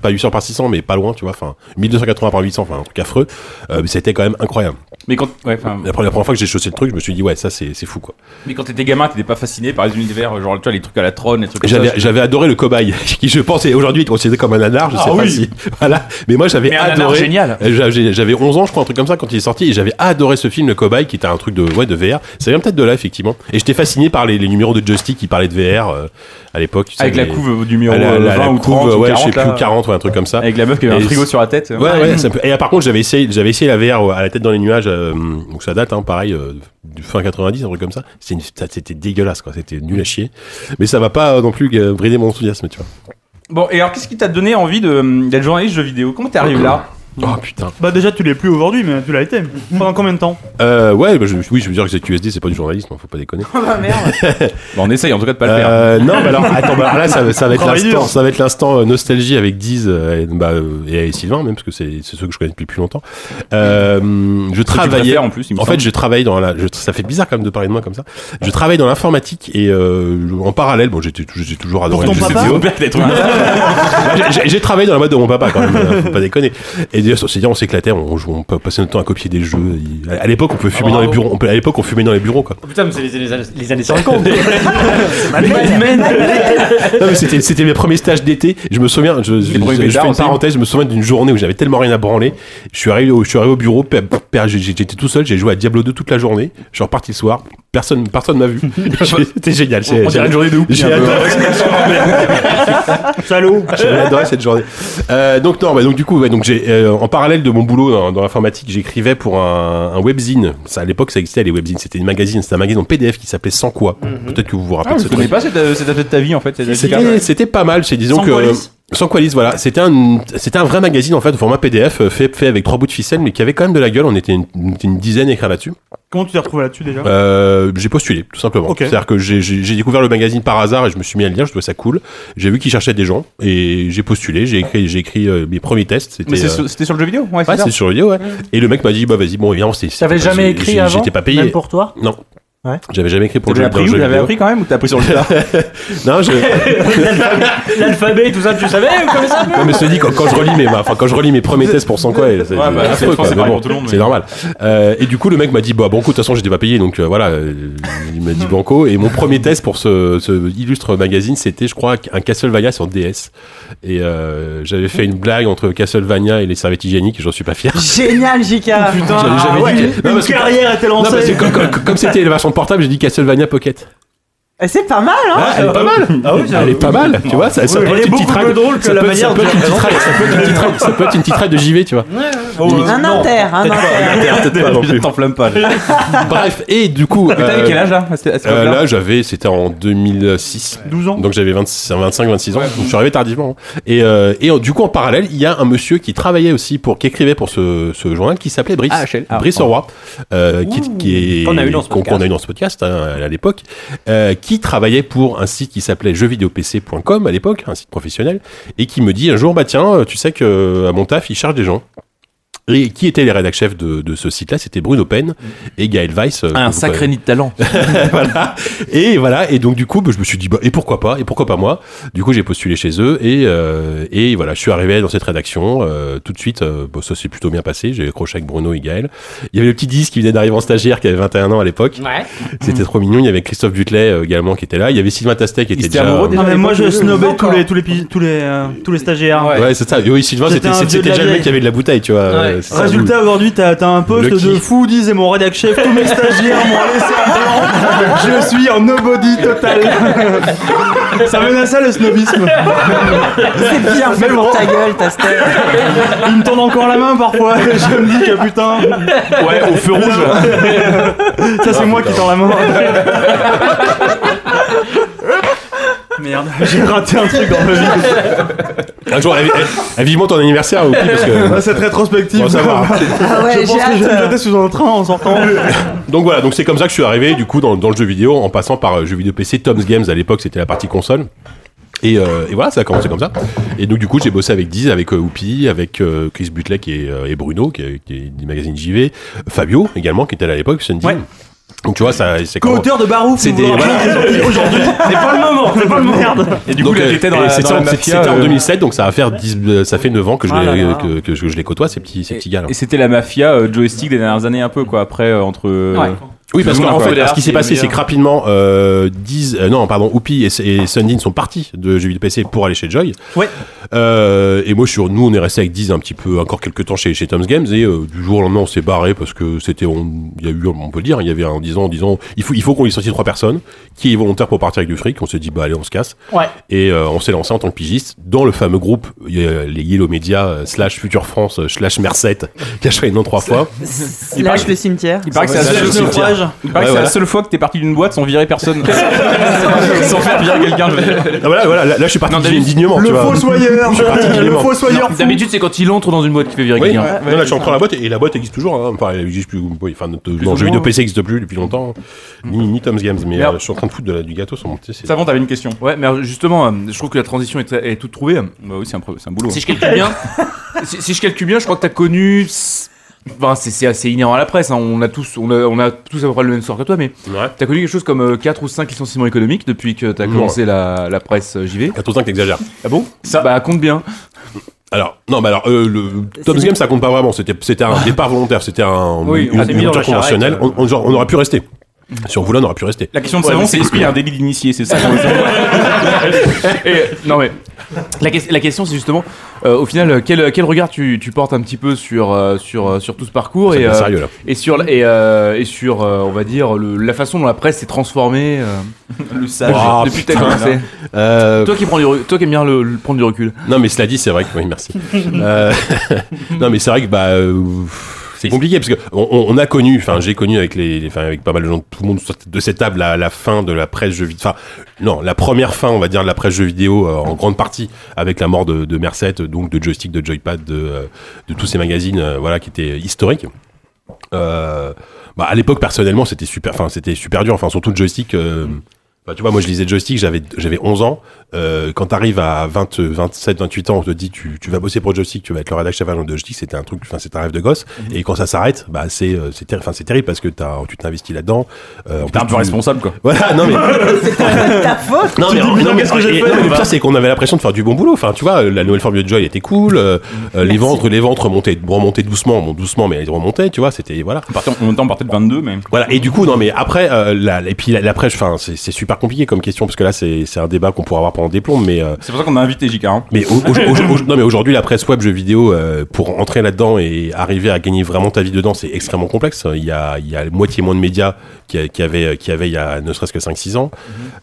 Speaker 3: pas 800 par 600 mais pas loin tu vois enfin 1280 par 800 enfin un truc affreux euh, mais c'était quand même incroyable
Speaker 5: Mais quand, ouais, enfin,
Speaker 3: la première, la première fois que j'ai chaussé le truc je me suis dit ouais ça c'est c'est fou quoi
Speaker 5: mais quand t'étais gamin, t'étais pas fasciné par les univers, euh, genre tu vois, les trucs à la trône, les trucs comme
Speaker 3: J'avais,
Speaker 5: ça.
Speaker 3: j'avais adoré le cobaye, qui je pense est aujourd'hui considéré comme un anard,
Speaker 5: Ah
Speaker 3: je sais pas si. Voilà. Mais moi j'avais
Speaker 5: Mais un nanar
Speaker 3: adoré. Euh,
Speaker 5: génial.
Speaker 3: J'a- j'ai- J'avais 11 ans, je crois, un truc comme ça quand il est sorti, et j'avais adoré ce film, le cobaye, qui était un truc de, ouais, de VR. Ça vient peut-être de là, effectivement. Et j'étais fasciné par les, les numéros de Justy qui parlaient de VR euh, à l'époque. tu sais,
Speaker 5: Avec la
Speaker 3: les-
Speaker 5: couve du numéro
Speaker 3: à la-
Speaker 5: euh,
Speaker 3: la-
Speaker 5: 20
Speaker 3: la
Speaker 5: ou
Speaker 3: couve,
Speaker 5: 30 ou
Speaker 3: ouais,
Speaker 5: 40,
Speaker 3: je sais
Speaker 5: là.
Speaker 3: plus, 40 ou un truc comme ça.
Speaker 5: Avec la meuf qui avait
Speaker 3: Et
Speaker 5: un frigo
Speaker 3: c'est-
Speaker 5: sur la tête.
Speaker 3: Ouais, ouais, ça peut- Et ah, par contre, j'avais essayé, j'avais essayé la VR à la tête dans les nuages, à euh, donc ça date, hein, pareil, euh, du fin 90, un truc comme ça. C'est une- ça- C'était dégueulasse, quoi. C'était nul à chier. Mais ça va pas euh, non plus euh, brider mon enthousiasme, tu vois.
Speaker 5: Bon, et alors qu'est-ce qui t'a donné envie de, hum, d'être journaliste jeux vidéo Comment t'es arrivé là
Speaker 3: Oh putain.
Speaker 4: Bah déjà tu l'es plus aujourd'hui mais tu l'as été. Pendant combien de
Speaker 5: Ah,
Speaker 4: temps
Speaker 3: Euh, ouais, bah, je, oui, je veux dire que c'est QSD, c'est pas du journalisme, hein, faut pas déconner.
Speaker 5: Oh, bah, on essaye en tout cas de pas le faire.
Speaker 3: Euh, non, bah alors, attends, bah, alors là, ça, va- ça va être
Speaker 5: Encore
Speaker 3: l'instant,
Speaker 5: dur.
Speaker 3: ça va être l'instant euh, nostalgie avec Diz euh, et, bah, euh, et Sylvain, même parce que c'est c'est ceux que je connais depuis plus longtemps. Euh, je
Speaker 5: tu
Speaker 3: travaillais
Speaker 5: préfères, en plus, il me
Speaker 3: fait,
Speaker 5: semble.
Speaker 3: je travaille dans la. je- ça fait bizarre quand même de parler de moi comme ça. Je travaille dans l'informatique et euh, en parallèle, bon, j'étais tou- j'ai toujours adoré
Speaker 5: ton
Speaker 3: les jeux
Speaker 5: papa
Speaker 3: vidéo.
Speaker 5: Peut-être.
Speaker 3: J'ai- j'ai- J'ai travaillé dans la mode de mon papa quand même, euh, faut pas déconner. Et d'ailleurs, on s'est dit, on s'éclatait, on, jouait- on passait notre temps à copier des jeux. Il- À à l'époque, on pouvait fumer dans les bureaux. On peut- à l'époque, on fumait dans les bureaux, quoi.
Speaker 7: Putain, mais c'est les, années- les années 50.
Speaker 3: Non, mais c'était, c'était mes premiers stages d'été. Je me souviens, je, je,
Speaker 5: premiers
Speaker 3: je- je
Speaker 5: pétards
Speaker 3: fais une
Speaker 5: aussi.
Speaker 3: parenthèse, je me souviens d'une journée où j'avais tellement rien à branler. Je suis arrivé au, je suis arrivé au bureau, pe- pe- j'ai- j'étais tout seul, j'ai joué à Diablo 2 toute la journée. Je suis reparti le soir, personne, personne m'a vu. c'était génial. J'ai-
Speaker 5: On dirait une journée de ouf.
Speaker 3: J'ai adoré,
Speaker 4: Salaud
Speaker 3: j'ai Ah, adoré cette journée. Euh, donc non, bah, donc du coup, ouais, donc j'ai, euh, en parallèle de mon boulot dans, dans l'informatique, j'écrivais pour un, un webzine. Ça, à l'époque, ça existait les webzines. C'était une magazine, c'était un magazine en PDF qui s'appelait Sans quoi. Peut-être que vous vous rappelez
Speaker 5: Ah,
Speaker 3: de
Speaker 5: je
Speaker 3: ce
Speaker 5: connais
Speaker 3: truc.
Speaker 5: pas cette euh, cette étape de ta vie en fait. cette
Speaker 3: C'était-
Speaker 5: étape.
Speaker 3: C'était pas mal, c'est disons
Speaker 4: Sans
Speaker 3: que. euh,
Speaker 4: Qualis.
Speaker 3: Sans Qualis, voilà. C'était un, c'était un vrai magazine en fait, au format PDF, euh, fait, fait avec trois bouts de ficelle, mais qui avait quand même de la gueule. On était une, on était une dizaine à écrire là-dessus.
Speaker 4: Comment tu t'es retrouvé là-dessus déjà
Speaker 3: Euh, j'ai postulé, tout simplement.
Speaker 4: Ok.
Speaker 3: C'est-à-dire que j'ai- j'ai j'ai découvert le magazine par hasard et je me suis mis à le lire. Je trouvais ça cool. J'ai vu qu'ils cherchaient des gens et j'ai postulé. J'ai écrit, j'ai écrit euh, mes premiers tests. C'était.
Speaker 5: Mais c'est
Speaker 3: euh,
Speaker 5: sur- c'était sur le jeu vidéo Ouais,
Speaker 3: ouais,
Speaker 5: ça.
Speaker 3: c'est sur le vidéo, ouais. Et le mec m'a dit, bah vas-y, bon, évidemment, c'est.
Speaker 6: T'avais
Speaker 3: c'est-
Speaker 6: jamais
Speaker 3: j'ai-
Speaker 6: écrit
Speaker 3: j'ai-
Speaker 6: avant
Speaker 3: J'étais pas payé.
Speaker 6: Même pour toi
Speaker 3: Non.
Speaker 6: Ouais.
Speaker 3: J'avais jamais écrit pour le
Speaker 5: T'avais
Speaker 3: jeu dans
Speaker 5: appris
Speaker 3: le
Speaker 5: où
Speaker 3: jeu
Speaker 5: T'avais
Speaker 3: vidéo.
Speaker 5: appris quand même ou t'as appris sur le tas
Speaker 3: Non, je.
Speaker 6: L'alphabet, tout ça, tu savais comme ça
Speaker 3: Non mais je te dis quand, quand je relis mes enfin quand je relis mes premiers tests pour 100 quoi et c'est
Speaker 5: Ouais, bah,
Speaker 3: affreux,
Speaker 5: c'est- je pense
Speaker 3: quoi,
Speaker 5: que c'est
Speaker 3: mais
Speaker 5: pareil
Speaker 3: bon,
Speaker 5: pour tout le monde, mais-
Speaker 3: c'est normal. Euh, et du coup le mec m'a dit bah bon coup de toute façon j'étais pas payé donc euh, voilà euh, il m'a dit banco et mon premier test pour ce, ce illustre magazine c'était je crois un Castlevania sur DS et euh, j'avais fait une blague entre Castlevania et les serviettes hygiéniques et j'en suis pas fier.
Speaker 10: Génial,
Speaker 3: Oh,
Speaker 10: Jika Putain,
Speaker 3: J'avais jamais dit que-
Speaker 4: ah
Speaker 3: non,
Speaker 4: Une
Speaker 3: parce que-
Speaker 4: carrière était
Speaker 3: non, parce que
Speaker 4: lancée
Speaker 3: comme- comme comme c'était la version portable j'ai dit Castlevania Pocket. Ah,
Speaker 10: C'est pas mal,
Speaker 4: Ah
Speaker 10: hein
Speaker 3: elle est pas mal. elle est pas mal, tu vois. Ça, ça peut
Speaker 4: elle est
Speaker 3: être une petite
Speaker 4: beaucoup plus
Speaker 3: règle-
Speaker 4: drôle que
Speaker 3: ça
Speaker 4: la
Speaker 3: peut-
Speaker 4: manière
Speaker 3: ça peut
Speaker 4: de
Speaker 3: être une petite règle- ça peut être une petite règle- ça peut être une petite règle de JV, tu vois.
Speaker 10: Un inter, un inter.
Speaker 3: Peut-être pas non plus.
Speaker 5: T'enflammes pas. là.
Speaker 3: Bref, et du coup.
Speaker 5: Mais
Speaker 3: euh,
Speaker 5: T'avais quel âge là à cette- à cette
Speaker 3: euh,
Speaker 5: époque-là
Speaker 3: Là, j'avais, c'était en 2006.
Speaker 4: 12 ans
Speaker 3: Donc j'avais 26, 25, 26 ans. donc je suis arrivé tardivement. hein. Et, euh, et euh, du coup, en parallèle, il y a un monsieur qui travaillait aussi pour, qui écrivait pour ce, ce journal qui s'appelait Brice.
Speaker 5: Ah, HL. Ah,
Speaker 3: Brice Leroy. euh, qui, qui est,
Speaker 5: Qu'on a eu dans ce
Speaker 3: qu'on- qu'on a eu dans ce podcast hein, à l'époque. euh, qui travaillait pour un site qui s'appelait jeuxvideopc.com à l'époque, un site professionnel. Et qui me dit un jour, bah tiens, tu sais que euh, à mon taf, ils cherchent des gens. Et qui étaient les rédacteurs chefs de, de ce site-là C'était Bruno Penn et Gaël Weiss. euh, que
Speaker 5: Mm. Un
Speaker 3: vous
Speaker 5: sacré nid de talent.
Speaker 3: voilà. Et voilà. Et donc du coup, bah, je me suis dit bah, et pourquoi pas Et pourquoi pas moi Du coup, j'ai postulé chez eux et euh, et voilà, je suis arrivé dans cette rédaction euh, tout de suite. euh, bon, ça s'est plutôt bien passé. J'ai accroché avec Bruno et Gaël. Il y avait le petit 10 qui venait d'arriver en stagiaire qui avait 21 ans à l'époque. C'était trop mignon. Il y avait Christophe Butlet euh, également qui était là. Il y avait Sylvain Tastet qui était
Speaker 5: était
Speaker 3: déjà. euh,
Speaker 5: amoureux
Speaker 4: Ah mais moi je snobais tous
Speaker 8: Encore.
Speaker 4: les tous les pi- tous les euh, tous les stagiaires.
Speaker 5: Ouais.
Speaker 3: Ouais, c'est ça. Oui, Sylvain,
Speaker 4: C'était
Speaker 3: c'était
Speaker 4: un
Speaker 3: c'était-
Speaker 4: vieux de
Speaker 3: c'était
Speaker 4: la
Speaker 3: déjà le mec
Speaker 4: vieille.
Speaker 3: qui avait de la bouteille, tu vois. euh, c'est ça.
Speaker 4: Résultat aujourd'hui t'as t'as un poste
Speaker 3: Lucky.
Speaker 4: de fou, disent et mon rédac chef, tous mes stagiaires m'ont laissé à blanc. Je suis en nobody total. Ça menace ça le snobisme.
Speaker 10: C'est bien fait pour ta gueule, ta
Speaker 4: Il me tendent encore la main parfois. Je me dis que putain,
Speaker 5: Ouais, au feu rouge.
Speaker 4: ça c'est moi qui tends la main. Merde, j'ai raté un truc dans ma vie.
Speaker 3: Un jour, eh, eh, vivement ton anniversaire, Oupi, parce que.
Speaker 4: Ah, Cette rétrospective.
Speaker 3: On va savoir.
Speaker 10: Ah ouais,
Speaker 4: Je
Speaker 10: j'ai
Speaker 4: pense que
Speaker 10: hâte.
Speaker 4: je vais me
Speaker 10: euh,
Speaker 4: jeter sous un train en sortant.
Speaker 3: Donc voilà, donc c'est comme ça que je suis arrivé du coup dans, dans le jeu vidéo en passant par euh, jeu vidéo PC, Tom's Games à l'époque c'était la partie console. Et, euh, et voilà, ça a commencé comme ça. Et donc du coup j'ai bossé avec Diz, avec euh, Whoopi, avec euh, Chris Butlet et, euh, et Bruno qui, est- qui est du magazine JV, Fabio également qui était là à l'époque, Sunday.
Speaker 4: Ouais.
Speaker 3: Donc tu vois ça c'est comment-
Speaker 4: Co-auteur de Barouf,
Speaker 3: C'est
Speaker 4: vous
Speaker 3: des-
Speaker 4: vous rappelez
Speaker 3: voilà.
Speaker 4: aujourd'hui. C'est pas le moment, c'est pas le moment. Merde.
Speaker 5: Et du coup,
Speaker 3: Donc,
Speaker 5: là,
Speaker 3: euh,
Speaker 5: t'étais dans
Speaker 3: et
Speaker 5: la
Speaker 3: c'était
Speaker 5: dans la
Speaker 3: en-
Speaker 5: mafia.
Speaker 3: c'était en
Speaker 5: euh,
Speaker 3: 2007 donc ça va faire 10, euh, ça fait 9 ans que je,
Speaker 4: Ah
Speaker 3: les,
Speaker 4: là là.
Speaker 3: que, que je, que je les côtoie ces petits ces petits gars là.
Speaker 5: Et c'était la mafia euh, joystick des dernières années un peu quoi après euh, entre euh,
Speaker 3: Oui, parce
Speaker 5: Tout le
Speaker 3: qu'en
Speaker 5: monde,
Speaker 3: fait,
Speaker 5: quoi.
Speaker 3: ce qui s'est passé,
Speaker 5: meilleur.
Speaker 3: c'est que rapidement, euh, 10, euh, non, pardon, Oupi et, et Sundin sont partis de jeux vidéo PC pour aller chez Joy.
Speaker 4: Ouais.
Speaker 3: Euh, et moi, je suis, nous, on est resté avec 10 un petit peu, encore quelques temps chez, chez Tom's Games, et euh, du jour au lendemain, on s'est barré parce que c'était, on, il y a eu, on peut le dire, il y avait en disant, en disant, il faut, il faut qu'on licencie trois personnes qui est volontaire pour partir avec du fric. On s'est dit, bah, allez, on se casse.
Speaker 4: Ouais.
Speaker 3: Et euh, on s'est lancé en tant que pigiste dans le fameux groupe, euh, les Yellow Media, euh, slash Future France, euh, slash Merced, qui a changé le nom trois fois.
Speaker 5: Il paraît
Speaker 10: Slash
Speaker 5: que-
Speaker 10: le cimetière.
Speaker 5: Il paraît que c'est la
Speaker 3: Slash
Speaker 5: seule-
Speaker 3: le cimetière.
Speaker 5: Il paraît que
Speaker 3: Ouais,
Speaker 5: c'est la
Speaker 3: voilà.
Speaker 5: seule fois que t'es parti d'une boîte sans virer personne. sans faire virer quelqu'un, je veux dire.
Speaker 3: Ah, voilà, voilà, là, là, je suis parti
Speaker 5: Non, David,
Speaker 3: indignement.
Speaker 5: le
Speaker 3: tu vois.
Speaker 5: fossoyeur,
Speaker 3: Je suis parti
Speaker 5: le
Speaker 3: indignement.
Speaker 5: fossoyeur Non, fou. d'habitude, c'est quand il entre dans une boîte qu'il fait virer
Speaker 3: Oui,
Speaker 5: quelqu'un.
Speaker 3: ouais,
Speaker 5: Ouais,
Speaker 3: non, là, je suis encore dans la boîte et la boîte existe toujours. hein. Enfin, elle existe plus. oui, Enfin, notre
Speaker 5: Plus
Speaker 3: non,
Speaker 5: ou moins,
Speaker 3: jeu vidéo
Speaker 5: ouais.
Speaker 3: PC existe plus depuis longtemps. hein. Ni, ni Tom's Games, mais
Speaker 9: Merde.
Speaker 3: euh, je suis en train de foutre de la- du gâteau sur mon PC.
Speaker 5: Savon, t'avais une question.
Speaker 9: Ouais, mais alors, justement, euh, je trouve que la transition est, très- est toute trouvée. Bah oui, c'est un, boulot. Si je calcule bien, si, si je calcule bien, je crois que t'as connu. Enfin, c'est- c'est assez inhérent à la presse. hein. On a tous, on a, on a tous à peu près le même sort que toi, mais t'as connu quelque chose comme 4 ou 5 licenciements économiques depuis que t'as
Speaker 3: Non.
Speaker 9: commencé la, la presse euh, JV.
Speaker 3: 4 ou 5, t'exagères.
Speaker 9: Ah bon Ça, bah compte bien.
Speaker 3: Alors, non, mais alors, euh, le, Tom's Game, ça compte pas vraiment. C'était, c'était un départ volontaire. C'était un,
Speaker 5: Oui, on
Speaker 3: une,
Speaker 5: s'est
Speaker 3: une
Speaker 5: mis dans la
Speaker 3: rupture conventionnelle.
Speaker 5: charrette,
Speaker 3: On, on- genre, on aurait pu rester. Si on voulait, on aurait pu rester.
Speaker 5: Mm. La question de savon, c'est est-ce qu'il y a un délit d'initié C'est ça qu'on veut savoir.
Speaker 9: Et, euh, non mais la, ques- la question c'est justement euh, au final euh, quel, quel regard tu, tu portes un petit peu sur euh, sur euh, sur tout ce parcours
Speaker 3: Ça
Speaker 9: et,
Speaker 3: devient sérieux, là.
Speaker 9: et sur la- et, euh, et sur euh, on va dire le- la façon dont la presse s'est transformée euh,
Speaker 5: Le sage.
Speaker 9: depuis- depuis que t'as
Speaker 3: putain.
Speaker 9: commencé.
Speaker 3: Euh,
Speaker 9: Toi qui prends du re- toi qui aimes bien le, le- prendre du recul.
Speaker 3: Non, mais cela dit, c'est vrai que. Oui, merci. Euh, non, mais c'est vrai que bah, euh, c'est compliqué parce que on, on- on a connu, enfin, j'ai connu avec les, les- enfin, avec pas mal de gens, tout le monde de cette table, la, la fin de la presse jeux vidéo. Enfin, non, la première fin, on va dire, de la presse jeux vidéo euh, en grande partie avec la mort de, de Merced, donc de joystick, de joypad, de, euh, de tous ces magazines, euh, voilà, qui étaient historiques. Euh, bah, à l'époque, personnellement, c'était super, enfin, c'était super dur. Enfin, surtout le joystick. euh, bah, tu vois, moi, je lisais joystick, j'avais, j'avais 11 ans. Euh, quand t'arrives à 20, 27, 28 ans, on te dit, tu, tu vas bosser pour joystick, tu vas être le rédacteur chef de joystick, c'était un truc, enfin, c'est un rêve de gosse.
Speaker 5: Mhm.
Speaker 3: Et quand ça s'arrête, bah, c'est, euh, c'est, terri- enfin, c'est terrible parce que t'as, tu t'investis là-dedans. Euh, en
Speaker 5: T'es un
Speaker 3: plus,
Speaker 5: peu
Speaker 3: tu-
Speaker 5: responsable, quoi.
Speaker 3: Voilà, non, mais.
Speaker 10: Ta faute
Speaker 3: Non
Speaker 5: dis,
Speaker 3: mais,
Speaker 5: putain,
Speaker 3: non, mais-
Speaker 5: qu'est-ce que j'ai
Speaker 3: et-
Speaker 5: fait
Speaker 3: non, mais le pire c'est qu'on avait l'impression de faire du bon boulot. Enfin tu vois la nouvelle formule de Joy était cool. euh, euh, les ventres les ventres remontaient remontaient doucement bon doucement mais ils remontaient tu vois c'était voilà.
Speaker 5: En même temps, on partait de 22, mais.
Speaker 3: Voilà et du coup non mais après euh, la, et puis la, la presse enfin c'est c'est super compliqué comme question parce que là c'est c'est un débat qu'on pourra avoir pendant des plombes mais euh,
Speaker 5: C'est pour ça qu'on a invité JK. hein.
Speaker 3: mais au- au- au- au- non, mais aujourd'hui, la presse web, jeux vidéo, euh, pour entrer là-dedans et arriver à gagner vraiment ta vie dedans, c'est extrêmement complexe. Il y a, il y a moitié moins de médias qui, a- qui avaient, euh, qui avaient il y a ne serait-ce que 5-6 ans,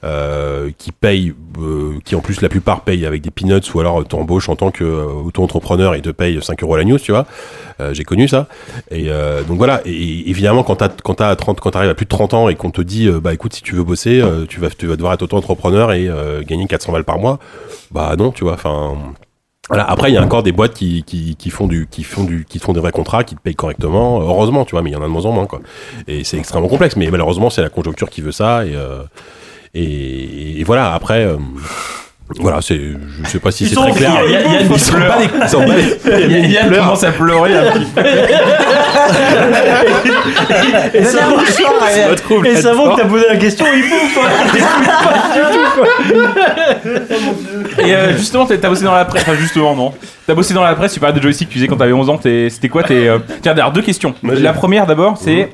Speaker 3: euh, qui payent, euh, qui en plus la plupart payent avec des peanuts ou alors euh, t'embauches en tant que euh, auto-entrepreneur et te payent 5 euros la news, tu vois. Euh, J'ai connu ça. Et euh, donc voilà. Et, et évidemment, quand t'as, quand t'as 30, quand t'arrives à plus de 30 ans et qu'on te dit, euh, bah écoute, si tu veux bosser, euh, tu vas, tu vas devoir être auto-entrepreneur et euh, gagner 400 balles par mois. Bah non, tu vois, enfin. Voilà. Après, il y a encore des boîtes qui, qui, qui font du qui font du qui te font des vrais contrats, qui te payent correctement. Heureusement, tu vois, mais il y en a de moins en moins, quoi. Et c'est extrêmement complexe. Mais malheureusement, c'est la conjoncture qui veut ça. Et euh, et, et voilà. Après, euh, voilà, c'est je sais pas si c'est très clair.
Speaker 5: Il y a- il y a une
Speaker 3: Ils sont pas des- ils sont pas des-
Speaker 5: Yann commence à pleurer. là.
Speaker 4: Et savon, et savon que t'as posé la question, il bouffe
Speaker 5: Et euh, justement, t'as t'as bossé dans la presse. Enfin, justement, non. T'as bossé dans la presse, tu parlais de joystick, tu disais quand t'avais 11 ans, t'es- c'était quoi tes. euh, Tiens, d'ailleurs, deux questions.
Speaker 3: Vas-y.
Speaker 5: La première, d'abord, c'est.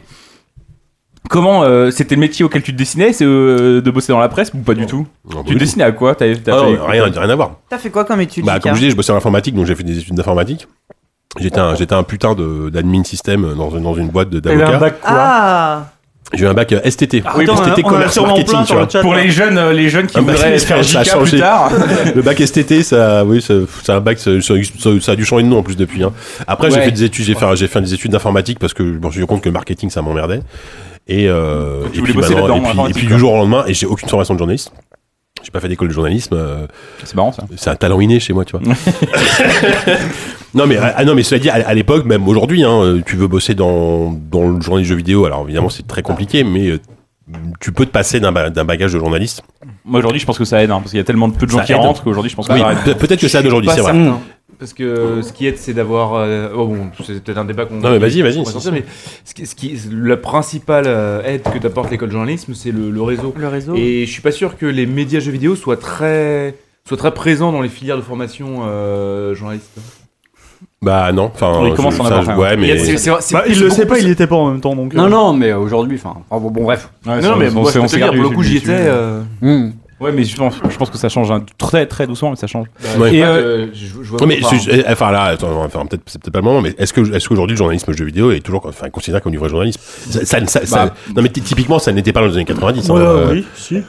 Speaker 5: Comment euh, c'était le métier auquel tu te dessinais, c'est euh, de bosser dans la presse ou pas du tout
Speaker 3: Non, pas
Speaker 5: Tu
Speaker 3: du
Speaker 5: te dessinais à quoi T'avais-
Speaker 3: Ah
Speaker 5: t'as fait-
Speaker 3: non, rien, rien à voir.
Speaker 10: T'as fait quoi comme étude
Speaker 3: Bah,
Speaker 10: Lucas
Speaker 3: comme je disais, je bossais en informatique, donc j'ai fait des études d'informatique. J'étais un, j'étais un putain de, d'admin système dans, une- dans une boîte de,
Speaker 6: T'avais un
Speaker 3: d'avocats.
Speaker 6: bac quoi
Speaker 10: Ah
Speaker 3: J'ai eu un bac euh, STT.
Speaker 5: Ah,
Speaker 4: Oui, Ah, Attends,
Speaker 3: STT
Speaker 4: on a- on a
Speaker 3: commerce
Speaker 4: sûrement
Speaker 3: marketing,
Speaker 4: plein
Speaker 3: tu
Speaker 4: sur le
Speaker 3: vois.
Speaker 4: chat.
Speaker 5: Pour
Speaker 4: là.
Speaker 5: les jeunes, euh, les jeunes qui
Speaker 3: Ah bah,
Speaker 5: voudraient
Speaker 3: ça
Speaker 5: faire
Speaker 3: a
Speaker 5: JK plus
Speaker 3: changé.
Speaker 5: tard.
Speaker 3: Le bac STT, ça, oui, ça- c'est un bac, ça, ça- ça- ça a dû changer de nom en plus depuis. hein. Après, j'ai
Speaker 5: Ouais.
Speaker 3: fait des études, j'ai fait, j'ai fait des études d'informatique parce que je me suis rendu compte que le marketing, ça m'emmerdait. Et, euh,
Speaker 5: Tu
Speaker 3: et
Speaker 5: voulais
Speaker 3: puis,
Speaker 5: bosser
Speaker 3: maintenant-
Speaker 5: là-dedans,
Speaker 3: et puis- et
Speaker 5: informatique,
Speaker 3: puis
Speaker 5: quoi.
Speaker 3: du jour au lendemain, et j'ai aucune formation de journaliste. J'ai pas fait d'école de journalisme. euh,
Speaker 5: C'est marrant ça.
Speaker 3: c'est un talent inné chez moi, tu vois. non mais ah non mais cela dit à, à l'époque même aujourd'hui hein, euh, tu veux bosser dans dans le journalisme jeux vidéo alors évidemment c'est très compliqué mais euh, tu peux te passer d'un ba- d'un bagage de journaliste.
Speaker 5: Moi aujourd'hui, je pense que ça aide hein, parce qu'il y a tellement de peu de gens
Speaker 3: Ça
Speaker 5: qui
Speaker 3: aide.
Speaker 5: rentrent qu'aujourd'hui, je pense que
Speaker 3: Oui,
Speaker 5: ça aide.
Speaker 3: peut- peut-être que ça d'aujourd'hui
Speaker 9: Pas
Speaker 3: c'est vrai.
Speaker 9: certain. Parce que euh, ce qui aide, c'est d'avoir. euh, oh bon, c'est peut-être un débat qu'on.
Speaker 3: Non, mais vas-y, vas-y,
Speaker 9: qu'on va
Speaker 3: si,
Speaker 9: sortir, mais ce qui, ce qui- la principale euh, aide que t'apporte l'école de journalisme, c'est le, le réseau.
Speaker 10: Le réseau.
Speaker 9: Et je suis pas sûr que les médias jeux vidéo soient très, soient très présents dans les filières de formation euh, journaliste.
Speaker 3: Bah non, enfin.
Speaker 5: Il commence à en
Speaker 3: je-
Speaker 5: avoir
Speaker 3: enfin,
Speaker 5: un.
Speaker 3: Ouais, mais.
Speaker 4: Bah, il le sait pas, il y était pas en même temps donc.
Speaker 7: Non, non, mais aujourd'hui, enfin. oh, bon, bon, bref.
Speaker 5: Ouais, ça, on- on s'est gardé celui-ci.
Speaker 3: euh.
Speaker 7: Hmm.
Speaker 5: Ouais, mais je pense, je pense que ça change hein, très très doucement, mais ça change.
Speaker 3: Bah, Ouais.
Speaker 5: Et,
Speaker 3: Ouais,
Speaker 5: euh,
Speaker 3: Ouais, mais c'est- eh, enfin là, attends, on va faire peut-être c'est peut-être pas le moment, mais est-ce que est-ce qu'aujourd'hui le journalisme jeu vidéo est toujours enfin considéré comme du vrai journalisme ça, ça- ça- ça-
Speaker 5: Bah.
Speaker 3: Non mais t- typiquement ça n'était pas dans les années 90. hein,
Speaker 6: Ouais,
Speaker 3: euh,
Speaker 6: oui, si. À
Speaker 3: si,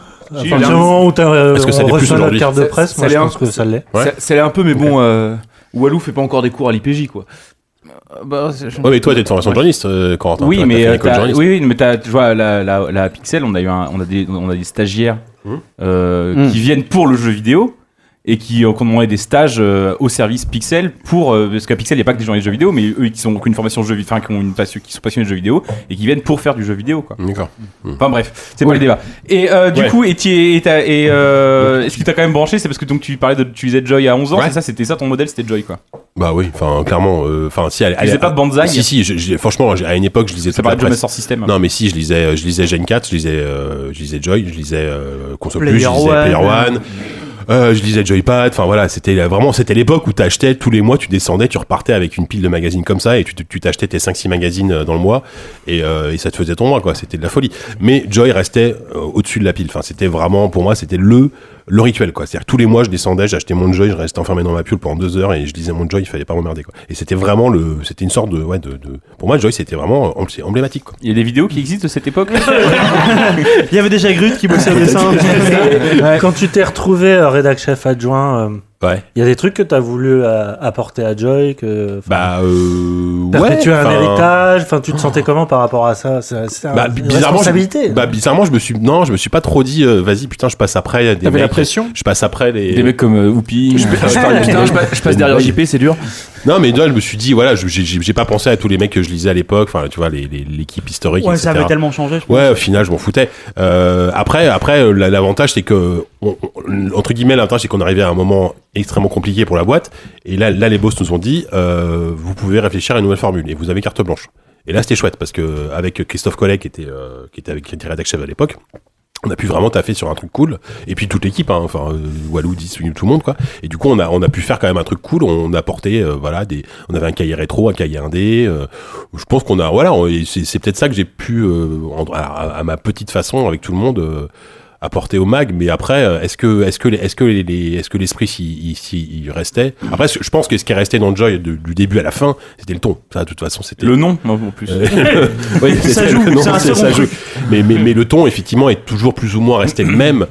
Speaker 6: partir
Speaker 3: là,
Speaker 6: du moment où t'as, euh,
Speaker 3: est-ce que ça
Speaker 6: on
Speaker 3: l'est plus
Speaker 6: reçoit notre
Speaker 3: aujourd'hui
Speaker 6: carte de presse, moi,
Speaker 9: l'est
Speaker 6: je
Speaker 9: un-
Speaker 6: pense que ça l'est.
Speaker 3: Ouais.
Speaker 9: Ça l'est un peu, mais bon, euh, Walou fait pas encore des cours à l'IPJ, quoi. Euh, bah, c'est-
Speaker 3: Ouais, mais toi t'es de formation de journaliste quand
Speaker 5: oui, mais euh, t'as- oui, oui, mais t'as- tu vois la, la, la Pixel, on a eu un- on a des on a des stagiaires
Speaker 3: Mmh.
Speaker 5: euh,
Speaker 7: Mm.
Speaker 5: qui viennent pour le jeu vidéo et qui ont demandé des stages euh, au service Pixel pour euh, parce qu'à Pixel il n'y a pas que des gens de jeux vidéo, mais eux qui ont une formation jeu vidéo, enfin qui ont une passion, qui sont passionnés de jeux vidéo et qui viennent pour faire du jeu vidéo quoi.
Speaker 3: D'accord. Mmh.
Speaker 5: Enfin bref, c'est pas le débat. Et euh, du
Speaker 3: Ouais.
Speaker 5: coup, et, t'y- et, t'as- et, euh, est-ce que t'as quand même branché C'est parce que donc tu parlais de tu disais Joy à 11 ans,
Speaker 3: Ouais.
Speaker 5: c'est ça, c'était ça ton modèle, c'était Joy quoi.
Speaker 3: Bah oui, enfin clairement, euh, enfin si. Elle,
Speaker 5: Tu lisais pas Banzai
Speaker 3: Si si, je- je- franchement j'ai- à une époque je lisais.
Speaker 5: Ça
Speaker 3: toute la
Speaker 5: parlait de Joy
Speaker 3: presse.
Speaker 5: Master System.
Speaker 3: Non mais si, je lisais, je lisais Gen 4, je lisais, euh, je lisais Joy, je lisais euh, Console
Speaker 4: Player
Speaker 3: Plus, je lisais
Speaker 4: One.
Speaker 3: Player One. Euh, je lisais Joypad, enfin voilà, c'était la- vraiment c'était l'époque où t'achetais tous les mois, tu descendais, tu repartais avec une pile de magazines comme ça et tu te- tu t'achetais tes 5-6 magazines euh, dans le mois et, euh, et ça te faisait ton mois quoi, c'était de la folie. Mais Joy restait euh, au-dessus de la pile, enfin c'était vraiment pour moi c'était le le rituel quoi, c'est-à-dire tous les mois je descendais, j'achetais mon Joy, je restais enfermé dans ma pile pendant deux heures et je lisais mon Joy, il fallait pas m'emmerder quoi. Et c'était vraiment le, c'était une sorte de ouais de, de- pour moi Joy c'était vraiment euh, emblé- emblématique quoi.
Speaker 5: Il y a des vidéos qui existent de cette époque.
Speaker 4: Il y avait déjà Grut qui bossait au dessin.
Speaker 6: Quand tu t'es retrouvé euh, rédac chef adjoint, euh,
Speaker 3: Ouais.
Speaker 6: il y a des trucs que t'as voulu euh, apporter à Joy, que enfin,
Speaker 3: Bah, euh,
Speaker 6: t'as
Speaker 3: ouais.
Speaker 6: tu as un
Speaker 3: enfin, oh.
Speaker 6: héritage, enfin tu te sentais comment par rapport à ça C'est c'est un-
Speaker 3: Bah, bi-
Speaker 6: une
Speaker 3: bizarrement,
Speaker 6: responsabilité.
Speaker 3: je, bah, bizarrement, je me suis, non, je me suis pas trop dit, euh, vas-y, putain, je passe après des
Speaker 8: T'avais la
Speaker 3: mecs-
Speaker 8: pression
Speaker 3: Je passe après les.
Speaker 5: Des mecs comme euh, Whoopi.
Speaker 9: Je,
Speaker 5: euh,
Speaker 9: parle- putain, je passe- je passe derrière JP, c'est dur.
Speaker 3: Non, mais non, je me suis dit, voilà, je- j'ai j'ai- j'ai pas pensé à tous les mecs que je lisais à l'époque, enfin, tu vois, les- les- l'équipe historique.
Speaker 4: Ouais, ça
Speaker 3: etc..
Speaker 4: avait tellement changé. je pense.
Speaker 3: Ouais, au final, je m'en foutais. Euh, après, après, euh, la- l'avantage, c'est que on- on- entre guillemets, l'avantage, c'est qu'on arrivait à un moment extrêmement compliqué pour la boîte. Et là, là, les boss nous ont dit, euh, vous pouvez réfléchir à une nouvelle formule et vous avez carte blanche. Et là, c'était chouette parce que avec Christophe Collet, qui était, euh, qui était avec qui était rédac chef à l'époque. On a pu vraiment taffer sur un truc cool, et puis toute l'équipe, hein, enfin euh, Walou, 10, tout le monde quoi. Et du coup, on a on a pu faire quand même un truc cool. On a porté euh, voilà des, on avait un cahier rétro, un cahier indé, euh, je pense qu'on a voilà on- et c'est c'est peut-être ça que j'ai pu euh, en- à, à ma petite façon avec tout le monde euh, apporter au mag mais après euh, est-ce que est-ce que les- est-ce que les, les- est-ce que l'esprit s'y- il s'y- il restait après ce- je pense que ce qui est resté dans Joy de- du début à la fin c'était le ton ça de toute façon c'était
Speaker 5: Le nom, en plus.
Speaker 3: euh, oui, c'est
Speaker 4: Ça
Speaker 3: ça,
Speaker 4: joue,
Speaker 3: le nom,
Speaker 4: c'est un
Speaker 3: c'est-
Speaker 4: second
Speaker 3: ça
Speaker 4: truc.
Speaker 3: joue. Mais, mais, mais le ton, effectivement, est toujours plus ou moins resté le même,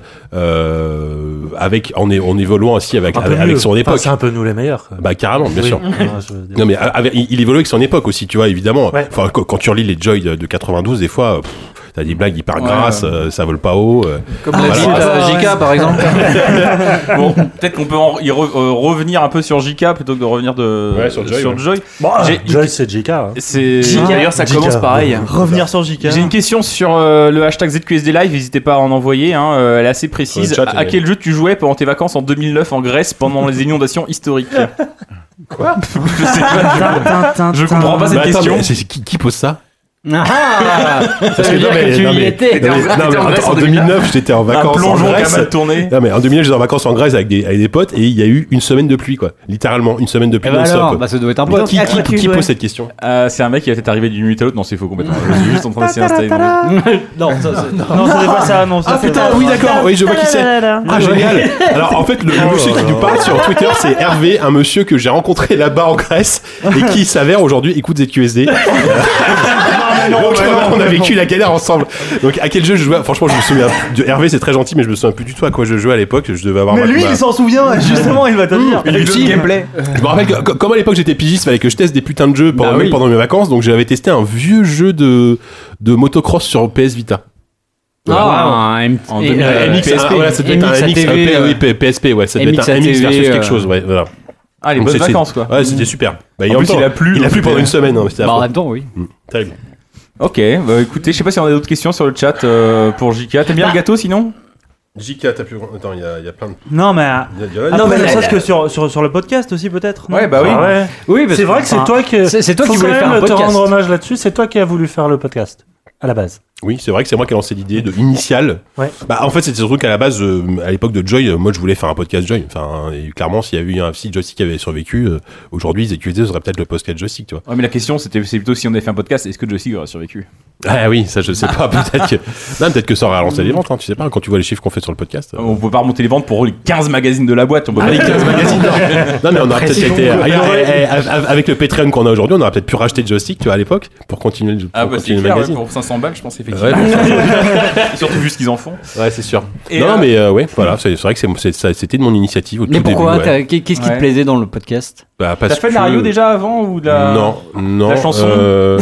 Speaker 3: euh, avec, en, é- en évoluant aussi avec,
Speaker 6: Un peu
Speaker 3: avec, avec
Speaker 6: mieux.
Speaker 3: son
Speaker 6: Enfin,
Speaker 3: époque.
Speaker 6: c'est un peu nous les meilleurs. quoi.
Speaker 3: bah, carrément, bien
Speaker 6: Oui.
Speaker 3: sûr.
Speaker 6: Ah, je veux dire.
Speaker 3: Non mais avec- il il évolue avec son époque aussi, tu vois, évidemment.
Speaker 6: Ouais.
Speaker 3: Enfin, quand quand tu relis les Joy de, de 92, des fois, pff, t'as des blagues hyper
Speaker 5: Ouais.
Speaker 3: grasses, euh, ça vole pas haut. euh.
Speaker 8: Comme
Speaker 3: Ah,
Speaker 8: la
Speaker 3: bah,
Speaker 8: vie
Speaker 3: ah,
Speaker 8: de JK, par exemple.
Speaker 5: Bon, peut-être qu'on peut en- y re- euh, revenir un peu sur JK plutôt que de revenir de,
Speaker 3: Ouais, sur Joy, ouais.
Speaker 6: Bon, ah,
Speaker 5: j'ai-
Speaker 6: Joy, c'est JK. hein.
Speaker 5: C'est.
Speaker 6: Ah,
Speaker 9: D'ailleurs, ça
Speaker 6: JK,
Speaker 9: commence pareil.
Speaker 4: Revenir sur JK.
Speaker 5: J'ai une question sur euh, le hashtag ZQSD Live, n'hésitez pas à en envoyer, hein, euh, elle est assez précise.
Speaker 3: Sur le chat,
Speaker 5: à à
Speaker 3: oui.
Speaker 5: quel jeu tu jouais pendant tes vacances en 2009 en Grèce pendant les inondations historiques Quoi Je sais pas, je comprends pas
Speaker 3: bah,
Speaker 5: cette
Speaker 3: attends,
Speaker 5: question.
Speaker 3: mais c'est- c'est qui, qui pose ça
Speaker 7: Ah, ça
Speaker 3: Parce
Speaker 7: veut
Speaker 3: que
Speaker 7: dire
Speaker 3: non, mais-
Speaker 7: que tu
Speaker 3: non,
Speaker 7: y
Speaker 3: mais-
Speaker 7: étais.
Speaker 3: non, mais-
Speaker 9: T'étais en-
Speaker 3: non, mais
Speaker 9: t'étais en Grèce
Speaker 3: attends,
Speaker 9: en
Speaker 3: en 2009, j'étais en
Speaker 5: Un
Speaker 3: vacances en
Speaker 5: plongeon qui a
Speaker 3: Grèce.
Speaker 5: mal tourné.
Speaker 3: Non mais en 2009 j'étais en vacances en Grèce avec des, avec des potes et il y a eu une semaine de pluie quoi. Littéralement une semaine de pluie
Speaker 7: Eh ben
Speaker 3: non-stop.
Speaker 7: alors, bah, ça doit être un
Speaker 3: Mais
Speaker 7: pote.
Speaker 3: qui,
Speaker 10: à
Speaker 3: qui-
Speaker 10: quoi tu
Speaker 3: qui
Speaker 10: jouais
Speaker 3: pose cette question
Speaker 5: Euh, c'est un mec qui va peut-être arriver d'une minute à l'autre, non c'est faux complètement. Je suis juste en train d'essayer d'installer. mon-
Speaker 7: Non, ça, c'est-
Speaker 4: Non, c'était pas ça. Non, ça,
Speaker 3: Ah
Speaker 4: c'est-
Speaker 3: putain oui d'accord oui je vois qui c'est.
Speaker 10: Tadadadada.
Speaker 3: Ah génial Alors en fait le
Speaker 4: Ah,
Speaker 3: monsieur qui nous parle sur Twitter c'est Hervé, un monsieur que j'ai rencontré là-bas en Grèce et qui il s'avère aujourd'hui écoute ZQSD. Donc, on a vécu la galère ensemble. Donc à quel jeu je jouais Franchement je me souviens. de- Hervé c'est très gentil mais je me souviens plus du tout à quoi je jouais à l'époque. Je devais avoir.
Speaker 4: Mais
Speaker 3: ma-
Speaker 4: lui,
Speaker 3: ma-
Speaker 4: il s'en souvient. Justement, il va te dire.
Speaker 3: Je me rappelle que, co- comme à l'époque j'étais pigiste, fallait que je teste des putains de jeux pendant,
Speaker 7: Bah
Speaker 3: même
Speaker 7: oui.
Speaker 3: pendant mes vacances, donc j'avais testé un vieux jeu de, de motocross sur PS Vita.
Speaker 7: Ah, un M-
Speaker 5: En
Speaker 7: et-
Speaker 5: 2000,
Speaker 7: euh,
Speaker 5: euh,
Speaker 3: MX, ah, voilà, ça devait être un
Speaker 7: MX,
Speaker 3: MX,
Speaker 7: ATV,
Speaker 3: euh,
Speaker 7: euh,
Speaker 3: oui, P- PSP, ouais, ça devait être un
Speaker 7: MX,
Speaker 3: MX versus
Speaker 7: ATV,
Speaker 3: quelque chose, ouais, voilà.
Speaker 5: Ah, les
Speaker 3: Donc,
Speaker 5: bonnes
Speaker 3: c'est- c'est-
Speaker 5: vacances quoi.
Speaker 3: Ouais, c'était super. Bah, et
Speaker 5: En
Speaker 3: en
Speaker 5: plus,
Speaker 3: même temps,
Speaker 5: il a plu,
Speaker 3: Il a
Speaker 5: donc
Speaker 3: plu pendant
Speaker 5: c'était-
Speaker 3: une semaine, hein, c'était
Speaker 7: bah, en
Speaker 3: affreux.
Speaker 7: même temps, oui.
Speaker 3: Terrible.
Speaker 5: Ok, bah écoutez, je sais pas si on a d'autres questions sur le chat euh, pour JK. T'aimes bien le gâteau sinon
Speaker 3: JK, t'as plus. Attends, il y a, plein de.
Speaker 4: Non, mais.
Speaker 3: non,
Speaker 4: Après,
Speaker 7: mais
Speaker 4: ne
Speaker 7: la-
Speaker 4: serait-ce que sur, sur, sur le podcast aussi, peut-être non
Speaker 5: Ouais, bah oui.
Speaker 6: Ah ouais.
Speaker 7: Oui, parce
Speaker 6: C'est vrai que c'est
Speaker 7: enfin,
Speaker 6: toi qui.
Speaker 7: C'est c'est toi
Speaker 6: Faut
Speaker 7: qui
Speaker 6: quand
Speaker 7: voulais faire
Speaker 6: même
Speaker 7: un
Speaker 6: te
Speaker 7: podcast.
Speaker 6: rendre hommage là-dessus. C'est toi qui as voulu faire le podcast à la base.
Speaker 3: Oui, c'est vrai que c'est moi qui ai lancé l'idée de initiale.
Speaker 6: Ouais.
Speaker 3: Bah, en fait, c'était ce truc à la base, euh, à l'époque de Joy, euh, moi je voulais faire un podcast Joy. Enfin, et clairement, s'il y avait eu un si Joystick qui avait survécu, euh, aujourd'hui, ZQSD serait peut-être le podcast Joystick, tu vois.
Speaker 5: Ouais, mais la question, c'était c'est plutôt si on avait fait un podcast, est-ce que Joystick aurait survécu
Speaker 3: Ah oui, ça je sais pas, peut-être que. Non, peut-être que ça aurait relancé les ventes, hein, tu sais pas, quand tu vois les chiffres qu'on fait sur le podcast.
Speaker 5: On peut pas remonter les ventes pour les 15 magazines de la boîte. On peut
Speaker 3: Ah,
Speaker 5: pas
Speaker 3: les 15 magazines, non. Non, mais on aurait peut-être été.
Speaker 5: Ah,
Speaker 3: eh,
Speaker 5: il aurait-
Speaker 3: eh, eh, avec le Patreon qu'on a aujourd'hui, on aurait peut-être pu racheter Joystick, tu vois, à l'époque, pour continuer, pour
Speaker 5: Ah, bah c'est
Speaker 3: continuer le
Speaker 5: clair, ouais,
Speaker 3: magazine.
Speaker 5: pour 500 balles, je pense effectivement.
Speaker 3: Ouais,
Speaker 5: Surtout vu ce qu'ils en font.
Speaker 3: Ouais, c'est sûr.
Speaker 5: Et,
Speaker 3: non,
Speaker 5: euh,
Speaker 3: mais euh, ouais, voilà, c'est c'est vrai que c'est- c'est- ça- c'était de mon initiative au
Speaker 7: Mais
Speaker 3: tout début.
Speaker 7: pourquoi
Speaker 3: ouais.
Speaker 7: T'as- qu'est- Qu'est-ce qui
Speaker 5: Ouais.
Speaker 7: te plaisait dans le podcast
Speaker 3: Bah,
Speaker 5: T'as
Speaker 3: parce
Speaker 5: fait de la
Speaker 3: que-
Speaker 5: radio déjà avant ou de la.
Speaker 3: Non, non.
Speaker 5: la chanson
Speaker 3: euh,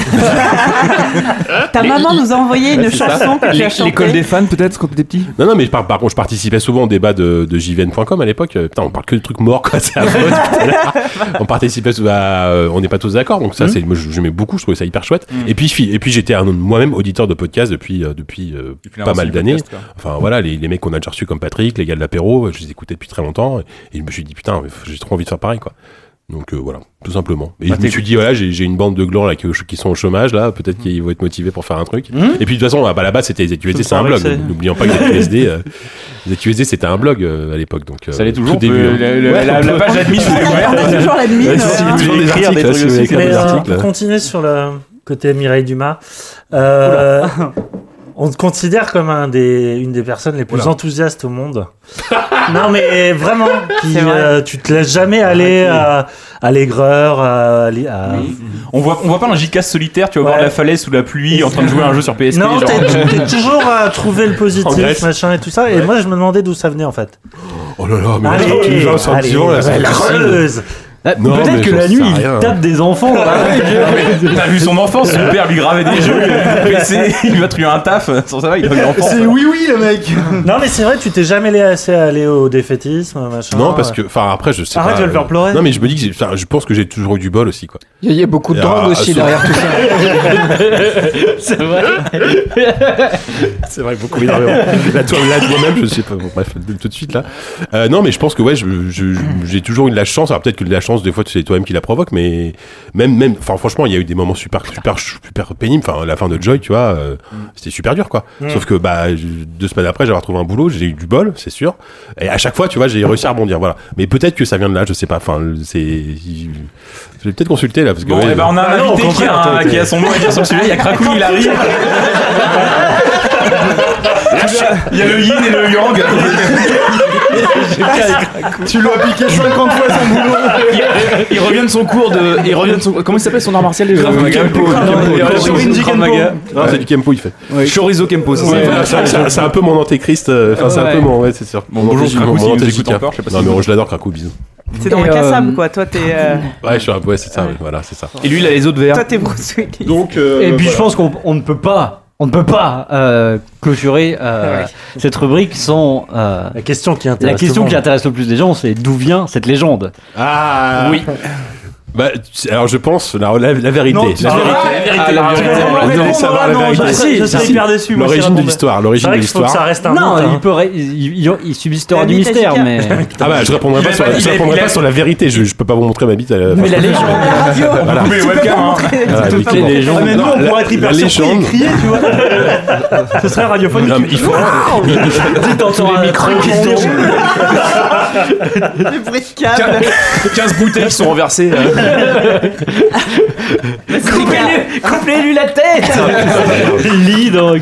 Speaker 3: Hein
Speaker 10: Ta maman nous a envoyé
Speaker 3: Bah,
Speaker 10: une chanson que tu as chantée.
Speaker 9: fans, peut-être, quand t'étais petit
Speaker 3: Non, non, mais par, par contre, je participais souvent au débat de, de JVN.com à l'époque. Euh, Putain, on parle que de trucs morts, quoi. C'est affreux, putain, là. on participait, sous- à, euh, on n'est pas tous d'accord. Donc
Speaker 9: Hmm.
Speaker 3: ça, c'est, moi, je- j'aimais beaucoup, je trouvais ça hyper chouette.
Speaker 5: Mm.
Speaker 10: Hmm.
Speaker 3: Et puis, je suis- et puis, j'étais un- moi-même auditeur de podcast depuis, euh, depuis, euh,
Speaker 5: Depuis la
Speaker 3: pas
Speaker 5: lancée
Speaker 3: mal
Speaker 5: du
Speaker 3: d'années.
Speaker 5: podcast, quoi.
Speaker 3: Enfin, voilà, les, les mecs qu'on a déjà reçus comme Patrick, les gars de l'apéro, euh, je les écoutais depuis très longtemps. Et, et je me suis dit, putain, mais faut- j'ai trop envie de faire pareil, quoi. Donc euh, voilà, tout simplement.
Speaker 5: Bah,
Speaker 3: Et je me
Speaker 5: t'es-
Speaker 3: suis dit, voilà, j'ai j'ai une bande de glands là qui, qui sont au chômage, là,
Speaker 4: Mmh.
Speaker 3: peut-être qu'ils vont être motivés pour faire un truc. Et puis de toute façon, à la base, c'était les ZQSD, c'est un
Speaker 4: paraît
Speaker 3: blog.
Speaker 4: que c'est-
Speaker 3: N'oublions pas que ZQSD, euh, ZQSD c'était un blog euh, à l'époque. Donc, euh,
Speaker 5: Ça l'est
Speaker 3: tout
Speaker 5: toujours.
Speaker 3: début,
Speaker 5: peu-
Speaker 3: hein.
Speaker 5: la- la-
Speaker 3: Ouais,
Speaker 5: la-
Speaker 3: on
Speaker 5: la
Speaker 3: peut-
Speaker 5: page admise, c'est ouvert.
Speaker 10: On a toujours l'admine.
Speaker 3: Ouais, si
Speaker 10: euh,
Speaker 4: hein.
Speaker 3: vous voulez
Speaker 5: écrire
Speaker 3: écrire
Speaker 5: des
Speaker 3: des
Speaker 5: trucs
Speaker 3: articles, si vous voulez
Speaker 5: aussi,
Speaker 3: écrire
Speaker 6: Mais,
Speaker 3: des
Speaker 6: euh,
Speaker 3: articles.
Speaker 6: pour continuer sur le côté Mireille Dumas, euh, on te considère comme un des, une des personnes les plus
Speaker 3: Oula.
Speaker 6: enthousiastes au monde. non, mais vraiment, qui,
Speaker 4: C'est vrai.
Speaker 6: euh, tu te laisses jamais aller à, à l'aigreur, à, l'ai- à-
Speaker 5: On voit, on voit pas un Jicas solitaire, tu vas voir
Speaker 6: Ouais.
Speaker 5: la falaise sous la pluie en train de jouer à un jeu sur PSP.
Speaker 6: Non,
Speaker 5: genre.
Speaker 6: t'es t'es toujours à trouver le
Speaker 3: En Grèce.
Speaker 6: positif, machin et tout ça. Et moi, je me demandais d'où ça venait en fait.
Speaker 3: Oh là là, mais
Speaker 6: Allez,
Speaker 3: attends, les gens sont
Speaker 6: allez,
Speaker 3: disons, là, c'est
Speaker 6: la
Speaker 3: impossible.
Speaker 6: creuse.
Speaker 7: Ah,
Speaker 3: Non, mais
Speaker 7: Peut-être que
Speaker 3: j'en
Speaker 7: la
Speaker 3: sais
Speaker 7: nuit, il
Speaker 3: rien.
Speaker 7: tape des enfants.
Speaker 5: hein.
Speaker 7: là.
Speaker 5: T'as vu son enfance, son père lui gravait des jeux, il a eu le PC, il lui a tué un taf, sans ça va, il a eu l'enfance.
Speaker 9: oui, oui, le mec
Speaker 6: Non, mais c'est vrai, tu t'es jamais laissé aller au défaitisme, machin. Oh,
Speaker 3: Non, parce que, enfin, après, je sais
Speaker 4: Ah Arrête
Speaker 3: pas.
Speaker 4: de le faire
Speaker 3: euh,
Speaker 4: pleurer.
Speaker 3: Non, mais je me dis que j'ai- enfin, je pense que j'ai toujours eu du bol aussi, quoi.
Speaker 8: Il y a- il y a beaucoup de
Speaker 3: Ah,
Speaker 8: drogue
Speaker 3: ah,
Speaker 8: aussi
Speaker 3: ça-
Speaker 8: derrière tout ça.
Speaker 3: C'est vrai, beaucoup énormément. là, toi, là, moi-même, je sais pas. Bon, bref, tout de suite, là. Euh, non, mais je pense que, ouais, je- je- je- j'ai toujours eu de la chance. Alors, peut-être que de la chance, des fois, c'est toi-même qui la provoque, mais même, même, enfin, franchement, il y a eu des moments super, super, super pénibles. Enfin, la fin de Joy, tu vois, euh,
Speaker 5: Mm.
Speaker 3: c'était super dur, quoi. Sauf que, bah, je- deux semaines après, j'avais retrouvé un boulot, j'ai eu du bol, c'est sûr. Et à chaque fois, tu vois, j'ai réussi à rebondir, voilà. Mais peut-être que ça vient de là, je sais pas. Enfin, c'est. Je vais peut-être consulter, là, parce que.
Speaker 5: Bon,
Speaker 3: ouais,
Speaker 5: eh ben, on a un
Speaker 6: Ah non, au
Speaker 5: invité qui a,
Speaker 6: contraire,
Speaker 5: un-
Speaker 6: t'es-
Speaker 5: qui a son mot à dire sur le sujet, il y a Krakoum, il arrive. Il y a le yin et le yang.
Speaker 9: Tu lui as piqué 50 fois son boulot il, revient de son cours de. Il revient de son, comment il s'appelle son art martial déjà
Speaker 5: Krav Maga.
Speaker 9: Kempo. Il revient de son
Speaker 5: Shorinji
Speaker 9: Krav
Speaker 5: Kempo.
Speaker 9: Maga.
Speaker 3: Non, c'est du Kempo, il fait.
Speaker 9: Chorizo Kempo, c'est
Speaker 3: Ouais,
Speaker 9: ça.
Speaker 3: voilà, c'est vrai que c'est- c'est un peu mon antéchrist. euh, Enfin, c'est un peu mon. Ouais, c'est sûr.
Speaker 5: Bon,
Speaker 3: Mon
Speaker 5: bonjour,
Speaker 3: antéchrist,
Speaker 5: Krakou,
Speaker 3: mon
Speaker 5: si vous nous
Speaker 3: antéchrist,
Speaker 5: écoutez
Speaker 3: tiens.
Speaker 5: encore, je sais pas
Speaker 3: Non,
Speaker 5: si
Speaker 3: mais
Speaker 5: vous-
Speaker 3: je l'adore, Krakou, bisous.
Speaker 10: C'est dans
Speaker 8: Et,
Speaker 10: le
Speaker 8: euh,
Speaker 10: Kassam, quoi. Toi, t'es euh,
Speaker 3: Ouais, je suis un- ouais, c'est ça, ouais, voilà, c'est ça.
Speaker 9: Et lui, il a les autres verts.
Speaker 10: toi, t'es Bruce Willis.
Speaker 3: Donc,
Speaker 7: Et puis je pense qu'on on ne peut pas, on ne peut pas euh, clôturer euh, cette rubrique sans euh,
Speaker 6: La question qui
Speaker 7: la
Speaker 6: intéresse. tout
Speaker 7: question
Speaker 6: le
Speaker 7: qui
Speaker 6: monde.
Speaker 7: intéresse le plus des gens, c'est d'où vient cette légende.
Speaker 3: Ah
Speaker 7: Oui.
Speaker 3: Bah, tu sais, alors je pense, la, la, la vérité. la vérité.
Speaker 5: Ah, la vérité.
Speaker 3: on va
Speaker 4: Non,
Speaker 3: savoir
Speaker 4: là,
Speaker 3: la
Speaker 4: non,
Speaker 3: vérité.
Speaker 4: je serais- je
Speaker 7: Si,
Speaker 4: serais
Speaker 7: si.
Speaker 4: hyper déçu. moi, si
Speaker 3: L'origine de
Speaker 4: vraiment-
Speaker 3: l'histoire,
Speaker 6: C'est
Speaker 3: l'origine de
Speaker 6: vrai qu'il faut que ça
Speaker 3: l'histoire.
Speaker 6: reste un
Speaker 7: Non,
Speaker 6: doute, hein.
Speaker 7: il, peut ré- il, il- il subsistera
Speaker 10: La
Speaker 7: du
Speaker 10: bite à
Speaker 7: mystère,
Speaker 10: Jika.
Speaker 7: mais,
Speaker 3: Ah bah, je répondrai
Speaker 5: Il
Speaker 3: pas,
Speaker 5: a
Speaker 3: sur,
Speaker 5: pas-
Speaker 3: la- je
Speaker 5: il a-
Speaker 3: répondrai
Speaker 5: il a-
Speaker 3: pas sur la vérité. Je, je peux pas vous montrer ma bite. à la-
Speaker 7: mais la légende.
Speaker 3: Voilà.
Speaker 5: Coupez webcam, hein.
Speaker 3: Voilà,
Speaker 7: tout
Speaker 3: nickel.
Speaker 7: fait. Les
Speaker 4: Ah, mais nous, on
Speaker 3: La-
Speaker 4: pourrait être hyper
Speaker 3: la
Speaker 4: surpris et
Speaker 3: légende.
Speaker 4: crier, tu vois. Ce serait radiophonique.
Speaker 3: Non, mais il faut-
Speaker 7: les micros qui tombent.
Speaker 10: Le bruit de câble.
Speaker 5: 15 bouteilles qui sont renversées. euh.
Speaker 7: Coupez-lui la tête Lit donc.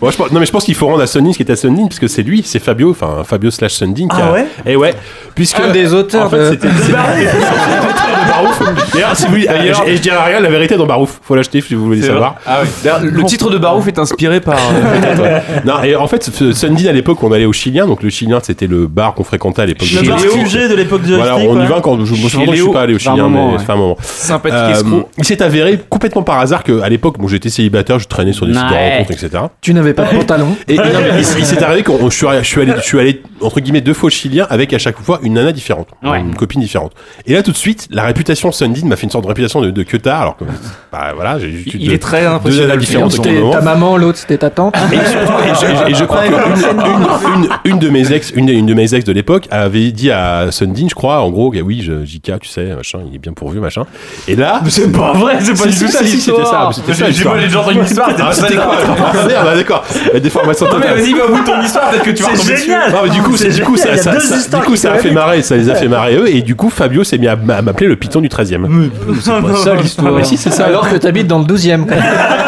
Speaker 3: Bon, je pense- non mais je pense qu'il faut rendre à Sundin ce qui est à Sundin parce que c'est lui, c'est Fabio, enfin Fabio slash Sundin. qui
Speaker 4: Ah
Speaker 3: a-
Speaker 4: ouais Bah,
Speaker 3: Eh ouais. Puisque
Speaker 8: Un des auteurs
Speaker 3: En fait,
Speaker 8: de-
Speaker 3: c'était c'est- Barouf. D'ailleurs, si vous voulez-
Speaker 9: D'ailleurs-
Speaker 3: et je dirai rien, la vérité est dans Barouf. Faut l'acheter si vous voulez savoir.
Speaker 5: Ah oui.
Speaker 9: D'ailleurs, Le titre de Barouf est inspiré par. euh,
Speaker 6: Ah,
Speaker 3: Non, et en fait, ce- Sundin à l'époque, on allait au Chilien. Donc le Chilien, c'était le bar qu'on fréquentait à l'époque.
Speaker 4: Le bar QG de l'époque de
Speaker 3: Voilà,
Speaker 4: Joystick,
Speaker 3: on y
Speaker 4: ouais.
Speaker 3: va quand je, moi, je, je suis pas allé au
Speaker 7: Par
Speaker 3: Chilien,
Speaker 7: moment,
Speaker 3: mais
Speaker 7: ouais.
Speaker 3: c'est pas un moment.
Speaker 9: Sympathique
Speaker 3: Euh,
Speaker 9: escroc.
Speaker 3: il s'est avéré complètement par hasard que à l'époque, bon, j'étais célibataire, je traînais sur des sites de
Speaker 7: Ouais.
Speaker 3: rencontres, etc.
Speaker 8: Tu n'avais n'avait pas de pantalon.
Speaker 3: Et, et non, mais il, s- il s'est arrivé que je suis, allé- je, suis allé, je suis allé, entre guillemets, deux fois au Chilien avec à chaque fois une nana différente, une copine différente. Et là, tout de suite, la réputation Sundin m'a fait une sorte de réputation de, de queutard, alors que, bah voilà, j'ai juste eu
Speaker 8: Il
Speaker 3: deux-
Speaker 8: est très
Speaker 3: deux
Speaker 8: impressionnant,
Speaker 3: nanas
Speaker 8: le
Speaker 3: différentes
Speaker 8: film.
Speaker 3: au
Speaker 8: C'était
Speaker 3: moment.
Speaker 8: ta maman, l'autre c'était ta tante.
Speaker 3: Et je, et je crois qu'une une, une- une de mes ex, une, une de mes ex de l'époque avait dit à Sundin, je crois, en gros, que oui, je, JK, tu sais, machin, il est bien pourvu, machin. Et là,
Speaker 5: c'est pas vrai, c'est pas
Speaker 3: Si,
Speaker 5: du
Speaker 3: si,
Speaker 5: tout ça,
Speaker 3: si, si, C'était ça,
Speaker 5: l'histoire.
Speaker 3: c'était
Speaker 5: J'ai-
Speaker 3: ça.
Speaker 5: j'ai
Speaker 3: l'histoire.
Speaker 5: pas les gens dans une histoire,
Speaker 3: Ah,
Speaker 5: c'était
Speaker 3: c'était
Speaker 5: pas
Speaker 3: quoi
Speaker 5: ça.
Speaker 3: Merde, bah, d'accord. La Déformation
Speaker 5: Non, mais
Speaker 3: totale.
Speaker 5: vas-y, va au bout de ton histoire, peut-être que tu vas
Speaker 3: C'est
Speaker 5: retomber dessus.
Speaker 3: génial. Non, mais du coup,
Speaker 5: C'est
Speaker 3: c'est- du coup,
Speaker 5: génial, il y
Speaker 3: ça,
Speaker 5: a
Speaker 3: ça-
Speaker 5: deux
Speaker 3: ça-
Speaker 5: histoires
Speaker 3: du coup,
Speaker 5: qui
Speaker 3: ça a
Speaker 5: se
Speaker 3: fait
Speaker 5: réunissent.
Speaker 3: marrer, ça les a fait marrer eux, et du coup, Fabio s'est mis à m'a- à m'appeler le piton du 13e.
Speaker 8: C'est pas ça, l'histoire.
Speaker 3: Ah, mais si, c'est ça.
Speaker 8: Alors que t'habites dans le 12e. quoi.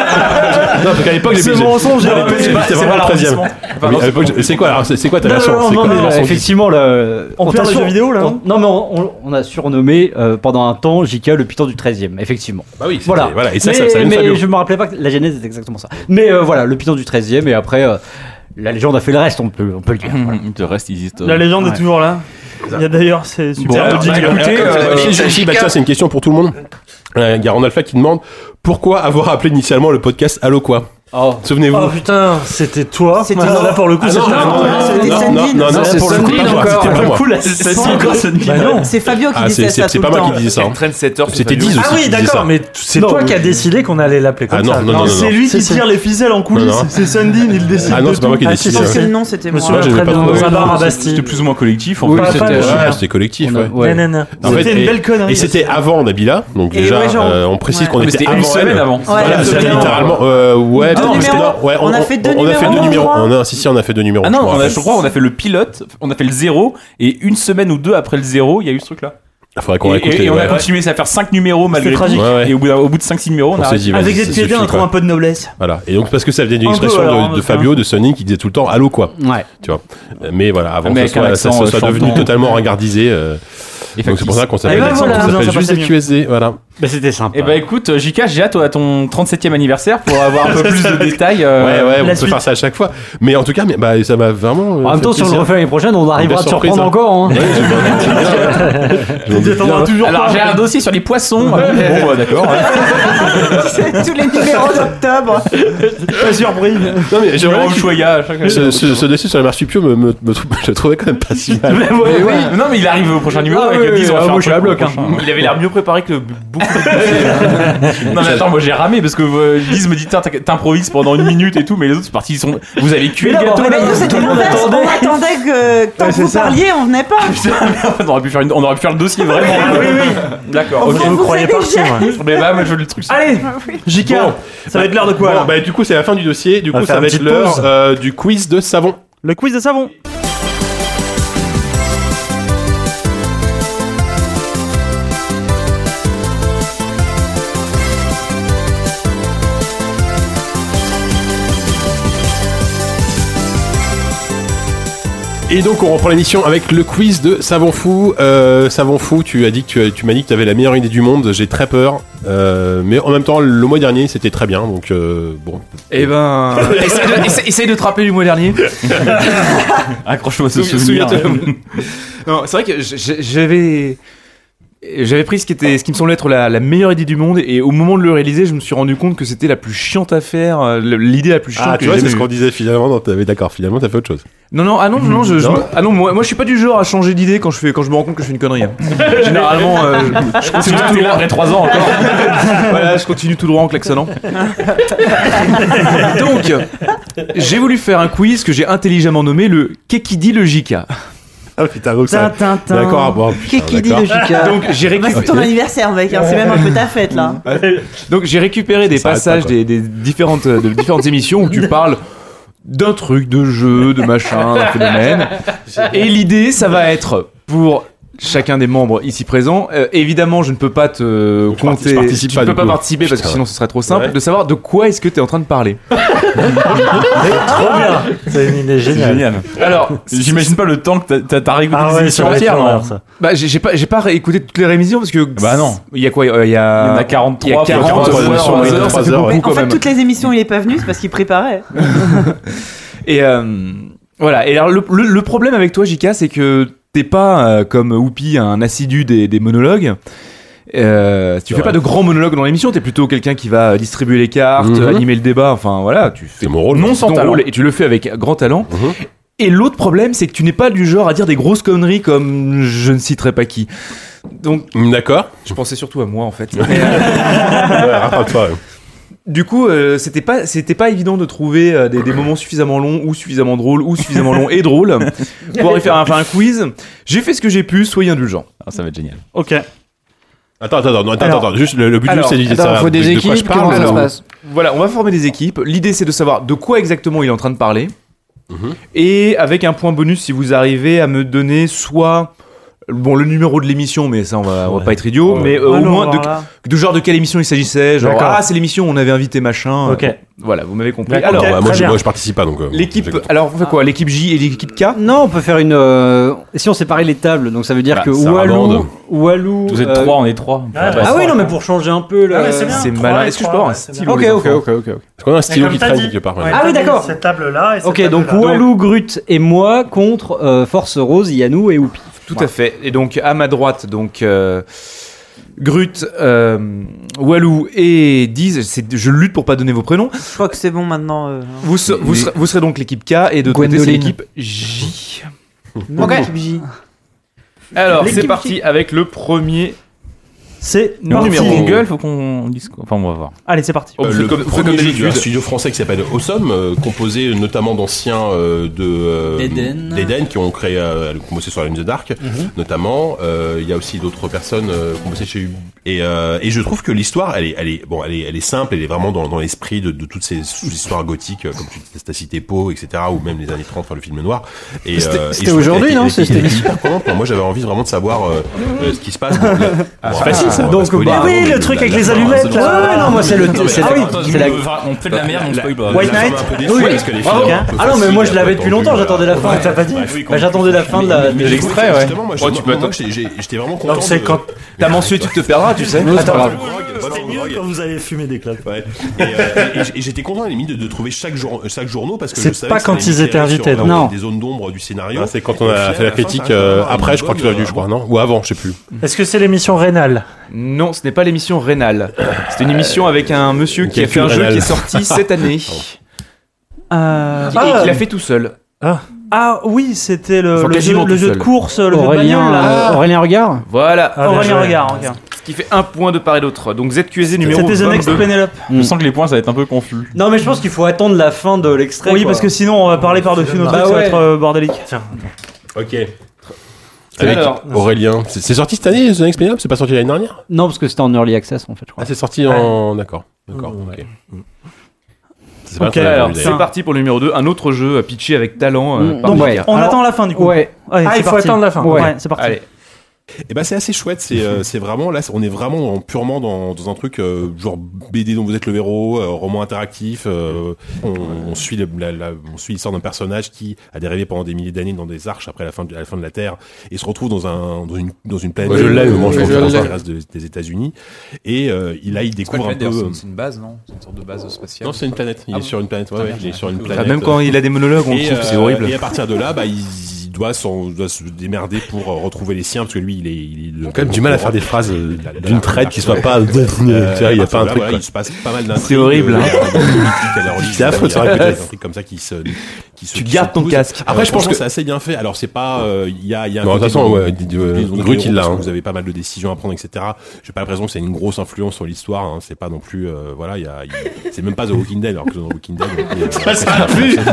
Speaker 3: Non, parce qu'à l'époque,
Speaker 8: Ce
Speaker 3: j'habitais-
Speaker 8: mensonge,
Speaker 3: à
Speaker 8: j'ai
Speaker 3: l'époque,
Speaker 8: répété.
Speaker 3: j'habitais
Speaker 8: C'est
Speaker 3: vraiment
Speaker 8: pas
Speaker 3: le 13e.
Speaker 8: l'arrondissement.
Speaker 3: Ah oui, à l'époque, je- C'est quoi, alors, c'est c'est quoi ta
Speaker 7: Non,
Speaker 3: version
Speaker 7: non,
Speaker 3: C'est
Speaker 7: non,
Speaker 3: quoi
Speaker 7: mais
Speaker 3: ta version
Speaker 7: effectivement, le-
Speaker 4: On perd le
Speaker 7: surnommé-
Speaker 4: jeu vidéo, là,
Speaker 7: on-
Speaker 4: non
Speaker 7: Non, mais on, on- on a surnommé euh, pendant un temps JK le piton du 13e, effectivement.
Speaker 3: Bah oui, c'était- voilà, et ça, ça-
Speaker 7: Mais-
Speaker 3: ça vient de
Speaker 7: mais
Speaker 3: Fabio.
Speaker 7: je me rappelais pas que la genèse était exactement ça. Mais euh, voilà, le piton du 13e, et après, euh, la légende a fait le reste, on peut, on peut le dire.
Speaker 5: Le reste existe.
Speaker 4: La légende est toujours là. Il y a d'ailleurs, c'est
Speaker 3: Bon,
Speaker 4: super.
Speaker 3: alors,
Speaker 4: audio.
Speaker 3: bah, écoutez, euh, Shinji Batcha, c'est une question pour tout le monde. Euh, Garon Alpha qui demande pourquoi avoir appelé initialement le podcast Allo quoi Souvenez-vous.
Speaker 6: Oh putain, c'était toi.
Speaker 3: C'était
Speaker 6: Là,
Speaker 3: moi.
Speaker 6: pour le coup,
Speaker 3: Ah,
Speaker 6: c'était
Speaker 3: non, non, non, c'était
Speaker 6: toi.
Speaker 3: Sandrine. Non, non, non,
Speaker 6: c'est
Speaker 3: pour le coup,
Speaker 6: Sandrine
Speaker 3: pas moi,
Speaker 6: encore.
Speaker 3: c'était pas
Speaker 6: Pour le
Speaker 3: moi.
Speaker 6: coup, là,
Speaker 3: C'est
Speaker 6: c'est
Speaker 3: Sandrine.
Speaker 6: encore Sandrine. Bah non.
Speaker 10: C'est Fabio qui
Speaker 3: Ah, c'est
Speaker 10: disait ça.
Speaker 3: c'est- c'est
Speaker 10: tout
Speaker 3: pas
Speaker 10: le
Speaker 3: moi qui
Speaker 10: temps.
Speaker 3: disais ça. hein. C'était 10
Speaker 6: Ah oui, d'accord, mais t- c'est toi qui as décidé qu'on allait l'appeler comme
Speaker 3: Ah non,
Speaker 6: ça.
Speaker 3: non, non, non,
Speaker 4: C'est lui qui tire les ficelles en coulisses.
Speaker 3: Non, non.
Speaker 4: C'est Sundin, il décide.
Speaker 3: Ah non,
Speaker 4: de
Speaker 3: c'est pas
Speaker 4: tout.
Speaker 3: moi qui ai décidé,
Speaker 4: c'est
Speaker 3: ouais.
Speaker 4: censé-
Speaker 10: Le nom, c'était
Speaker 4: Mais
Speaker 10: moi.
Speaker 4: c'est vrai,
Speaker 3: j'ai
Speaker 4: très
Speaker 3: pas
Speaker 4: bien.
Speaker 3: trouvé.
Speaker 4: Dans un bar à Bastille.
Speaker 5: C'était plus ou moins collectif. en
Speaker 4: Oui,
Speaker 5: fait.
Speaker 4: c'était-
Speaker 5: Ouais,
Speaker 3: Ouais, c'était collectif, ouais.
Speaker 5: ouais.
Speaker 4: Non, non, non.
Speaker 3: En
Speaker 4: C'était
Speaker 3: fait,
Speaker 4: une
Speaker 3: et-
Speaker 4: belle connerie.
Speaker 3: Et c'était avant Nabila, donc
Speaker 4: Et
Speaker 3: déjà,
Speaker 4: ouais, genre,
Speaker 3: euh, on précise qu'on
Speaker 5: Ah, Mais
Speaker 3: était
Speaker 5: c'était
Speaker 3: avant.
Speaker 5: une semaine
Speaker 3: elle.
Speaker 5: avant.
Speaker 3: Voilà, c'était
Speaker 5: absolument.
Speaker 3: littéralement. euh, ouais,
Speaker 5: Deux
Speaker 3: non,
Speaker 5: numéros.
Speaker 3: c'était- non, ouais,
Speaker 5: On a fait deux
Speaker 3: On a fait
Speaker 5: numéros.
Speaker 3: deux
Speaker 5: Non,
Speaker 3: numéros.
Speaker 5: je crois.
Speaker 3: On a, si, si, on a fait deux numéros.
Speaker 5: Ah non,
Speaker 3: je
Speaker 5: on
Speaker 3: crois.
Speaker 5: a- je crois on a fait le pilote, on a fait le zéro, et une semaine ou deux après le zéro, il y a eu ce truc-là.
Speaker 3: Il Ah, faudrait qu'on
Speaker 5: et,
Speaker 3: réécoute
Speaker 5: et-
Speaker 3: les-
Speaker 5: et on
Speaker 3: ouais.
Speaker 5: a continué, ça à faire 5 numéros malgré
Speaker 4: tragique.
Speaker 5: tout.
Speaker 3: Ouais, ouais.
Speaker 5: Et au bout, d'un- au bout de 5-6 numéros, on,
Speaker 3: On
Speaker 5: a
Speaker 3: s'est dit,
Speaker 5: arrêté.
Speaker 4: Avec
Speaker 3: vas-y, c'est
Speaker 4: des pieds
Speaker 3: suffit,
Speaker 4: on trouve
Speaker 3: quoi.
Speaker 4: un peu de noblesse.
Speaker 3: Voilà. Et donc, parce que ça venait d'une
Speaker 4: Un peu,
Speaker 3: expression
Speaker 4: alors,
Speaker 3: de,
Speaker 4: hein,
Speaker 3: de Fabio, de Sonic, qui disait tout le temps allô quoi.
Speaker 7: Ouais.
Speaker 3: Tu vois. Euh, Mais voilà, avant
Speaker 5: Mais
Speaker 3: que
Speaker 5: avec
Speaker 3: ce soit,
Speaker 5: un
Speaker 3: ça
Speaker 5: accent,
Speaker 3: se soit
Speaker 5: euh,
Speaker 3: devenu
Speaker 5: chantant. Ah
Speaker 3: totalement ringardisé. euh, donc c'est pour ça qu'on
Speaker 4: Et
Speaker 3: s'appelle
Speaker 5: bah
Speaker 4: ben
Speaker 3: l'accent,
Speaker 4: voilà,
Speaker 3: on
Speaker 4: non,
Speaker 3: s'appelle
Speaker 4: ça
Speaker 3: juste
Speaker 4: passait
Speaker 3: les QSD. Voilà.
Speaker 7: Bah, c'était sympa.
Speaker 5: Et bah écoute, JK, j'ai hâte à ton 37ème anniversaire pour avoir un peu plus de détails. euh,
Speaker 3: Ouais, ouais, on
Speaker 5: la
Speaker 3: peut
Speaker 5: suite.
Speaker 3: faire ça à chaque fois. Mais en tout cas, mais, bah, ça m'a vraiment. euh,
Speaker 7: En même
Speaker 3: fait
Speaker 7: temps, si on le
Speaker 3: plaisir.
Speaker 7: refait l'année prochaine, on arrivera à te
Speaker 3: surprise,
Speaker 7: surprendre
Speaker 3: hein.
Speaker 7: encore. hein.
Speaker 3: Je vous dis bien.
Speaker 5: Alors j'ai un dossier sur les poissons. Ah bon, bon, bah, d'accord.
Speaker 10: Tous les numéros d'octobre.
Speaker 4: Pas surpris.
Speaker 3: Non, mais j'aimerais
Speaker 5: Jérôme
Speaker 3: que-
Speaker 5: Chouaïa, à chaque-
Speaker 3: Ce, ce, ce dessus sur les marsupiaux me, me, me trou- je le trouvais quand même pas si mal.
Speaker 5: Ouais, ouais. Non mais il arrive au prochain numéro
Speaker 7: Ah
Speaker 5: avec
Speaker 7: oui,
Speaker 5: 10 on va
Speaker 7: ah,
Speaker 5: faire
Speaker 7: moi,
Speaker 5: un
Speaker 7: je suis à
Speaker 5: truc
Speaker 7: bloc,
Speaker 5: pour le
Speaker 7: hein.
Speaker 5: prochain.
Speaker 9: Il avait l'air mieux préparé que beaucoup
Speaker 5: Non mais attends, moi j'ai ramé parce que euh, Lise me dit tiens, t'inqui- t'improvises pendant une minute et tout, mais les autres c'est parti, ils sont. Vous avez cuit
Speaker 7: Mais
Speaker 5: le
Speaker 7: là,
Speaker 5: gâteau
Speaker 7: en fait,
Speaker 5: là
Speaker 10: Mais nous, c'était l'inverse. On attendait que tant
Speaker 4: Ouais,
Speaker 10: que
Speaker 4: c'est
Speaker 10: vous
Speaker 4: ça.
Speaker 10: parliez, on venait pas.
Speaker 5: Putain, mais en fait, on aurait pu faire, une- on aurait pu faire le dossier vraiment. oui, oui. D'accord, ok.
Speaker 10: Vous-
Speaker 6: Vous
Speaker 10: vous
Speaker 6: croyez
Speaker 10: savez
Speaker 6: pas si,
Speaker 10: jamais.
Speaker 6: moi.
Speaker 5: Mais bah, moi je veux le truc.
Speaker 4: Allez, JK,
Speaker 3: Bon.
Speaker 4: ça va être l'heure de quoi
Speaker 3: Bon,
Speaker 4: alors
Speaker 3: bah, du coup, c'est la fin du dossier. Du
Speaker 6: On va
Speaker 3: coup,
Speaker 6: faire
Speaker 3: ça va
Speaker 6: une
Speaker 3: être
Speaker 6: petite
Speaker 3: l'heure
Speaker 6: pause.
Speaker 3: euh, du quiz de savon.
Speaker 4: Le quiz de savon.
Speaker 3: Et donc, on reprend l'émission avec le quiz de savon fou. Euh, savon fou, tu as dit que tu, as- tu m'as dit que tu avais la meilleure idée du monde. J'ai très peur. Euh, mais en même temps, le mois dernier, c'était très bien. Donc, euh, bon.
Speaker 9: Eh ben. essaye, de, essaye- essaye de te rappeler du mois dernier.
Speaker 5: Accroche-toi à ce
Speaker 9: Souvi-
Speaker 5: souvenir.
Speaker 9: souviens-toi. non, c'est vrai que j- j- j'avais. J'avais pris ce qui, était, ce qui me semblait être la, la meilleure idée du monde et au moment de le réaliser, je me suis rendu compte que c'était la plus chiante à faire, euh, le- l'idée la plus chiante
Speaker 3: Ah,
Speaker 9: que
Speaker 3: tu vois,
Speaker 9: j'ai
Speaker 3: c'est ce
Speaker 9: jamais
Speaker 3: qu'on
Speaker 9: eue.
Speaker 3: disait finalement. Non, t'avais d'accord. Finalement, t'as fait autre chose.
Speaker 9: Non, non, ah non, non, je, je-
Speaker 3: Non.
Speaker 9: ah non moi, moi je suis pas du genre à changer d'idée quand je, fais, quand je me rends compte que je fais une connerie. hein. Généralement, euh,
Speaker 8: Ah,
Speaker 9: je, je continue tout droit.
Speaker 5: Après 3 ans encore.
Speaker 9: voilà, je continue tout droit en klaxonnant. Donc, j'ai voulu faire un quiz que j'ai intelligemment nommé le Kekidi le JK.
Speaker 3: Ah, putain, donc ça.
Speaker 4: Tintin, tintin.
Speaker 3: D'accord, ah, bon, putain,
Speaker 8: Qu'est-ce qu'il dit
Speaker 3: d'accord.
Speaker 8: le JK
Speaker 9: Donc, j'ai
Speaker 10: Bah,
Speaker 9: récupéré.
Speaker 10: c'est ton anniversaire, mec. hein. C'est même un peu ta fête, là.
Speaker 9: Mm. Donc j'ai récupéré des
Speaker 3: Ça s'arrête
Speaker 9: passages
Speaker 3: pas, quoi.
Speaker 9: des, des différentes, euh, de différentes émissions où tu parles d'un truc, de jeu, de machin, d'un phénomène. Et l'idée, ça va être pour chacun des membres ici présents. euh, évidemment, je ne peux pas te
Speaker 3: Donc, je parti-
Speaker 9: compter.
Speaker 3: je participe
Speaker 9: tu
Speaker 3: pas,
Speaker 9: ne peux
Speaker 3: du
Speaker 9: pas
Speaker 3: coup.
Speaker 9: participer parce que
Speaker 3: Putain.
Speaker 9: sinon ce serait trop simple.
Speaker 3: Ouais.
Speaker 9: De savoir de quoi est-ce que tu es en train de parler.
Speaker 8: Ah,
Speaker 6: Trop bien. C'est une idée
Speaker 5: C'est
Speaker 6: géniale.
Speaker 5: génial.
Speaker 9: Alors,
Speaker 5: J'imagine pas le temps que t'as- t'as t'as réécouté
Speaker 6: Ah ouais,
Speaker 5: des
Speaker 6: ça
Speaker 5: émissions
Speaker 6: va être
Speaker 5: entières, non
Speaker 6: horreur, ça.
Speaker 9: bah, j'ai j'ai pas, j'ai pas réécouté toutes les révisions parce que.
Speaker 5: Bah non.
Speaker 9: Il y a quoi euh, Il y
Speaker 5: Il y en
Speaker 9: a.
Speaker 5: a
Speaker 9: il
Speaker 5: 43
Speaker 9: y a 40
Speaker 5: 43
Speaker 9: heures,
Speaker 5: émissions,
Speaker 9: heures,
Speaker 5: ouais.
Speaker 9: heures, ça fait
Speaker 3: heures,
Speaker 9: beaucoup
Speaker 3: ouais.
Speaker 10: Mais en
Speaker 9: quand
Speaker 10: fait,
Speaker 9: même.
Speaker 10: toutes les émissions, il est pas venu, c'est parce qu'il préparait.
Speaker 9: Et, euh, voilà. Et alors, le, le- le problème avec toi, Jika, c'est que t'es pas euh, comme Whoopi, un assidu des, des monologues. Euh, tu fais
Speaker 3: vrai.
Speaker 9: pas de grands monologues dans l'émission, t'es plutôt quelqu'un qui va euh, distribuer les cartes,
Speaker 3: Mhm.
Speaker 9: animer le débat, enfin voilà, tu fais
Speaker 3: mon rôle.
Speaker 9: non sans
Speaker 3: Ton
Speaker 9: talent
Speaker 3: rôle.
Speaker 9: et tu le fais avec grand talent. Et l'autre problème, c'est que tu n'es pas du genre à dire des grosses conneries comme je ne citerai pas qui. Donc
Speaker 3: d'accord.
Speaker 9: Je pensais surtout à moi en fait. euh,
Speaker 3: rattrape-toi, ouais.
Speaker 9: Du coup, euh, c'était pas c'était pas évident de trouver euh, des, des moments suffisamment longs ou suffisamment drôles ou suffisamment longs et drôles pour y faire un, faire un quiz. J'ai fait ce que j'ai pu, soyez indulgents.
Speaker 5: Ah, ça va être génial.
Speaker 4: Ok.
Speaker 3: Attends, attends, attends, attends,
Speaker 9: Alors-
Speaker 3: attends, juste le, le but du jeu,
Speaker 9: Alors,
Speaker 3: c'est de
Speaker 9: attends,
Speaker 3: savoir
Speaker 9: faut
Speaker 3: de-
Speaker 9: des
Speaker 3: de quoi je
Speaker 9: équipes,
Speaker 3: parle,
Speaker 9: comment ça
Speaker 3: alors.
Speaker 9: se passe Voilà, on va former des équipes. L'idée, c'est de savoir de quoi exactement il est en train de parler.
Speaker 3: Mm-hmm.
Speaker 9: Et avec un point bonus, si vous arrivez à me donner soit bon le numéro de l'émission, mais ça, on va, on va pas être idiot, mais euh, au
Speaker 4: Alors,
Speaker 9: moins de,
Speaker 4: voilà.
Speaker 9: de genre de quelle émission il s'agissait. Genre,
Speaker 4: D'accord.
Speaker 9: ah, c'est l'émission où on avait invité machin. euh,
Speaker 4: Ok.
Speaker 9: Bon, voilà, vous m'avez compris.
Speaker 3: D'accord.
Speaker 9: Alors,
Speaker 3: Bon, bah, moi, je, moi, je participe pas donc. euh,
Speaker 9: L'équipe,
Speaker 3: j'écoute.
Speaker 9: alors on fait quoi L'équipe J et l'équipe K
Speaker 7: Non, on peut faire une. euh, Si on séparait les tables, donc ça veut dire
Speaker 5: Bah,
Speaker 7: que
Speaker 5: ça
Speaker 7: Walou.
Speaker 5: rabande.
Speaker 7: Walou.
Speaker 5: Vous êtes
Speaker 7: euh,
Speaker 5: trois, on est trois.
Speaker 8: bah,
Speaker 7: Ah oui, non, mais pour changer un peu le.
Speaker 6: Ah ouais, c'est bien.
Speaker 9: C'est
Speaker 6: Trois
Speaker 9: malin.
Speaker 6: et
Speaker 9: Est-ce que je
Speaker 6: trois,
Speaker 9: peux avoir un
Speaker 6: ouais, c'est
Speaker 9: stylo
Speaker 6: bien.
Speaker 7: Ok,
Speaker 9: les
Speaker 7: ok,
Speaker 9: enfants
Speaker 7: ok, ok. ok.
Speaker 3: Est-ce qu'on a un stylo
Speaker 6: comme
Speaker 3: qui
Speaker 6: t'as
Speaker 3: traîne
Speaker 6: dit.
Speaker 3: quelque part
Speaker 6: Ouais,
Speaker 3: maintenant
Speaker 7: Ah oui,
Speaker 6: t'as
Speaker 7: d'accord.
Speaker 6: mis Cette table-là et cette
Speaker 7: Ok,
Speaker 6: table-là.
Speaker 7: donc Walou, Grut et moi contre euh, Force Rose, Yanou et Oupi.
Speaker 9: Tout à fait. Et donc à ma droite, donc euh, Grut, euh, Walou et Diz. c'est- Je lutte pour pas donner vos prénoms.
Speaker 10: Je crois que c'est bon maintenant. euh, non.
Speaker 9: Vous, se- vous, serez, vous serez donc l'équipe K et de l'autre côté c'est
Speaker 7: Gwendoline.
Speaker 9: l'équipe J.
Speaker 10: Non,
Speaker 9: Ok.
Speaker 10: l'équipe J.
Speaker 9: Alors
Speaker 4: L'équipe
Speaker 9: c'est parti avec le premier
Speaker 4: C'est parti.
Speaker 9: numéro.
Speaker 5: Google, faut qu'on dise. quoi. Enfin, on va voir.
Speaker 4: Allez, c'est parti.
Speaker 9: On
Speaker 3: Euh,
Speaker 9: fait
Speaker 3: le
Speaker 9: comme- on fait comme
Speaker 3: premier jeu
Speaker 9: d'habitude.
Speaker 3: d'un studio français qui s'appelle Awesome, euh, composé notamment d'anciens euh, de euh,
Speaker 7: D'Eden.
Speaker 3: d'Eden qui ont créé, euh, qui ont bossé sur la the Dark,
Speaker 5: Mhm.
Speaker 3: notamment. Euh, Il y a aussi d'autres personnes euh, qui ont bossé chez U. Et, euh, et je trouve que l'histoire, elle est, elle est, bon, elle est, elle est simple, elle est vraiment dans, dans l'esprit de, de toutes ces histoires gothiques, euh, comme tu as cité Poe, etc., ou même les années 30, enfin, le film noir. Et,
Speaker 7: C'était-
Speaker 3: euh, et
Speaker 7: c'était
Speaker 3: je trouve
Speaker 7: aujourd'hui,
Speaker 3: qu'elle-
Speaker 7: non,
Speaker 3: elle-
Speaker 7: c'est-
Speaker 3: elle- elle est
Speaker 7: c'était-
Speaker 3: hyper prenante. Moi, j'avais envie vraiment de savoir euh, euh, ce qui se passe. Bon, là- bon,
Speaker 9: c'est facile, ça.
Speaker 3: on va pas
Speaker 9: Donc,
Speaker 3: spoiler,
Speaker 9: bah,
Speaker 3: hein,
Speaker 9: oui,
Speaker 3: mais
Speaker 9: le
Speaker 3: la-
Speaker 9: truc
Speaker 3: la
Speaker 9: avec les
Speaker 3: fin,
Speaker 9: allumettes,
Speaker 3: c'est
Speaker 9: là.
Speaker 3: le-
Speaker 7: Ouais, ouais, non, moi c'est le.
Speaker 3: Non, mais
Speaker 7: c'est
Speaker 3: attends,
Speaker 7: la-
Speaker 3: attends,
Speaker 7: c'est la-
Speaker 3: je-
Speaker 5: On fait de la merde, on spoil pas.
Speaker 3: White
Speaker 7: Knight Oui.
Speaker 3: parce que les films
Speaker 7: Bravo.
Speaker 3: étaient un peu
Speaker 7: Ah non, mais
Speaker 3: faciles,
Speaker 7: moi, je
Speaker 3: un peu
Speaker 7: l'avais depuis
Speaker 3: tendues,
Speaker 7: longtemps,
Speaker 3: euh,
Speaker 7: j'attendais la fin.
Speaker 3: ouais.
Speaker 7: T'as pas dit
Speaker 3: Bah, oui,
Speaker 7: Bah, j'attendais la fin de la.
Speaker 3: Mais l'extrait, ouais. Justement, moi, je-
Speaker 9: Ouais, tu
Speaker 3: moi,
Speaker 9: peux
Speaker 3: moi,
Speaker 9: attendre.
Speaker 3: j'ai- j'ai- j'étais vraiment content.
Speaker 6: c'est
Speaker 3: de-
Speaker 6: quand-
Speaker 9: Ta mensuétude te perdra, tu sais.
Speaker 7: c'est pas grave.
Speaker 6: C'était mieux quand vous avez fumé des clopes.
Speaker 3: Ouais. Et, euh, et- et j- et j'étais content à la limite de, de trouver chaque, jour, chaque journaux parce que
Speaker 6: C'est
Speaker 3: je savais
Speaker 6: pas
Speaker 3: que ça
Speaker 6: quand
Speaker 3: allait
Speaker 6: ils étaient
Speaker 3: tirer
Speaker 6: invités,
Speaker 3: sur, euh,
Speaker 6: non.
Speaker 3: des zones d'ombre du scénario. Ah, c'est quand on Et puis, a à fait la fin, ça critique reste euh, vraiment un après, je crois que tu l'as album, lu, je crois, non Ou avant, je sais plus.
Speaker 6: Est-ce que c'est l'émission rénale
Speaker 9: Non, ce n'est pas l'émission Rénale. C'est une émission avec un monsieur qui a fait
Speaker 3: Calcul
Speaker 9: un jeu
Speaker 3: rénal.
Speaker 9: qui est sorti cette année
Speaker 6: Ah.
Speaker 4: Euh,
Speaker 9: et qu'il a fait tout seul.
Speaker 4: Ah oui, c'était le,
Speaker 9: Enfin,
Speaker 4: le jeu,
Speaker 9: quasiment
Speaker 4: le
Speaker 9: tout
Speaker 4: jeu de
Speaker 9: seul.
Speaker 4: course, le jeu de
Speaker 7: Aurélien,
Speaker 4: bagnole. là.
Speaker 7: euh, Aurélien Regard
Speaker 9: Voilà.
Speaker 6: Ah, bien
Speaker 4: Aurélien
Speaker 6: joué.
Speaker 4: Regard, ok.
Speaker 9: Ce qui fait un point de part et d'autre. Donc ZQSD numéro
Speaker 4: C'était The
Speaker 9: 22.
Speaker 4: Next Penelope.
Speaker 5: Je sens que les points, ça va être un peu confus.
Speaker 7: Non, mais je pense qu'il faut attendre la fin de l'extrait.
Speaker 4: Oui,
Speaker 7: quoi.
Speaker 4: parce que sinon on va parler par-dessus nos
Speaker 7: Bah
Speaker 4: trucs, ça va
Speaker 7: ouais.
Speaker 4: être euh, bordélique.
Speaker 3: Ok. Avec
Speaker 9: Alors.
Speaker 3: Aurélien. C'est c'est sorti cette année, The Next Playable C'est pas sorti l'année dernière
Speaker 7: Non, parce que c'était en early access en fait, je crois.
Speaker 3: Ah, c'est sorti en. D'accord. D'accord. ok. C'est pas
Speaker 4: Ok,
Speaker 3: très
Speaker 9: Alors,
Speaker 3: grave,
Speaker 9: c'est
Speaker 3: d'ailleurs.
Speaker 9: parti pour le numéro 2, un autre jeu à pitcher avec talent euh,
Speaker 7: Mm.
Speaker 9: par
Speaker 7: Donc,
Speaker 9: Mika.
Speaker 7: ouais.
Speaker 4: On
Speaker 7: Alors-
Speaker 4: attend la fin du coup.
Speaker 7: Ouais.
Speaker 4: Allez,
Speaker 6: Ah,
Speaker 4: c'est
Speaker 6: il faut
Speaker 4: parti.
Speaker 6: attendre la fin.
Speaker 4: Ouais,
Speaker 7: Ouais.
Speaker 4: c'est parti.
Speaker 9: Allez.
Speaker 3: Eh ben c'est assez chouette, c'est euh, c'est vraiment là on est vraiment en- purement dans, dans un truc euh, genre BD dont vous êtes le héros, euh, roman interactif, euh, on, on suit le- la- la- on suit l'histoire d'un personnage qui a dérivé pendant des milliers d'années dans des arches après la fin de, à la fin de la Terre et se retrouve dans un dans une dans une planète euh,
Speaker 8: Ouais, je l'ai,
Speaker 3: au
Speaker 8: moi,
Speaker 3: moment, je
Speaker 8: je
Speaker 3: pense, dans
Speaker 8: l'ai.
Speaker 3: la race de- des États-Unis et euh, il là il découvre un peu euh,
Speaker 5: une base, non C'est une sorte de base spatiale.
Speaker 3: non c'est une planète, il
Speaker 5: Ah
Speaker 3: est
Speaker 5: bon
Speaker 3: sur une planète, ouais,
Speaker 5: Ah,
Speaker 3: ouais,
Speaker 5: merde,
Speaker 3: il est
Speaker 5: j'ai
Speaker 3: sur une
Speaker 5: cru.
Speaker 3: planète. euh,
Speaker 9: même quand il a des monologues, on
Speaker 3: Et,
Speaker 9: trouve que c'est
Speaker 3: euh,
Speaker 9: horrible.
Speaker 3: Et à partir de là, bah, il, il doit, s'en- doit se démerder pour euh, retrouver les siens, parce que lui, il est. Il
Speaker 12: quand même du mal à faire des phrases euh, d'une traite qui soit pas. Tu vois, Il
Speaker 3: Il
Speaker 12: y a pas un truc. quoi.
Speaker 3: bah, il se passe pas mal d'intrigues.
Speaker 9: C'est horrible,
Speaker 3: euh,
Speaker 9: hein.
Speaker 3: de politique à la religion,
Speaker 12: C'est affreux,
Speaker 3: il y a
Speaker 12: ça,
Speaker 3: des
Speaker 12: peut-être.
Speaker 3: trucs comme ça qui se. Qui se
Speaker 9: Tu
Speaker 3: qui
Speaker 9: gardes
Speaker 3: se
Speaker 9: ton
Speaker 3: posent.
Speaker 9: casque.
Speaker 3: Après, je pense que c'est assez bien fait. Alors, c'est pas. euh, Il y a, il y a un
Speaker 12: Non, de
Speaker 3: côté
Speaker 12: toute façon,
Speaker 3: dont-
Speaker 12: ouais, d- d- euh,
Speaker 3: dont-
Speaker 12: Grut, il l'a,
Speaker 3: parce que
Speaker 12: hein.
Speaker 3: Vous avez pas mal de décisions à prendre, etc. J'ai pas l'impression que c'est une grosse influence sur l'histoire. hein. C'est pas non plus. euh, Voilà, il y a. il- C'est même pas The Walking Dead, alors que dans The Walking Dead. on peut, euh,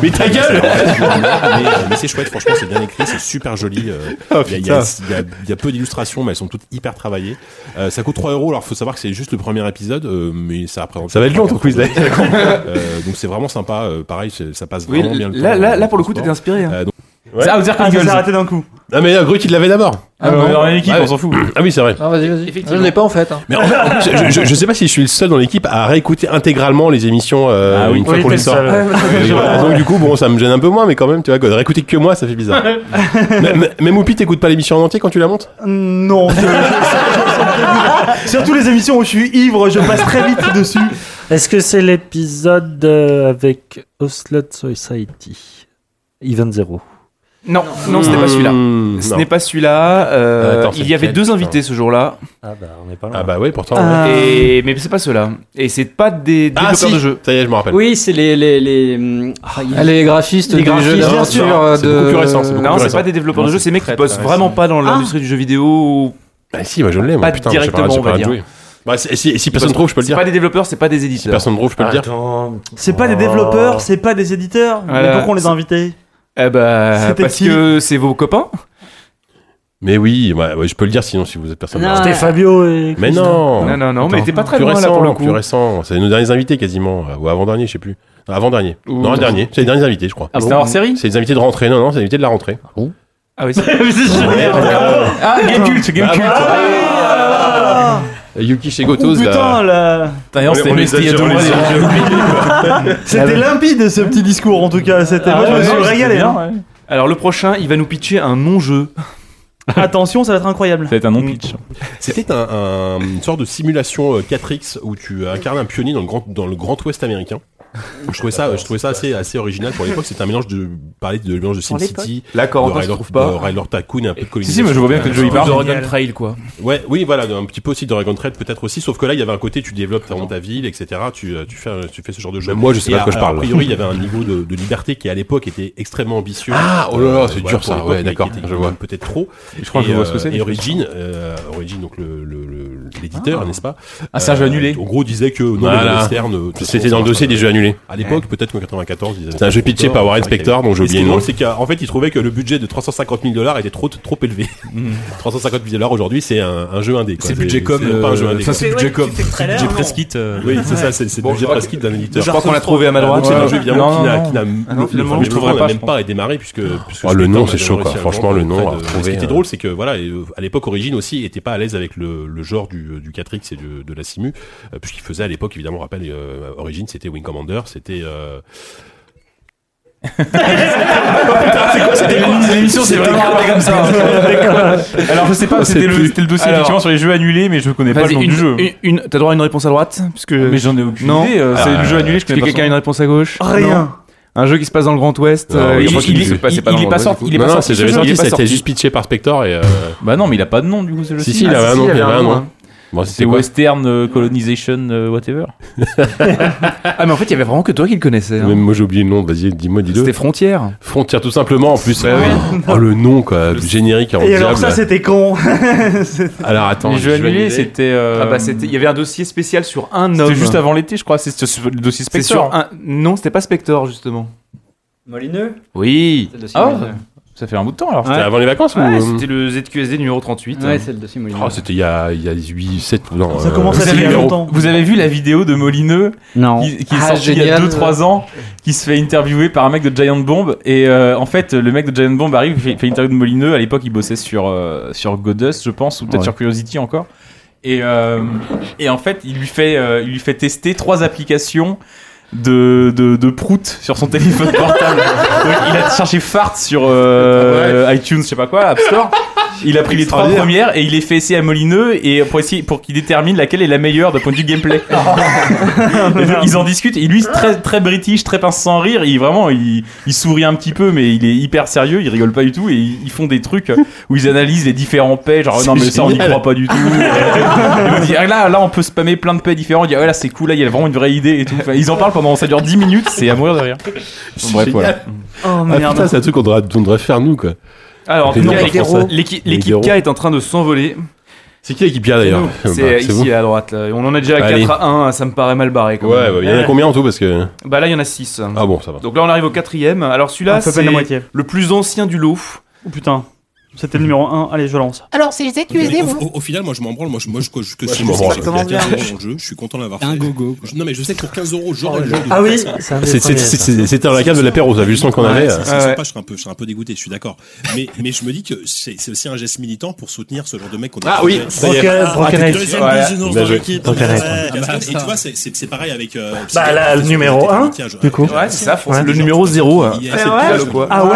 Speaker 12: Mais ta gueule
Speaker 3: mais, euh, mais c'est chouette, franchement, c'est bien écrit, c'est super joli. euh, Il
Speaker 12: Oh,
Speaker 3: y, a- il y a- il y a- il y a peu d'illustrations, mais elles sont toutes hyper travaillées. Euh, ça coûte 3 euros, alors faut savoir que c'est juste le premier épisode, euh, mais ça représente.
Speaker 12: Ça va être long ton quiz là.
Speaker 3: Euh, donc c'est vraiment sympa, euh, pareil, c'est- ça passe
Speaker 9: Oui,
Speaker 3: vraiment bien.
Speaker 9: là, là, là, pour le coup, t'étais inspiré. hein.
Speaker 3: Euh, donc-
Speaker 5: Ah, vous dire
Speaker 4: Ah, ça s'est
Speaker 5: Google.
Speaker 4: arrêté d'un coup.
Speaker 3: Ah mais euh, Grut il l'avait d'abord.
Speaker 5: Ah, mais on est en équipe,
Speaker 3: Ouais.
Speaker 5: on s'en fout.
Speaker 3: Ah oui c'est vrai.
Speaker 8: Non, vas-y, vas-y. Je l'ai pas en fait. hein.
Speaker 3: Mais en fait, en fait, je, je- je sais pas si je suis le seul dans l'équipe à réécouter intégralement les émissions euh,
Speaker 5: Ah oui.
Speaker 3: une fois
Speaker 6: Oui,
Speaker 3: qu'on les
Speaker 6: t'es le
Speaker 3: sort.
Speaker 6: seul.
Speaker 3: Et voilà, donc du coup bon ça me gêne un peu moins mais quand même tu vois quoi, de réécouter que moi ça fait bizarre. même même Oupi t'écoutes pas l'émission en entier quand tu la montes
Speaker 4: Non. je- je- je- Surtout les émissions où je suis ivre, je passe très vite dessus.
Speaker 6: Est-ce que c'est l'épisode euh, avec Ocelot Society Event Zero
Speaker 9: Non, non, ce n'est pas celui-là.
Speaker 6: Hmm,
Speaker 3: Mmh,
Speaker 9: Ce
Speaker 3: non.
Speaker 9: n'est pas celui-là. euh,
Speaker 3: Euh, attends, c'est
Speaker 9: il y avait
Speaker 3: lequel,
Speaker 9: deux
Speaker 3: putain
Speaker 9: invités ce jour-là.
Speaker 6: Ah bah on est pas
Speaker 3: Ah bah oui, pourtant.
Speaker 9: Et... Mais c'est pas ceux-là. Et c'est pas des
Speaker 3: Ah,
Speaker 9: développeurs
Speaker 3: si.
Speaker 9: de jeux.
Speaker 3: Ça y est, je me rappelle.
Speaker 7: Oui, c'est les, les, les, hum, ah, il-
Speaker 8: Ah, les graphistes
Speaker 7: Les
Speaker 8: du jeu
Speaker 7: graphistes, bien
Speaker 8: d'aventure,
Speaker 7: sûr.
Speaker 8: euh,
Speaker 7: C'est
Speaker 8: de-
Speaker 7: beaucoup plus récent, c'est beaucoup
Speaker 9: Non,
Speaker 7: plus
Speaker 9: c'est
Speaker 7: récent.
Speaker 9: pas des développeurs de
Speaker 7: Non,
Speaker 9: jeux,
Speaker 7: c'est
Speaker 9: c'est des mecs qui
Speaker 7: très,
Speaker 9: bossent
Speaker 7: très
Speaker 9: vraiment
Speaker 7: récent.
Speaker 9: pas dans
Speaker 7: Ah.
Speaker 9: l'industrie du jeu vidéo.
Speaker 3: Bah si, bah je l'ai, moi.
Speaker 9: Pas
Speaker 3: putain,
Speaker 9: directement,
Speaker 3: j'ai pas- j'ai
Speaker 9: on va
Speaker 3: pas
Speaker 9: dire.
Speaker 3: joué. Bah, si, si- si personne trouve, je peux le dire.
Speaker 9: C'est pas des développeurs, c'est pas des éditeurs. Si
Speaker 3: personne trouve, je peux le dire.
Speaker 4: C'est pas des
Speaker 13: Oh.
Speaker 4: développeurs, c'est pas des éditeurs. Mais
Speaker 9: Voilà.
Speaker 4: pourquoi on les a invités
Speaker 9: Eh bah,
Speaker 4: C'était
Speaker 9: parce
Speaker 4: qui
Speaker 9: que c'est vos copains.
Speaker 3: Mais oui, ouais, ouais, je peux le dire sinon si vous êtes personne.
Speaker 6: Non, Ah, C'était ouais. Fabio et
Speaker 3: Mais
Speaker 6: Christin.
Speaker 3: non.
Speaker 9: Non, non, non, mais
Speaker 3: Attends.
Speaker 9: t'es pas très
Speaker 3: plus
Speaker 9: loin, là,
Speaker 3: récent,
Speaker 9: pour le coup.
Speaker 3: Plus récent, c'est nos derniers invités quasiment, euh, ou avant dernier, je sais plus. Non, Avant dernier.
Speaker 9: Ouh.
Speaker 3: Non, dernier. C'est les derniers invités, je crois.
Speaker 9: Ah bon C'était hors série
Speaker 3: C'est les invités de rentrée. Non, non, c'est les invités de la rentrée.
Speaker 9: Ah oui, c'est Ah, Game Cult, Game
Speaker 8: Bah,
Speaker 9: Cult.
Speaker 3: Yuki euh, Shegotos.
Speaker 4: Oh,
Speaker 9: euh,
Speaker 4: putain, là.
Speaker 5: D'ailleurs, c'était
Speaker 3: les
Speaker 5: mais c'était il y a
Speaker 3: a-
Speaker 5: deux
Speaker 3: on
Speaker 5: mois,
Speaker 3: les a-
Speaker 4: C'était limpide ce petit discours en tout cas.
Speaker 9: Ah
Speaker 4: C'était. Moi je me suis régalé. hein.
Speaker 9: Alors, le prochain, il va nous pitcher un non-jeu.
Speaker 4: Attention, ça va être incroyable.
Speaker 5: Ça va être un non-pitch.
Speaker 3: Mm. C'était un- un- une sorte de simulation euh, 4X où tu euh, incarnes un pionnier dans le grand, dans le grand ouest américain. Je trouvais ça, je trouvais ça assez, assez original pour l'époque. C'était un mélange de, parler de mélange de
Speaker 9: Pour
Speaker 3: SimCity,
Speaker 9: l'époque. D'accord,
Speaker 3: de
Speaker 9: on se
Speaker 3: Railroad-
Speaker 9: trouve pas.
Speaker 3: de Railroad Tycoon et un peu de
Speaker 5: Si, si, mais je vois bien que le jeu, il parle. Génial.
Speaker 9: Trail, quoi.
Speaker 3: Ouais, oui, voilà, un petit peu aussi de Dragon Trade peut-être aussi, sauf que là il y avait un côté tu développes ta, ta ville, etc. Tu, euh, tu fais, euh, tu fais ce genre de jeu.
Speaker 12: Même moi, je sais
Speaker 3: Et
Speaker 12: pas de quoi
Speaker 3: a-
Speaker 12: je parle.
Speaker 3: A priori, il y avait un niveau de, de liberté qui à l'époque était extrêmement ambitieux. Euh,
Speaker 12: Ah, oh là là, c'est
Speaker 3: voilà,
Speaker 12: dur,
Speaker 3: pour
Speaker 12: ça.
Speaker 3: l'époque,
Speaker 12: Ouais,
Speaker 3: mais
Speaker 12: d'accord,
Speaker 3: qui était
Speaker 12: je vois.
Speaker 3: Peut-être trop.
Speaker 5: Je crois
Speaker 3: Et,
Speaker 5: que je vois ce que c'est,
Speaker 3: Et
Speaker 5: mais je sais
Speaker 3: Origin, euh, Origin, donc le- le- le- l'éditeur,
Speaker 5: Ah.
Speaker 3: n'est-ce pas
Speaker 5: Ah, c'est un jeu
Speaker 3: Euh,
Speaker 5: annulé.
Speaker 3: En gros, disait que non,
Speaker 12: Voilà.
Speaker 3: les jeux externes, euh, de toute
Speaker 12: C'était
Speaker 3: façon,
Speaker 12: dans le
Speaker 3: ça
Speaker 12: dossier
Speaker 3: marche
Speaker 12: des
Speaker 3: pas.
Speaker 12: jeux annulés.
Speaker 3: À l'époque, peut-être qu'en 94, ils avaient-
Speaker 12: C'est un jeu pitché par Warren
Speaker 3: C'est vrai qu'il y
Speaker 12: Spector,
Speaker 3: avait-
Speaker 12: dont j'ai
Speaker 3: Et ce qui
Speaker 12: oublié
Speaker 3: est
Speaker 12: le
Speaker 3: drôle,
Speaker 12: nom.
Speaker 3: c'est qu'en fait, ils trouvaient que le budget de 350 000 dollars était trop, trop élevé.
Speaker 5: Hmm.
Speaker 3: 350 000 dollars aujourd'hui, c'est un, un jeu indé. quoi.
Speaker 13: C'est budget com,
Speaker 3: C'est pas un jeu
Speaker 5: euh,
Speaker 3: indé.
Speaker 13: ça, c'est
Speaker 3: quoi.
Speaker 13: budget Ouais, com. tu fais le trailer,
Speaker 3: Budget
Speaker 13: non
Speaker 3: press kit, euh, Oui, c'est
Speaker 13: Ouais.
Speaker 3: ça, c'est c'est
Speaker 13: Bon,
Speaker 3: budget
Speaker 13: je crois
Speaker 3: press
Speaker 13: que-
Speaker 3: kit d'un éditeur.
Speaker 13: Je crois qu'on l'a trouvé à ma droite.
Speaker 3: Donc, C'est un
Speaker 13: Ouais.
Speaker 3: jeu évidemment
Speaker 13: Non,
Speaker 3: qui n'a-
Speaker 13: non,
Speaker 3: qui n'a.
Speaker 13: non. Ah non, finalement,
Speaker 3: le
Speaker 13: je
Speaker 3: jeu
Speaker 13: trouverai
Speaker 3: n'a
Speaker 13: pas,
Speaker 3: même
Speaker 13: je
Speaker 3: pas démarré puisque. puisque
Speaker 12: Oh, le nom,
Speaker 3: Spector n'a
Speaker 12: c'est
Speaker 3: jamais
Speaker 12: chaud,
Speaker 3: réussi
Speaker 12: quoi.
Speaker 3: à
Speaker 12: Franchement,
Speaker 3: vendre
Speaker 12: le nom,
Speaker 3: auprès
Speaker 12: à
Speaker 3: de- Ce
Speaker 12: retrouver,
Speaker 3: qui était
Speaker 12: euh.
Speaker 3: drôle, c'est que voilà, et, euh, à l'époque, Origin aussi était pas à l'aise avec le le genre du du 4X et du- de la Simu, euh, puisqu'il faisait à l'époque, évidemment, on rappelle, euh, Origin, c'était Wing Commander, c'était. euh,
Speaker 5: C'est quoi cette émission C'est vraiment regardé comme ça. Alors, je sais pas, c'était le, c'était le dossier
Speaker 9: Alors-
Speaker 5: effectivement sur les jeux annulés, mais je connais pas le
Speaker 9: Vas-y,
Speaker 5: nom
Speaker 9: une,
Speaker 5: du jeu.
Speaker 9: une- une- t'as droit à une réponse à droite parce que...
Speaker 5: Mais j'en ai aucune
Speaker 9: non.
Speaker 5: idée, euh, c'est
Speaker 9: Ah,
Speaker 5: le jeu annulé, je
Speaker 9: est-ce que
Speaker 5: connais pas
Speaker 9: quelqu'un
Speaker 5: son
Speaker 9: a une réponse à gauche
Speaker 4: Rien.
Speaker 9: Non. Un jeu qui se passe dans le Grand Ouest.
Speaker 5: Non,
Speaker 9: euh,
Speaker 5: oui,
Speaker 9: il-
Speaker 5: je pense
Speaker 9: il-
Speaker 5: qu'il
Speaker 9: il-
Speaker 5: se passait
Speaker 9: il-
Speaker 5: pas dans
Speaker 9: il
Speaker 5: le
Speaker 9: est
Speaker 5: Grand
Speaker 9: pas
Speaker 5: Ouest,
Speaker 9: sorti.
Speaker 5: du
Speaker 9: Il
Speaker 5: coup.
Speaker 12: Non,
Speaker 9: est pas
Speaker 12: non,
Speaker 9: sorti.
Speaker 12: c'est
Speaker 9: ce
Speaker 12: j'avais
Speaker 9: jeu,
Speaker 12: sorti,
Speaker 9: il est pas
Speaker 12: c'était
Speaker 9: sorti.
Speaker 12: juste pitché par Spector et. euh,
Speaker 5: Bah non, mais il a pas de nom, du coup, c'est le
Speaker 12: Si, si, il avait un nom, il avait un nom. Bon,
Speaker 5: C'était
Speaker 12: c'était quoi
Speaker 5: Western euh, Colonization, euh, whatever.
Speaker 9: Ah, mais en fait, il y avait vraiment que toi qui le connaissais. hein.
Speaker 12: Même moi, j'ai oublié le nom. Vas-y, dis-moi, dis-le.
Speaker 9: C'était Frontières.
Speaker 12: Frontière, tout simplement, en plus.
Speaker 9: Ouais,
Speaker 4: oui.
Speaker 12: Oh, le nom, quoi. Générique, en
Speaker 4: Et alors ça
Speaker 12: diable.
Speaker 4: c'était con. C'est-
Speaker 12: Alors, attends.
Speaker 5: Les jeux
Speaker 12: je vais
Speaker 5: annulés,
Speaker 12: annuler.
Speaker 5: c'était. euh,
Speaker 9: Ah bah c'était, il y avait un dossier spécial sur un homme.
Speaker 5: C'était juste avant l'été, je crois. C'est sur- sur le dossier
Speaker 9: C'est
Speaker 5: Spectre.
Speaker 9: sur un. Non, c'était pas Spector justement.
Speaker 7: Molineux
Speaker 9: Oui.
Speaker 7: C'est le dossier
Speaker 9: Ah.
Speaker 7: Molineux.
Speaker 5: Ça fait un bout de temps alors.
Speaker 12: C'était avant les vacances ou-
Speaker 5: euh,
Speaker 9: Ouais, C'était le ZQSD numéro 38.
Speaker 7: Ouais, c'est le dossier Molineux.
Speaker 12: Oh, c'était il y a, il y a 8, 7 non,
Speaker 4: Ça
Speaker 12: euh,
Speaker 4: commence à
Speaker 12: c'est
Speaker 4: faire
Speaker 12: numéro-
Speaker 4: longtemps.
Speaker 5: Vous avez vu la vidéo de Molineux
Speaker 7: Non.
Speaker 5: qui, qui est
Speaker 8: Ah,
Speaker 5: sortie il y a
Speaker 8: génial.
Speaker 5: 2-3 ans, qui se fait interviewer par un mec de Giant Bomb. Et euh, en fait, le mec de Giant Bomb arrive, il fait, fait l'interview de Molineux. À l'époque, il bossait sur, euh, sur Goddust, je pense, ou peut-être
Speaker 7: Ouais.
Speaker 5: sur Curiosity encore. Et, euh, et en fait, il lui fait, euh, il lui fait tester trois applications de, de, de prout sur son téléphone portable. Donc, il a cherché fart sur euh, iTunes, je sais pas quoi, App Store. Il a pris les trois premières et il les fait essayer à Molineux et pour essayer pour qu'il détermine laquelle est la meilleure d'un point de vue gameplay. Et donc, ils en discutent. Et
Speaker 13: Ah.
Speaker 5: lui, c'est très très british, très pince sans rire. Il vraiment, il, il sourit un petit peu, mais il est hyper sérieux. Il rigole pas du tout et ils ils font des trucs où ils analysent les différents pays. Genre Oh, non mais ça on n'y
Speaker 12: génial.
Speaker 5: croit pas du tout.
Speaker 8: ah,
Speaker 5: Et on dit, ah, là là on peut spammer plein de pays différents. On dit ah, ouais, là c'est cool là il y a vraiment une vraie idée et tout. Enfin, ils en parlent pendant ça dure 10 minutes. C'est à mourir de rire. Bon, bref
Speaker 12: génial.
Speaker 5: voilà.
Speaker 4: Oh
Speaker 12: Ah putain,
Speaker 4: merde.
Speaker 12: c'est un truc qu'on devrait, on devrait faire nous quoi.
Speaker 9: Alors en tout
Speaker 12: Non,
Speaker 9: cas,
Speaker 12: les
Speaker 9: l'équipe-
Speaker 12: héros.
Speaker 9: l'équipe
Speaker 12: Les
Speaker 9: l'équipe
Speaker 12: héros.
Speaker 9: K est en train de s'envoler.
Speaker 12: C'est qui l'équipe bien d'ailleurs
Speaker 9: Nous,
Speaker 12: Bah,
Speaker 9: C'est ici
Speaker 12: vous
Speaker 9: à droite. Là. On en est déjà à
Speaker 12: Allez.
Speaker 9: 4 à 1. Ça me paraît mal barré. Quand
Speaker 12: Ouais,
Speaker 9: même.
Speaker 12: bah, il y en a combien en tout parce que
Speaker 9: Bah là, il y en a 6.
Speaker 12: Ah bon, ça va.
Speaker 9: Donc là, on arrive au quatrième. Alors
Speaker 4: Ah,
Speaker 9: celui-là,
Speaker 4: ça fait
Speaker 9: c'est
Speaker 4: la
Speaker 6: Bah,
Speaker 4: moitié.
Speaker 9: le plus ancien du lot.
Speaker 4: Oh, putain. C'était le numéro 1. Allez, je lance.
Speaker 14: Alors, c'est ZQSD, vous
Speaker 13: Au, au- au final, moi je m'en branle, moi je, moi, je, je, que
Speaker 12: Ouais,
Speaker 13: je,
Speaker 12: je m'en branle.
Speaker 13: sais que c'est un
Speaker 12: Exactement.
Speaker 13: très bon jeu, je suis content de l'avoir fait.
Speaker 14: Un gogo.
Speaker 13: Je- Non mais je sais que pour 15 euros, j'aurai le jeu. de
Speaker 4: Ah oui,
Speaker 13: toute façon.
Speaker 4: c'est un des
Speaker 12: C'est- c'est-
Speaker 4: premiers,
Speaker 12: c'est-
Speaker 4: ça.
Speaker 12: c'est- C'était dans la cave de la Pérouse, on a vu le son qu'on
Speaker 13: hein. Ouais,
Speaker 12: avait.
Speaker 13: c'est- c'est
Speaker 5: Ah
Speaker 12: euh,
Speaker 13: sympa, je serais un peu, je serais un peu dégoûté, je suis d'accord. Mais, mais je me dis que c'est c'est aussi un geste militant pour soutenir ce genre de mec qu'on a.
Speaker 12: Ah oui, ça y est.
Speaker 13: Ah, ah,
Speaker 6: Broken
Speaker 13: t'es
Speaker 6: Age.
Speaker 13: deuxième
Speaker 6: Voilà.
Speaker 13: bisounours
Speaker 12: Bien
Speaker 13: dans
Speaker 12: joué.
Speaker 13: l'équipe.
Speaker 6: Broken
Speaker 13: Ouais, Ah,
Speaker 6: Age.
Speaker 13: et tu vois, c'est- c'est c'est pareil avec. euh,
Speaker 6: Bah, là, le numéro un,
Speaker 13: Tiens, je-
Speaker 9: hein,
Speaker 6: du coup.
Speaker 13: Ouais, c'est ça,
Speaker 6: Ouais.
Speaker 9: Le numéro 0.
Speaker 13: Il y a-
Speaker 9: C'est
Speaker 13: Ah, c'est
Speaker 9: le
Speaker 13: le
Speaker 9: quoi.
Speaker 4: Ah ouais.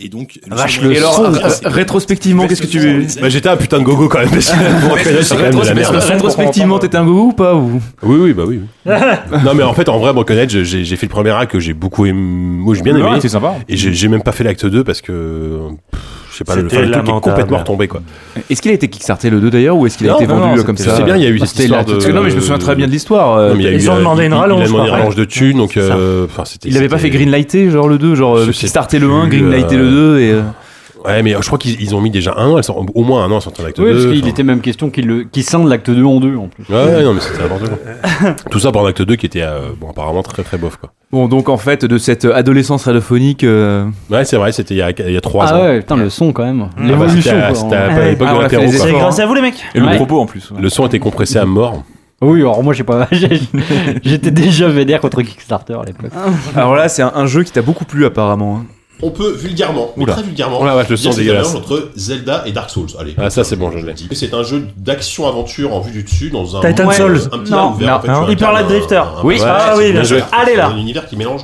Speaker 13: Et donc,
Speaker 9: Arrache
Speaker 13: seul
Speaker 9: le
Speaker 13: moyen-
Speaker 9: son.
Speaker 13: Ah,
Speaker 9: Euh,
Speaker 13: c'est-
Speaker 9: rétrospectivement,
Speaker 13: Mais
Speaker 9: qu'est-ce
Speaker 13: ce
Speaker 9: que tu
Speaker 13: son,
Speaker 9: veux-
Speaker 13: exactement.
Speaker 3: Bah, j'étais un putain de gogo quand même, parce que pour reconnaître, c'est quand même de la merde.
Speaker 12: hein.
Speaker 9: Rétrospectivement, t'étais un gogo ou pas ou...
Speaker 3: Oui, oui, bah oui. non mais en fait en vrai me reconnaître je- j'ai j'ai fait le premier acte que j'ai beaucoup aimé moi j'ai bien
Speaker 5: Ouais,
Speaker 3: aimé
Speaker 5: c'est sympa.
Speaker 3: et j'ai j'ai même pas fait l'acte 2 parce que pff, je sais pas le,
Speaker 9: C'était
Speaker 3: enfin, le truc est
Speaker 9: lamentable.
Speaker 3: complètement retombé quoi
Speaker 9: Est-ce qu'il a été kickstarté le 2 d'ailleurs ou est-ce qu'il a
Speaker 3: Non,
Speaker 9: été
Speaker 3: non,
Speaker 9: vendu
Speaker 3: non,
Speaker 9: euh, comme
Speaker 3: c'était-
Speaker 9: ça
Speaker 3: c'est bien, il y a eu
Speaker 9: Parce
Speaker 3: cette
Speaker 9: que
Speaker 3: histoire
Speaker 9: parce
Speaker 3: de-
Speaker 9: que Non, mais je me souviens très bien de l'histoire.
Speaker 3: Non,
Speaker 9: euh,
Speaker 3: mais il y a
Speaker 9: ils
Speaker 3: eu,
Speaker 9: ont
Speaker 3: euh,
Speaker 9: demandé
Speaker 3: il-
Speaker 9: une
Speaker 3: il a
Speaker 9: rallonge.
Speaker 3: demandé une
Speaker 9: quoi.
Speaker 3: rallonge de thunes donc euh, enfin c'était
Speaker 9: Il avait pas fait greenlighter genre le 2, genre euh, kickstarter le 1, greenlighter le 2 et. euh,
Speaker 3: Ouais, mais euh, je crois qu'ils ils ont mis déjà un an, elles sont- au moins un an sans un acte
Speaker 7: Oui, parce
Speaker 3: 2.
Speaker 7: qu'il était même question qu'il le- qu'il scinde l'acte 2 en deux en plus.
Speaker 3: Ouais, ouais, non, mais c'était n'importe quoi. Tout ça pour un acte 2 qui était euh, bon, apparemment très très bof quoi.
Speaker 9: Bon, donc en fait, de cette euh, adolescence radiophonique. euh,
Speaker 3: Ouais, c'est vrai, c'était il y a, il y a 3
Speaker 7: Ah
Speaker 3: ans.
Speaker 7: ouais, putain, le son quand même.
Speaker 3: Ah bah, c'était à- c'était à
Speaker 7: Ah
Speaker 3: l'époque de l'apéro,
Speaker 7: hein.
Speaker 3: quoi.
Speaker 7: Et le propos.
Speaker 3: en plus. Le son était compressé à mort.
Speaker 7: Oui, alors moi j'ai pas. j'ai- J'étais déjà vénère contre Kickstarter à l'époque.
Speaker 3: Ah.
Speaker 9: Alors là, c'est un, un jeu qui t'a beaucoup plu apparemment. hein.
Speaker 13: On peut vulgairement, mais
Speaker 9: Oula.
Speaker 13: très vulgairement,
Speaker 9: Oh la vache, le
Speaker 13: dire
Speaker 9: son
Speaker 13: que c'est un
Speaker 9: dégueulasse.
Speaker 13: mélange entre Zelda et Dark Souls. Allez.
Speaker 3: Ah, ça c'est bon, je l'ai.
Speaker 13: Et C'est un jeu d'action-aventure en vue du dessus dans un.
Speaker 4: Titan
Speaker 13: monde,
Speaker 4: Souls.
Speaker 13: euh, Un petit
Speaker 4: Non.
Speaker 13: monde ouvert,
Speaker 4: Non.
Speaker 13: en fait,
Speaker 4: Non.
Speaker 13: tu incarnes
Speaker 4: Hyperlight
Speaker 13: un-
Speaker 4: Drifter.
Speaker 13: un-
Speaker 4: Oui.
Speaker 13: ouais,
Speaker 4: Ah
Speaker 13: c'est-
Speaker 4: oui,
Speaker 13: c'est
Speaker 4: bien
Speaker 13: un
Speaker 4: joué.
Speaker 13: jeu-
Speaker 4: Allez, là.
Speaker 13: Un univers qui mélange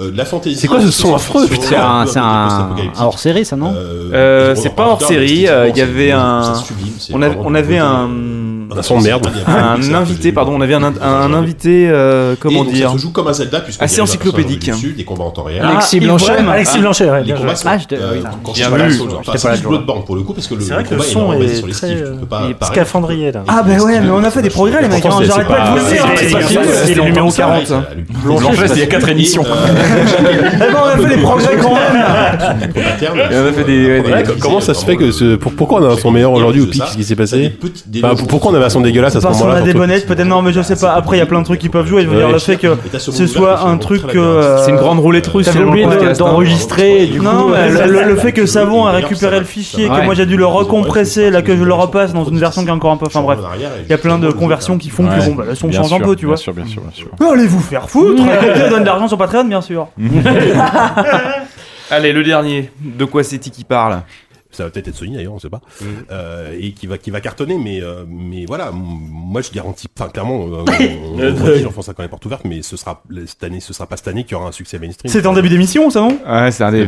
Speaker 13: euh, de la fantaisie.
Speaker 7: C'est quoi ce son
Speaker 9: affreux, putain
Speaker 7: C'est un,
Speaker 13: euh,
Speaker 7: c'est un, un hors série ça non
Speaker 9: Euh, c'est pas hors série, euh, il y avait un.
Speaker 13: c'est sublime, c'est
Speaker 9: On avait,
Speaker 13: vraiment
Speaker 9: on avait un.
Speaker 3: euh,
Speaker 13: Un son de merde.
Speaker 9: Un invité, pardon, on avait un, un- un invité, euh, comment
Speaker 13: et donc,
Speaker 9: dire.
Speaker 13: Ça se joue comme un Zelda, puisqu'on
Speaker 9: Assez
Speaker 13: dirige un personnage
Speaker 9: encyclopédique.
Speaker 13: au-dessus, des combats en temps réel.
Speaker 9: Alexis Ah, Yves Blanchet. Brem. Alexis
Speaker 13: Ah,
Speaker 9: Blanchet, ouais,
Speaker 13: Les
Speaker 9: bien
Speaker 13: combats
Speaker 9: joué.
Speaker 13: sont.
Speaker 9: Ah, je te-
Speaker 13: euh,
Speaker 9: oui,
Speaker 13: quand
Speaker 9: bien
Speaker 13: je parle
Speaker 9: vu.
Speaker 13: de Souls, enfin,
Speaker 9: J'étais
Speaker 13: c'est
Speaker 9: pas là
Speaker 13: plus
Speaker 9: le jour.
Speaker 13: Bloodborne pour le coup, parce que le
Speaker 9: C'est vrai
Speaker 13: le
Speaker 9: que le
Speaker 13: combat
Speaker 9: son
Speaker 13: énorme,
Speaker 9: est
Speaker 13: sur les
Speaker 9: très,
Speaker 13: skis, tu
Speaker 9: euh,
Speaker 13: peux pas
Speaker 9: il est
Speaker 13: apparaître.
Speaker 9: scaphandrier, là.
Speaker 4: Ah, bah ouais, mais on a fait des progrès, les mecs. hein.
Speaker 13: Pourtant, c'est-
Speaker 4: J'arrête
Speaker 13: c'est
Speaker 4: pas de
Speaker 13: pas-
Speaker 4: vous le dire.
Speaker 13: c'est- c'est- c'est- c'est-
Speaker 9: C'était le numéro
Speaker 13: c'est-
Speaker 9: 40. hein. Blanchet, c'était il y a 4 émissions.
Speaker 4: Eh ben, on a fait des progrès quand même.
Speaker 3: on a fait des, comment ça se fait que ce, pour- pourquoi on a un son meilleur aujourd'hui ou pire Qu'est-ce qui s'est passé Enfin, pour- Pourquoi on avait un son dégueulasse Ah, à ce
Speaker 4: Parce qu'on
Speaker 3: moment-là
Speaker 4: a des
Speaker 3: surtout
Speaker 4: bonnettes, peut-être non, mais je sais pas. Après, il y a plein de trucs qui peuvent jouer. Je veux dire,
Speaker 3: Ouais.
Speaker 4: le fait que
Speaker 3: Et t'as
Speaker 4: ce
Speaker 3: ce monde ouvert
Speaker 4: soit
Speaker 3: qui
Speaker 4: un
Speaker 3: se
Speaker 4: truc
Speaker 3: montre
Speaker 4: que.
Speaker 3: très
Speaker 4: euh,
Speaker 9: C'est une grande roulette russe.
Speaker 4: T'avais
Speaker 9: dans
Speaker 4: oublié
Speaker 9: le
Speaker 4: de-
Speaker 9: podcast, hein.
Speaker 4: d'enregistrer, du
Speaker 9: Non,
Speaker 4: coup.
Speaker 9: mais
Speaker 4: le,
Speaker 9: le-
Speaker 4: le- le fait que Savon a récupéré le fichier, que
Speaker 9: Ouais.
Speaker 4: moi j'ai dû le recompresser, là que je le repasse dans une version qui est encore un peu. Enfin bref, il y a plein de conversions qui font que
Speaker 5: Ouais.
Speaker 4: bon, bah, le son
Speaker 5: Bien
Speaker 4: change un
Speaker 5: sûr,
Speaker 4: peu, tu
Speaker 5: bien
Speaker 4: vois.
Speaker 5: sûr, bien sûr, bien sûr.
Speaker 4: Mais Allez vous faire foutre Écoutez, Donne de l'argent sur Patreon, bien sûr.
Speaker 9: Mm. Allez, le dernier. De quoi c'est-il qui parle
Speaker 3: ça va peut-être être Sony d'ailleurs, on sait pas, Euh, et qui va qui va cartonner, mais euh, mais voilà, m- moi je garantis, enfin clairement, euh, on, on, on, dit, on fonce quand même porte ouverte, mais ce sera cette année, ce sera pas cette année qu'il y aura un succès mainstream.
Speaker 4: C'était en début d'émission, ça non
Speaker 9: Ouais, c'est un des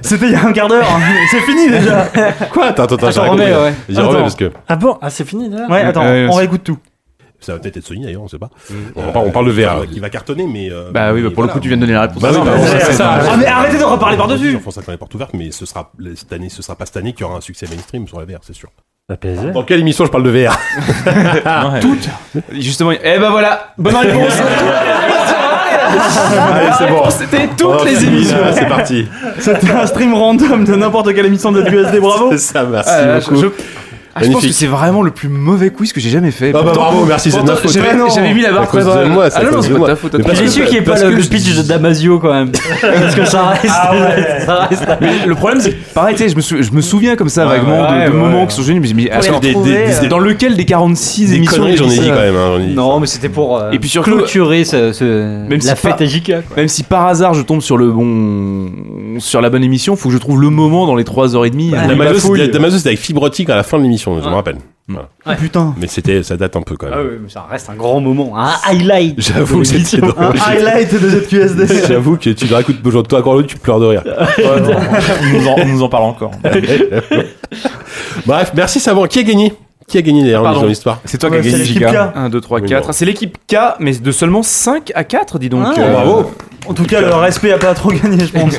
Speaker 4: C'était il y a un quart d'heure. C'est fini déjà.
Speaker 3: Quoi Attends, attends, attends,
Speaker 4: Attends,
Speaker 3: j'ai
Speaker 4: remets,
Speaker 3: raconté, là.
Speaker 4: ouais.
Speaker 3: Vas-y, remets,
Speaker 4: Attends.
Speaker 3: parce que
Speaker 6: Ah bon Ah, c'est fini là
Speaker 4: Ouais, attends,
Speaker 3: Ouais, ouais,
Speaker 4: on
Speaker 3: c'est-
Speaker 4: réécoute tout.
Speaker 3: ça va peut-être être Sony d'ailleurs, on sait pas.
Speaker 9: on parle- on parle de VR,
Speaker 3: Enfin,
Speaker 9: ouais.
Speaker 3: qui va cartonner, mais euh,
Speaker 9: Bah oui, bah,
Speaker 3: mais
Speaker 9: pour le coup, tu viens de donner la réponse.
Speaker 3: Bah oui,
Speaker 9: Ah,
Speaker 3: bah,
Speaker 9: mais
Speaker 3: on
Speaker 9: c'est
Speaker 3: sait
Speaker 9: ça.
Speaker 3: pas.
Speaker 9: Ah, mais arrêtez de
Speaker 4: reparler par-dessus.
Speaker 3: On fonce quand même porte ouverte, mais ce sera cette année, ce sera pas cette année qu'il y aura un succès mainstream sur la VR, c'est sûr. Dans quelle émission je parle de VR
Speaker 9: Toutes. Justement, eh ben voilà, bonne réponse.
Speaker 3: Allez, c'est bon.
Speaker 9: C'était
Speaker 3: toutes les émissions. Oh, C'est parti.
Speaker 4: C'était un stream random de n'importe quelle émission de WSD, bravo.
Speaker 3: C'est ça, merci
Speaker 9: Ah, là, je-
Speaker 3: beaucoup.
Speaker 9: je- Ah, je pense que
Speaker 3: Magnifique.
Speaker 9: c'est vraiment le plus mauvais quiz que j'ai jamais fait.
Speaker 3: Ah bah
Speaker 9: Pourtant-
Speaker 3: bravo, merci, c'est de ma
Speaker 9: pourtant,
Speaker 3: faute.
Speaker 9: J'avais,
Speaker 3: Mais non.
Speaker 9: j'avais mis la
Speaker 3: À
Speaker 9: barre
Speaker 3: cause
Speaker 9: très
Speaker 3: de
Speaker 9: basse.
Speaker 3: moi, c'est
Speaker 9: ah
Speaker 3: à
Speaker 9: non, non,
Speaker 3: cause
Speaker 9: c'est
Speaker 3: de
Speaker 9: pas
Speaker 3: moi.
Speaker 9: ta faute.
Speaker 3: Mais
Speaker 9: attends.
Speaker 3: parce
Speaker 7: J'ai su qu'il n'y ait pas
Speaker 3: parce
Speaker 7: le,
Speaker 3: que Ah
Speaker 7: le
Speaker 3: je-
Speaker 7: pitch de Damasio quand même. Parce que ça reste. ça reste.
Speaker 9: Mais le problème, c'est pareil, tu sais, je me, sou- je me souviens comme ça
Speaker 7: Ouais,
Speaker 9: vaguement de-
Speaker 7: ouais,
Speaker 9: de,
Speaker 7: ouais,
Speaker 9: moments
Speaker 7: ouais.
Speaker 9: que sont géniaux. Mais je me dis,
Speaker 7: Faut les
Speaker 9: attends, des-
Speaker 7: retrouver,
Speaker 9: des-
Speaker 7: euh.
Speaker 9: des- dans lequel des 46
Speaker 7: Des
Speaker 9: émissions
Speaker 7: conneries, j'en ai
Speaker 9: j'ai
Speaker 7: dit
Speaker 9: ça euh,
Speaker 7: quand même,
Speaker 3: hein, j'en ai dit.
Speaker 7: Non, mais c'était pour euh,
Speaker 9: Et puis surtout-
Speaker 7: clôturer ce, ce-
Speaker 9: Même
Speaker 7: la
Speaker 9: si
Speaker 7: fête
Speaker 9: pas-
Speaker 7: à Jika. quoi.
Speaker 9: Même si par hasard je tombe sur le bon, sur la bonne émission, faut que je trouve le moment dans les 3h30.
Speaker 3: Bah, Damaso, c'était- Damaso, c'était avec Fibrotique à la fin de l'émission, je me rappelle. Voilà.
Speaker 7: Ah, putain.
Speaker 3: Mais c'était, ça date un peu quand même.
Speaker 7: Ah oui, mais ça reste un grand moment, un highlight.
Speaker 3: J'avoue que
Speaker 7: de
Speaker 3: c'était
Speaker 7: l'émission.
Speaker 3: drôle.
Speaker 4: Un highlight de ZQSD.
Speaker 3: J'avoue que tu le racontes toujours toi encore l'autre, tu pleures de rire.
Speaker 5: on, nous en, on nous en parle encore.
Speaker 3: Bref, merci Savant. Qui a gagné Qui a gagné d'ailleurs
Speaker 9: Pardon.
Speaker 3: dans l'histoire
Speaker 9: C'est toi qui as gagné Giga. 1, 2, 3, 4. C'est l'équipe K, mais de seulement 5 à 4, dis donc. euh,
Speaker 4: Ah, bravo. En tout cas, le respect a pas trop gagné, je pense.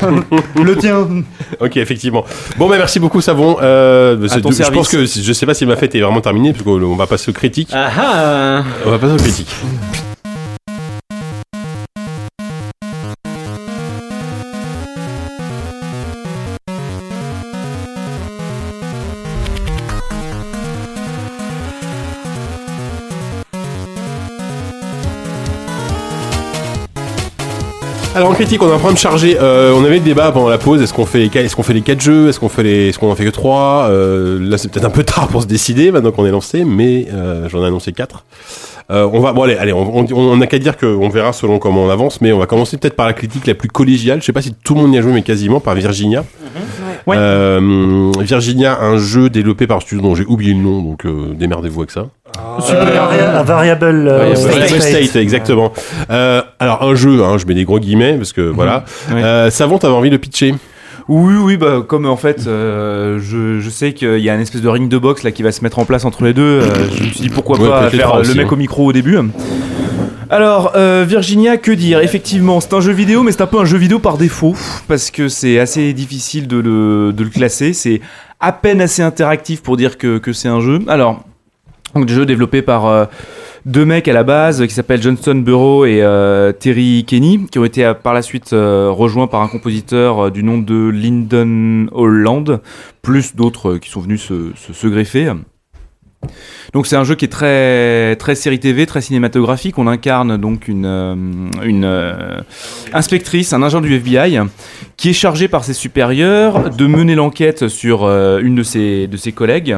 Speaker 4: le tien.
Speaker 3: Ok, effectivement. Bon, bah merci beaucoup Savon. Euh,
Speaker 9: À
Speaker 3: c'est-
Speaker 9: ton
Speaker 3: je
Speaker 9: service.
Speaker 3: pense que je sais pas si ma fête est vraiment terminée parce qu'on va passer aux critiques.
Speaker 7: Ah
Speaker 3: On va passer aux critiques. Alors en critique, on est en train de charger. Euh, on avait le débat pendant la pause. Est-ce qu'on fait les est-ce qu'on fait les quatre jeux Est-ce qu'on fait les, est-ce qu'on en fait que trois Euh, Là, c'est peut-être un peu tard pour se décider maintenant qu'on est lancé, mais euh, j'en ai annoncé quatre. Euh, on va, bon allez, allez, on on- on n'a qu'à dire qu'on verra selon comment on avance, mais on va commencer peut-être par la critique la plus collégiale. Je sais pas si tout le monde y a joué, mais quasiment par Virginia. Euh, Virginia, un jeu développé par un studio dont j'ai oublié le nom, donc euh, démerdez-vous avec ça.
Speaker 6: Super. La variable, euh,
Speaker 3: Variable
Speaker 6: state.
Speaker 3: state, exactement. Euh, alors, un jeu, hein, je mets des gros guillemets parce
Speaker 6: Mhm.
Speaker 3: que voilà. Euh, Savon, t'avais envie de pitcher
Speaker 9: Oui, oui, bah, comme en fait, euh, je, je sais qu'il y a une espèce de ring de boxe là qui va se mettre en place entre les deux. euh, je me suis dit pourquoi
Speaker 3: Ouais,
Speaker 9: pas
Speaker 3: peut-être les
Speaker 9: faire
Speaker 3: trois
Speaker 9: le
Speaker 3: aussi,
Speaker 9: mec
Speaker 3: hein.
Speaker 9: au micro au début. Alors, euh, Virginia, que dire Effectivement, c'est un jeu vidéo, mais c'est un peu un jeu vidéo par défaut, parce que c'est assez difficile de le, de le classer. C'est à peine assez interactif pour dire que, que c'est un jeu. Alors, donc, jeu développé par euh, deux mecs à la base, euh, qui s'appellent Johnston Burrow et euh, Terry Kenny, qui ont été euh, par la suite euh, rejoints par un compositeur euh, du nom de Lyndon Holland, plus d'autres euh, qui sont venus se, se- se greffer. Donc c'est un jeu qui est très très série TV, très cinématographique. On incarne donc une euh, une euh, inspectrice, un agent du FBI qui est chargé par ses supérieurs de mener l'enquête sur euh, une de ses de ses collègues.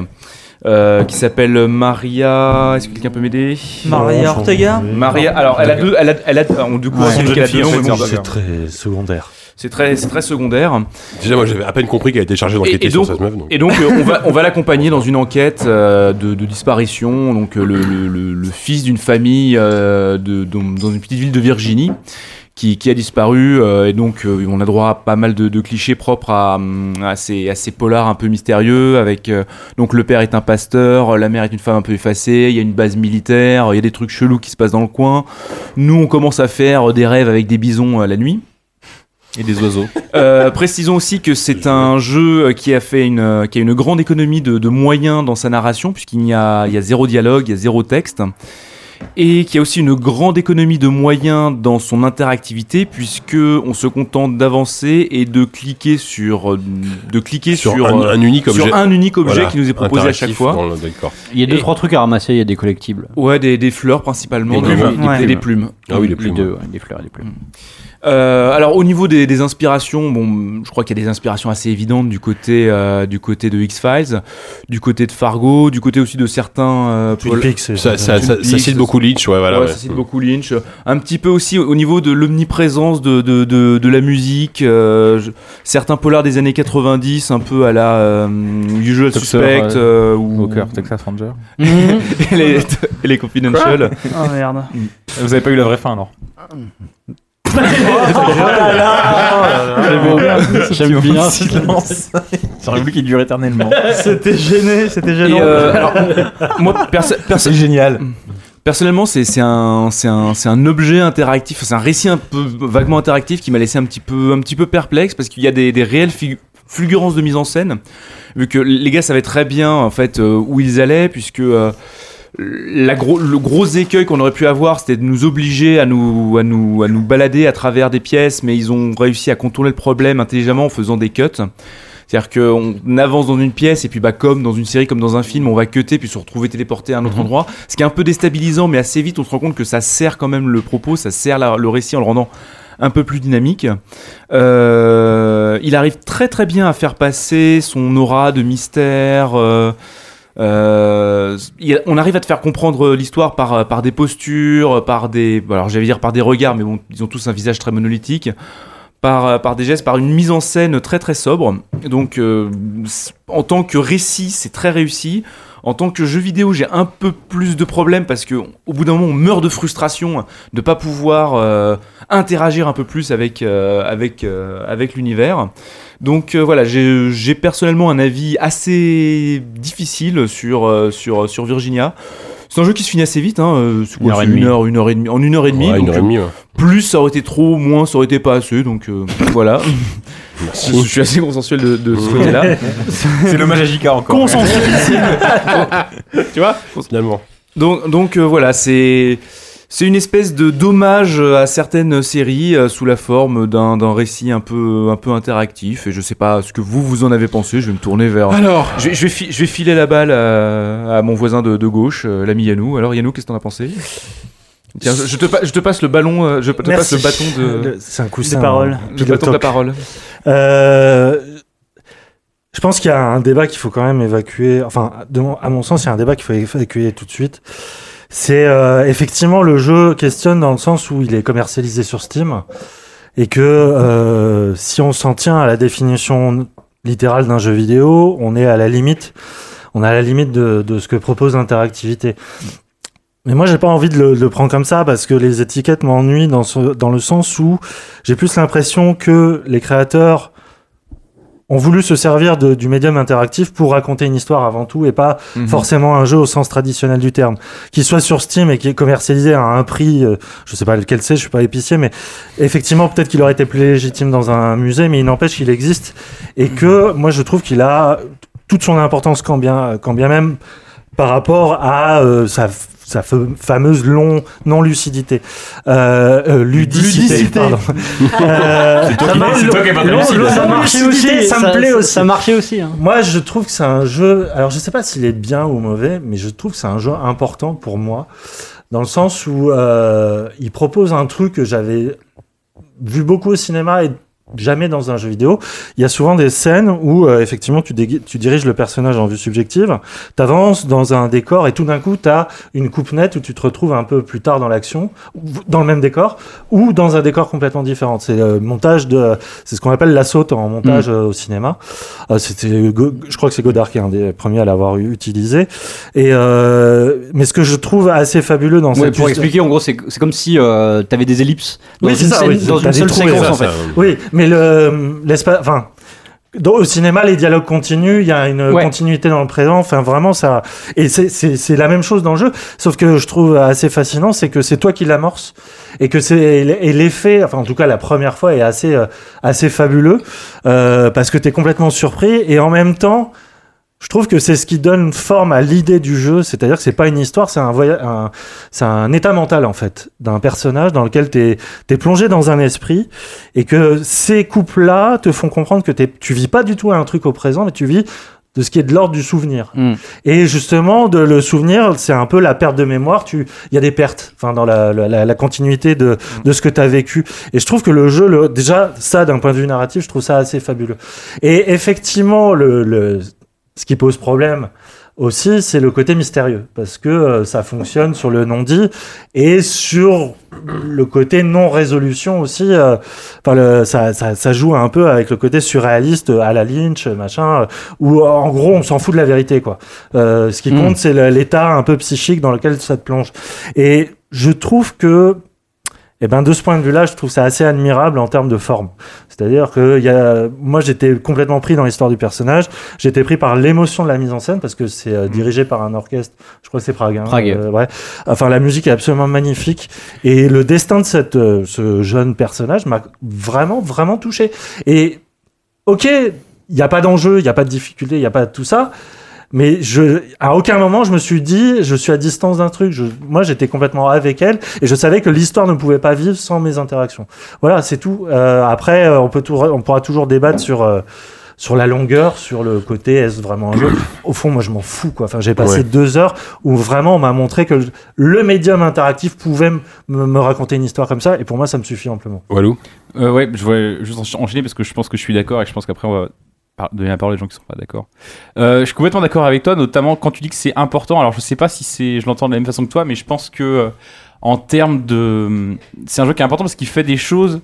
Speaker 9: euh, qui s'appelle Maria. Est-ce que quelqu'un peut m'aider
Speaker 4: Maria Non, je- Ortega
Speaker 9: Maria. Alors, elle a deux. Elle a, elle a, on- du coup,
Speaker 6: Ouais.
Speaker 9: on sait qu'elle a deux noms, mais bon,
Speaker 6: c'est
Speaker 9: d'accord.
Speaker 6: très secondaire.
Speaker 9: C'est très, c'est très secondaire.
Speaker 3: Déjà, moi, j'avais à peine compris qu'elle était chargée d'enquêter
Speaker 9: Et- et
Speaker 3: sur
Speaker 9: donc-
Speaker 3: cette meuf, donc.
Speaker 9: Et donc, euh, on va, on va l'accompagner dans une enquête euh, de, de disparition. Donc, euh, le, le- le- le fils d'une famille euh, de, dans- dans une petite ville de Virginie. Qui, qui a disparu euh, et donc euh, on a droit à pas mal de, de clichés propres à, hum, à ces, à ces polars un peu mystérieux avec euh, donc le père est un pasteur, la mère est une femme un peu effacée, il y a une base militaire, il y a des trucs chelous qui se passent dans le coin. Nous on commence à faire des rêves avec des bisons euh, la nuit.
Speaker 5: Et des oiseaux.
Speaker 9: Euh, précisons aussi que c'est un jeu qui a fait une, euh, qui a une grande économie de, de moyens dans sa narration, puisqu'il y a, il y a zéro dialogue, il y a zéro texte. Et qui a aussi une grande économie de moyens dans son interactivité, puisque on se contente d'avancer et de cliquer sur, euh, de cliquer sur,
Speaker 3: Sur un-
Speaker 9: euh,
Speaker 3: un unique
Speaker 9: sur
Speaker 3: objet.
Speaker 9: un unique objet
Speaker 3: Voilà,
Speaker 9: qui nous est proposé à chaque
Speaker 3: interactif
Speaker 9: fois.
Speaker 3: dans le- d'accord.
Speaker 7: Il y a deux,
Speaker 9: Et-
Speaker 7: trois trucs à ramasser, il y a des collectibles.
Speaker 9: Ouais, des, des fleurs principalement,
Speaker 7: Des
Speaker 9: des,
Speaker 7: plumes.
Speaker 9: des-
Speaker 7: Ouais.
Speaker 9: des- des plumes.
Speaker 7: Ah oui, les plumes,
Speaker 9: deux,
Speaker 7: ouais. Mm. des fleurs et des plumes.
Speaker 9: Euh, alors au niveau des, des inspirations, bon, je crois qu'il y a des inspirations assez évidentes du côté euh, du côté de X Files, du côté de Fargo, du côté aussi de certains. euh,
Speaker 3: Twin
Speaker 9: Paul-
Speaker 3: Peaks, c'est- Ça- ça-
Speaker 9: Twin
Speaker 3: ça- ça
Speaker 9: Peaks,
Speaker 3: cite beaucoup Lynch, ouais, voilà, ouais.
Speaker 9: ça cite beaucoup Lynch. Un petit peu aussi au niveau de l'omniprésence de, de, de, de la musique, euh, je- certains polars des années 90, un peu à la euh, Usual
Speaker 5: Docteur,
Speaker 9: Suspect
Speaker 5: euh,
Speaker 9: euh, ou
Speaker 5: Walker, Texas Ranger.
Speaker 9: et les, et les Confidential.
Speaker 4: Ah merde.
Speaker 5: Vous avez pas eu la vraie fin alors
Speaker 4: Oh
Speaker 7: J'aime bien ce
Speaker 5: silence. J'aurais voulu qu'il dure éternellement.
Speaker 4: C'était gêné, c'était gênant.
Speaker 9: Et, euh, alors, moi, perso- perso- Personnellement, c'est c'est un, c'est un, c'est un objet interactif, c'est un récit un peu vaguement interactif qui m'a laissé un petit peu, un petit peu perplexe parce qu'il y a des, des réelles figu- fulgurances de mise en scène, vu que les gars savaient très bien en fait euh, où ils allaient, puisque euh, la gro- le gros écueil qu'on aurait pu avoir, c'était de nous obliger à nous, à, nous, à nous balader à travers des pièces, mais ils ont réussi à contourner le problème intelligemment en faisant des cuts. C'est-à-dire qu'on avance dans une pièce et puis bah comme dans une série, comme dans un film, on va cutter puis se retrouver téléporté à un autre endroit. Ce qui est un peu déstabilisant, mais assez vite on se rend compte que ça sert quand même le propos, ça sert la- le récit en le rendant un peu plus dynamique. Euh, il arrive très très bien à faire passer son aura de mystère. euh, euh, il- on arrive à te faire comprendre l'histoire par, par des postures, par des, alors j'allais dire par des regards, mais bon, ils ont tous un visage très monolithique, par, par des gestes, par une mise en scène très très sobre. Donc, euh, c'est- en tant que récit, c'est très réussi. En tant que jeu vidéo, j'ai un peu plus de problèmes parce que au bout d'un moment, on meurt de frustration de pas pouvoir euh, interagir un peu plus avec euh, avec euh, avec l'univers. Donc euh, voilà, j'ai j'ai personnellement un avis assez difficile sur euh, sur sur Virginia. C'est un jeu qui se finit assez vite, hein, euh, c'est quoi,
Speaker 5: Une heure
Speaker 9: c'est
Speaker 5: et demie.
Speaker 9: une heure, une heure et demie, en une heure et demie.
Speaker 3: Ouais, une
Speaker 9: donc, euh,
Speaker 3: heure et demie, ouais.
Speaker 9: Plus ça aurait été trop, moins ça aurait été pas assez, donc euh, voilà.
Speaker 3: Merci.
Speaker 9: Je, je suis assez consensuel de, de ce côté-là.
Speaker 5: C'est l'hommage à Jika encore.
Speaker 9: Consensuel.
Speaker 3: tu vois Finalement.
Speaker 9: Donc, donc euh, voilà, c'est. C'est une espèce de dommage à certaines séries euh, sous la forme d'un d'un récit un peu, un peu interactif. Et je sais pas ce que vous, vous en avez pensé. Je vais me tourner vers.
Speaker 3: Alors
Speaker 9: Je vais, je vais fi- je vais filer la balle à, à mon voisin de, de gauche, euh, l'ami Yanou. Alors, Yanou, qu'est-ce que t'en as pensé Tiens, je, je te, pa- je te passe le ballon, euh, je te
Speaker 6: Merci.
Speaker 9: passe le bâton de.
Speaker 6: Le- C'est un coussin.
Speaker 9: Des paroles.
Speaker 6: hein.
Speaker 9: Le bâton de la parole.
Speaker 6: Euh, je pense qu'il y a un débat qu'il faut quand même évacuer. Enfin, de mon- à mon sens, il y a un débat qu'il faut évacuer tout de suite. C'est euh, effectivement le jeu questionne dans le sens où il est commercialisé sur Steam et que euh, si on s'en tient à la définition littérale d'un jeu vidéo, on est à la limite on est à la limite de, de ce que propose l'interactivité. Mais moi, j'ai pas envie de le, de le prendre comme ça parce que les étiquettes m'ennuient dans, ce- dans le sens où j'ai plus l'impression que les créateurs ont voulu se servir de- du médium interactif pour raconter une histoire avant tout et pas
Speaker 14: Mhm.
Speaker 6: forcément un jeu au sens traditionnel du terme. Qu'il soit sur Steam et qui est commercialisé à un prix, euh, je sais pas lequel c'est, je suis pas épicier, mais effectivement, peut-être qu'il aurait été plus légitime dans un musée, mais il n'empêche qu'il existe et que moi, je trouve qu'il a toute son importance quand bien, quand bien même par rapport à euh, sa, sa fe- fameuse long, non-lucidité. Euh, euh, ludicité,
Speaker 7: Ludicité.
Speaker 6: pardon. Euh,
Speaker 7: C'est toi qui-
Speaker 6: ça
Speaker 7: c'est toi qui es pas
Speaker 6: marche- long-
Speaker 7: lucide.
Speaker 6: long-
Speaker 7: Ça marchait
Speaker 6: lucidité,
Speaker 7: aussi,
Speaker 6: Ça
Speaker 7: ça-
Speaker 6: me plaît
Speaker 7: ça-
Speaker 6: aussi.
Speaker 7: ça marchait aussi, hein.
Speaker 6: Moi, je trouve que c'est un jeu. Alors, je sais pas s'il est bien ou mauvais, mais je trouve que c'est un jeu important pour moi. Dans le sens où euh, il propose un truc que j'avais vu beaucoup au cinéma et jamais dans un jeu vidéo. Il y a souvent des scènes où euh, effectivement tu, dégui- tu diriges le personnage en vue subjective, t'avances dans un décor et tout d'un coup t'as une coupe nette où tu te retrouves un peu plus tard dans l'action, v- dans le même décor ou dans un décor complètement différent. C'est le montage de, c'est ce qu'on appelle la saute en montage
Speaker 7: Mm.
Speaker 6: euh, au cinéma. Euh, C'était, Go- je crois que c'est Godard qui est un des premiers à l'avoir eu- utilisé. Et euh, mais ce que je trouve assez fabuleux dans
Speaker 7: Ouais,
Speaker 6: cette
Speaker 7: pour expliquer, en gros, c'est c'est comme si euh, t'avais des ellipses dans
Speaker 6: oui,
Speaker 7: une,
Speaker 6: c'est ça,
Speaker 7: scène-
Speaker 6: oui,
Speaker 7: dans une
Speaker 6: t'avais
Speaker 7: seule
Speaker 6: trouvé
Speaker 7: séquence
Speaker 6: ça,
Speaker 7: en fait.
Speaker 6: ça, Oui, mais le l'espace, enfin. dans- au cinéma, les dialogues continuent, il y a une
Speaker 7: Ouais.
Speaker 6: continuité dans le présent. Enfin, vraiment, ça. Et c'est- c'est c'est la même chose dans le jeu, sauf que je trouve assez fascinant, c'est que c'est toi qui l'amorce et que c'est et l'effet, enfin en tout cas la première fois est assez euh, assez fabuleux euh, parce que t'es complètement surpris et en même temps, je trouve que c'est ce qui donne forme à l'idée du jeu, c'est-à-dire que c'est pas une histoire, c'est un, voya- un- c'est un état mental en fait, d'un personnage dans lequel t'es es plongé dans un esprit et que ces coupes-là te font comprendre que t'es- tu vis pas du tout un truc au présent, mais tu vis de ce qui est de l'ordre du souvenir. Et justement, de le souvenir, c'est un peu la perte de mémoire. Tu, il y a des pertes, enfin dans la, la- la- la continuité de, de ce que tu as vécu. Et je trouve que le jeu, le, déjà ça, d'un point de vue narratif, je trouve ça assez fabuleux. Et effectivement, le, le- ce qui pose problème aussi, c'est le côté mystérieux, parce que euh, ça fonctionne sur le non-dit et sur le côté non-résolution aussi. euh, Enfin, le- ça, ça- ça joue un peu avec le côté surréaliste euh, à la Lynch, machin, euh, où euh, en gros, on s'en fout de la vérité, quoi. Euh, ce qui
Speaker 14: Mm.
Speaker 6: compte, c'est le- l'état un peu psychique dans lequel ça te plonge. Et je trouve que eh ben, de ce point de vue-là, je trouve ça assez admirable en termes de forme. C'est-à-dire que il y a, moi, j'étais complètement pris dans l'histoire du personnage. J'étais pris par l'émotion de la mise en scène parce que c'est euh, dirigé par un orchestre. Je crois que c'est Prague. hein.
Speaker 7: Prague.
Speaker 6: Euh, ouais. Enfin, la musique est absolument magnifique et le destin de cette, euh, ce jeune personnage m'a vraiment, vraiment touché. Et ok, il n'y a pas d'enjeu, il n'y a pas de difficulté, il n'y a pas tout ça. Mais je, à aucun moment, je me suis dit, je suis à distance d'un truc. Je- moi, j'étais complètement avec elle et je savais que l'histoire ne pouvait pas vivre sans mes interactions. Voilà, c'est tout. Euh, après, euh, on peut tout, on pourra toujours débattre sur. euh, sur la longueur, sur le côté, est-ce vraiment un jeu Au fond, moi, je m'en fous, quoi. Enfin, j'ai passé
Speaker 14: Ouais.
Speaker 6: deux heures où vraiment on m'a montré que le- le médium interactif pouvait m- me me raconter une histoire comme ça, et pour moi, ça me suffit amplement.
Speaker 3: Walou
Speaker 5: Euh, ouais, je vais juste encha- enchaîner parce que je pense que je suis d'accord et je pense qu'après on va par- donner la parole aux gens qui sont pas d'accord. Euh, je suis complètement d'accord avec toi, notamment quand tu dis que c'est important. Alors je sais pas si c'est, je l'entends de la même façon que toi, mais je pense que euh, en termes de, hum, c'est un jeu qui est important parce qu'il fait des choses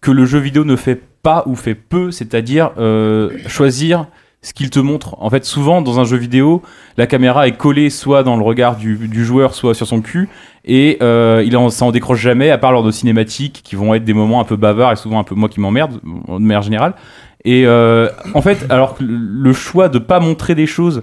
Speaker 5: que le jeu vidéo ne fait pas ou fait peu, c'est-à-dire euh, choisir ce qu'il te montre. En fait, souvent dans un jeu vidéo, la caméra est collée soit dans le regard du, du joueur, soit sur son cul, et euh, il en, ça en décroche jamais, à part lors de cinématiques qui vont être des moments un peu bavards et souvent un peu moi qui m'emmerde, de manière générale. Et euh, en fait, alors que le- le choix de pas montrer des choses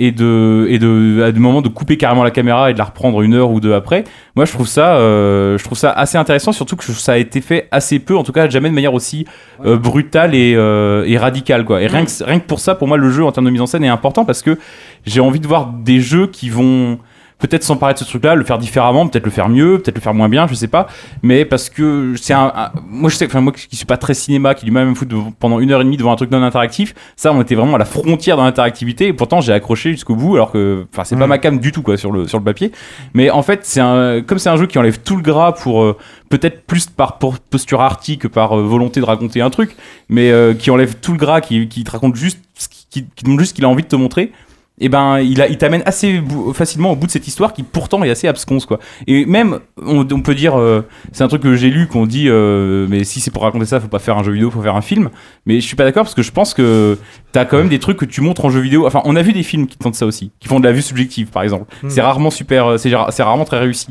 Speaker 5: et de et de à des moments de couper carrément la caméra et de la reprendre une heure ou deux après moi je trouve ça euh, je trouve ça assez intéressant surtout que ça a été fait assez peu en tout cas jamais de manière aussi euh, brutale et, euh, et radicale quoi et rien que, rien que pour ça pour moi le jeu en termes de mise en scène est important parce que j'ai envie de voir des jeux qui vont peut-être s'emparer de ce truc-là, le faire différemment, peut-être le faire mieux, peut-être le faire moins bien, je sais pas. Mais parce que c'est un, un- moi je sais, enfin moi qui suis pas très cinéma, qui du même me foutre devant- pendant une heure et demie devant un truc non interactif, ça on était vraiment à la frontière de l'interactivité et pourtant j'ai accroché jusqu'au bout alors que, enfin c'est pas
Speaker 14: Mm.
Speaker 5: ma cam du tout quoi sur le sur le papier. Mais en fait c'est un, comme c'est un jeu qui enlève tout le gras pour euh, peut-être plus par por- posture arty que par euh, volonté de raconter un truc, mais euh, qui enlève tout le gras, qui qui te raconte juste, ce qui, qui, qui te montre juste ce qu'il a envie de te montrer et ben il, a- il t'amène assez bou- facilement au bout de cette histoire qui pourtant est assez absconce quoi. Et même on, on peut dire euh, c'est un truc que j'ai lu qu'on dit euh, mais si c'est pour raconter ça faut pas faire un jeu vidéo faut faire un film mais je suis pas d'accord parce que je pense que t'as quand même des trucs que tu montres en jeu vidéo enfin on a vu des films qui tentent ça aussi qui font de la vue subjective par exemple
Speaker 3: Hmm.
Speaker 5: c'est rarement super euh, c'est ra- c'est rarement très réussi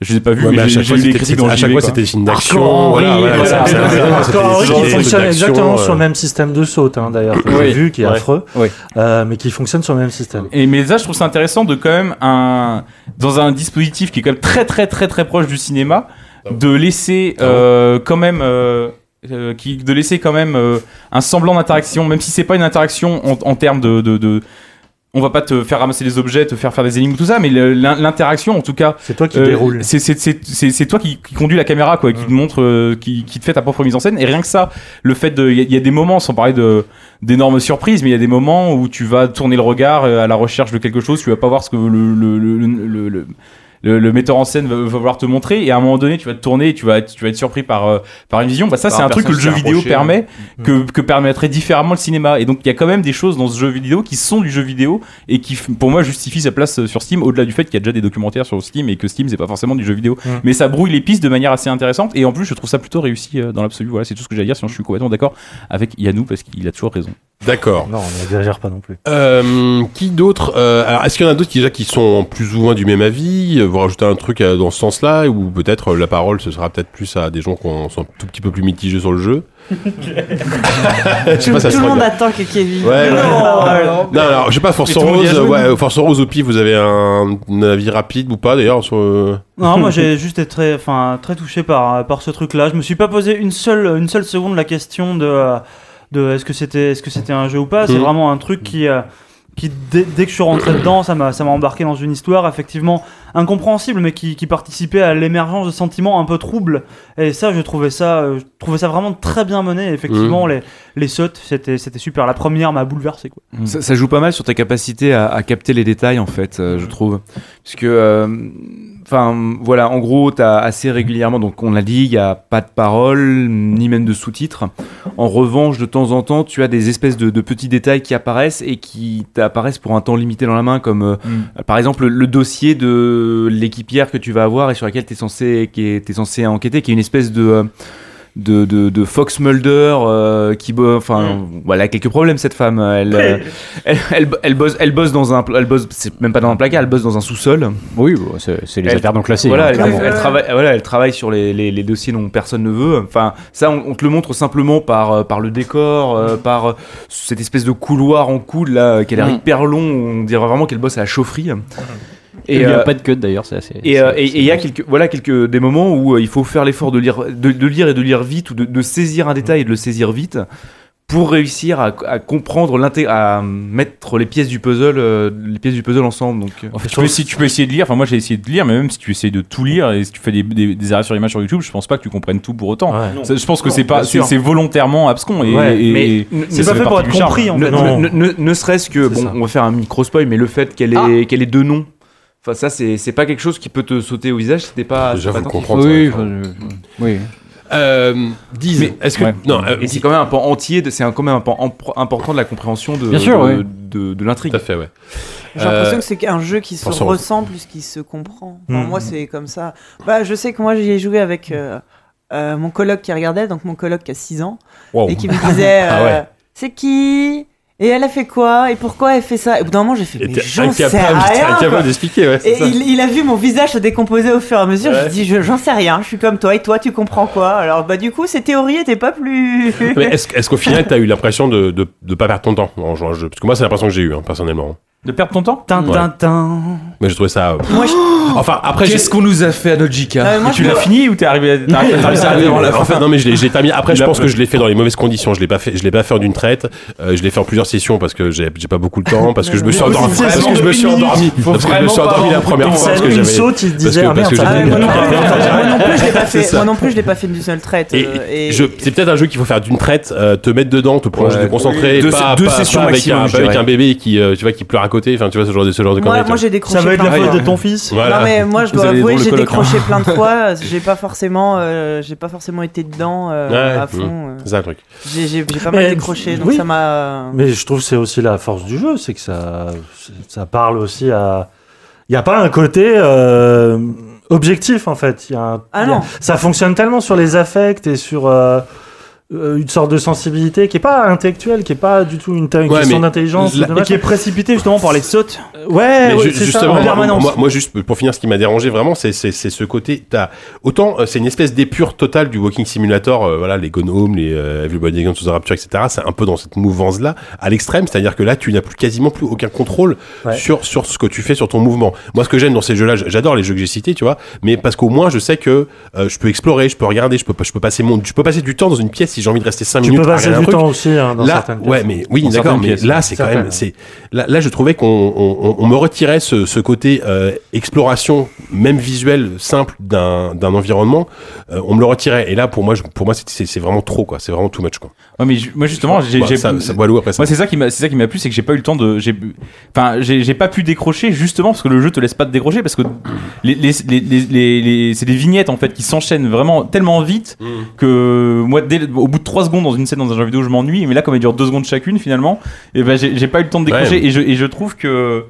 Speaker 5: je les ai pas vus
Speaker 3: Ouais, mais à
Speaker 5: mais j'ai
Speaker 3: chaque
Speaker 5: j'ai
Speaker 3: fois,
Speaker 5: lu des
Speaker 3: c'était-
Speaker 5: critiques
Speaker 3: c'était-
Speaker 5: dans
Speaker 3: à chaque
Speaker 5: JV,
Speaker 3: fois,
Speaker 5: quoi.
Speaker 3: c'était des films d'action,
Speaker 5: Hardcore
Speaker 3: voilà,
Speaker 5: Henry,
Speaker 3: voilà,
Speaker 5: voilà,
Speaker 3: c'est-
Speaker 5: voilà.
Speaker 3: c'est-
Speaker 6: Encore un
Speaker 3: Genre
Speaker 6: truc euh,
Speaker 3: de
Speaker 6: qui
Speaker 3: truc
Speaker 6: fonctionne
Speaker 3: d'action,
Speaker 6: exactement sur
Speaker 3: euh.
Speaker 6: le même système de saute, hein, d'ailleurs, que
Speaker 5: Oui.
Speaker 6: j'ai vu, qui est
Speaker 5: Ouais.
Speaker 6: affreux,
Speaker 5: Oui.
Speaker 6: euh, mais qui fonctionne sur le même système.
Speaker 5: Et mais là, je trouve ça intéressant de quand même un dans un dispositif qui est quand même très très très très proche du cinéma, de laisser euh, quand même. euh, euh, qui, de laisser quand même euh, un semblant d'interaction, même si c'est pas une interaction en, en termes de, de, de- On va pas te faire ramasser des objets, te faire faire des énigmes, tout ça, mais le- l'in- l'interaction en tout cas. euh,
Speaker 6: C'est toi qui déroule. Mmh.
Speaker 5: C'est c'est- c'est- c'est- c'est toi qui, qui conduis la caméra, quoi, qui te montre, euh, qui, qui te fait ta propre mise en scène. Et rien que ça, le fait de. Il y, a- il y a des moments, sans parler de d'énormes surprises, mais il y a des moments où tu vas tourner le regard euh, à la recherche de quelque chose, tu vas pas voir ce que le. le, le, le- le- le- le metteur en scène va, va vouloir te montrer et à un moment donné tu vas te tourner et tu vas être- tu vas être surpris par euh, par une vision bah ça
Speaker 9: Par
Speaker 5: c'est
Speaker 9: un
Speaker 5: un truc que le jeu
Speaker 9: personnage qui est
Speaker 5: vidéo
Speaker 9: rapproché,
Speaker 5: permet
Speaker 9: hein.
Speaker 5: que, que permettrait différemment le cinéma. Et donc il y a quand même des choses dans ce jeu vidéo qui sont du jeu vidéo et qui f- pour moi justifient sa place euh, sur Steam au-delà du fait qu'il y a déjà des documentaires sur Steam et que Steam c'est pas forcément du jeu vidéo.
Speaker 9: Mm.
Speaker 5: Mais ça brouille les pistes de manière assez intéressante et en plus je trouve ça plutôt réussi euh, dans l'absolu. Voilà, c'est tout ce que j'ai à dire sinon je suis complètement d'accord avec Yannou parce qu'il a toujours raison.
Speaker 3: D'accord.
Speaker 6: Non, on n'exagère pas non plus.
Speaker 3: Euh, qui d'autre Euh, Alors, est-ce qu'il y en a d'autres qui déjà qui sont plus ou moins du même avis Euh, Vous rajoutez un truc euh, dans ce sens-là, ou peut-être euh, la parole ce sera peut-être plus à des gens qui ont- sont un tout petit peu plus mitigés sur le jeu. Je sais
Speaker 10: tout
Speaker 3: pas, ça
Speaker 10: tout
Speaker 3: se
Speaker 10: le monde
Speaker 3: regarde.
Speaker 10: attend que Kevin.
Speaker 3: Ouais, ouais.
Speaker 10: non,
Speaker 3: Non, alors, je sais pas, Force
Speaker 10: Mais tout le monde
Speaker 3: Rose,
Speaker 10: y a
Speaker 3: euh,
Speaker 10: joué,
Speaker 3: ouais,
Speaker 10: non
Speaker 3: euh, Force Rose, au pif, vous avez un, un avis rapide ou pas d'ailleurs sur. euh,
Speaker 4: Non, moi j'ai juste été très, enfin, très touché par, par ce truc-là. Je me suis pas posé une seule, une seule seconde la question de, euh, de est-ce que c'était est-ce que c'était un jeu ou pas. C'est
Speaker 14: Mhm.
Speaker 4: vraiment un truc qui, euh, qui dès, dès que je suis rentré dedans, ça m'a ça m'a embarqué dans une histoire effectivement incompréhensible, mais qui, qui participait à l'émergence de sentiments un peu troubles. Et ça, je trouvais ça, euh, je trouvais ça vraiment très bien mené. Effectivement,
Speaker 9: Mhm.
Speaker 4: les, les sautes, c'était c'était super. La première m'a bouleversé. Quoi.
Speaker 9: Ça, ça joue pas mal sur ta capacité à, à capter les détails, en fait, euh, je trouve. Parce que, euh, enfin, voilà, en gros, t'as assez régulièrement, donc on l'a dit, il n'y a pas de parole, ni même de sous-titres. En revanche, de temps en temps, tu as des espèces de, de petits détails qui apparaissent et qui t'apparaissent pour un temps limité dans la main, comme euh,
Speaker 5: Mm.
Speaker 9: par exemple le dossier de l'équipière que tu vas avoir et sur laquelle tu es censé, qui est- t'es censé enquêter, qui est une espèce de. euh, de, de, de Fox Mulder euh, qui bo- enfin voilà elle a quelques problèmes cette femme elle euh, elle, elle, elle bosse elle bosse dans un pl- elle bosse c'est même pas dans un placard elle bosse dans un sous-sol
Speaker 7: oui bah, c'est les affaires non classées,
Speaker 9: voilà
Speaker 7: hein,
Speaker 9: elle,
Speaker 7: clairement.
Speaker 9: elle travaille voilà elle travaille sur les, les, les dossiers dont personne ne veut enfin ça on, on te le montre simplement par euh, par le décor euh, par euh, cette espèce de couloir en coude là euh, qui a l'air
Speaker 7: Mm.
Speaker 9: hyper long on dirait vraiment qu'elle bosse à la chaufferie
Speaker 7: Il y a
Speaker 9: euh,
Speaker 7: pas de cut d'ailleurs, c'est assez.
Speaker 9: et euh, et- et il y a quelques, voilà, quelques, des moments où euh, il faut faire l'effort de lire, de, de lire et de lire vite, ou de, de saisir un détail et de le saisir vite, pour réussir à, à comprendre, l'inté- à mettre les pièces du puzzle, euh, les pièces du puzzle ensemble. Donc, euh,
Speaker 5: En fait, tu, peux essayer, tu peux essayer de lire, enfin moi j'ai essayé de lire, mais même si tu essayes de tout lire et si tu fais des, des, des arrêts sur image sur YouTube, je pense pas que tu comprennes tout pour autant.
Speaker 9: Non.
Speaker 5: Ça, je pense que
Speaker 9: Non,
Speaker 5: c'est pas,
Speaker 9: bien
Speaker 5: c'est
Speaker 9: sûr.
Speaker 5: c'est volontairement abscon et,
Speaker 9: Ouais,
Speaker 5: et-
Speaker 9: mais
Speaker 5: et-
Speaker 9: ne-
Speaker 5: ça fait partie du charme.
Speaker 9: Ne, ne- ne- ne serait-ce que, bon, on va faire un micro spoil, mais le fait qu'elle
Speaker 3: Ah.
Speaker 9: ait, qu'elle ait deux noms, enfin ça, c'est c'est pas quelque chose qui peut te sauter au visage, c'était pas.
Speaker 3: Déjà,
Speaker 9: c'était
Speaker 3: faut
Speaker 9: pas
Speaker 3: le
Speaker 9: attentif.
Speaker 3: comprendre, Oui, ça, enfin,
Speaker 7: oui.
Speaker 3: Euh, disent,
Speaker 9: Mais-
Speaker 3: est-ce que.
Speaker 9: ouais.
Speaker 3: Non, euh,
Speaker 9: et c'est quand même un pan entier, de- c'est un- quand même un pan empr- important de la compréhension de,
Speaker 3: Bien sûr,
Speaker 9: de,
Speaker 3: ouais.
Speaker 9: de- de l'intrigue.
Speaker 3: Tout à fait, ouais.
Speaker 9: J'ai
Speaker 10: J'ai
Speaker 3: Euh,
Speaker 10: l'impression que c'est un jeu qui se ressent plus qu'il se comprend. Enfin,
Speaker 3: Hmm.
Speaker 9: Mm.
Speaker 10: Moi, c'est comme ça. Bah, je sais que moi, j'y ai joué avec euh, euh, mon coloc qui regardait, donc mon coloc qui a 6 ans,
Speaker 11: Wow.
Speaker 10: et qui me disait
Speaker 11: Ah
Speaker 10: euh,
Speaker 11: ouais.
Speaker 10: C'est qui Et elle a fait quoi Et pourquoi elle fait ça Et au bout d'un moment, j'ai fait Mais
Speaker 3: t'es
Speaker 10: j'en sais
Speaker 3: incapable- t'es
Speaker 10: rien
Speaker 3: incapable
Speaker 10: quoi.
Speaker 3: d'expliquer, ouais, c'est
Speaker 10: Et
Speaker 3: ça.
Speaker 10: il, il a vu mon visage se décomposer au fur et à mesure.
Speaker 3: Ouais.
Speaker 10: Je dis Je- J'en sais rien, je suis comme toi, et toi, tu comprends quoi Alors, bah, du coup, ces théories étaient pas plus.
Speaker 3: Mais est-ce est-ce qu'au final, t'as eu l'impression de, de, de pas perdre ton temps en jouant à ce jeu Parce que moi, c'est l'impression que j'ai eu, hein, personnellement.
Speaker 5: De perdre ton temps
Speaker 4: Tin,
Speaker 3: Ouais.
Speaker 4: tin, tin.
Speaker 3: Mais j'ai trouvé ça. euh,
Speaker 10: Moi, je-
Speaker 3: Enfin, après,
Speaker 9: Qu'est-ce qu'on nous a fait à notre JK
Speaker 10: mais moi,
Speaker 5: Et tu
Speaker 10: je
Speaker 5: l'as
Speaker 10: me-
Speaker 5: fini ou t'es arrivé à t'es arrivé à- t'es arrivé avant la
Speaker 3: en
Speaker 5: fin
Speaker 3: fait, non, mais je l'ai- je l'ai pas mis. Après,
Speaker 5: Il
Speaker 3: je
Speaker 5: a
Speaker 3: pense
Speaker 5: peur.
Speaker 3: que je l'ai fait dans les mauvaises conditions. Je l'ai pas fait, je l'ai pas fait d'une traite. Euh, je l'ai fait en plusieurs sessions parce que j'ai j'ai pas beaucoup de temps, parce que je me suis
Speaker 6: Mais vous
Speaker 3: endormi,
Speaker 6: étiez
Speaker 3: parce que je me suis
Speaker 6: vraiment
Speaker 3: endormi,
Speaker 6: une
Speaker 3: parce que je me
Speaker 6: minute.
Speaker 3: suis
Speaker 6: Faut vraiment
Speaker 3: endormi la
Speaker 6: pas
Speaker 3: première
Speaker 6: avoir
Speaker 3: fois parce
Speaker 6: beaucoup
Speaker 3: que
Speaker 6: de temps.
Speaker 3: j'avais.
Speaker 6: Une saute, il se disait, ah,
Speaker 3: parce que
Speaker 6: merde, ça
Speaker 3: j'avais-
Speaker 6: va.
Speaker 10: Moi non plus, je l'ai pas
Speaker 3: C'est
Speaker 10: fait.
Speaker 3: ça.
Speaker 10: Moi non plus, je l'ai pas fait d'une seule traite.
Speaker 3: Et,
Speaker 10: euh,
Speaker 3: et
Speaker 10: et-
Speaker 3: je- c'est peut-être un jeu qu'il faut faire d'une traite, euh, te mettre dedans, te plonger,
Speaker 9: Ouais.
Speaker 3: te concentrer,
Speaker 9: Deux-
Speaker 3: pas,
Speaker 9: deux
Speaker 3: pas-
Speaker 9: sessions
Speaker 3: pas avec,
Speaker 9: maximum,
Speaker 3: un,
Speaker 9: je
Speaker 3: pas avec
Speaker 9: dirais.
Speaker 3: un bébé qui, euh, tu vois, qui pleure à côté, enfin tu vois ce genre de ce genre de
Speaker 10: Moi,
Speaker 3: conneries,
Speaker 10: moi
Speaker 3: tu
Speaker 10: j'ai
Speaker 3: vois.
Speaker 10: décroché plein de fois. Non mais moi je
Speaker 3: Vous
Speaker 10: dois
Speaker 3: allez
Speaker 10: avouer
Speaker 3: voir le
Speaker 10: j'ai
Speaker 3: colloque,
Speaker 10: décroché
Speaker 3: hein.
Speaker 10: plein de fois. J'ai pas forcément, euh, j'ai pas forcément été dedans euh,
Speaker 3: Ouais,
Speaker 10: à fond.
Speaker 3: mmh.
Speaker 10: euh.
Speaker 3: C'est ça, le truc.
Speaker 10: J'ai j'ai- j'ai pas mal
Speaker 6: Mais-
Speaker 10: décroché donc
Speaker 6: oui.
Speaker 10: ça m'a.
Speaker 6: Mais je trouve que c'est aussi la force du jeu, c'est que ça, ça parle aussi à. Il n'y a pas un côté euh, objectif en fait. Il Y a un-
Speaker 10: Ah
Speaker 6: il y a-
Speaker 10: non.
Speaker 6: ça fonctionne tellement sur les affects et sur euh, euh, une sorte de sensibilité qui n'est pas intellectuelle, qui n'est pas du tout une, ta- une
Speaker 3: Ouais,
Speaker 6: question
Speaker 3: mais
Speaker 6: d'intelligence.
Speaker 3: la-
Speaker 6: ou de machin.
Speaker 3: et qui est
Speaker 4: précipité justement par les sautes.
Speaker 6: Ouais,
Speaker 3: Mais
Speaker 6: ouais,
Speaker 3: ju-
Speaker 6: c'est ça,
Speaker 3: justement,
Speaker 6: en
Speaker 3: moi-
Speaker 6: permanence.
Speaker 3: Moi, moi, juste pour finir, ce qui m'a dérangé vraiment, c'est c'est- c'est ce côté. As, autant euh, c'est une espèce d'épure totale du Walking Simulator, euh, voilà, les Gone Home, les euh, Everybody Gone to the Rapture, etc. C'est un peu dans cette mouvance-là, à l'extrême, c'est-à-dire que là, tu n'as plus quasiment plus aucun contrôle
Speaker 6: Ouais.
Speaker 3: sur sur ce que tu fais sur ton mouvement. Moi, ce que j'aime dans ces jeux-là, j- j'adore les jeux que j'ai cités, tu vois, mais parce qu'au moins, je sais que euh, je peux explorer, je peux regarder, je peux pas- je peux passer mon, je peux passer du temps dans une pièce si j'ai envie de rester 5
Speaker 6: Tu
Speaker 3: minutes.
Speaker 6: peux
Speaker 3: à
Speaker 6: passer
Speaker 3: regarder un
Speaker 6: du
Speaker 3: truc.
Speaker 6: temps aussi, hein, dans
Speaker 3: là,
Speaker 6: certaines pièces.
Speaker 3: ouais, mais oui,
Speaker 6: Dans
Speaker 3: d'accord,
Speaker 6: certaines
Speaker 3: mais
Speaker 6: pièces,
Speaker 3: là, c'est quand même,
Speaker 6: certaines.
Speaker 3: c'est là, là, je trouvais qu'on on, on- on me retirait ce, ce côté euh, exploration, même visuelle, simple d'un d'un environnement. euh, on me le retirait. Et là, pour moi, je- pour moi, c'est- c'est c'est vraiment trop, quoi. C'est vraiment too much, quoi.
Speaker 5: Ouais, mais ju- moi justement, j'ai
Speaker 3: Bah,
Speaker 5: j'ai-
Speaker 3: ça- ça boit l'eau après ça.
Speaker 5: Moi, c'est ça qui m'a, c'est ça qui m'a plu, c'est que j'ai pas eu le temps de, j'ai, enfin, j'ai j'ai pas pu décrocher justement parce que le jeu te laisse pas te décrocher parce que les, les, les, les, les- les- c'est des vignettes en fait qui s'enchaînent vraiment tellement vite que moi, dès, le- au bout de 3 secondes dans une scène dans un jeu vidéo, je m'ennuie. Mais là, comme elle dure 2 secondes chacune finalement, et ben j'ai j'ai pas eu le temps de décrocher
Speaker 3: Ouais.
Speaker 5: et je et je trouve que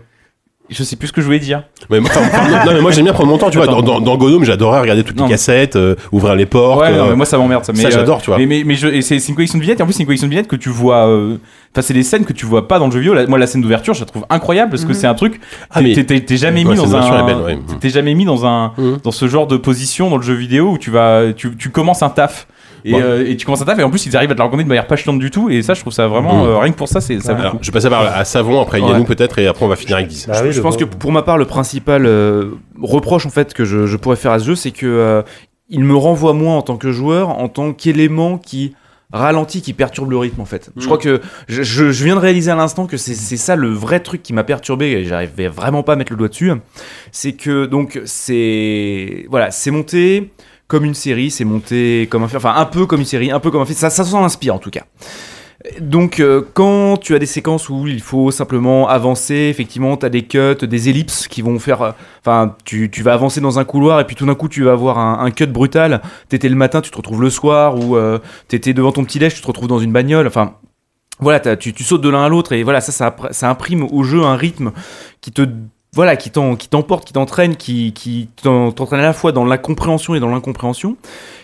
Speaker 5: je sais plus ce que je voulais dire.
Speaker 3: Mais, moi- enfin, non, mais moi, j'aime bien prendre mon temps, tu vois. Dans, dans, dans Gnome, j'adorais regarder toutes les cassettes, euh, ouvrir les portes.
Speaker 5: Ouais,
Speaker 3: euh,
Speaker 5: non, mais moi ça m'emmerde ça. Mais, euh,
Speaker 3: j'adore, tu vois.
Speaker 5: Mais, mais, mais je- et c'est c'est une collection de vignettes et en plus c'est une collection de vignettes que tu vois. euh, Enfin, c'est des scènes que tu vois pas dans le jeu vidéo. La- moi, la scène d'ouverture, je la trouve incroyable parce que
Speaker 3: Mhm.
Speaker 5: c'est un truc.
Speaker 3: Ah,
Speaker 5: t'es-
Speaker 3: mais-
Speaker 5: t'es- T'es t'es jamais mis
Speaker 3: Ouais, la scène
Speaker 5: dans
Speaker 3: d'ouverture
Speaker 5: un.
Speaker 3: est belle, ouais. Mhm.
Speaker 5: t'es- T'es jamais mis dans un dans ce genre de position dans le jeu vidéo où tu vas tu, tu commences un taf. Et,
Speaker 3: Ouais.
Speaker 5: euh, et tu commences un taf et en plus ils arrivent à te l'organiser de manière pas chiante du tout et ça je trouve ça vraiment
Speaker 3: Mhm.
Speaker 5: euh, rien que pour ça c'est ça vaut le
Speaker 3: Alors,
Speaker 5: coup.
Speaker 3: je vais passer par à Savon, après
Speaker 5: Ouais.
Speaker 3: Yannou peut-être, et après on va finir avec 10.
Speaker 9: je, je pense que pour ma part, Bah le principal euh, reproche en fait que je, je pourrais faire à ce jeu, c'est que euh, il me renvoie moins en tant que joueur, en tant qu'élément qui ralentit, qui perturbe le rythme en fait. Je crois que je, je- je viens de réaliser à l'instant que c'est c'est ça le vrai truc qui m'a perturbé et j'arrivais vraiment pas à mettre le doigt dessus. C'est que donc c'est voilà, c'est monté comme une série, c'est monté comme un film, enfin un peu comme une série, un peu comme un film. Ça, ça s'en inspire en tout cas. Donc, euh, quand tu as des séquences où il faut simplement avancer, effectivement, tu as des cuts, des ellipses qui vont faire. euh, Enfin, tu, tu vas avancer dans un couloir et puis tout d'un coup, tu vas avoir un, un cut brutal. T'étais le matin, tu te retrouves le soir, ou euh, t'étais devant ton petit lèche, tu te retrouves dans une bagnole. Enfin, voilà, t'as- tu, tu sautes de l'un à l'autre et voilà, ça, ça, appr- ça imprime au jeu un rythme qui te voilà, qui t'en- qui t'emporte, qui t'entraîne, qui, qui t'en- t'entraîne à la fois dans la compréhension et dans l'incompréhension.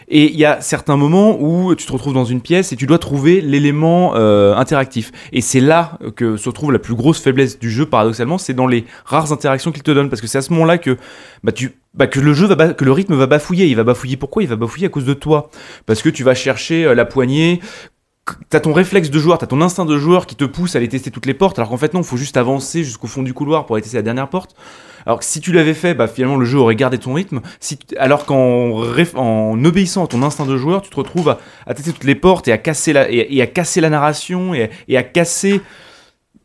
Speaker 9: Et il y a certains moments où tu te retrouves dans une pièce et tu dois trouver l'élément euh, interactif. Et c'est là que se trouve la plus grosse faiblesse du jeu, paradoxalement, c'est dans les rares interactions qu'il te donne. Parce que c'est à ce moment-là que, bah, tu, bah, que le jeu va, ba- que le rythme va bafouiller. Il va bafouiller pourquoi Il va bafouiller à cause de toi. Parce que tu vas chercher euh, la poignée, t'as ton réflexe de joueur, t'as ton instinct de joueur qui te pousse à aller tester toutes les portes, alors qu'en fait non, faut juste avancer jusqu'au fond du couloir pour aller tester la dernière porte. Alors que si tu l'avais fait, bah finalement le jeu aurait gardé ton rythme. Si tu- alors qu'en réf- en obéissant à ton instinct de joueur, tu te retrouves à, à tester toutes les portes et à casser la et, et à casser la narration et, et à casser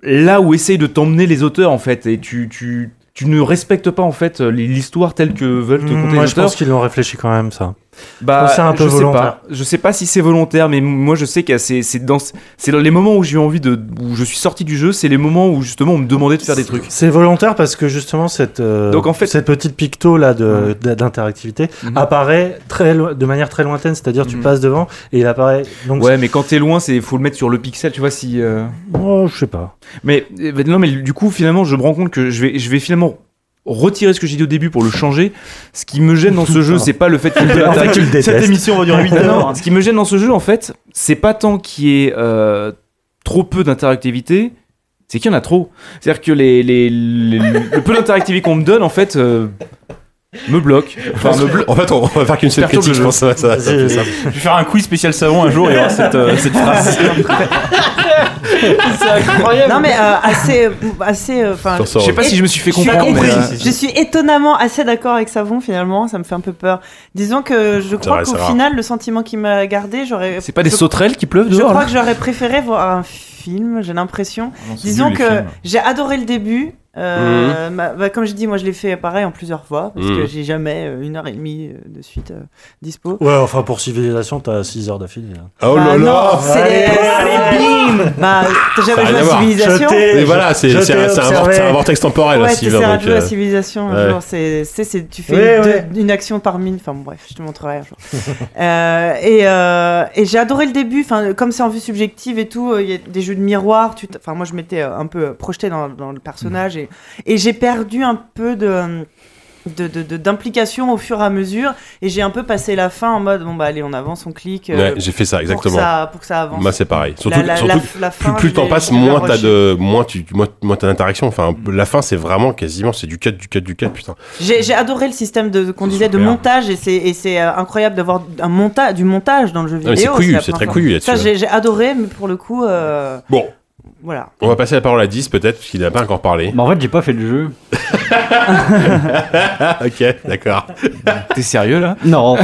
Speaker 9: là où essayent de t'emmener les auteurs en fait. Et tu tu tu ne respectes pas en fait l'histoire telle que veulent te
Speaker 6: Mm,
Speaker 9: conter les
Speaker 6: Moi, je
Speaker 9: auteurs.
Speaker 6: pense qu'ils ont réfléchi quand même, ça. Je
Speaker 9: Bah,
Speaker 6: pense que c'est un peu
Speaker 9: je
Speaker 6: volontaire.
Speaker 9: Sais pas. Je sais pas si c'est volontaire, mais m- moi je sais que c'est c'est dans c'est dans les moments où j'ai eu envie de où je suis sorti du jeu, c'est les moments où justement on me demandait de faire des trucs.
Speaker 6: C'est volontaire parce que justement cette euh,
Speaker 9: Donc, en fait-
Speaker 6: cette petite picto là de d'- d'interactivité
Speaker 3: Mhm.
Speaker 6: apparaît très lo- de manière très lointaine, c'est-à-dire tu passes devant et il apparaît. Donc
Speaker 9: ouais, mais quand t'es loin, c'est faut le mettre sur le pixel, tu vois si. euh,
Speaker 6: Oh, je sais pas.
Speaker 9: Mais euh, bah, non, mais du coup finalement je me rends compte que je vais je vais finalement retirer ce que j'ai dit au début pour le changer. Ce qui me gêne dans ce
Speaker 3: Ah.
Speaker 9: jeu, c'est pas le fait qu'il me
Speaker 6: En fait, tu le
Speaker 4: Cette
Speaker 6: détestes.
Speaker 4: émission va durer 8 heures. hein.
Speaker 9: Non, Ce qui me gêne dans ce jeu, en fait, c'est pas tant qu'il y ait euh, trop peu d'interactivité, c'est qu'il y en a trop. C'est-à-dire que les, les- les- le peu d'interactivité qu'on me donne, en fait, euh, me bloque. Enfin, me blo-
Speaker 3: En fait, on va faire qu'une seule
Speaker 9: Perturbe
Speaker 3: critique,
Speaker 9: le
Speaker 3: je
Speaker 9: jeu.
Speaker 3: pense. Ça, va- ça, va- ça, va- ça, va-
Speaker 5: Je vais faire un quiz spécial savon un jour et il y aura cette, euh, cette phrase.
Speaker 10: C'est
Speaker 11: incroyable.
Speaker 10: Non mais euh, assez, euh, assez. euh, 'fin,
Speaker 5: Je sais pas si je me suis fait
Speaker 10: je suis-
Speaker 5: comprendre, mais, euh,
Speaker 10: Je suis étonnamment assez d'accord avec Savon finalement. Ça me fait un peu peur. Disons que je crois
Speaker 9: vrai,
Speaker 10: qu'au
Speaker 9: c'est rare.
Speaker 10: final, le sentiment qui m'a gardé, j'aurais.
Speaker 9: C'est pas des
Speaker 10: je-
Speaker 9: sauterelles qui pleuvent
Speaker 10: Je
Speaker 9: dehors,
Speaker 5: hein.
Speaker 10: crois
Speaker 9: là
Speaker 10: que j'aurais préféré voir un film. J'ai l'impression.
Speaker 9: non, c'est
Speaker 10: Disons
Speaker 9: nul, Mhm.
Speaker 10: que
Speaker 9: les films.
Speaker 10: j'ai adoré le début. euh, ma- bah, comme je dis, moi je l'ai fait pareil en plusieurs fois parce que
Speaker 6: Mhm.
Speaker 10: j'ai jamais euh, une heure et demie euh, de suite euh, dispo.
Speaker 3: Oh
Speaker 6: Ouais, enfin pour civilisation, t'as 6 heures d'affilée. là.
Speaker 10: Ah Bah non, c'est-
Speaker 6: hein. Allez,
Speaker 10: c'est-
Speaker 6: bim
Speaker 10: Bah, t'as
Speaker 3: Ça a rien
Speaker 10: jamais joué
Speaker 3: à
Speaker 10: à
Speaker 3: voir.
Speaker 10: Civilisation
Speaker 3: Mais voilà, c'est c'est un, c'est un vortex- c'est un vortex temporel,
Speaker 10: Ouais,
Speaker 3: là,
Speaker 10: t'essaies
Speaker 3: Sylvain.
Speaker 10: de
Speaker 3: donc,
Speaker 10: jouer à
Speaker 3: euh,
Speaker 10: Civilisation un
Speaker 3: ouais.
Speaker 10: jour. C'est, c'est- c'est- tu fais
Speaker 11: Ouais,
Speaker 10: deux-
Speaker 11: ouais.
Speaker 10: une action par mine. Enfin bon, bref, je te montrerai un jour. Euh, et euh, et j'ai adoré le début. Enfin, comme c'est en vue subjective et tout, euh, il y a des jeux de miroir. Tu t- enfin, moi, je m'étais euh, un peu euh, projetée dans, dans le personnage et, et j'ai perdu un peu de. euh, de- de- de- d'implication au fur et à mesure et j'ai un peu passé la fin en mode bon bah allez on avance on clique euh,
Speaker 3: Ouais, j'ai fait ça, exactement.
Speaker 10: pour que ça, pour que ça avance
Speaker 3: Moi, c'est pareil. Surtout,
Speaker 10: La- la-
Speaker 3: surtout
Speaker 10: la-
Speaker 3: que
Speaker 10: la
Speaker 3: plus,
Speaker 10: fin,
Speaker 3: plus le temps
Speaker 10: j'ai-
Speaker 3: passe,
Speaker 10: j'ai
Speaker 3: moins
Speaker 10: bien
Speaker 3: t'as
Speaker 10: rushé.
Speaker 3: de, moins tu, moins, moins t'as d'interaction. Enfin, la fin, c'est vraiment quasiment, c'est du cut, du cut, du cut, putain.
Speaker 10: J'ai j'ai adoré le système de qu'on disait de
Speaker 3: super.
Speaker 10: montage et c'est et c'est euh, incroyable d'avoir un montage du montage dans le jeu
Speaker 3: Ah, mais
Speaker 10: vidéo.
Speaker 3: c'est couillu,
Speaker 10: la
Speaker 3: c'est
Speaker 10: première
Speaker 3: très
Speaker 10: fois.
Speaker 3: couillu là-dessus,
Speaker 10: Ça
Speaker 3: ouais.
Speaker 10: j'ai j'ai adoré mais pour le coup euh,
Speaker 3: Bon.
Speaker 10: voilà.
Speaker 3: On va passer la parole à 10 peut-être, parce qu'il n'a pas encore parlé.
Speaker 7: Bah, en fait, j'ai pas fait le jeu.
Speaker 3: ok, d'accord.
Speaker 5: T'es sérieux là
Speaker 7: Non.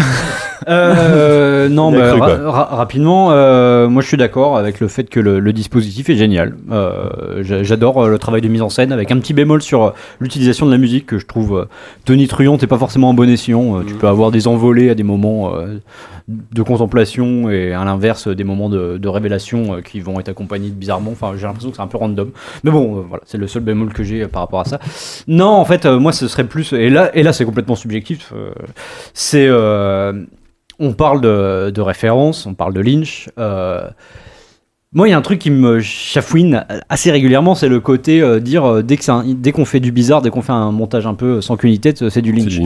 Speaker 7: Euh, non,
Speaker 5: Il a
Speaker 7: mais
Speaker 5: cru,
Speaker 7: ra-
Speaker 5: quoi.
Speaker 7: ra- rapidement, euh, moi je suis d'accord avec le fait que le, le dispositif est génial. Euh, j'a- J'adore euh, le travail de mise en scène, avec un petit bémol sur euh, l'utilisation de la musique que je trouve euh, tonitruante et pas forcément en bon escient. Euh, Tu peux avoir des envolées à des moments euh, de contemplation et à l'inverse euh, des moments de, de révélation euh, qui vont être accompagnés de bizarrement. Enfin, j'ai l'impression que c'est un peu random. Mais bon, euh, voilà, c'est le seul bémol que j'ai euh, par rapport à ça. Non, en fait, euh, moi ce serait plus. Et là, et là c'est complètement subjectif. euh, c'est. euh, on parle de, de référence, on parle de Lynch. euh, moi, il y a un truc qui me chafouine assez régulièrement, c'est le côté euh, dire euh, dès que c'est un- dès qu'on fait du bizarre, dès qu'on fait un montage un peu sans qu'une tête, c'est du Lynch.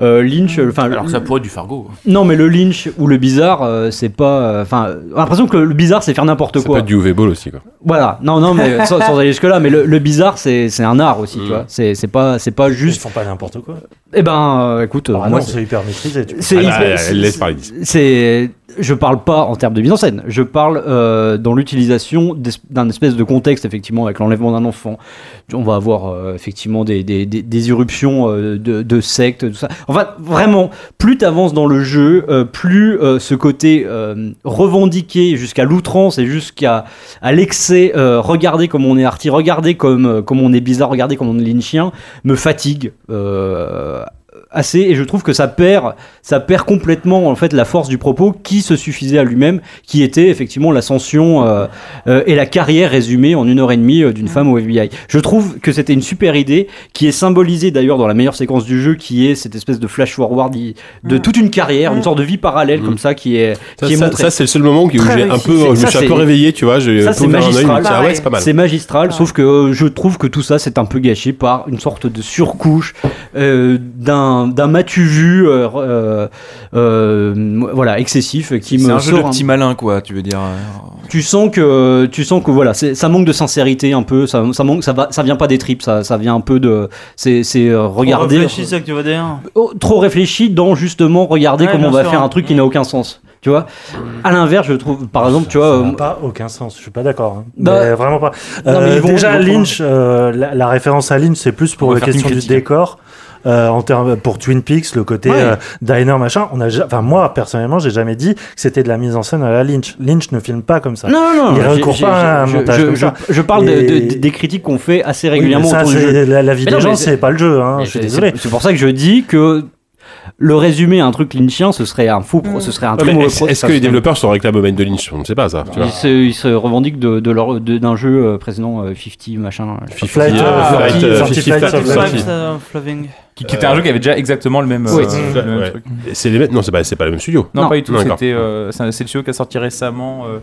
Speaker 7: Euh, Lynch, euh, enfin,
Speaker 5: Alors
Speaker 7: le-
Speaker 5: ça pourrait être du Fargo.
Speaker 7: non, mais le Lynch ou le bizarre, euh, c'est pas. euh, Enfin, j'ai l'impression que le bizarre, c'est faire n'importe
Speaker 3: Pas
Speaker 7: quoi.
Speaker 3: du UV ball aussi, quoi.
Speaker 7: Voilà, non, non, mais sans, sans aller jusque-là, mais le, le bizarre, c'est c'est un art aussi, tu vois. C'est c'est pas, c'est pas juste. Ils
Speaker 6: font pas n'importe quoi.
Speaker 7: Eh ben, euh, écoute,
Speaker 6: Ah
Speaker 7: moi,
Speaker 6: non, c'est hyper maîtrisé. tu peux
Speaker 7: c'est
Speaker 6: pas-
Speaker 7: hyper- c'est- c'est- je parle pas en termes de mise en scène. Je parle euh, dans l'utilisation d'es- d'un espèce de contexte effectivement avec l'enlèvement d'un enfant. On va avoir euh, effectivement des, des- des- des éruptions euh, de, de sectes, tout ça. Enfin, vraiment, plus t'avances dans le jeu, euh, plus euh, ce côté euh, revendiqué jusqu'à l'outrance et jusqu'à à l'excès, euh, regardez comme on est arty, regardez comme euh, comme on est bizarre, regardez comme on est lynchien, me fatigue. euh, assez et je trouve que ça perd ça perd complètement en fait la force du propos qui se suffisait à lui-même qui était effectivement l'ascension euh, euh, et la carrière résumée en une heure et demie euh, d'une femme au FBI je trouve que c'était une super idée qui est symbolisée d'ailleurs dans la meilleure séquence du jeu qui est cette espèce de flash forward i- de toute une carrière une sorte de vie parallèle comme ça qui est
Speaker 3: Ça,
Speaker 7: qui est
Speaker 3: ça-
Speaker 7: montrée.
Speaker 3: ça, c'est le seul moment où j'ai
Speaker 7: Mm. Très
Speaker 3: un
Speaker 7: réussi.
Speaker 3: peu- je me
Speaker 7: Ça,
Speaker 3: suis un peu
Speaker 7: c'est-
Speaker 3: réveillé, tu vois, j'ai
Speaker 7: ça
Speaker 3: un peu
Speaker 7: c'est
Speaker 3: ouvert un œil, je me suis dit,
Speaker 7: magistral
Speaker 3: ah ouais, c'est pas mal.
Speaker 7: c'est magistral, sauf que euh, je trouve que tout ça c'est un peu gâché par une sorte de surcouche euh, d'un d'un matu vu euh, euh, euh, voilà excessif qui me
Speaker 5: C'est un jeu de
Speaker 7: sort un-
Speaker 5: petit malin quoi, tu veux dire.
Speaker 7: tu sens que tu sens que voilà c'est- ça manque de sincérité un peu ça, ça manque ça va ça vient pas des tripes ça ça vient un peu de c'est c'est euh, regarder
Speaker 4: Réfléchis ce que tu veux dire.
Speaker 7: Oh, trop réfléchi dans justement regarder
Speaker 4: Ouais,
Speaker 7: comment on
Speaker 4: bien
Speaker 7: va
Speaker 4: sûr,
Speaker 7: faire
Speaker 4: hein.
Speaker 7: un truc
Speaker 6: Mm.
Speaker 7: qui n'a aucun sens tu vois à l'inverse je trouve par exemple tu vois euh,
Speaker 6: pas aucun sens. Je suis pas d'accord. hein.
Speaker 7: Bah-
Speaker 6: Mais vraiment pas.
Speaker 7: Non, mais
Speaker 6: Euh,
Speaker 7: ils vont-
Speaker 6: déjà,
Speaker 7: ils vont
Speaker 6: Lynch, euh, la, la référence à Lynch, c'est plus
Speaker 7: On
Speaker 6: pour
Speaker 7: va
Speaker 6: la
Speaker 7: faire
Speaker 6: question
Speaker 7: une
Speaker 6: du
Speaker 7: critique.
Speaker 6: décor. euh, en termes pour Twin Peaks, le côté
Speaker 7: Ouais.
Speaker 6: euh, diner machin, on a, ja- enfin moi personnellement, j'ai jamais dit que c'était de la mise en scène à la Lynch. Lynch ne filme pas comme ça.
Speaker 7: Non, non, non.
Speaker 6: Il
Speaker 7: j'ai-
Speaker 6: recourt
Speaker 7: j'ai-
Speaker 6: pas à un
Speaker 7: je-
Speaker 6: montage
Speaker 7: je,
Speaker 6: comme
Speaker 7: je-
Speaker 6: ça.
Speaker 7: je parle de-
Speaker 6: Et-
Speaker 7: de- de- des critiques qu'on fait assez
Speaker 6: Oui, mais
Speaker 7: régulièrement
Speaker 6: ça,
Speaker 7: autour du
Speaker 6: c'est-
Speaker 7: jeu.
Speaker 6: la- la vie
Speaker 7: Mais
Speaker 6: des
Speaker 7: non,
Speaker 6: gens,
Speaker 7: mais
Speaker 6: c'est pas le jeu, hein,
Speaker 7: mais
Speaker 6: je suis
Speaker 7: c'est-
Speaker 6: désolé.
Speaker 7: c'est- C'est pour ça que je dis que le résumé à un truc lynchien, ce serait un faux, pro- ce serait un
Speaker 3: Mm. Ouais,
Speaker 7: très
Speaker 3: mais
Speaker 7: mauvais
Speaker 3: Est-ce
Speaker 7: pro-
Speaker 3: est-ce
Speaker 7: ça
Speaker 3: que les
Speaker 7: serait-
Speaker 3: développeurs sont réclament au maître de Lynch On ne sait pas ça. Tu vois.
Speaker 7: ils se, ils se revendiquent de, de leur de- d'un jeu euh, précédent euh, 50 machin. je sais pas.
Speaker 3: Flight, euh, Ah, Flight, Flight, euh, Flight, Flight, Flight, Flight, Flight. Flight,
Speaker 4: euh, Flaving.
Speaker 5: Qui, qui était un jeu qui avait déjà exactement le même, euh,
Speaker 3: Ouais.
Speaker 5: le même
Speaker 3: Ouais.
Speaker 5: truc.
Speaker 3: Et C'est les mêmes- Non, c'est pas, c'est pas le même studio.
Speaker 5: Non, pas du tout.
Speaker 3: d'accord.
Speaker 5: C'était euh, c'est un- c'est le studio qui a sorti récemment euh,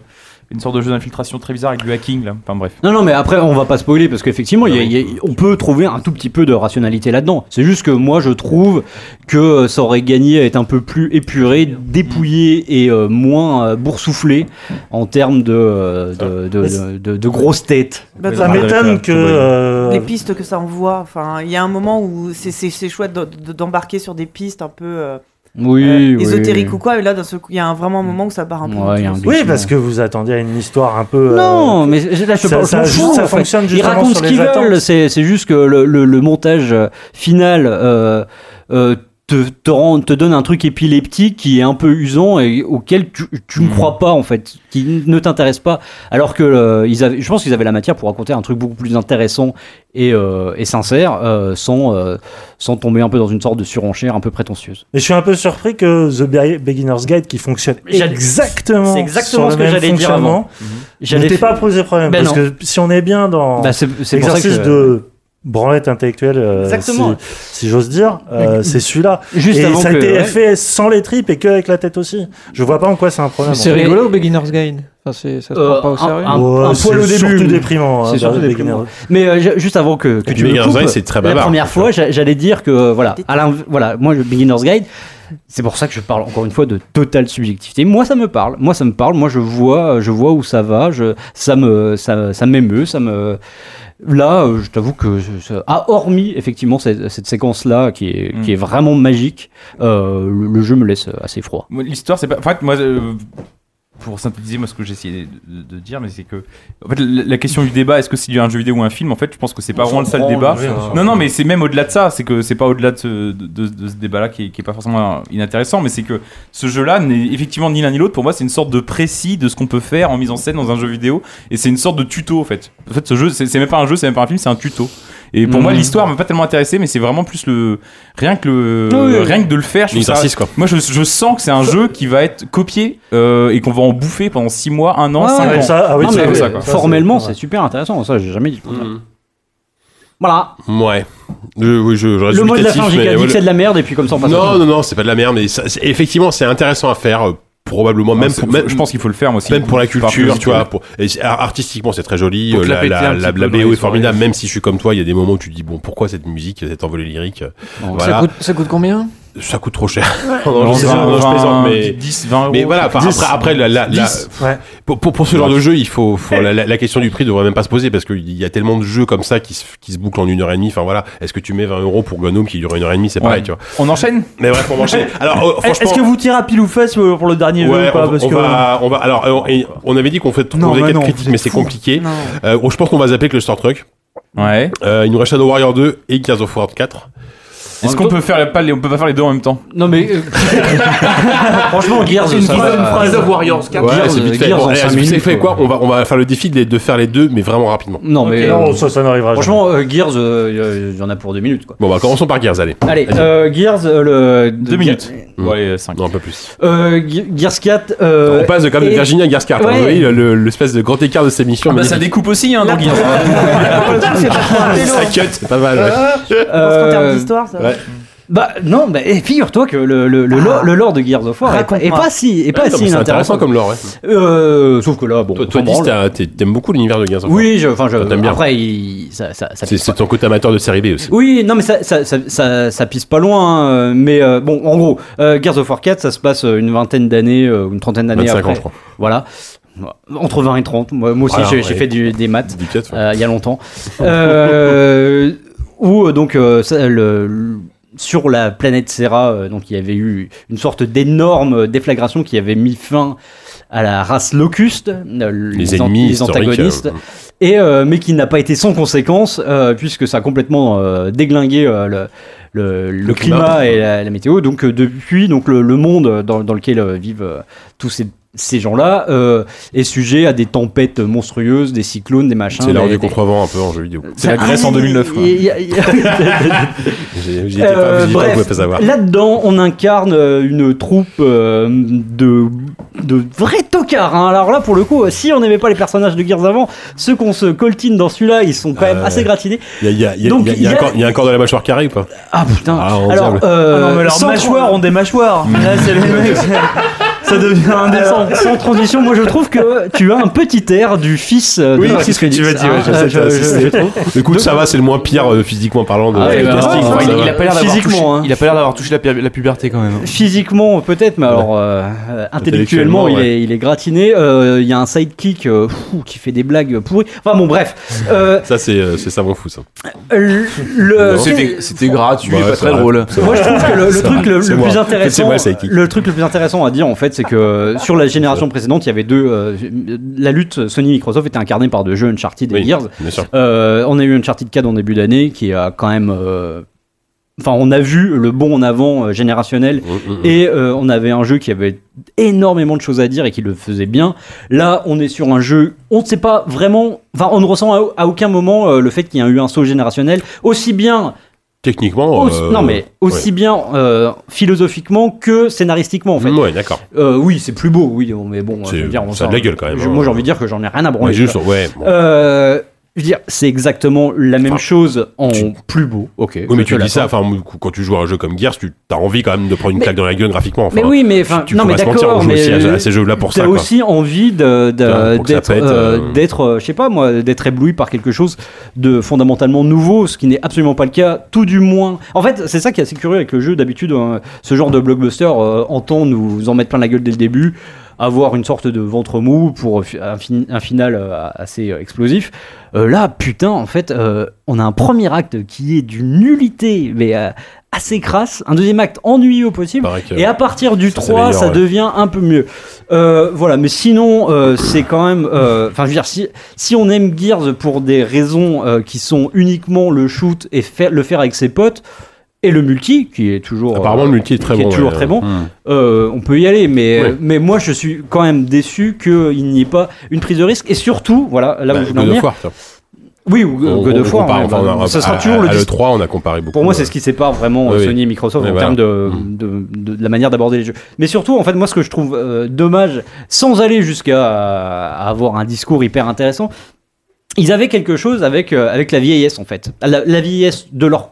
Speaker 5: une sorte de jeu d'infiltration très bizarre avec du hacking là. Enfin bref.
Speaker 7: Non, non, mais après, on va pas spoiler parce qu'effectivement, il y a- il y a- on peut trouver un tout petit peu de rationalité là-dedans. C'est juste que moi, je trouve que euh, ça aurait gagné à être un peu plus épuré, dépouillé et euh, moins euh, boursouflé en termes de, euh, de, de, de, de- de grosses têtes.
Speaker 10: Bah,
Speaker 6: Ça m'étonne que euh,
Speaker 10: les pistes que ça envoie. Enfin, il y a un moment où c'est- c'est c'est chouette d'en- d'embarquer sur des pistes un peu euh,
Speaker 7: Oui,
Speaker 10: euh,
Speaker 7: oui.
Speaker 10: ésotériques ou quoi. Et là, d'un seul coup, il y a un- vraiment un moment où ça part un peu. dans tous les sens.
Speaker 6: oui, parce que vous attendiez à une histoire un peu.
Speaker 7: Non,
Speaker 6: euh,
Speaker 7: mais je- là, je
Speaker 6: ça,
Speaker 7: parle- je
Speaker 6: ça,
Speaker 7: m'en fous,
Speaker 6: ça
Speaker 7: en fait.
Speaker 6: fonctionne
Speaker 7: Ils
Speaker 6: justement
Speaker 7: racontent
Speaker 6: sur
Speaker 7: ce qu'ils
Speaker 6: les attentes.
Speaker 7: veulent, c'est c'est juste que le, le- le montage euh, final. euh, euh, te, te, rend- te donne un truc épileptique qui est un peu usant et auquel tu, tu ne crois pas en fait, qui ne t'intéresse pas. Alors que euh, ils avaient, je pense qu'ils avaient la matière pour raconter un truc beaucoup plus intéressant et, euh, et sincère, euh, sans, euh, sans tomber un peu dans une sorte de surenchère un peu prétentieuse.
Speaker 6: Et je suis un peu surpris que The Be- Beginner's Guide, qui fonctionne
Speaker 7: J'allais-
Speaker 6: exactement,
Speaker 7: C'est exactement
Speaker 6: sur le
Speaker 7: ce que
Speaker 6: même
Speaker 7: j'allais dire
Speaker 6: fonctionnement,
Speaker 7: avant. Mhm.
Speaker 6: ne
Speaker 7: J'allais-
Speaker 6: t'ai pas posé problème.
Speaker 7: Ben
Speaker 6: parce
Speaker 7: non.
Speaker 6: que si on est bien dans
Speaker 7: Bah, c'est- c'est pour ça
Speaker 6: l'exercice
Speaker 7: que-
Speaker 6: de branlette intellectuelle, euh,
Speaker 7: Exactement.
Speaker 6: si, si j'ose dire, euh, c'est celui-là.
Speaker 8: Juste
Speaker 6: et
Speaker 8: avant
Speaker 6: ça a
Speaker 8: que-
Speaker 6: été
Speaker 8: ouais.
Speaker 6: fait sans les tripes et que avec la tête aussi. Je vois pas en quoi c'est un problème.
Speaker 8: Mais C'est
Speaker 6: en fait.
Speaker 8: rigolo, Beginner's Gain. Enfin, c'est- ça se
Speaker 7: Euh,
Speaker 8: prend pas au sérieux.
Speaker 7: un- un
Speaker 6: c'est
Speaker 7: poil au début.
Speaker 6: surtout déprimant, hein,
Speaker 7: C'est surtout
Speaker 6: Beginner's
Speaker 7: déprimant.
Speaker 6: Guide.
Speaker 7: Mais euh, ju- juste avant que, que
Speaker 6: Et
Speaker 7: tu
Speaker 6: Beginner's
Speaker 7: me coupes,
Speaker 6: Guide, c'est très
Speaker 7: la
Speaker 6: bavard,
Speaker 7: première fois, j'a- j'allais dire que euh, voilà, à l'inv- voilà, moi le Beginner's Guide, c'est pour ça que je parle encore une fois de totale subjectivité. Moi, ça me parle. Moi, ça me parle. Moi, je vois, euh, je vois où ça va. Je, ça me, ça, ça m'émeut. Ça me. Là, euh, je t'avoue que, je- je- ah, hormis effectivement cette, cette séquence-là qui est, qui est vraiment magique, euh, le, le jeu me laisse assez froid.
Speaker 5: Moi, L'histoire, c'est pas. En fait, moi, euh, pour synthétiser, moi, ce que j'essayais de, de- de dire, mais c'est que. En fait, la, la question du débat, est-ce que c'est un jeu vidéo ou un film En fait, je pense que c'est pas
Speaker 9: On
Speaker 5: vraiment le
Speaker 9: s'en
Speaker 5: seul
Speaker 9: branle,
Speaker 5: débat.
Speaker 9: oui, hein. on s'en
Speaker 5: Non, non, mais c'est même au-delà de ça. C'est que c'est pas au-delà de ce, de- de ce débat-là qui, est- qui est pas forcément inintéressant, mais c'est que ce jeu-là n'est effectivement ni l'un ni l'autre. Pour moi, c'est une sorte de précis de ce qu'on peut faire en mise en scène dans un jeu vidéo. Et c'est une sorte de tuto, en fait. En fait, ce jeu, c'est c'est même pas un jeu, c'est même pas un film, c'est un tuto. Et pour
Speaker 9: Mhm.
Speaker 5: moi, l'histoire m'a pas tellement intéressé, mais c'est vraiment plus le. Rien que le.
Speaker 9: Oui, oui.
Speaker 5: Rien que de le faire, je trouve ça-
Speaker 9: L'exercice, quoi.
Speaker 5: Moi, je, je sens que c'est un jeu qui va être copié euh, et qu'on va en bouffer pendant 6 mois, 1 an,
Speaker 7: Ouais,
Speaker 5: 5
Speaker 7: ouais,
Speaker 5: ans.
Speaker 7: ça- ah oui,
Speaker 5: Non,
Speaker 7: ça,
Speaker 5: mais
Speaker 7: oui,
Speaker 5: ça, quoi.
Speaker 7: formellement, c'est super intéressant. Ça, j'ai jamais dit. le contraire. Voilà.
Speaker 3: Ouais. Je- oui, je, je reste
Speaker 7: Le mot de la
Speaker 3: Bah, dubitatif,
Speaker 7: fin, j'ai
Speaker 3: mais
Speaker 7: qu'à dire
Speaker 3: ouais,
Speaker 7: que
Speaker 3: le-
Speaker 7: c'est de la merde et puis comme ça on passe.
Speaker 3: Non, non, non, c'est pas de la merde, mais ça- c'est- effectivement, c'est intéressant à faire. euh, Probablement, même,
Speaker 5: c'est-
Speaker 3: pour,
Speaker 5: je pense qu'il faut le faire aussi.
Speaker 3: Même pour la
Speaker 5: Par
Speaker 3: culture,
Speaker 5: curiosité,
Speaker 3: tu vois.
Speaker 5: ouais.
Speaker 3: Pour, et c'est- ar- artistiquement, c'est très joli.
Speaker 5: Pour
Speaker 3: euh,
Speaker 5: te la
Speaker 3: La,
Speaker 5: péter
Speaker 3: la-
Speaker 5: un petit
Speaker 3: la-
Speaker 5: peu
Speaker 3: la
Speaker 5: dans les
Speaker 3: BO est
Speaker 5: soirées.
Speaker 3: formidable, même si je suis comme toi, il y a des moments où tu te dis, bon, pourquoi cette musique, cette envolée lyrique euh,
Speaker 8: ça,
Speaker 3: voilà.
Speaker 8: coûte, ça coûte combien
Speaker 3: Ça coûte trop cher.
Speaker 8: Ouais.
Speaker 3: non, je, sais,
Speaker 8: Vingt,
Speaker 3: non, je plaisante,
Speaker 5: vingt,
Speaker 3: mais.
Speaker 5: dix, vingt
Speaker 3: mais
Speaker 5: euros,
Speaker 3: voilà, enfin,
Speaker 5: dix.
Speaker 3: après, après, la, la- la-
Speaker 5: Dix,
Speaker 6: ouais.
Speaker 3: pour, pour, pour ce genre de jeu, il faut, faut- la, la- la question du prix devrait même pas se poser parce qu'il y a tellement de jeux comme ça qui se, qui se bouclent en une heure et demie. Enfin voilà, est-ce que tu mets 20 euros pour Gnome qui dure une heure et demie C'est pareil, tu vois.
Speaker 5: On enchaîne
Speaker 3: Mais bref, on enchaîne. Alors, euh,
Speaker 4: Est-ce
Speaker 3: franchement.
Speaker 4: que vous tirez à pile ou fesse euh, pour le dernier jeu
Speaker 3: Ouais,
Speaker 4: ou pas
Speaker 3: on,
Speaker 4: Parce
Speaker 3: on
Speaker 4: que
Speaker 3: va, on va- alors, euh, on, et on avait dit qu'on fait
Speaker 4: Non,
Speaker 3: qu'on faisait
Speaker 4: mais
Speaker 3: quatre
Speaker 4: non,
Speaker 3: critiques,
Speaker 4: vous
Speaker 3: mais
Speaker 4: êtes
Speaker 3: c'est
Speaker 4: fous.
Speaker 3: compliqué. Euh, oh, je pense qu'on va zapper avec le Star Trek. Euh,
Speaker 5: Ouais.
Speaker 3: il nous reste Shadow Warrior 2 et Gears of War 4.
Speaker 5: Est-ce qu'on peut faire les- pas les- on peut pas faire les deux en même temps
Speaker 7: Non mais franchement Gears
Speaker 5: Une
Speaker 7: ça
Speaker 5: phrase,
Speaker 7: va.
Speaker 5: une phrase.
Speaker 14: Gears of Warriors 4.
Speaker 3: Ouais,
Speaker 7: Gears,
Speaker 3: c'est vite fait.
Speaker 7: euh, Gears
Speaker 3: Bon,
Speaker 7: en
Speaker 3: eh,
Speaker 7: cinq
Speaker 3: c'est
Speaker 7: minutes,
Speaker 3: fait quoi on va, on va faire le défi de, de faire les deux, mais vraiment rapidement.
Speaker 7: Non mais euh,
Speaker 6: ça, ça n'arrivera jamais.
Speaker 7: franchement euh, Gears, euh, il y en a pour deux minutes quoi.
Speaker 3: Bon, bah, commençons par Gears, allez.
Speaker 7: Allez,
Speaker 3: Vas-y.
Speaker 7: euh, Gears euh, le
Speaker 5: Deux minutes. Ouais, 5.
Speaker 3: Non, un peu plus.
Speaker 7: Euh, Ge- Gears 4. euh,
Speaker 3: On passe de, quand même de
Speaker 7: et-
Speaker 3: Virginie à Gears 4.
Speaker 7: Ouais.
Speaker 3: On voit le- l'espèce de grand écart de ces
Speaker 7: Ah
Speaker 3: missions.
Speaker 5: bah, ça découpe aussi, hein, dans Gears.
Speaker 3: Ça cut, c'est pas mal. ouais.
Speaker 10: Parce qu'en termes d'histoire, ça. va.
Speaker 7: Euh, Bah non, bah, eh, figure-toi que le, le, le, lore, le lore de Gears of War est pas- est,
Speaker 10: Raconte-moi.
Speaker 7: pas si, est pas
Speaker 3: Ouais, Ah non,
Speaker 7: si
Speaker 3: mais c'est
Speaker 7: inintéressant.
Speaker 3: intéressant comme lore. ouais.
Speaker 7: Euh, sauf que là, bon.
Speaker 3: Toi,
Speaker 7: on
Speaker 3: toi
Speaker 7: s'en
Speaker 3: Dis,
Speaker 7: branle.
Speaker 3: t'as- t'es- t'aimes beaucoup l'univers de Gears of War.
Speaker 7: Oui, je, enfin, je,
Speaker 3: Toi, t'aimes bien.
Speaker 7: après, il- ça, ça, ça
Speaker 3: C'est c'est ton côté amateur de série B aussi.
Speaker 7: Oui, non, mais ça, ça, ça, ça, ça pisse pas loin. hein, euh, Mais euh, bon, en gros, euh, Gears of War 4, ça se passe euh, une vingtaine d'années, euh, une trentaine d'années
Speaker 3: 25
Speaker 7: après.
Speaker 3: ans, je crois.
Speaker 7: Voilà. Entre 20 et 30. Moi, moi aussi,
Speaker 3: Voilà,
Speaker 7: j'ai j'ai
Speaker 3: ouais.
Speaker 7: fait du- des maths
Speaker 3: euh,
Speaker 7: il y a longtemps. Euh, où, euh, donc, euh, ça- le- le- sur la planète Serra, euh, donc, il y avait eu une sorte d'énorme déflagration qui avait mis fin à la race locuste, euh,
Speaker 3: Les
Speaker 7: an-
Speaker 3: ennemis
Speaker 7: les
Speaker 3: historiques,
Speaker 7: antagonistes,
Speaker 3: euh,
Speaker 7: et, euh, mais qui n'a pas été sans conséquence, euh, puisque ça a complètement euh, déglingué euh, le, le, le climat,
Speaker 3: climat.
Speaker 7: et la, la météo. Donc euh, depuis, donc le, le monde dans, dans lequel euh, vivent euh, tous ces, ces gens-là euh, est sujet à des tempêtes monstrueuses, des cyclones, des machins.
Speaker 3: C'est l'heure
Speaker 7: des-
Speaker 3: du
Speaker 7: des-
Speaker 3: contrevent un peu en jeu vidéo.
Speaker 7: C'est la Grèce en 2009, quoi. Il y a- il y a-
Speaker 3: J'ai- J'y étais pas,
Speaker 7: Euh,
Speaker 3: j'y étais pas,
Speaker 7: bref,
Speaker 3: vous pouvez pas savoir.
Speaker 7: Là-dedans, on incarne euh, une troupe euh, de, de vrais tocards. hein. Alors là, pour le coup, euh, si on n'aimait pas les personnages de Gears avant, ceux qu'on se coltine dans celui-là, ils sont quand même
Speaker 3: Euh,
Speaker 7: assez gratinés.
Speaker 3: Il y a- il y a- il y a-
Speaker 7: Donc,
Speaker 3: il y a- il y a un corps- il y a un corps de la mâchoire carrée ou pas
Speaker 7: Ah putain
Speaker 3: Alors,
Speaker 7: Alors, euh,
Speaker 4: Ah non, mais leurs
Speaker 7: sans
Speaker 4: mâchoires ont des mâchoires. Là, Ah, c'est les mecs. c'est- Ça devient
Speaker 3: Euh.
Speaker 4: indécent.
Speaker 7: Alors, sans transition, moi je trouve que tu as un petit air du fils euh, de
Speaker 3: Oui,
Speaker 7: Marcus
Speaker 3: c'est ce que
Speaker 7: Phoenix,
Speaker 3: tu vas dire.
Speaker 7: hein,
Speaker 3: ouais, je
Speaker 7: euh,
Speaker 3: sais pas
Speaker 7: je-
Speaker 3: si
Speaker 7: je- je trouve.
Speaker 3: c'est- Écoute, ça va, c'est le moins pire euh, physiquement parlant de
Speaker 7: Ah ouais,
Speaker 3: du
Speaker 7: bah,
Speaker 3: casting.
Speaker 7: enfin,
Speaker 3: ça
Speaker 7: il-
Speaker 3: va.
Speaker 7: il a pas l'air d'avoir Physiquement, touché- hein.
Speaker 9: Il a pas l'air d'avoir touché la, pu- la puberté quand même. hein.
Speaker 7: Physiquement peut-être, mais alors euh, euh, intellectuellement,
Speaker 9: Intellectuellement,
Speaker 7: il,
Speaker 9: ouais.
Speaker 7: est, il est gratiné. Euh, Il y a un sidekick euh, pfou, qui fait des blagues pourries. Enfin bon, bref. Euh,
Speaker 3: Ça, c'est euh, c'est ça, mon fou, ça.
Speaker 7: le- le-
Speaker 14: C'était c'était gratuit,
Speaker 3: Bah,
Speaker 14: pas
Speaker 3: c'est
Speaker 14: très
Speaker 3: vrai.
Speaker 14: drôle.
Speaker 3: C'est
Speaker 7: Moi,
Speaker 3: vrai.
Speaker 7: je trouve que le, le
Speaker 3: C'est
Speaker 7: truc
Speaker 3: vrai.
Speaker 7: le,
Speaker 3: C'est
Speaker 7: le
Speaker 3: moi.
Speaker 7: plus
Speaker 3: C'est
Speaker 7: intéressant,
Speaker 3: moi, le sidekick.
Speaker 7: le truc le plus intéressant à dire en fait, c'est que euh, sur la génération précédente, il y avait deux. euh, la lutte Sony Microsoft était incarnée par deux jeux Uncharted et
Speaker 3: Oui,
Speaker 7: Gears.
Speaker 3: bien sûr.
Speaker 7: Euh, on a eu Uncharted 4 en début d'année, qui a quand même euh, Enfin, on a vu le bon en avant euh,
Speaker 3: Mmh,
Speaker 7: générationnel et euh, on avait un jeu qui avait énormément de choses à dire et qui le faisait bien. Là, on est sur un jeu, on ne sait pas vraiment, enfin, on ne ressent à, à aucun moment euh, le fait qu'il y a eu un saut générationnel, aussi bien
Speaker 3: Techniquement.
Speaker 7: aussi-
Speaker 3: euh,
Speaker 7: non mais aussi
Speaker 3: ouais.
Speaker 7: bien euh, philosophiquement que scénaristiquement en fait.
Speaker 3: Ouais, d'accord.
Speaker 7: Euh, oui, c'est plus beau, oui, mais bon,
Speaker 3: C'est-
Speaker 7: je veux dire, on
Speaker 3: ça a
Speaker 7: s'en-
Speaker 3: de la gueule, quand même,
Speaker 7: je-
Speaker 3: hein.
Speaker 7: moi, j'ai envie de dire que j'en ai rien à branler.
Speaker 3: Ouais, juste,
Speaker 7: quoi.
Speaker 3: ouais, bon.
Speaker 7: Euh, je veux dire, c'est exactement la même chose en plus beau. Ok.
Speaker 3: Oui, mais
Speaker 7: je te
Speaker 3: tu dis ça,
Speaker 7: l'accorde.
Speaker 3: enfin, quand tu joues à un jeu comme Gears, tu as envie quand même de prendre une
Speaker 7: Mais-
Speaker 3: claque dans la gueule graphiquement. Enfin,
Speaker 7: mais oui, mais enfin,
Speaker 3: tu
Speaker 7: non,
Speaker 3: faut
Speaker 7: mais
Speaker 3: pas se mentir, on
Speaker 7: d'accord,
Speaker 3: joue
Speaker 7: mais
Speaker 3: aussi à- à ces jeux-là pour ça,
Speaker 7: T'as
Speaker 3: quoi.
Speaker 7: aussi envie de-
Speaker 3: Putain,
Speaker 7: de-
Speaker 3: pour que ça
Speaker 7: d'être,
Speaker 3: pète,
Speaker 7: euh,
Speaker 3: euh.
Speaker 7: d'être, euh, je sais pas moi, d'être ébloui par quelque chose de fondamentalement nouveau, ce qui n'est absolument pas le cas, tout du moins. En fait, c'est ça qui est assez curieux avec le jeu. D'habitude, hein, ce genre de blockbuster euh, entend nous en mettre plein la gueule dès le début, avoir une sorte de ventre mou pour euh, fi- un, fin- un final euh, assez euh, explosif. Euh, là, putain, en fait, euh, on a un premier acte qui est d'une nullité, mais euh, assez crasse, un deuxième acte ennuyeux possible, et à partir du
Speaker 3: Ça
Speaker 7: 3,
Speaker 3: s'améliore,
Speaker 7: ça
Speaker 3: ouais.
Speaker 7: devient un peu mieux. Euh, voilà, mais sinon, euh, c'est quand même. euh, Enfin, je veux dire, si, si on aime Gears pour des raisons euh, qui sont uniquement le shoot et faire, le faire avec ses potes, et le multi, qui est toujours. euh,
Speaker 3: Apparemment, le multi est très
Speaker 7: qui
Speaker 3: bon,
Speaker 7: toujours
Speaker 3: ouais.
Speaker 7: très bon.
Speaker 3: Mm.
Speaker 7: euh, on peut y aller, mais,
Speaker 3: Ouais.
Speaker 7: mais moi, je suis quand même déçu qu'il n'y ait pas une prise de risque. Et surtout, voilà, là
Speaker 3: Bah,
Speaker 7: où je voulais en
Speaker 3: God of
Speaker 7: venir-
Speaker 3: War, ça.
Speaker 7: Oui, ou ou God of War.
Speaker 3: compare,
Speaker 7: ouais,
Speaker 3: enfin,
Speaker 7: bah,
Speaker 3: on a-
Speaker 7: ça sera
Speaker 3: à-
Speaker 7: toujours
Speaker 3: à-
Speaker 7: le
Speaker 3: à
Speaker 7: dis-
Speaker 3: l'E3, on a comparé beaucoup.
Speaker 7: pour moi,
Speaker 3: euh,
Speaker 7: c'est ce qui sépare vraiment euh,
Speaker 3: Oui, oui.
Speaker 7: Sony et Microsoft
Speaker 3: Mais
Speaker 7: en
Speaker 3: voilà.
Speaker 7: termes de,
Speaker 4: Mm.
Speaker 7: de- de- de la manière d'aborder les jeux. Mais surtout, en fait, moi, ce que je trouve euh, dommage, sans aller jusqu'à à avoir un discours hyper intéressant, ils avaient quelque chose avec, euh, avec la vieillesse, en fait. La, la vieillesse de leur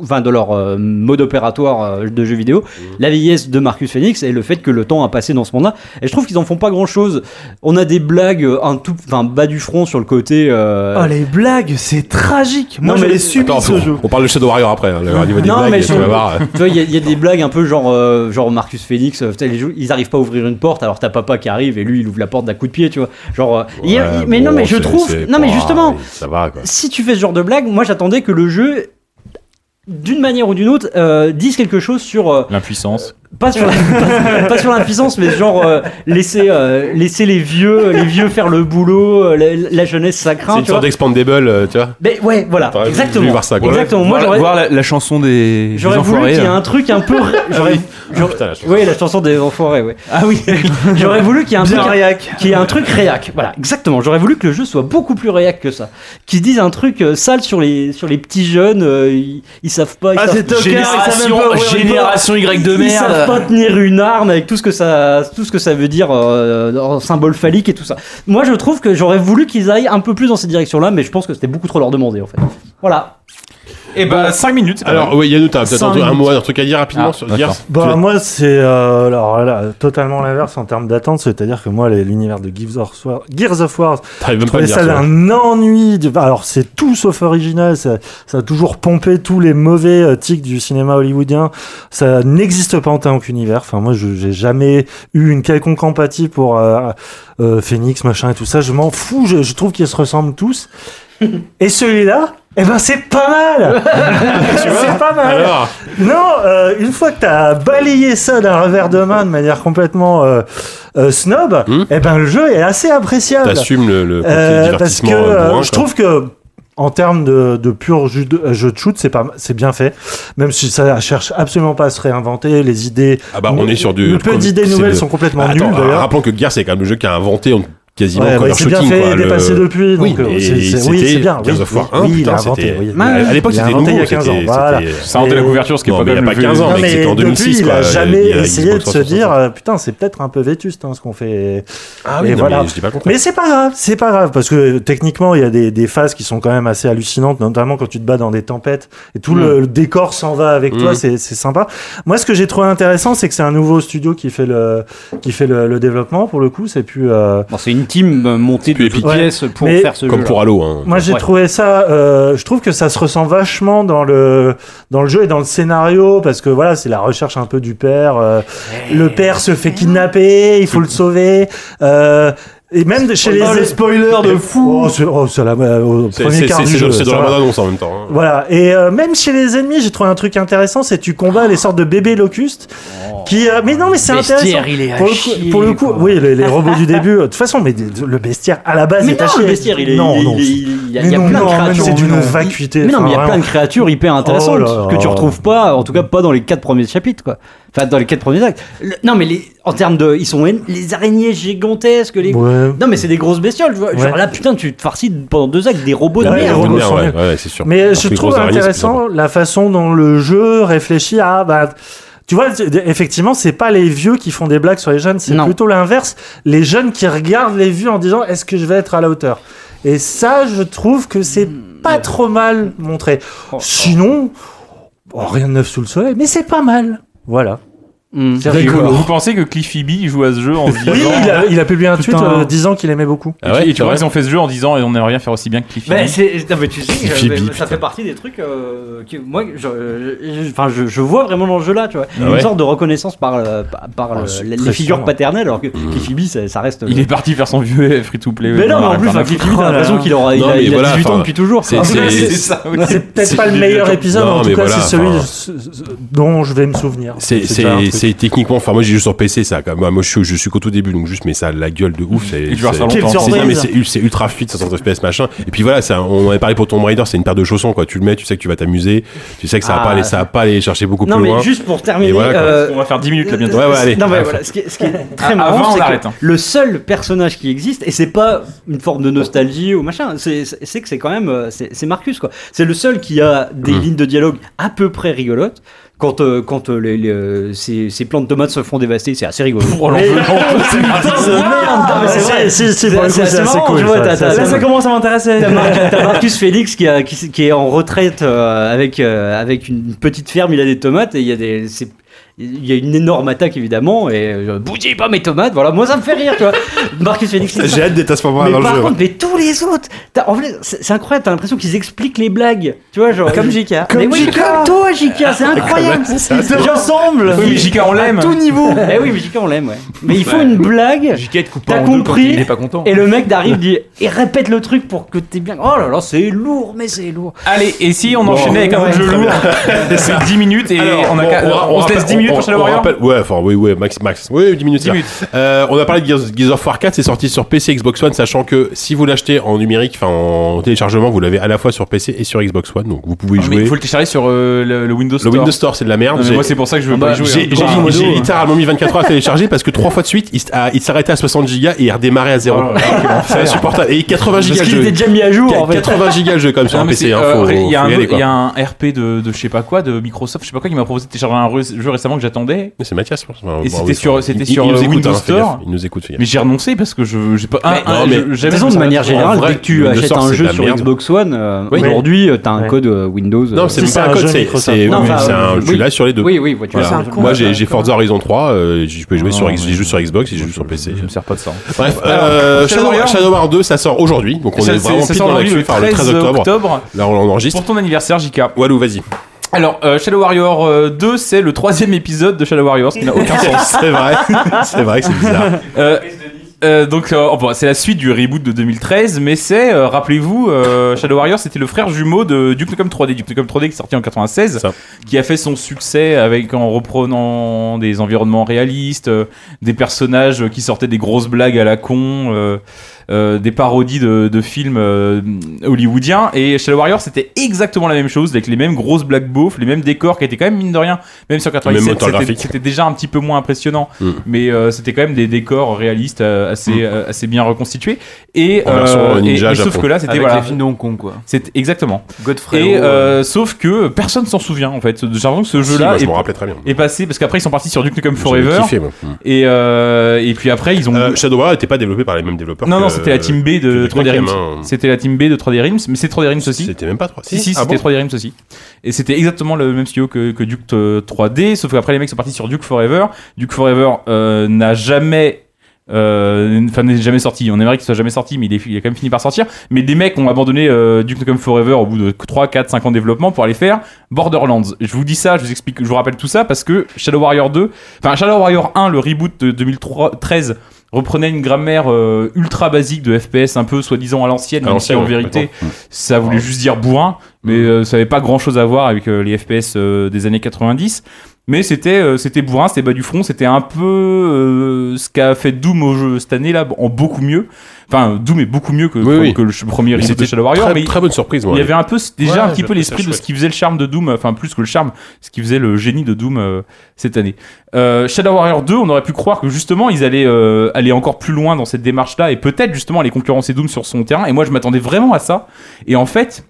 Speaker 7: enfin de leur euh, mode opératoire euh, de jeu vidéo,
Speaker 3: Mm.
Speaker 7: la vieillesse de Marcus Phoenix et le fait que le temps a passé dans ce monde-là. Et je trouve qu'ils en font pas grand-chose. On a des blagues euh, un tout, enfin bas du front sur le côté. euh,
Speaker 4: Oh, les blagues, c'est tragique. Moi,
Speaker 7: Non,
Speaker 4: je
Speaker 7: mais-
Speaker 4: l'ai subi
Speaker 7: Attends,
Speaker 4: ce jeu.
Speaker 3: On parle de Shadow Warrior après, hein, le au niveau des
Speaker 7: non,
Speaker 3: blagues,
Speaker 7: mais
Speaker 3: tu
Speaker 7: je-
Speaker 3: vas voir.
Speaker 7: tu vois, il y, a- il y a des blagues un peu genre, euh, genre Marcus Phoenix, euh, putain, les jou- ils arrivent pas à ouvrir une porte, alors t'as papa qui arrive et lui il ouvre la porte d'un coup de pied, tu vois. Genre, euh, il y a-
Speaker 3: Ouais,
Speaker 7: mais non,
Speaker 3: bon,
Speaker 7: mais je
Speaker 3: c'est-
Speaker 7: trouve,
Speaker 3: c'est
Speaker 7: non, mais
Speaker 3: pas-
Speaker 7: justement,
Speaker 3: Ça va, quoi.
Speaker 7: si tu fais ce genre de blague, moi j'attendais que le jeu, d'une manière ou d'une autre, euh, dise quelque chose sur. euh,
Speaker 5: L'impuissance.
Speaker 7: pas sur, la, pas, pas sur l'impuissance, mais genre euh, laisser, euh, laisser les vieux, les vieux faire le boulot, euh, la, la jeunesse ça craint.
Speaker 3: C'est une
Speaker 7: tu vois.
Speaker 3: sorte d'expandable, euh, tu vois.
Speaker 7: Mais ouais, voilà,
Speaker 3: T'aurais
Speaker 7: exactement.
Speaker 3: voulu voir ça, quoi.
Speaker 7: Exactement. Moi,
Speaker 9: voir,
Speaker 7: j'aurais-
Speaker 9: voir la, la chanson des.
Speaker 7: J'aurais
Speaker 9: des
Speaker 7: voulu
Speaker 9: enfoirés,
Speaker 7: qu'il y ait
Speaker 9: là.
Speaker 7: un truc un peu. J'aurais. j'aurais- Oui, Ah, la chanson des enfoirés, oui. Ah oui. J'aurais voulu qu'il y ait un
Speaker 4: Bien
Speaker 7: truc
Speaker 4: réac.
Speaker 7: qu'il y ait un truc réac. Voilà, exactement. J'aurais voulu que le jeu soit beaucoup plus réac que ça. Qu'ils disent un truc euh, sale sur les sur les petits jeunes. euh, ils, ils savent pas. Ils
Speaker 4: Ah,
Speaker 7: savent-
Speaker 4: c'est toquard, ils savent même pas ouvrir une porte.
Speaker 5: Génération Y de
Speaker 7: Ils
Speaker 5: merde.
Speaker 7: savent pas tenir une arme avec tout ce que ça tout ce que ça veut dire euh, en symbole phallique et tout ça. Moi, je trouve que j'aurais voulu qu'ils aillent un peu plus dans cette direction-là, mais je pense que c'était beaucoup trop leur demander en fait. Voilà.
Speaker 5: Et bah, 5 minutes.
Speaker 3: Alors, oui, Yannou, t'as peut-être
Speaker 5: Cinq
Speaker 3: un, un
Speaker 5: minutes.
Speaker 3: mot, un truc à dire rapidement sur Gears
Speaker 6: Bah, moi, c'est euh, alors là, totalement l'inverse en termes d'attente, c'est-à-dire que moi, les- l'univers de Gears of War, Gears of War,
Speaker 3: T'arrives même
Speaker 6: je
Speaker 3: pas à
Speaker 6: trouvais
Speaker 3: le
Speaker 6: ça
Speaker 3: dire, toi.
Speaker 6: d'un ennui. de- Alors, c'est tout sauf original, ça, ça a toujours pompé tous les mauvais euh, tics du cinéma hollywoodien. Ça n'existe pas en tant qu'univers. Enfin, moi, je- j'ai jamais eu une quelconque empathie pour euh, euh, Phoenix, machin et tout ça. Je m'en fous, je, je trouve qu'ils se ressemblent tous. Et celui-là, eh ben, c'est pas mal! c'est pas mal!
Speaker 3: Alors
Speaker 6: Non, euh, une fois que t'as balayé ça d'un revers de main de manière complètement euh, euh, snob, eh ben le jeu est assez appréciable.
Speaker 3: Hmm. T'assumes le- le côté
Speaker 6: parce
Speaker 3: divertissement,
Speaker 6: que
Speaker 3: euh, bourrin,
Speaker 6: je
Speaker 3: quoi.
Speaker 6: trouve que en termes de, de pur jeu de, euh, jeu de shoot, c'est pas c'est bien fait, même si ça cherche absolument pas à se réinventer. Les idées,
Speaker 3: Ah bah, on est sur du.
Speaker 6: le peu d'idées
Speaker 3: c'est
Speaker 6: nouvelles
Speaker 3: le- Bah,
Speaker 6: sont complètement
Speaker 3: Attends,
Speaker 6: nulles d'ailleurs.
Speaker 3: Rappelons que Gears, c'est quand même le jeu qui a inventé on- quasiment
Speaker 6: Ouais,
Speaker 3: un
Speaker 6: bah,
Speaker 3: color
Speaker 6: il s'est bien
Speaker 3: shooting,
Speaker 6: fait
Speaker 3: quoi, le-
Speaker 6: dépasser depuis, donc, euh, c'est-
Speaker 3: oui, et
Speaker 6: c'est- oui, c'est
Speaker 3: c'était
Speaker 6: bien, oui,
Speaker 3: Gears of War
Speaker 6: oui,
Speaker 3: 1,
Speaker 6: oui, il
Speaker 3: putain,
Speaker 6: a inventé,
Speaker 3: c'était-
Speaker 6: oui.
Speaker 3: à l'époque
Speaker 6: Il a
Speaker 3: c'était nouveau,
Speaker 6: inventé il y a
Speaker 3: c'était-
Speaker 6: 15 ans,
Speaker 3: c'était-
Speaker 6: voilà.
Speaker 5: Ça a inventé la couverture, ce qui est
Speaker 3: Non,
Speaker 5: pas
Speaker 3: mais il y a
Speaker 5: comme
Speaker 3: pas
Speaker 5: le
Speaker 3: 15 ans,
Speaker 6: Non,
Speaker 3: mec, c'était en
Speaker 6: depuis,
Speaker 3: 2006.
Speaker 6: il a
Speaker 3: quoi,
Speaker 6: jamais
Speaker 3: il y a
Speaker 6: essayé de
Speaker 3: Xbox
Speaker 6: se
Speaker 3: 360.
Speaker 6: dire euh, putain c'est peut-être un peu vétuste hein, ce qu'on fait.
Speaker 3: Ah oui,
Speaker 6: Et
Speaker 3: non, mais je dis pas le contraire.
Speaker 6: Mais c'est pas grave, c'est pas grave parce que euh, techniquement il y a des, des phases qui sont quand même assez hallucinantes, notamment quand tu te bats dans des tempêtes et tout le, le décor s'en va avec toi,
Speaker 12: Mm.
Speaker 6: c'est c'est sympa. Moi ce que j'ai trouvé intéressant c'est que c'est un nouveau studio qui fait le qui fait le, le développement pour le coup, c'est plus euh,
Speaker 7: c'est une team euh, montée de toutes
Speaker 6: Ouais.
Speaker 7: pièces pour
Speaker 6: Mais-
Speaker 7: faire ce
Speaker 6: Comme
Speaker 7: jeu.
Speaker 6: pour
Speaker 3: Halo, hein.
Speaker 6: Moi, j'ai
Speaker 7: Ouais.
Speaker 6: trouvé ça. euh, je trouve que ça se ressent vachement dans le dans le jeu et dans le scénario parce que voilà, c'est la recherche un peu du père. euh, le père se fait kidnapper, il faut le sauver. euh, Et même de chez les
Speaker 3: Oh, le
Speaker 6: spoiler
Speaker 3: de
Speaker 6: fou. c'est oh, c'est la- au
Speaker 3: C'est-
Speaker 6: premier
Speaker 3: c'est-
Speaker 6: quart
Speaker 3: c'est-
Speaker 6: du
Speaker 3: c'est-
Speaker 6: jeu,
Speaker 3: C'est dans
Speaker 6: ça
Speaker 3: la
Speaker 6: va.
Speaker 3: bande-annonce en même temps. hein.
Speaker 6: Voilà. Et euh, même chez les ennemis, j'ai trouvé un truc intéressant, c'est tu combats les sortes de bébés locustes. Qui, euh, mais non, mais c'est
Speaker 11: Bestiaire,
Speaker 6: intéressant.
Speaker 11: il est à
Speaker 6: pour le coup,
Speaker 11: chier,
Speaker 6: pour le coup oui, les, les robots du début. euh, De toute façon, mais des- le bestiaire à la base
Speaker 7: Mais
Speaker 6: est
Speaker 7: non,
Speaker 6: à chier.
Speaker 7: le bestiaire, il est-
Speaker 6: Non,
Speaker 7: il est-
Speaker 6: non,
Speaker 7: il est- il y a-
Speaker 6: mais
Speaker 7: il y a
Speaker 6: non,
Speaker 7: plein de
Speaker 6: non,
Speaker 7: créatures.
Speaker 6: C'est d'une
Speaker 7: Mais-
Speaker 6: vacuité.
Speaker 7: Mais non,
Speaker 6: enfin,
Speaker 7: mais il y a plein de
Speaker 6: vraiment.
Speaker 7: créatures hyper intéressantes
Speaker 6: Oh là là.
Speaker 7: que tu retrouves pas, en tout cas pas dans les quatre premiers chapitres, quoi. Enfin, dans les quatre premiers actes. Le- non, mais les, en termes de, ils sont en- les araignées gigantesques, les.
Speaker 6: Ouais.
Speaker 7: Non, mais c'est des grosses bestioles. tu vois. Genre
Speaker 6: Ouais.
Speaker 7: là, putain, tu te farcis pendant deux actes des robots de
Speaker 6: Ouais,
Speaker 7: merde.
Speaker 6: les robots
Speaker 7: quoi.
Speaker 6: sont nuls. Mais je trouve intéressant la façon dont le jeu réfléchit à. bah, tu vois, tu- effectivement, c'est pas les vieux qui font des blagues sur les jeunes, c'est plutôt l'inverse. Les jeunes qui regardent les vieux en disant est-ce que je vais être à la hauteur Et ça, je trouve que c'est
Speaker 5: Hmm.
Speaker 6: pas trop mal montré. Sinon, oh, rien de neuf sous le soleil, mais c'est pas mal. Voilà.
Speaker 5: Hmm.
Speaker 6: C'est rigolo.
Speaker 5: Vous pensez que Cliffy B joue à ce jeu en se disant.
Speaker 6: Oui, il a, il a publié un tweet
Speaker 5: Putain.
Speaker 6: euh, disant qu'il aimait beaucoup.
Speaker 5: Et Ah tu- et tu vois, ils ont fait ce jeu en disant et on aimerait bien faire aussi bien que Cliffy.
Speaker 7: Ben,
Speaker 5: B.
Speaker 7: c'est- non, mais tu sais,
Speaker 5: Cliffy
Speaker 7: euh,
Speaker 5: B,
Speaker 7: ça fait partie des trucs euh, que moi, je, je- je- enfin, je, je vois vraiment dans le jeu là, tu vois.
Speaker 5: Ah
Speaker 7: Une
Speaker 5: ouais. Oh,
Speaker 7: sorte de reconnaissance par, euh, par- par le-
Speaker 5: c'est
Speaker 7: les
Speaker 5: très
Speaker 7: figures
Speaker 5: chiant.
Speaker 7: paternelles, alors que Cliffy B, ça, ça reste.
Speaker 5: Il est parti faire son vieux free to play.
Speaker 7: Mais non, mais en plus, enfin, Cliffy B, t'as l'impression qu'il aura- il a- il a 18 ans depuis toujours,
Speaker 6: En tout cas, c'est- C'est peut-être pas le meilleur épisode, en tout cas, c'est celui ce- ce- dont je vais me souvenir.
Speaker 3: C'est-
Speaker 6: déjà un
Speaker 3: C'est
Speaker 6: truc.
Speaker 3: c'est techniquement, enfin moi j'ai joué sur PC ça quand même. Moi je suis, je suis qu'au tout début donc juste mais ça la gueule de ouf. c'est-
Speaker 5: tu vas
Speaker 3: c'est-
Speaker 5: faire longtemps.
Speaker 3: c'est-
Speaker 5: Quelle
Speaker 3: c'est- non, mais
Speaker 5: surprise.
Speaker 3: c'est c'est ultra fluide, 60 FPS machin. Et puis voilà, ça, on en avait parlé pour Tomb Raider, c'est une paire de chaussons quoi. Tu le mets, tu sais que tu vas t'amuser, tu sais que ça va
Speaker 7: Ah.
Speaker 3: pas aller, ça va pas aller chercher beaucoup
Speaker 7: Non,
Speaker 3: plus
Speaker 7: mais
Speaker 3: loin.
Speaker 7: juste pour terminer,
Speaker 3: Et voilà, quoi.
Speaker 7: euh,
Speaker 5: On va faire 10 minutes là bientôt.
Speaker 3: Ouais, ouais, allez.
Speaker 7: Non, mais
Speaker 3: Ouais,
Speaker 7: voilà,
Speaker 3: faut-
Speaker 7: ce qui est, ce qui est très
Speaker 5: Ah,
Speaker 7: marrant,
Speaker 5: avant, on
Speaker 7: c'est que
Speaker 5: arrête, hein.
Speaker 7: le seul personnage qui existe, et c'est pas une forme de nostalgie ou machin, c'est c'est- c'est que c'est quand même, euh, c'est c'est Marcus quoi. C'est le seul qui a des
Speaker 3: Mm.
Speaker 7: lignes de dialogue à peu près rigolotes. Quand, euh, quand euh, les, les, euh, ces, ces plants de tomates se font dévaster, c'est assez rigolo.
Speaker 5: Oh, l'enjeu,
Speaker 7: Mais-
Speaker 5: non, c'est pas-
Speaker 7: Putain, de merde, non, mais euh, c'est
Speaker 4: Ouais,
Speaker 7: vrai.
Speaker 4: si, si,
Speaker 7: C'est-
Speaker 4: pour le coup,
Speaker 7: c'est assez
Speaker 4: Ah, c'est assez
Speaker 7: marrant,
Speaker 4: cool,
Speaker 7: tu vois,
Speaker 4: ça,
Speaker 7: t'as-
Speaker 4: ça,
Speaker 7: t'as-
Speaker 4: ça, ça commence à m'intéresser.
Speaker 7: T'as Mar- t'as Marcus Félix qui, a- qui, s- qui est en retraite euh, avec, euh, avec une petite ferme, il a des tomates et il y a des. c'est- Il y a une énorme attaque évidemment et euh, bougez pas mes tomates, voilà, moi ça me fait rire, tu vois. Marcus Félix. c'est ça.
Speaker 3: J'ai hâte d'être à ce moment-là
Speaker 7: Mais
Speaker 3: dans le
Speaker 7: par
Speaker 3: jeu,
Speaker 7: contre,
Speaker 3: ouais.
Speaker 7: mais tous les autres, t'as- en fait, c'est c'est incroyable, t'as l'impression qu'ils expliquent les blagues, tu vois, genre.
Speaker 10: Comme JK.
Speaker 7: Mais
Speaker 10: Comme
Speaker 7: oui,
Speaker 10: JK.
Speaker 7: comme toi, JK,
Speaker 3: Ah,
Speaker 7: c'est incroyable.
Speaker 10: Comme ça, c'est vrai.
Speaker 7: ensemble.
Speaker 10: Oui, mais JK, on l'aime.
Speaker 7: À tout niveau. Eh oui, mais JK, on l'aime, ouais. Mais il faut
Speaker 10: Ouais.
Speaker 7: une blague.
Speaker 10: JK te coupe pas
Speaker 7: T'as
Speaker 10: en deux quand
Speaker 7: compris.
Speaker 10: il est pas content.
Speaker 7: Et le mec d'arrive dit, et répète le truc pour que t'es bien. Oh là là, c'est lourd, mais c'est lourd.
Speaker 5: Allez, et si on
Speaker 7: Bon,
Speaker 5: enchaînait avec un
Speaker 7: ouais.
Speaker 5: autre jeu
Speaker 7: Très
Speaker 5: lourd
Speaker 7: bien.
Speaker 5: C'est 10 minutes et
Speaker 3: Alors,
Speaker 5: on, a
Speaker 3: bon,
Speaker 5: qu'à-
Speaker 3: ra-
Speaker 5: on se laisse
Speaker 3: rappelle-
Speaker 5: 10 minutes
Speaker 3: on-
Speaker 5: pour Shadow
Speaker 3: on
Speaker 5: Warrior
Speaker 3: rappelle- Ouais, enfin, oui, oui, max, max. Oui, 10 minutes. ça va. Euh, on a parlé de Gears, Gears of War 4, c'est sorti sur PC, Xbox One, sachant que si vous l'achetez en numérique, enfin en téléchargement, vous l'avez à la fois sur PC et sur Xbox One, donc vous pouvez y
Speaker 5: Ah, Mais
Speaker 3: jouer.
Speaker 5: Il faut le télécharger sur euh, le, le Windows
Speaker 3: Le
Speaker 5: Store.
Speaker 3: Windows Store, c'est de la merde.
Speaker 5: Non, mais
Speaker 3: J'ai- Ah bah,
Speaker 5: moi, c'est pour ça que je veux pas y jouer.
Speaker 3: J'ai-
Speaker 5: hein.
Speaker 3: j'ai- J'ai littéralement mis 24 heures à télécharger parce que trois fois de suite, il, s- ah, il s'arrêtait à 60 gigas et il redémarrait à zéro.
Speaker 5: Oh là là, quel
Speaker 3: c'est
Speaker 5: enfer.
Speaker 3: insupportable. Et 80 gigas
Speaker 7: Parce
Speaker 3: le
Speaker 7: qu'il
Speaker 3: jeu.
Speaker 7: était déjà mis à jour, en fait.
Speaker 3: 80 gigas le jeu quand même sur
Speaker 5: Non,
Speaker 3: un
Speaker 5: mais
Speaker 3: PC.
Speaker 5: c'est,
Speaker 3: hein,
Speaker 5: euh,
Speaker 3: faut-
Speaker 5: Il y, a
Speaker 3: faut
Speaker 5: un-
Speaker 3: y aller, quoi.
Speaker 5: il y a un RP de, de je sais pas quoi, de Microsoft, je sais pas quoi, qui m'a proposé de télécharger un re- jeu récemment que j'attendais.
Speaker 3: Mais c'est Mathias, je pense. Enfin,
Speaker 5: Et
Speaker 3: bon,
Speaker 5: c'était
Speaker 3: oui,
Speaker 5: sur,
Speaker 3: enfin,
Speaker 5: c'était
Speaker 3: il-
Speaker 5: sur
Speaker 3: il nous
Speaker 5: euh,
Speaker 3: écoute,
Speaker 5: Windows
Speaker 3: hein, fais gaffe,
Speaker 5: Store.
Speaker 3: Il nous écoute, fais gaffe.
Speaker 5: Mais j'ai renoncé parce que je j'ai pas.
Speaker 3: Mais-
Speaker 5: un,
Speaker 3: non,
Speaker 5: un,
Speaker 3: mais-
Speaker 5: je-
Speaker 3: de
Speaker 7: Ah, De toute
Speaker 5: jamais
Speaker 7: façon,
Speaker 5: ça
Speaker 7: de manière
Speaker 5: m'intéresse.
Speaker 7: générale,
Speaker 5: En vrai,
Speaker 7: dès que tu
Speaker 5: le- le
Speaker 7: achètes
Speaker 5: sort,
Speaker 7: un
Speaker 5: c'est
Speaker 7: jeu
Speaker 5: de la
Speaker 7: sur
Speaker 5: merde.
Speaker 7: Xbox One, euh,
Speaker 5: Oui.
Speaker 7: aujourd'hui, euh, t'as un code euh, Windows.
Speaker 3: Non, c'est même pas un code, c'est c'est- oui, oui, c'est un je suis là sur les deux.
Speaker 7: Oui, oui, voilà.
Speaker 3: Voilà.
Speaker 5: hein.
Speaker 3: Moi, j'ai j'ai Forza Horizon 3, euh, je peux y jouer sur, X- j'y joue sur Xbox, et je joue sur PC. Je me
Speaker 5: sers pas de ça. hein.
Speaker 3: Bref,
Speaker 5: Alors,
Speaker 3: euh,
Speaker 5: Shadow
Speaker 3: Shadow,
Speaker 5: Warrior.
Speaker 3: Shadow War 2, ça sort aujourd'hui, donc on
Speaker 5: Ça-
Speaker 3: est
Speaker 5: c'est-
Speaker 3: vraiment
Speaker 5: ça
Speaker 3: pile
Speaker 5: sort
Speaker 3: dans
Speaker 5: aujourd'hui,
Speaker 3: l'actu,
Speaker 5: le
Speaker 3: enfin, le 13 octobre.
Speaker 5: octobre.
Speaker 3: Là, on l'enregistre.
Speaker 5: Pour ton anniversaire, JK.
Speaker 3: Walou, vas-y.
Speaker 5: Alors, euh, Shadow Warrior euh, 2, c'est le troisième épisode de Shadow Warrior, ce qui n'a aucun sens.
Speaker 3: C'est vrai. C'est vrai que c'est bizarre.
Speaker 5: Euh, euh, donc, euh, bon, c'est la suite du reboot de 2013, mais c'est, euh, rappelez-vous, euh, Shadow Warrior, c'était le frère jumeau de Duke Nukem 3D. Duke Nukem 3D qui est sorti en 96, qui a fait son succès avec en reprenant des environnements réalistes, euh, des personnages qui sortaient des grosses blagues à la con, euh, euh, des parodies de, de films euh, hollywoodiens. Et Shadow Warrior, c'était exactement la même chose, avec les mêmes grosses blagues beaufs, les mêmes décors qui étaient quand même, mine de rien, même sur
Speaker 3: Même
Speaker 5: 97,
Speaker 3: moteur
Speaker 5: c'était-
Speaker 3: graphique.
Speaker 5: c'était déjà un petit peu moins impressionnant,
Speaker 3: Mm.
Speaker 5: mais euh, c'était quand même des décors réalistes euh, assez, euh, assez bien reconstitués. Et, euh,
Speaker 3: En version ninja
Speaker 5: et- et
Speaker 3: Japon.
Speaker 5: sauf que là, c'était
Speaker 3: Avec
Speaker 5: voilà.
Speaker 3: les films
Speaker 9: de Hong Kong, quoi.
Speaker 5: C'est exactement.
Speaker 9: Godfrey.
Speaker 5: Et euh, sauf que personne s'en souvient en fait. J'ai l'impression que ce
Speaker 3: Si,
Speaker 5: jeu-là
Speaker 3: moi, je
Speaker 5: est-
Speaker 3: m'en rappelais très bien.
Speaker 5: est passé parce qu'après ils sont partis sur Duke Nukem
Speaker 3: J'avais
Speaker 5: Forever.
Speaker 3: kiffé, moi.
Speaker 5: Et, euh, et puis après, ils ont.
Speaker 3: Shadow Warrior n'était pas développé par les mêmes développeurs.
Speaker 5: Non,
Speaker 3: que-
Speaker 5: non, c'était la team B de
Speaker 3: que
Speaker 5: 3D
Speaker 3: Nukem,
Speaker 5: Rims.
Speaker 3: hein.
Speaker 5: C'était la team B de 3D Rims, mais c'est 3D Rims aussi.
Speaker 3: C'était même pas 3D.
Speaker 5: Si, si,
Speaker 3: Ah
Speaker 5: c'était
Speaker 3: bon
Speaker 5: 3D Rims aussi. Et c'était exactement le même studio que, que Duke euh, 3D, sauf qu'après les mecs sont partis sur Duke Forever. Duke Forever euh, n'a jamais. euh, Enfin, n'est jamais sorti. On aimerait qu'il soit jamais sorti, mais il, est- il a quand même fini par sortir. Mais des mecs ont abandonné euh, Duke Nukem Forever au bout de 3, 4, 5 ans de développement pour aller faire Borderlands. Je vous dis ça, je vous explique, je vous rappelle tout ça parce que Shadow Warrior 2, enfin Shadow Warrior 1, le reboot de 2013 reprenait une grammaire euh, ultra basique de FPS, un peu soi-disant à l'ancienne,
Speaker 3: À
Speaker 5: même si
Speaker 3: l'ancienne,
Speaker 5: en
Speaker 3: Ah, ouais,
Speaker 5: vérité,
Speaker 3: d'accord.
Speaker 5: ça voulait juste dire bourrin, mais euh, ça n'avait pas grand-chose à voir avec euh, les FPS euh, des années 90. Mais c'était euh, c'était bourrin, c'était bas du front, c'était un peu euh, ce qu'a fait Doom au jeu cette année là, en beaucoup mieux. Enfin, Doom est beaucoup mieux que, que-
Speaker 3: oui.
Speaker 5: que le ch- premier
Speaker 3: Mais
Speaker 5: reboot de
Speaker 3: c'était
Speaker 5: Shadow Warrior.
Speaker 3: très-
Speaker 5: mais
Speaker 3: très bonne surprise, moi.
Speaker 5: Il y avait un peu c- déjà
Speaker 3: Ouais,
Speaker 5: un petit
Speaker 3: j'ai
Speaker 5: peu
Speaker 3: trouvé ça
Speaker 5: l'esprit de ce
Speaker 3: chouette.
Speaker 5: qui faisait le charme de Doom, enfin plus que le charme, ce qui faisait le génie de Doom euh, cette année. Euh, Shadow Warrior 2, on aurait pu croire que justement ils allaient euh, aller encore plus loin dans cette démarche-là et peut-être justement aller concurrencer Doom sur son terrain. Et moi je m'attendais vraiment à ça. Et en fait,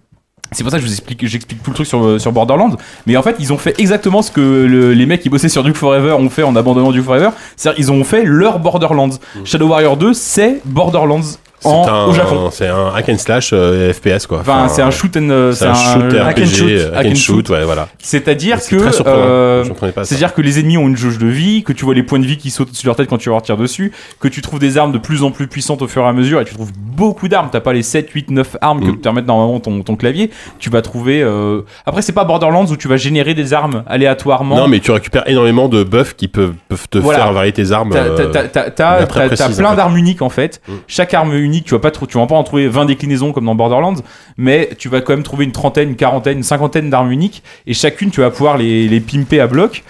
Speaker 5: c'est pour ça que je vous explique, j'explique tout le truc sur, sur Borderlands. Mais en fait, ils ont fait exactement ce que le- les mecs qui bossaient sur Duke Forever ont fait en abandonnant Duke Forever. C'est-à-dire, ils ont fait leur Borderlands. Shadow Warrior 2, c'est Borderlands en-
Speaker 3: Mm. C'est un-
Speaker 5: au Japon.
Speaker 3: C'est un hack and slash euh, FPS quoi.
Speaker 5: Enfin, c'est un shoot and, euh,
Speaker 3: c'est un, shooter
Speaker 5: hack and
Speaker 3: RPG,
Speaker 5: shoot,
Speaker 3: euh, hack and shoot, ouais, voilà.
Speaker 5: C'est-à-dire que,
Speaker 3: très surprenant.
Speaker 5: euh,
Speaker 3: Je comprenais pas ça.
Speaker 5: c'est-à-dire que les ennemis ont une jauge de vie, que tu vois les points de vie qui sautent sur leur tête quand tu leur retires dessus, que tu trouves des armes de plus en plus puissantes au fur et à mesure, et tu trouves beaucoup d'armes. T'as pas les 7, 8, 9 armes
Speaker 3: Mm.
Speaker 5: que te permettent normalement ton, ton clavier. Tu vas trouver. euh, Après, c'est pas Borderlands où tu vas générer des armes aléatoirement.
Speaker 3: Non, mais tu récupères énormément de buffs qui peuvent, peuvent te
Speaker 5: Voilà.
Speaker 3: faire varier tes armes.
Speaker 5: T'as-
Speaker 3: euh,
Speaker 5: t'as- t'as- t'as- T'as
Speaker 3: mais très
Speaker 5: t'as- t'as
Speaker 3: précises, en
Speaker 5: plein
Speaker 3: fait. Mm.
Speaker 5: d'armes uniques en fait. Chaque arme unique, tu vas pas trou- tu vas pas en trouver 20 déclinaisons comme dans Borderlands, mais tu vas quand même trouver une trentaine, une quarantaine, une cinquantaine d'armes uniques et chacune tu vas pouvoir les, les pimper à bloc.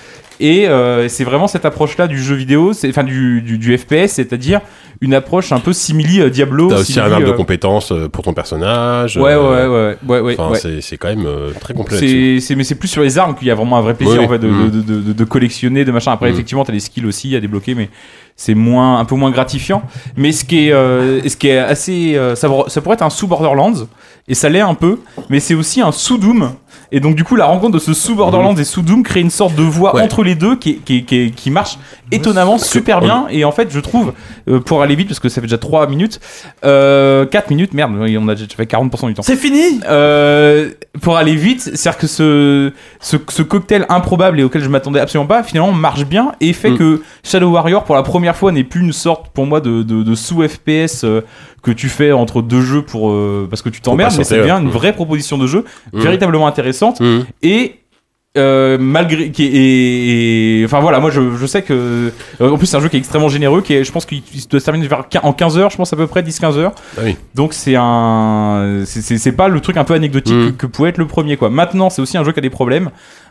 Speaker 5: Et euh, c'est vraiment cette approche-là du jeu vidéo, c'est- enfin du, du, du FPS, c'est-à-dire une approche un peu simili euh, Diablo.
Speaker 3: T'as aussi un
Speaker 5: simili,
Speaker 3: arbre de
Speaker 5: euh,
Speaker 3: compétences euh, pour ton personnage.
Speaker 5: Ouais,
Speaker 3: euh,
Speaker 5: ouais, ouais, ouais, ouais,
Speaker 3: enfin,
Speaker 5: ouais.
Speaker 3: c'est- C'est quand même euh, très complet. là-dessus.
Speaker 5: c'est, c'est- mais c'est plus sur les armes qu'il y a vraiment un vrai plaisir
Speaker 3: Oui,
Speaker 5: en fait, de,
Speaker 3: mm.
Speaker 5: de- de- de- de collectionner, de machin. Après,
Speaker 3: Mm.
Speaker 5: effectivement, t'as les skills aussi à débloquer, mais c'est moins, un peu moins gratifiant. Mais ce qui est, euh, ce qui est assez, euh, ça, pour- ça pourrait être un sous Borderlands et ça l'est un peu, mais c'est aussi un sous Doom. Et donc, du coup, la rencontre de ce sous Borderlands
Speaker 3: Mmh.
Speaker 5: et sous Doom crée une sorte de voie entre les deux qui, est- qui est- qui est- qui marche étonnamment super bien. Et en fait, je trouve, euh, pour aller vite, parce que ça fait déjà 3 minutes, euh, 4 minutes, merde, on a déjà fait 40% du temps.
Speaker 4: C'est fini
Speaker 5: Euh, Pour aller vite, c'est-à-dire que ce, ce, ce cocktail improbable et auquel je m'attendais absolument pas, finalement marche bien et
Speaker 3: Mm.
Speaker 5: fait que Shadow Warrior, pour la première fois, n'est plus une sorte, pour moi, de, de, de sous-FPS euh, que tu fais entre deux jeux pour, euh, parce que tu t'emmerdes, mais ça
Speaker 3: patienter,
Speaker 5: devient
Speaker 3: ouais.
Speaker 5: une
Speaker 3: Mm.
Speaker 5: vraie proposition de jeu,
Speaker 3: Mm.
Speaker 5: véritablement intéressante.
Speaker 3: Mm.
Speaker 5: Et euh, malgré qui est- et, et- enfin voilà moi je, je sais que euh, en plus c'est un jeu qui est extrêmement généreux qui est, je pense qu'il il se doit se terminer vers quin- en 15 heures je pense à peu près 10 15 heures
Speaker 3: Ah oui.
Speaker 5: donc c'est un c'est- c'est c'est pas le truc un peu anecdotique
Speaker 3: Mmh.
Speaker 5: que, que pouvait être le premier quoi maintenant c'est aussi un jeu qui a des problèmes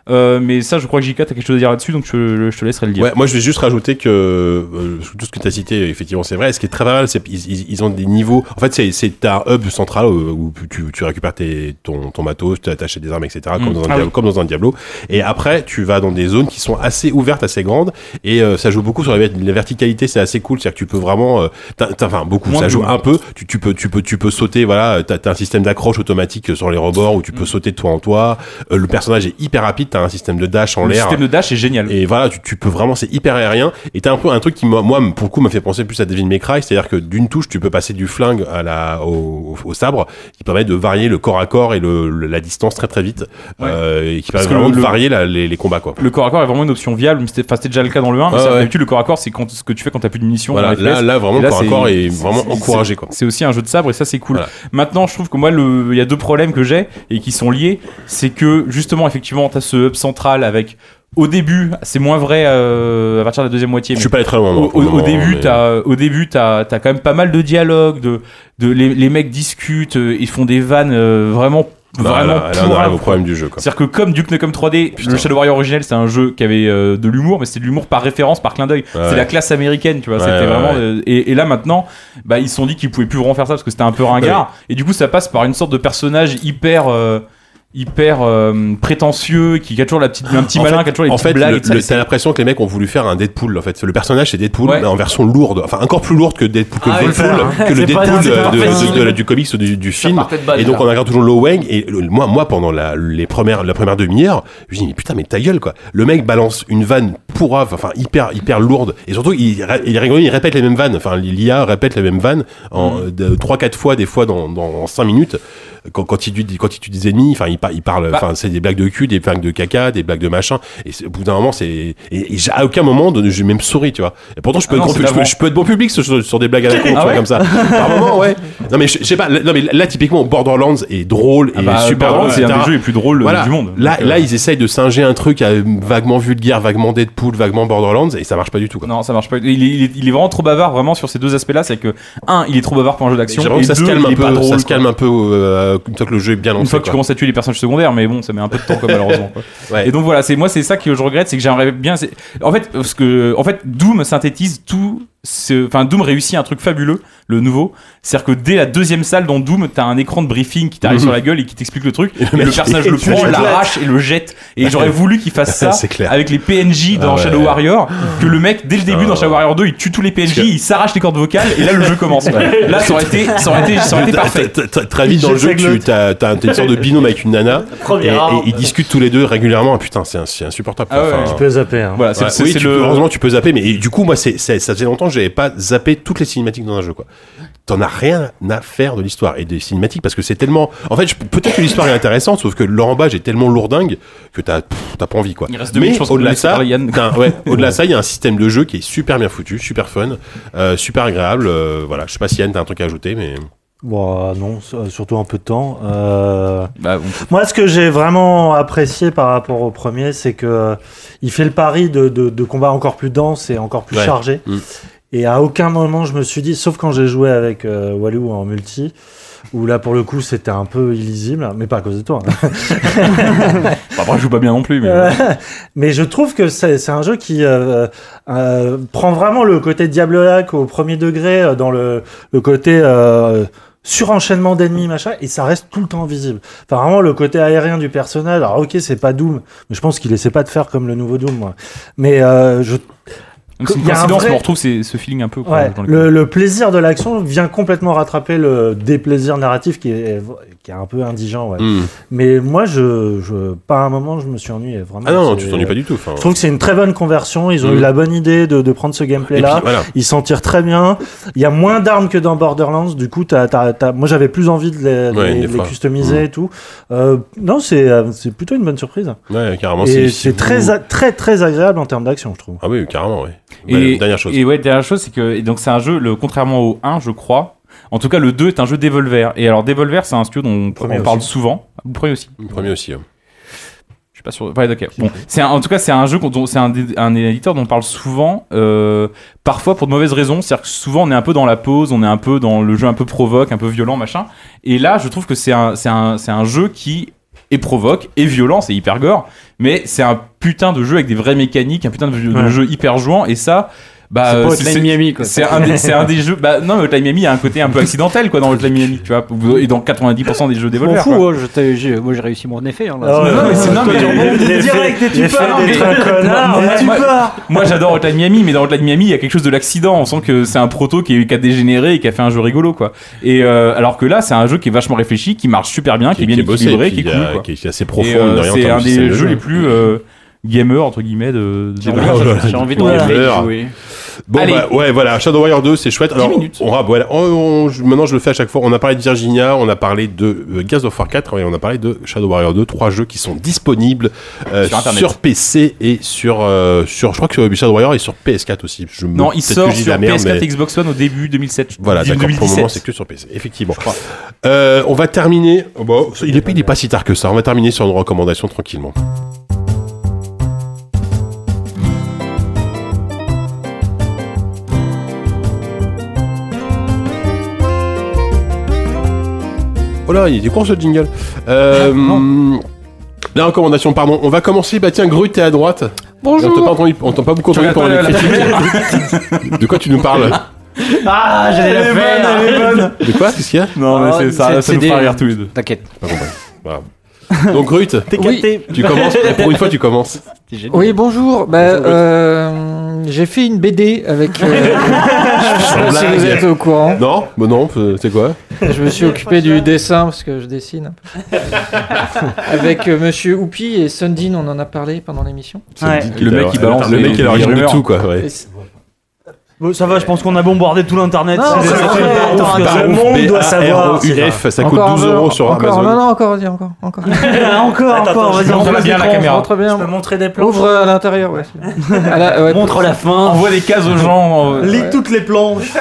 Speaker 5: Euh, mais ça je crois que JK t'as quelque chose à dire là-dessus donc je, je te laisserai le dire
Speaker 3: Ouais, moi je vais juste rajouter que euh, tout ce que tu as cité, effectivement, c'est vrai. Et ce qui est très pas mal, c'est qu'ils ils- ils ont des niveaux. En fait, c'est- c'est t'as un hub central euh, où, où tu, tu récupères tes, ton, ton matos, tu achètes des armes, etc. Comme,
Speaker 5: Mm.
Speaker 3: dans un
Speaker 5: Ah
Speaker 3: Diablo,
Speaker 5: oui.
Speaker 3: comme dans un Diablo. Et après, tu vas dans des zones qui sont assez ouvertes, assez grandes. Et euh, ça joue beaucoup sur la, vert- la verticalité. C'est assez cool. C'est-à-dire que tu peux vraiment, euh, t'as- t'as- enfin beaucoup.
Speaker 5: Moins
Speaker 3: ça
Speaker 5: de
Speaker 3: joue
Speaker 5: loups.
Speaker 3: un peu. Tu, tu peux, tu peux, tu peux sauter. Voilà, t'as as un système d'accroche automatique sur les rebords où tu
Speaker 5: Mm.
Speaker 3: peux sauter de toi en toi. Euh, le personnage est hyper rapide. T'as un système de dash en
Speaker 5: le
Speaker 3: l'air.
Speaker 5: système de dash est génial
Speaker 3: Et voilà, tu, tu peux vraiment, c'est hyper aérien. Et t'as un peu un truc qui, moi, moi, pour le coup, m'a fait penser plus à Devil May Cry, c'est-à-dire que d'une touche, tu peux passer du flingue à la, au, au- au sabre, qui permet de varier le corps à corps et le, le- la distance très très vite, euh, et qui
Speaker 5: Parce
Speaker 3: permet
Speaker 5: que
Speaker 3: vraiment
Speaker 5: le-
Speaker 3: de
Speaker 5: le-
Speaker 3: varier la- les, les combats, quoi.
Speaker 5: le corps à corps est vraiment une option viable mais c'était enfin, c'était déjà le cas dans le 1 mais
Speaker 3: Ah
Speaker 5: ça,
Speaker 3: ouais.
Speaker 5: d'habitude le corps à corps c'est quand- ce que tu fais quand t'as plus de munitions
Speaker 3: Voilà,
Speaker 5: dans
Speaker 3: là-
Speaker 5: FPS.
Speaker 3: là, vraiment,
Speaker 5: Et
Speaker 3: le corps à
Speaker 5: c'est-
Speaker 3: corps est
Speaker 5: c'est-
Speaker 3: vraiment
Speaker 5: c'est-
Speaker 3: encouragé,
Speaker 5: c'est-
Speaker 3: quoi.
Speaker 5: c'est aussi un jeu de sabre et ça c'est cool maintenant je trouve que moi le- il y a deux problèmes que j'ai et qui sont liés c'est que justement effectivement t'as ce hub central avec au début, c'est moins vrai euh, à partir de la deuxième moitié.
Speaker 3: Je
Speaker 5: mais
Speaker 3: suis pas allé très loin, moi,
Speaker 5: Au,
Speaker 3: pour le
Speaker 5: au- au
Speaker 3: moment,
Speaker 5: début,
Speaker 3: mais-
Speaker 5: t'as, au début, t'as, t'as quand même pas mal de dialogues. De, de les, les mecs discutent, euh, ils font des vannes euh, vraiment,
Speaker 3: Bah,
Speaker 5: vraiment
Speaker 3: là, là, on
Speaker 5: pourrables,
Speaker 3: arrive au
Speaker 5: quoi.
Speaker 3: problème du jeu, quoi.
Speaker 5: C'est-à-dire que comme Duke Nukem 3D, le Shadow Warrior originel, c'est un jeu qui avait euh, de l'humour, mais c'est de l'humour par référence, par clin d'œil.
Speaker 3: ouais.
Speaker 5: C'est la classe américaine, tu vois.
Speaker 3: Ouais,
Speaker 5: c'était
Speaker 3: ouais,
Speaker 5: vraiment.
Speaker 3: ouais.
Speaker 5: euh, et, et là maintenant, bah, ils se sont dit qu'ils pouvaient plus vraiment faire ça parce que c'était un peu ringard. Et du coup, ça passe par une sorte de personnage hyper. euh, hyper euh, prétentieux qui a toujours la petite un petit
Speaker 3: En
Speaker 5: malin
Speaker 3: fait-
Speaker 5: qui a toujours les
Speaker 3: en
Speaker 5: petites
Speaker 3: fait,
Speaker 5: blagues
Speaker 3: le-
Speaker 5: et tout ça,
Speaker 3: le-
Speaker 5: et
Speaker 3: t'as l'impression que les mecs ont voulu faire un Deadpool en fait. Le personnage c'est Deadpool,
Speaker 5: Ouais.
Speaker 3: mais en version lourde, enfin encore plus lourde que Deadpool, que
Speaker 5: Ah,
Speaker 3: Deadpool-
Speaker 5: c'est ça, hein.
Speaker 3: que le
Speaker 5: C'est pas-
Speaker 3: Deadpool
Speaker 5: c'est
Speaker 3: de-
Speaker 5: parfait,
Speaker 3: de- de-
Speaker 5: hein.
Speaker 3: de- du comics ou du, du film.
Speaker 5: partait de balle,
Speaker 3: Et donc
Speaker 5: là.
Speaker 3: on regarde toujours Lo Wang et le- moi, moi pendant la, les premières, la première demi-heure, je me dis mais putain mais ta gueule quoi. Le mec balance une vanne pourrave, enfin hyper hyper lourde et surtout il, ra- il, rigole, il répète les
Speaker 5: Mm.
Speaker 3: euh, mêmes vannes. Enfin l'IA répète les mêmes vannes en 3-4 fois des fois dans, dans 5 minutes. quand, quand il tue, quand il tue des ennemis, enfin, il, par- il parle,
Speaker 5: Bah.
Speaker 3: enfin, c'est des blagues de cul, des blagues de caca, des blagues de machin. Et c'est- au bout d'un moment, c'est, et, et j'ai- à aucun moment, de- j'ai même souri, tu vois. Et pourtant, je peux,
Speaker 5: Ah
Speaker 3: être,
Speaker 5: non,
Speaker 3: bon,
Speaker 5: c'est
Speaker 3: pu- je, peux,
Speaker 5: d'avant.
Speaker 3: je peux être bon public sur, sur- sur des blagues à la con, tu
Speaker 5: Ah
Speaker 3: vois,
Speaker 5: ouais
Speaker 3: comme ça. Par moment, ouais. Non, mais je, je sais pas, là- non, mais là, typiquement, Borderlands est drôle
Speaker 5: Ah
Speaker 3: et
Speaker 5: bah,
Speaker 3: super
Speaker 5: Borderlands,
Speaker 3: drôle.
Speaker 5: c'est un
Speaker 3: etc.
Speaker 5: des jeux les plus drôles, euh,
Speaker 3: Voilà.
Speaker 5: du monde.
Speaker 3: Là,
Speaker 5: Donc, euh,
Speaker 3: là, ils essayent de singer un truc euh, vaguement vulgaire, vaguement Deadpool, vaguement Borderlands, et ça marche pas du tout, quoi.
Speaker 5: Non, ça marche pas. Il est, il est- il est vraiment trop bavard, vraiment, sur ces deux aspects-là. C'est que, un, il est trop bavard pour un jeu d'action.
Speaker 3: J'ai l'impression
Speaker 5: et
Speaker 3: que ça se
Speaker 5: deux,
Speaker 3: calme
Speaker 5: il
Speaker 3: un
Speaker 5: est pas
Speaker 3: peu,
Speaker 5: drôle,
Speaker 3: ça se calme un peu euh, une fois que le jeu est bien lancé.
Speaker 5: une fois que tu
Speaker 3: quoi.
Speaker 5: commences à tuer les personnages secondaires mais bon ça met un peu de temps quoi, malheureusement quoi.
Speaker 3: Ouais.
Speaker 5: et donc voilà c'est moi c'est ça que je regrette c'est que j'aimerais bien c'est- en fait parce que en fait Doom synthétise tout ce... enfin Doom réussit un truc fabuleux le nouveau c'est à dire que dès la deuxième salle dans Doom t'as un écran de briefing qui t'arrive
Speaker 3: Mhm.
Speaker 5: sur la gueule et qui t'explique le truc
Speaker 3: Et
Speaker 5: et
Speaker 3: le
Speaker 5: le
Speaker 3: mec-
Speaker 5: personnage
Speaker 3: et
Speaker 5: le
Speaker 3: tu
Speaker 5: prend
Speaker 3: l'éclates.
Speaker 5: l'arrache et le jette et j'aurais voulu qu'il fasse ça
Speaker 3: C'est clair.
Speaker 5: avec les PNJ dans
Speaker 3: Ah ouais. Ah
Speaker 5: Shadow Warrior que le mec dès le début dans Shadow Warrior 2 il tue tous les PNJ il s'arrache les cordes vocales et là le jeu commence là ça aurait été ça aurait été, ça aurait été
Speaker 3: T'as-
Speaker 5: parfait
Speaker 3: t'as- t'as- Très vite dans le jeu, tu t'as, t'as une sorte de binôme avec une nana et,
Speaker 5: Premier
Speaker 3: et
Speaker 5: round.
Speaker 3: ils discutent tous les deux régulièrement. Ah, putain, c'est, un- c'est insupportable.
Speaker 5: Ah ouais,
Speaker 3: Enfin,
Speaker 5: tu peux zapper, hein. Voilà, c'est-
Speaker 3: Ouais,
Speaker 5: c'est-
Speaker 3: oui,
Speaker 5: c'est
Speaker 3: tu
Speaker 5: le-
Speaker 3: peux- heureusement, tu peux zapper, mais du coup, moi, c'est, c'est- ça faisait longtemps que j'avais pas zappé toutes les cinématiques dans un jeu. Quoi. T'en as rien à faire de l'histoire et des cinématiques parce que c'est tellement. En fait, je- peut-être que l'histoire est intéressante, sauf que Laurent Bage est tellement lourdingue que t'as, pff, t'as pas envie. Quoi.
Speaker 5: Il reste deux
Speaker 3: mais
Speaker 5: minutes, je pense qu'on
Speaker 3: au-delà
Speaker 5: peut
Speaker 3: de ça,
Speaker 5: laisser parler Yann.
Speaker 3: t'as un- ouais, au-delà de ça, il y a un système de jeu qui est super bien foutu, super fun, euh, super agréable. euh, voilà, je sais pas si Yann, t'as un truc à ajouter, mais.
Speaker 6: Bon, euh, non, s- euh, surtout un peu de temps. Euh,
Speaker 5: Bah,
Speaker 6: Moi, ce que j'ai vraiment apprécié par rapport au premier, c'est que euh, il fait le pari de, de- de combats encore plus denses et encore plus
Speaker 3: Ouais.
Speaker 6: chargés.
Speaker 3: Mm.
Speaker 6: Et à aucun moment, je me suis dit, sauf quand j'ai joué avec euh, Walou en multi, où là, pour le coup, c'était un peu illisible, mais pas à cause de toi. hein.
Speaker 5: Bah, après, je joue pas bien non plus, mais.
Speaker 6: Euh, mais je trouve que c'est c'est un jeu qui euh, euh, prend vraiment le côté Diablo Lac au premier degré euh, dans le, le côté euh, surenchaînement d'ennemis machin et ça reste tout le temps visible. Enfin vraiment le côté aérien du personnage. Alors ok c'est pas Doom, mais je pense qu'il essaie pas de faire comme le nouveau Doom. moi. Mais euh, je
Speaker 5: C'est une
Speaker 6: il y a un
Speaker 5: coïncidence,
Speaker 6: vrai-
Speaker 5: mais on retrouve ces- ce feeling un peu. quoi,
Speaker 6: Ouais,
Speaker 5: dans le-
Speaker 6: le, le plaisir de l'action vient complètement rattraper le déplaisir narratif qui est, qui est un peu indigent. Ouais.
Speaker 3: Mm.
Speaker 6: Mais moi, je, je, pas un moment, je me suis ennuyé. Vraiment,
Speaker 3: Ah non, non,
Speaker 6: C'est-
Speaker 3: tu t'ennuies pas du tout, enfin.
Speaker 6: Je trouve que c'est une très bonne conversion. Ils ont
Speaker 3: Mm.
Speaker 6: eu la bonne idée de, de prendre ce
Speaker 3: Et
Speaker 6: gameplay-là.
Speaker 3: puis, voilà.
Speaker 6: Ils s'en tirent très bien. Il y a moins d'armes que dans Borderlands. Du coup, t'as- t'as- t'as- moi, j'avais plus envie de les, de
Speaker 3: Ouais,
Speaker 6: les- les
Speaker 3: des fois.
Speaker 6: customiser
Speaker 3: Mm.
Speaker 6: et tout. Euh, non, c'est euh, c'est plutôt une bonne surprise.
Speaker 3: Ouais, carrément.
Speaker 6: Et
Speaker 3: si- si
Speaker 6: c'est
Speaker 3: vous-
Speaker 6: très, a- très, très agréable en termes d'action, je trouve.
Speaker 3: Ah oui, carrément, oui.
Speaker 5: Et,
Speaker 3: Bah, dernière chose.
Speaker 5: Et ouais, dernière chose, c'est que et donc c'est un jeu, le, contrairement au 1, je crois. En tout cas, le 2 est un jeu Devolver. Et alors, Devolver, c'est un studio dont on,
Speaker 3: Premier
Speaker 5: on parle
Speaker 3: aussi.
Speaker 5: souvent. Le premier aussi.
Speaker 3: Le premier aussi. hein.
Speaker 5: Je suis pas sûr. Ouais, d'accord. Bon, c'est un- en tout cas, c'est un jeu, qu'on- dont- c'est un, dé- un éditeur dont on parle souvent, euh, parfois pour de mauvaises raisons. C'est-à-dire que souvent, on est un peu dans la pause, on est un peu dans le jeu un peu provoque, un peu violent, machin. Et là, je trouve que c'est un, c'est un, c'est un jeu qui est provoque, est violent, c'est hyper gore, mais c'est un putain de jeu avec des vraies mécaniques, un putain de, de
Speaker 9: Ouais.
Speaker 5: jeu hyper jouant, et ça. Bah,
Speaker 9: C'est pas
Speaker 5: euh,
Speaker 9: Hotline Miami, quoi.
Speaker 5: C'est un, des- c'est un des jeux. Bah, non, mais Hotline Miami a un côté un peu accidentel, quoi, dans Hotline Miami, tu vois. Et dans 90% des jeux
Speaker 7: Je m'en
Speaker 5: Devolver.
Speaker 7: fous,
Speaker 5: quoi.
Speaker 7: hein, je t'ai- j'ai- moi j'ai réussi mon effet. Hein, là.
Speaker 5: Ah ouais, Non, mais c'est- non, mais-
Speaker 7: L'effet-
Speaker 5: Direct, et tu
Speaker 7: l'effet
Speaker 5: pars,
Speaker 7: d'être
Speaker 5: mais-
Speaker 7: un connard,
Speaker 5: Non, mais
Speaker 7: et tu
Speaker 5: moi-
Speaker 7: pars.
Speaker 5: Moi j'adore Hotline Miami, mais dans Hotline Miami il y a quelque chose de l'accident. On sent que c'est un proto qui, est- qui a dégénéré et qui a fait un jeu rigolo quoi. Et euh, alors que là c'est un jeu qui est vachement réfléchi, qui marche super bien, qui, est bien
Speaker 3: qui est bossé,
Speaker 5: équilibré,
Speaker 3: et puis
Speaker 5: qui est
Speaker 3: il y a-
Speaker 5: cool quoi.
Speaker 3: qui est- qui est assez profond,
Speaker 5: Et, euh,
Speaker 3: mine de rien, en
Speaker 5: c'est
Speaker 3: termes
Speaker 5: un
Speaker 3: de
Speaker 5: des
Speaker 3: système de
Speaker 5: jeux
Speaker 3: jeu.
Speaker 5: les plus euh, gamer entre guillemets de. de-
Speaker 3: Oh là là,
Speaker 5: J'ai envie de
Speaker 3: tout
Speaker 5: rejouer.
Speaker 3: l'heure.
Speaker 5: Oui.
Speaker 3: Bon,
Speaker 5: Allez.
Speaker 3: bah, ouais, voilà, Shadow Warrior 2, c'est chouette. Alors, on, rap- voilà, on- on- je- maintenant je le fais à chaque fois. On a parlé de Virginia, on a parlé de euh, Gears of War 4 et on a parlé de Shadow Warrior 2, trois jeux qui sont disponibles euh,
Speaker 5: Sur
Speaker 3: sur,
Speaker 5: Internet.
Speaker 3: PC et sur, euh, sur. Je crois que Shadow Warrior est sur PS4 aussi. Je me-
Speaker 5: Non, il
Speaker 3: peut-être que
Speaker 5: sort
Speaker 3: je dis de
Speaker 5: sur
Speaker 3: la merde,
Speaker 5: PS4
Speaker 3: mais-
Speaker 5: Xbox One au début 2007.
Speaker 3: Voilà, d'accord. Pour le moment, c'est que sur PC. Effectivement. Euh, on va terminer.
Speaker 7: Ah
Speaker 3: oh,
Speaker 7: bah,
Speaker 3: bon, il n'est pas si tard que ça. On va terminer sur une recommandation tranquillement. Oh là, il était court ce jingle. Euh, la recommandation, pardon. On va commencer. Bah tiens, Grut est à droite.
Speaker 11: Bonjour.
Speaker 3: On t'a pas entendu- On t'a pas beaucoup entendu pendant les critiques. De quoi tu nous parles
Speaker 7: Ah, j'allais la faire.
Speaker 3: De quoi Qu'est-ce qu'il y a
Speaker 5: Non,
Speaker 7: mais Ah, c'est- ça- ça nous fera rire tous
Speaker 5: les deux.
Speaker 7: T'inquiète.
Speaker 3: Voilà. Donc Grut,
Speaker 7: capté.
Speaker 3: tu commences. Pour une fois, tu commences.
Speaker 8: Oui, bonjour. Bah, euh, j'ai fait une BD avec. euh, je sais pas si vous êtes au courant.
Speaker 3: Non, bah non, euh, c'est quoi
Speaker 8: Je me suis occupé du dessin parce que je dessine. Avec euh, Monsieur Oupi et Sundin, on en a parlé pendant l'émission.
Speaker 3: C'est le, dit qu'il- le mec qui balance
Speaker 5: les-
Speaker 3: le mec qui est à l'origine
Speaker 5: les
Speaker 3: de
Speaker 5: rumeurs.
Speaker 3: tout quoi. ouais.
Speaker 8: Et c'est-
Speaker 4: Bon, ça va, je pense qu'on a bombardé tout l'internet.
Speaker 8: Non,
Speaker 4: C'est-
Speaker 8: c'est
Speaker 4: c'est-
Speaker 8: vrai.
Speaker 4: c'est-
Speaker 8: Attends,
Speaker 4: c'est-
Speaker 8: attends.
Speaker 4: Le monde doit savoir.
Speaker 3: B-A-R-O-U-F, ça coûte
Speaker 8: Encore un
Speaker 3: 12
Speaker 8: peu,
Speaker 3: euros sur
Speaker 8: encore, Non,
Speaker 3: Amazon.
Speaker 8: non, encore, vas-y, encore, encore.
Speaker 4: encore, encore, vas-y,
Speaker 8: montre
Speaker 4: montre bien la
Speaker 8: l'écran,
Speaker 4: caméra.
Speaker 8: montre bien.
Speaker 4: Je peux montrer des plans
Speaker 8: Ouvre à l'intérieur, ouais. c'est bien. À la- ouais.
Speaker 7: Montre la fin. Envoie
Speaker 5: des cases aux gens. euh,
Speaker 4: Lis toutes les planches.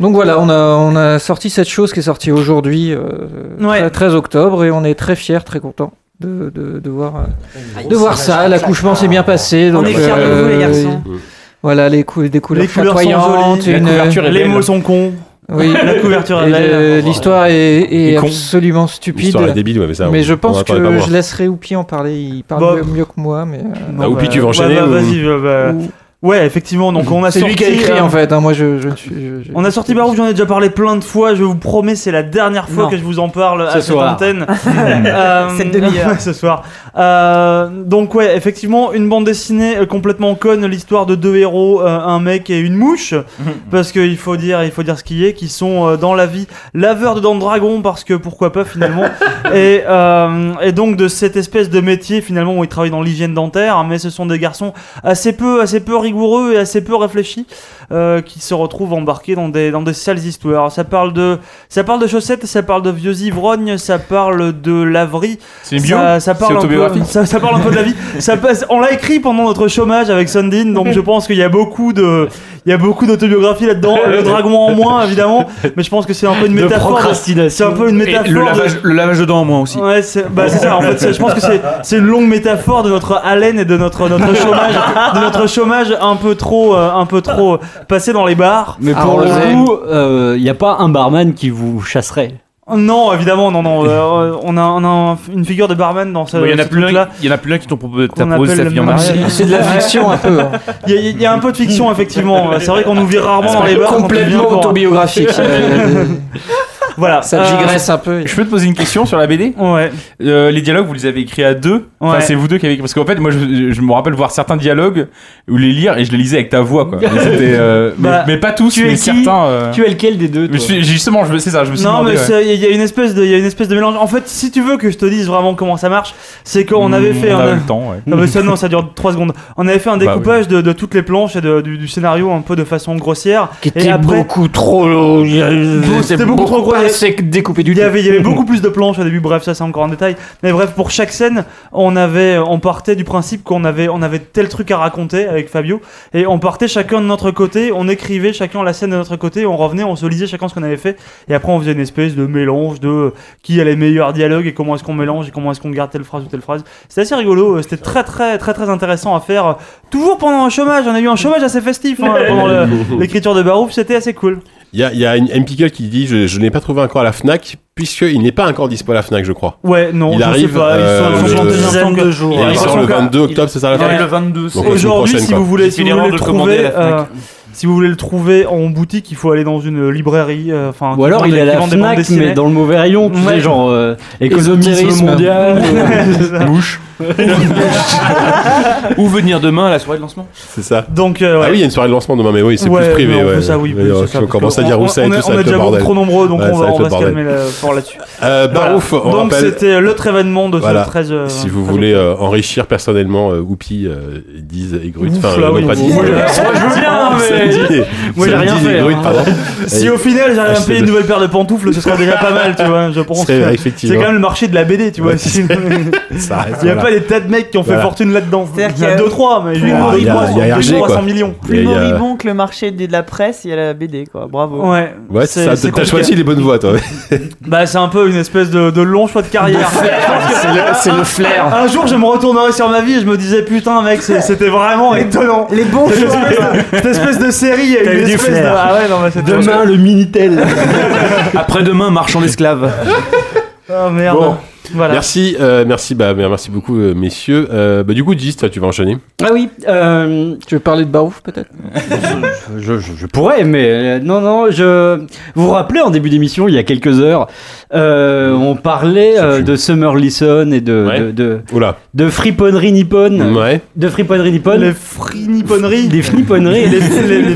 Speaker 8: Donc voilà, on a, on a sorti cette chose qui est sortie aujourd'hui, euh,
Speaker 4: Ouais.
Speaker 8: très- 13 octobre, et on est très fiers, très contents de, de, de voir, euh, de voir ça. L'accouchement s'est bien passé.
Speaker 4: On
Speaker 8: donc, euh,
Speaker 4: est fiers de vous, les garçons.
Speaker 8: Voilà, les cou- des couleurs,
Speaker 4: Les couleurs sont
Speaker 8: chatoyantes,
Speaker 4: jolies. La
Speaker 8: une-
Speaker 7: euh,
Speaker 4: couverture est Les belle. mots sont cons.
Speaker 8: Oui,
Speaker 4: La couverture est
Speaker 8: Et
Speaker 4: belle.
Speaker 8: le- L'histoire est, est
Speaker 4: Et con.
Speaker 8: absolument stupide.
Speaker 4: L'histoire est débile, ouais, mais ça, on-
Speaker 8: je
Speaker 4: on en
Speaker 8: pense que
Speaker 4: parle pas, moi.
Speaker 8: je laisserai Oupi en parler. Il parle
Speaker 4: Bah.
Speaker 8: mieux- mieux que moi, mais. euh,
Speaker 4: Non, bah, ouais, bah, Vas-y, bah, bah, Ouais, effectivement, donc on a
Speaker 8: C'est
Speaker 4: sorti.
Speaker 8: lui qui a écrit
Speaker 4: euh,
Speaker 8: en fait. hein, moi, je, je ne suis. je- je-
Speaker 4: On a sorti Barouf, j'en ai déjà parlé plein de fois, je vous promets, c'est la dernière fois
Speaker 8: Non.
Speaker 4: que je vous en
Speaker 8: Ce
Speaker 4: parle à cette
Speaker 8: soir.
Speaker 4: antenne. Euh,
Speaker 10: Cette demi-heure.
Speaker 4: ouais, ce soir. Euh, donc ouais, effectivement, une bande dessinée euh, complètement conne, l'histoire de deux héros, euh, un mec et une mouche, parce qu'il faut dire, il faut dire ce qu'il y est, qui sont euh, dans la vie laveurs de dents de dragon, parce que pourquoi pas finalement. et, euh, et donc de cette espèce de métier finalement où ils travaillent dans l'hygiène dentaire, hein, mais ce sont des garçons assez peu, assez peu rigoureux et assez peu réfléchis euh, qui se retrouvent embarqués dans des, dans des sales histoires. Ça parle de, ça parle de chaussettes, ça parle de vieux ivrognes, ça parle de laverie.
Speaker 5: C'est bio
Speaker 4: Ça, ça parle
Speaker 5: C'est
Speaker 4: un peu,
Speaker 5: autobiographique
Speaker 4: ça, ça parle un peu de la vie. Ça passe, on l'a écrit pendant notre chômage avec Sundin, donc je pense qu'il y a beaucoup de, il y a beaucoup d'autobiographie là-dedans. Le dragon en moins, évidemment, mais je pense que c'est un peu une
Speaker 5: De
Speaker 4: métaphore.
Speaker 5: procrastination.
Speaker 4: C'est un peu une
Speaker 5: Et le
Speaker 4: métaphore. de-
Speaker 5: lavage- le lavage de dents en moins aussi.
Speaker 4: Ouais, c'est bah, c'est ça. En fait, c'est- je pense que c'est c'est une longue métaphore de notre haleine et de notre notre chômage, de notre chômage un peu trop, euh, un peu trop passé dans les bars.
Speaker 7: Mais pour le coup, il n'y a pas un barman qui vous chasserait.
Speaker 4: Non, évidemment, non, non. euh, on a, on a un- une figure de barman dans ce.
Speaker 5: Il y en a
Speaker 4: ce
Speaker 5: plus
Speaker 4: truc-là.
Speaker 5: un- il y en a plus un qui t'ont proposé t'as
Speaker 4: qu'on
Speaker 5: proposé
Speaker 4: appelle
Speaker 5: sa
Speaker 4: le
Speaker 5: fille en
Speaker 4: mariage.
Speaker 5: mariage.
Speaker 7: hein.
Speaker 4: Il y, a- il y a un peu de fiction, effectivement. C'est vrai qu'on nous vit rarement
Speaker 5: C'est
Speaker 9: Ah,
Speaker 4: dans les bars. quand on
Speaker 5: complètement
Speaker 4: vient voir.
Speaker 5: autobiographique.
Speaker 4: voilà. euh,
Speaker 5: Je peux te poser une question sur la BD
Speaker 4: Ouais.
Speaker 5: les dialogues, vous les avez écrits à deux. Enfin,
Speaker 4: Ouais.
Speaker 5: c'est vous deux qui avez écrit. Parce qu'en fait, moi, je, je me rappelle voir certains dialogues ou les lire et je les lisais avec ta voix, quoi. Mais, c'était, euh, mais-
Speaker 4: Bah,
Speaker 5: mais, pas tous,
Speaker 4: tu es
Speaker 5: mais
Speaker 4: qui
Speaker 5: certains. euh,
Speaker 4: Tu es lequel des deux,
Speaker 5: Mais je
Speaker 4: toi
Speaker 5: suis- Justement, je me sais ça, je me suis
Speaker 4: Non,
Speaker 5: demandé,
Speaker 4: mais
Speaker 5: ouais.
Speaker 4: c'est- il y, a une espèce de, il y a une espèce de mélange. En fait, si tu veux que je te dise vraiment comment ça marche, c'est qu'on avait fait
Speaker 5: Hmm, on
Speaker 4: un.
Speaker 5: a eu le temps, ouais.
Speaker 4: Non, mais ça, non, ça dure 3 secondes. On avait fait un
Speaker 5: Bah oui.
Speaker 4: découpage de, de toutes les planches et de- du, du scénario un peu de façon grossière.
Speaker 7: Qui
Speaker 4: et
Speaker 7: était
Speaker 4: après,
Speaker 7: beaucoup trop.
Speaker 4: c'était beaucoup trop gros.
Speaker 7: C'est découpé du
Speaker 4: Il y avait, il y avait beaucoup plus de planches au début. Bref, ça c'est encore en détail. Mais bref, pour chaque scène, on avait, on partait du principe qu'on avait, on avait tel truc à raconter avec Fabio, et on partait chacun de notre côté. On écrivait chacun la scène de notre côté. On revenait, on se lisait chacun ce qu'on avait fait, et après on faisait une espèce de mélange de euh, qui a les meilleurs dialogues et comment est-ce qu'on mélange et comment est-ce qu'on garde telle phrase ou telle phrase. C'était assez rigolo. euh, C'était très très très très intéressant à faire. euh, Toujours pendant un chômage, on a eu un chômage assez festif hein, pendant le- l'écriture de Barouf. C'était assez cool.
Speaker 3: Il y a, il y a une- M. Pickle qui dit Je, je n'ai pas trouvé encore à la Fnac, puisqu'il n'est pas encore dispo à la Fnac, je crois.
Speaker 4: Ouais, non,
Speaker 3: il
Speaker 4: je
Speaker 3: arrive, euh,
Speaker 4: sais pas, ils sont- ils sont plantés dans
Speaker 3: le,
Speaker 4: un temps que-
Speaker 3: Il
Speaker 4: Ouais.
Speaker 3: arrive
Speaker 4: Ils
Speaker 3: sur
Speaker 4: sont
Speaker 3: le
Speaker 4: qu'à-
Speaker 3: 22 octobre, c'est ça la
Speaker 4: Ouais.
Speaker 3: Fnac Donc, la semaine
Speaker 4: Aujourd'hui,
Speaker 3: prochaine,
Speaker 4: si
Speaker 3: quoi.
Speaker 4: vous voulez,
Speaker 9: J'ai
Speaker 4: si
Speaker 9: fait
Speaker 4: vous
Speaker 9: l'erreur
Speaker 4: voulez le
Speaker 9: de le commander
Speaker 4: trouver,
Speaker 9: à la Fnac.
Speaker 4: euh, si vous voulez le trouver en boutique, il faut aller dans une librairie. euh, Enfin,
Speaker 7: Ou alors il est à la Fnac, mais dans le mauvais rayon, tu
Speaker 4: Ouais.
Speaker 7: sais, genre euh, économisme
Speaker 4: Ésotérisme.
Speaker 7: mondial.
Speaker 4: Ouais.
Speaker 5: Mouche.
Speaker 9: Ou venir demain à la soirée de lancement.
Speaker 3: C'est ça.
Speaker 4: Donc, euh,
Speaker 3: Ah oui, il y a une soirée de lancement demain, mais oui, c'est
Speaker 4: Ouais,
Speaker 3: plus privé.
Speaker 4: mais on
Speaker 3: ouais.
Speaker 4: fait ça, oui,
Speaker 3: Ouais,
Speaker 4: c'est
Speaker 3: on
Speaker 4: ça, parce
Speaker 3: commence à
Speaker 4: que
Speaker 3: dire
Speaker 4: on-
Speaker 3: où ça et
Speaker 4: on
Speaker 3: tout
Speaker 4: est-
Speaker 3: ça.
Speaker 4: on
Speaker 3: va
Speaker 4: est
Speaker 3: être le
Speaker 4: déjà beaucoup
Speaker 3: bordel.
Speaker 4: trop nombreux, donc
Speaker 3: Ouais,
Speaker 4: on
Speaker 3: ça
Speaker 4: va-
Speaker 3: être
Speaker 4: on
Speaker 3: le
Speaker 4: va se
Speaker 3: bordel.
Speaker 4: calmer là, fort là-dessus.
Speaker 3: Euh, Barouf,
Speaker 4: Voilà.
Speaker 3: on
Speaker 4: Donc
Speaker 3: rappelle-
Speaker 4: c'était l'autre événement de
Speaker 3: Voilà.
Speaker 4: ce 13. euh,
Speaker 3: si vous voulez euh, enrichir personnellement euh, Oupi, euh, Diz et Grut,
Speaker 4: Ouf,
Speaker 3: enfin,
Speaker 4: là,
Speaker 3: euh, non,
Speaker 4: oui.
Speaker 3: pas Diz.
Speaker 4: Moi, je- moi, je veux bien, mais-
Speaker 3: Samedi et-
Speaker 4: Moi, j'ai rien
Speaker 3: Samedi et
Speaker 4: fait,
Speaker 3: Grut,
Speaker 4: hein.
Speaker 3: pardon.
Speaker 4: Si
Speaker 3: Et- ah,
Speaker 4: au final j'arrive à me
Speaker 3: acheter
Speaker 4: payer une
Speaker 3: de-
Speaker 4: nouvelle paire de pantoufles, ce serait déjà pas mal, tu vois. Je pense
Speaker 3: C'est
Speaker 4: que
Speaker 3: vrai,
Speaker 4: c'est
Speaker 3: effectivement.
Speaker 4: quand même le marché de la BD, tu vois. sinon-
Speaker 3: Ça reste,
Speaker 4: Il n'y a
Speaker 3: voilà.
Speaker 4: pas des tas de mecs qui ont fait
Speaker 3: Voilà.
Speaker 4: fortune là-dedans.
Speaker 10: C'est-à-dire
Speaker 4: Il y
Speaker 10: qu'il y
Speaker 4: a
Speaker 10: a
Speaker 4: 2-3, mais
Speaker 10: plus
Speaker 4: il y a
Speaker 3: moribond- Il y a- il y a RG,
Speaker 4: 300
Speaker 3: quoi.
Speaker 4: millions.
Speaker 3: Et,
Speaker 10: Plus
Speaker 3: euh,
Speaker 10: moribond que le marché de la presse, il y a la BD, quoi. Bravo.
Speaker 4: Ouais.
Speaker 3: Ouais,
Speaker 4: C'est-
Speaker 3: ça,
Speaker 4: c'est
Speaker 3: t'as choisi
Speaker 4: compliqué.
Speaker 3: les bonnes voies, toi.
Speaker 4: Bah, c'est un peu une espèce de, de long choix de carrière.
Speaker 3: C'est le- c'est le flair.
Speaker 4: Un jour, je me retournerai sur ma vie et je me disais, putain, mec, c'est- c'était vraiment étonnant. Les bons choix. Cette espèce de série,
Speaker 9: T'as
Speaker 4: une
Speaker 9: eu du
Speaker 4: espèce de.
Speaker 9: flair.
Speaker 4: Ah ouais, non, mais c'était-
Speaker 9: Demain, le Minitel. Après-demain, marchand d'esclaves.
Speaker 7: Oh,
Speaker 4: Ah merde.
Speaker 3: Bon.
Speaker 4: Voilà.
Speaker 3: Merci, euh, merci, bah, merci beaucoup, euh, messieurs. Euh, bah, du coup, Diz, toi, tu vas enchaîner.
Speaker 7: Ah oui, euh,
Speaker 8: Tu veux parler de Barouf peut-être
Speaker 7: je, je- je pourrais, mais euh, non, non, je. Vous vous rappelez en début d'émission, il y a quelques heures, euh, on parlait euh, de Summer Listen et de. de, de De friponnerie nippone.
Speaker 3: Ouais.
Speaker 7: De friponnerie nippone.
Speaker 4: Les fripponneries.
Speaker 7: Les fripponneries.
Speaker 4: Les- les-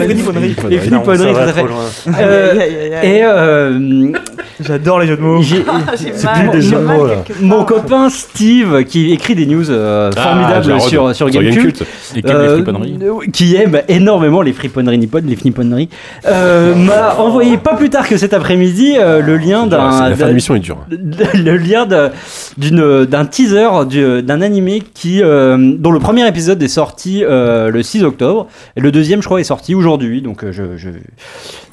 Speaker 4: les fripponneries.
Speaker 7: Les fripponneries,
Speaker 4: Non, ça va
Speaker 7: tout à fait.
Speaker 4: trop loin.
Speaker 7: Euh,
Speaker 4: Aïe, aïe, aïe, aïe.
Speaker 7: Et euh,
Speaker 4: J'adore les jeux de mots.
Speaker 7: Ah, J'ai-
Speaker 4: C'est plus des jeux de mots, là.
Speaker 7: Mon copain Steve, qui écrit des news euh,
Speaker 4: Ah,
Speaker 7: formidables
Speaker 4: Jarod,
Speaker 7: sur, sur
Speaker 4: sur
Speaker 7: Gamecult,
Speaker 4: Gamecult. Et qui aime les friponneries.
Speaker 7: euh, qui aime énormément les friponneries nippones, les friponneries, euh, m'a envoyé pas plus tard que cet après-midi euh, le lien
Speaker 3: dur, hein, c'est-
Speaker 7: d'un.
Speaker 3: la fin de
Speaker 7: d'un-
Speaker 3: l'émission est dure.
Speaker 7: le lien de- d'une- d'un teaser du- d'un animé qui, euh, dont le premier épisode est sorti euh, le 6 octobre et le deuxième je crois est sorti aujourd'hui donc euh, je, je-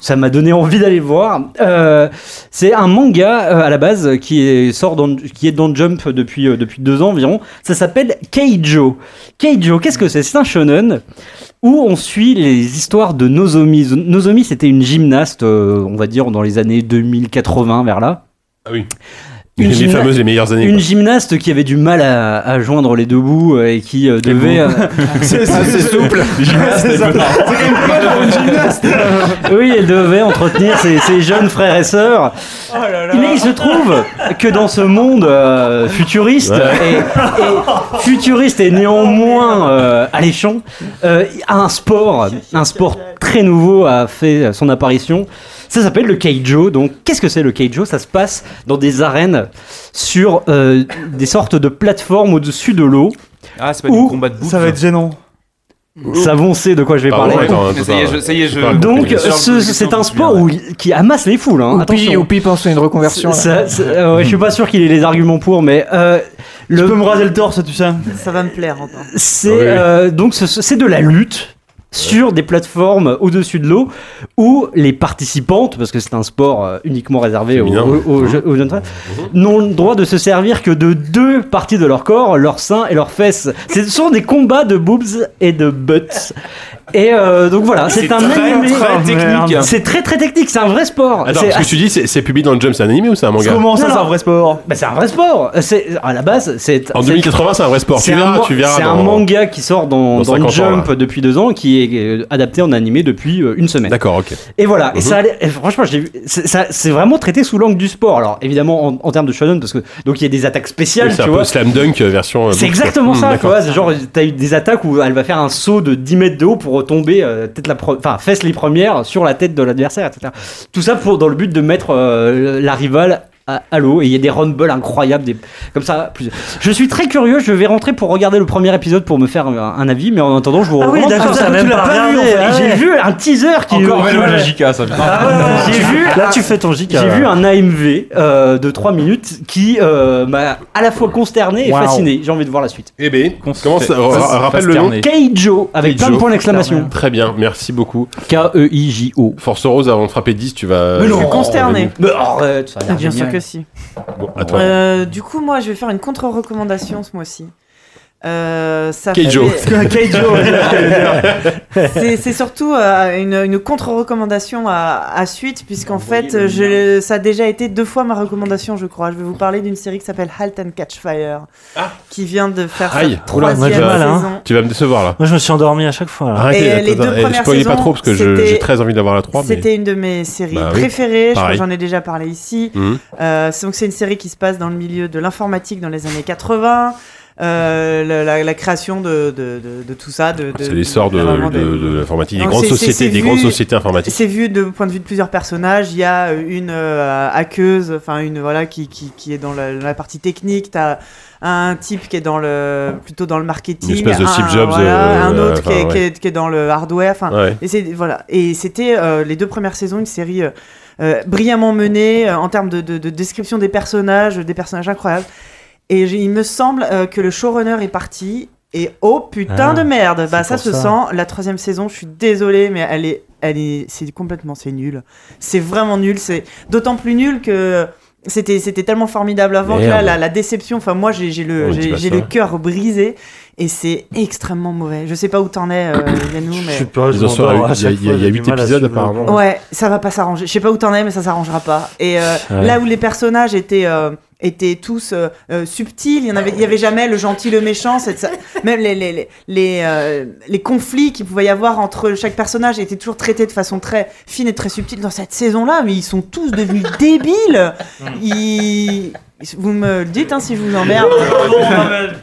Speaker 7: ça m'a donné envie d'aller le voir Euh, c'est un manga euh, à la base qui est, sort dans, qui est dans Jump depuis, euh, depuis deux ans environ ça s'appelle Keijo Keijo qu'est-ce que c'est c'est un shonen où on suit les histoires de Nozomi Nozomi c'était une gymnaste euh, on va dire dans les années 2080 vers là
Speaker 3: Ah oui. les
Speaker 7: gymna-
Speaker 3: fameuses, les meilleures années.
Speaker 7: Une
Speaker 3: quoi.
Speaker 7: gymnaste qui avait du mal à, à joindre les deux bouts euh, et qui euh, devait.
Speaker 3: bouts.
Speaker 7: C'est
Speaker 3: Assez Ah, souple.
Speaker 7: Gymnaste,
Speaker 3: C'est ça.
Speaker 7: elle peut pas. oui, elle devait entretenir ses, ses jeunes frères et sœurs.
Speaker 4: Oh
Speaker 7: Mais il se trouve que dans ce monde euh, futuriste
Speaker 11: Ouais.
Speaker 7: et, et futuriste et néanmoins euh, alléchant, euh, un sport, un sport très nouveau a fait son apparition. Ça s'appelle le keijo. Donc, qu'est-ce que c'est le keijo Ça se passe dans des arènes sur euh, des sortes de plateformes au-dessus de l'eau.
Speaker 9: Ah, c'est pas du combat de bouffe.
Speaker 4: Ça va être gênant.
Speaker 7: Savon sait de quoi je vais
Speaker 9: Pardon,
Speaker 7: parler.
Speaker 9: attends, attends, Ça y est, je- ça y est, je- attends,
Speaker 7: Donc,
Speaker 9: je-
Speaker 7: ce- c'est un sport où, qui amasse les foules. Hein.
Speaker 8: Oupi,
Speaker 7: Attention.
Speaker 8: Oupi pense à une reconversion, là.
Speaker 7: Ça- ça- euh, ouais, je suis pas sûr qu'il ait les arguments pour, mais euh, le.
Speaker 4: peux me raser le torse, tu sais.
Speaker 10: Ça va me plaire encore.
Speaker 7: C'est
Speaker 3: Ah
Speaker 7: euh, donc ce- ce- c'est de la lutte sur des plateformes au-dessus de l'eau où les participantes, parce que c'est un sport euh, uniquement réservé aux,
Speaker 3: Féminin.
Speaker 7: aux- aux je- aux jeunes femmes, n'ont le droit de se servir que de deux parties de leur corps, leurs seins et leurs fesses. Ce sont des combats de boobs et de butts. Et euh, donc voilà,
Speaker 3: C'est
Speaker 7: c'est un
Speaker 3: très,
Speaker 7: animé. Ah,
Speaker 3: très Oh, technique. merde.
Speaker 7: C'est très très technique, c'est un vrai sport.
Speaker 3: Attends,
Speaker 7: C'est-
Speaker 3: ce que tu dis, c'est c'est publié dans le Jump, c'est un animé ou c'est un manga
Speaker 7: Comment ça, Non, c'est un non. vrai
Speaker 4: sport
Speaker 7: bah, C'est un vrai sport. C'est- À la base, c'est.
Speaker 3: En 2080, c'est un vrai sport. Tu
Speaker 7: c'est
Speaker 3: verras,
Speaker 7: un ma-
Speaker 3: tu verras
Speaker 7: C'est
Speaker 3: dans-
Speaker 7: un manga qui sort dans,
Speaker 3: dans
Speaker 7: dans
Speaker 3: 50 ans,
Speaker 7: Jump
Speaker 3: là.
Speaker 7: depuis deux ans, qui est euh, adapté en animé depuis euh, une semaine.
Speaker 3: D'accord, ok.
Speaker 7: Et voilà, et
Speaker 3: Mhm.
Speaker 7: ça allait- et franchement, j'ai vu- c'est ça- c'est vraiment traité sous l'angle du sport. Alors évidemment, en, en termes de shonen, parce que donc il y a des attaques spéciales,
Speaker 3: Oui, C'est
Speaker 7: tu
Speaker 3: un
Speaker 7: vois.
Speaker 3: peu slam dunk euh, version. euh,
Speaker 7: C'est
Speaker 3: bouffe, quoi.
Speaker 7: exactement
Speaker 3: Hmm,
Speaker 7: ça, tu
Speaker 3: d'accord.
Speaker 7: vois. C'est genre, t'as eu des attaques où elle va faire un saut de 10 mètres de haut pour retomber, euh, tête la pre- enfin, fesses les premières sur la tête de l'adversaire, etc. Tout ça pour, dans le but de mettre euh, la rivale à, à l'eau. Et il y a des rumbles incroyables, des, comme ça. plus- Je suis très curieux, je vais rentrer pour regarder le premier épisode pour me faire un, un avis, mais en attendant, je vous
Speaker 4: Ah oui,
Speaker 7: recommande-
Speaker 4: d'accord,
Speaker 7: Ah,
Speaker 4: ça, tu
Speaker 7: même
Speaker 4: l'as
Speaker 7: pas
Speaker 4: pas
Speaker 7: regardé,
Speaker 4: vu, en fait.
Speaker 7: J'ai
Speaker 4: Ah ouais.
Speaker 7: vu un teaser qui. Ah
Speaker 5: Encore
Speaker 7: qui-
Speaker 5: belle la JK, ça.
Speaker 7: j'ai vu.
Speaker 6: Là, tu fais ton JK,
Speaker 7: J'ai
Speaker 6: là.
Speaker 7: vu un AMV euh, de 3 minutes qui euh, m'a à la fois consterné et
Speaker 3: Wow.
Speaker 7: fasciné. J'ai envie de voir la suite.
Speaker 3: Eh ben, comment ça ra- ra- rappelle le nom
Speaker 7: Keijo, avec plein de
Speaker 3: Keijo.
Speaker 7: points d'exclamation.
Speaker 3: Très bien, merci beaucoup.
Speaker 7: K-E-I-J-O.
Speaker 3: Force Rose, avant de frapper 10, tu vas.
Speaker 10: Mais non, Je suis consterné.
Speaker 7: Mais arrête, ça a l'air
Speaker 10: Bien
Speaker 7: génial.
Speaker 10: sûr que si.
Speaker 3: Bon, à toi.
Speaker 10: Euh, du coup, moi, je vais faire une contre-recommandation ce mois-ci. Euh, ça
Speaker 3: Keijo.
Speaker 10: fait-
Speaker 3: Keijo, ouais, j'allais dire.
Speaker 10: c'est c'est surtout euh, une, une contre-recommandation à, à suite, puisqu'en fait, je, ça a déjà été deux fois ma recommandation, je crois. Je vais vous parler d'une série qui s'appelle Halt and Catch Fire, qui vient de faire
Speaker 3: Aïe,
Speaker 10: sa
Speaker 3: Oula,
Speaker 10: troisième
Speaker 3: tu vas-
Speaker 10: saison.
Speaker 3: tu vas me décevoir là. Hein,
Speaker 6: Moi, je me suis endormi à chaque fois. là.
Speaker 3: Arrêtez,
Speaker 10: Et
Speaker 3: attends,
Speaker 10: les deux
Speaker 3: attends,
Speaker 10: premières
Speaker 3: spoilez pas
Speaker 10: saisons,
Speaker 3: trop parce que je- j'ai
Speaker 10: c'était-
Speaker 3: très envie d'avoir la 3.
Speaker 10: C'était une de mes séries
Speaker 3: Bah oui,
Speaker 10: préférées, je crois que
Speaker 3: pareil.
Speaker 10: j'en ai déjà parlé ici.
Speaker 3: Mhm.
Speaker 10: Euh, c'est- donc c'est une série qui se passe dans le milieu de l'informatique dans les années 80. euh, la, la- la création de, de- de- de tout ça. de- de-
Speaker 3: C'est l'essor de,
Speaker 10: vraiment
Speaker 3: de, de l'informatique, des
Speaker 10: Donc,
Speaker 3: grandes
Speaker 10: c'est- c'est-
Speaker 3: sociétés,
Speaker 10: c'est
Speaker 3: des
Speaker 10: vu-
Speaker 3: grandes sociétés informatiques.
Speaker 10: C'est vu de point de vue de plusieurs personnages. Il y a une euh, hackeuse, enfin une voilà qui, qui, qui est dans la, la partie technique. T'as un type qui est dans le plutôt dans le marketing,
Speaker 3: Une espèce de
Speaker 10: un,
Speaker 3: Steve Jobs,
Speaker 10: voilà,
Speaker 3: euh,
Speaker 10: un autre qui, est,
Speaker 3: enfin, ouais.
Speaker 10: qui est- qui est dans le hardware. Enfin,
Speaker 3: Ouais.
Speaker 10: et c'est voilà. Et c'était euh, les deux premières saisons une série. euh, euh, brillamment menée euh, en termes de, de- de description des personnages, des personnages incroyables. Et j'ai- il me semble euh, que le showrunner est parti. Et oh putain
Speaker 11: Ah,
Speaker 10: de merde, bah
Speaker 11: c'est
Speaker 10: ça
Speaker 11: pour
Speaker 10: se
Speaker 11: ça.
Speaker 10: sent. La troisième saison, je suis désolé, mais elle est, elle est, c'est complètement, c'est nul. C'est vraiment nul. C'est d'autant plus nul que c'était, c'était tellement formidable avant que là,
Speaker 11: Merde.
Speaker 10: la, la déception. Enfin, moi, j'ai, j'ai le,
Speaker 11: Oh, dis
Speaker 10: j'ai,
Speaker 11: pas
Speaker 10: j'ai
Speaker 11: ça.
Speaker 10: le cœur brisé et c'est extrêmement mauvais. Je sais pas où t'en es, euh, Yannou, mais.
Speaker 6: pas, je
Speaker 3: Ils en sont à
Speaker 6: m'endors à
Speaker 3: huit- il y a-
Speaker 6: chaque
Speaker 3: il y a-
Speaker 6: fois,
Speaker 3: il y a
Speaker 6: j'ai
Speaker 3: 8
Speaker 6: du mal à
Speaker 3: épisodes
Speaker 6: suivre le
Speaker 3: apparemment.
Speaker 10: Ouais, ça va pas s'arranger. Je sais pas où t'en es, mais ça s'arrangera pas. Et euh,
Speaker 3: Ouais.
Speaker 10: là où les personnages étaient, euh, étaient tous euh, euh, subtils, il y en avait, il y avait jamais le gentil, le méchant. c'est- ça- même les les les les, euh, les conflits qu'il pouvait y avoir entre chaque personnage étaient toujours traités de façon très fine et très subtile dans cette saison-là. Mais ils sont tous devenus débiles. Ils... Vous me le dites hein, si je vous emmerde.
Speaker 4: Pardon, Ravel.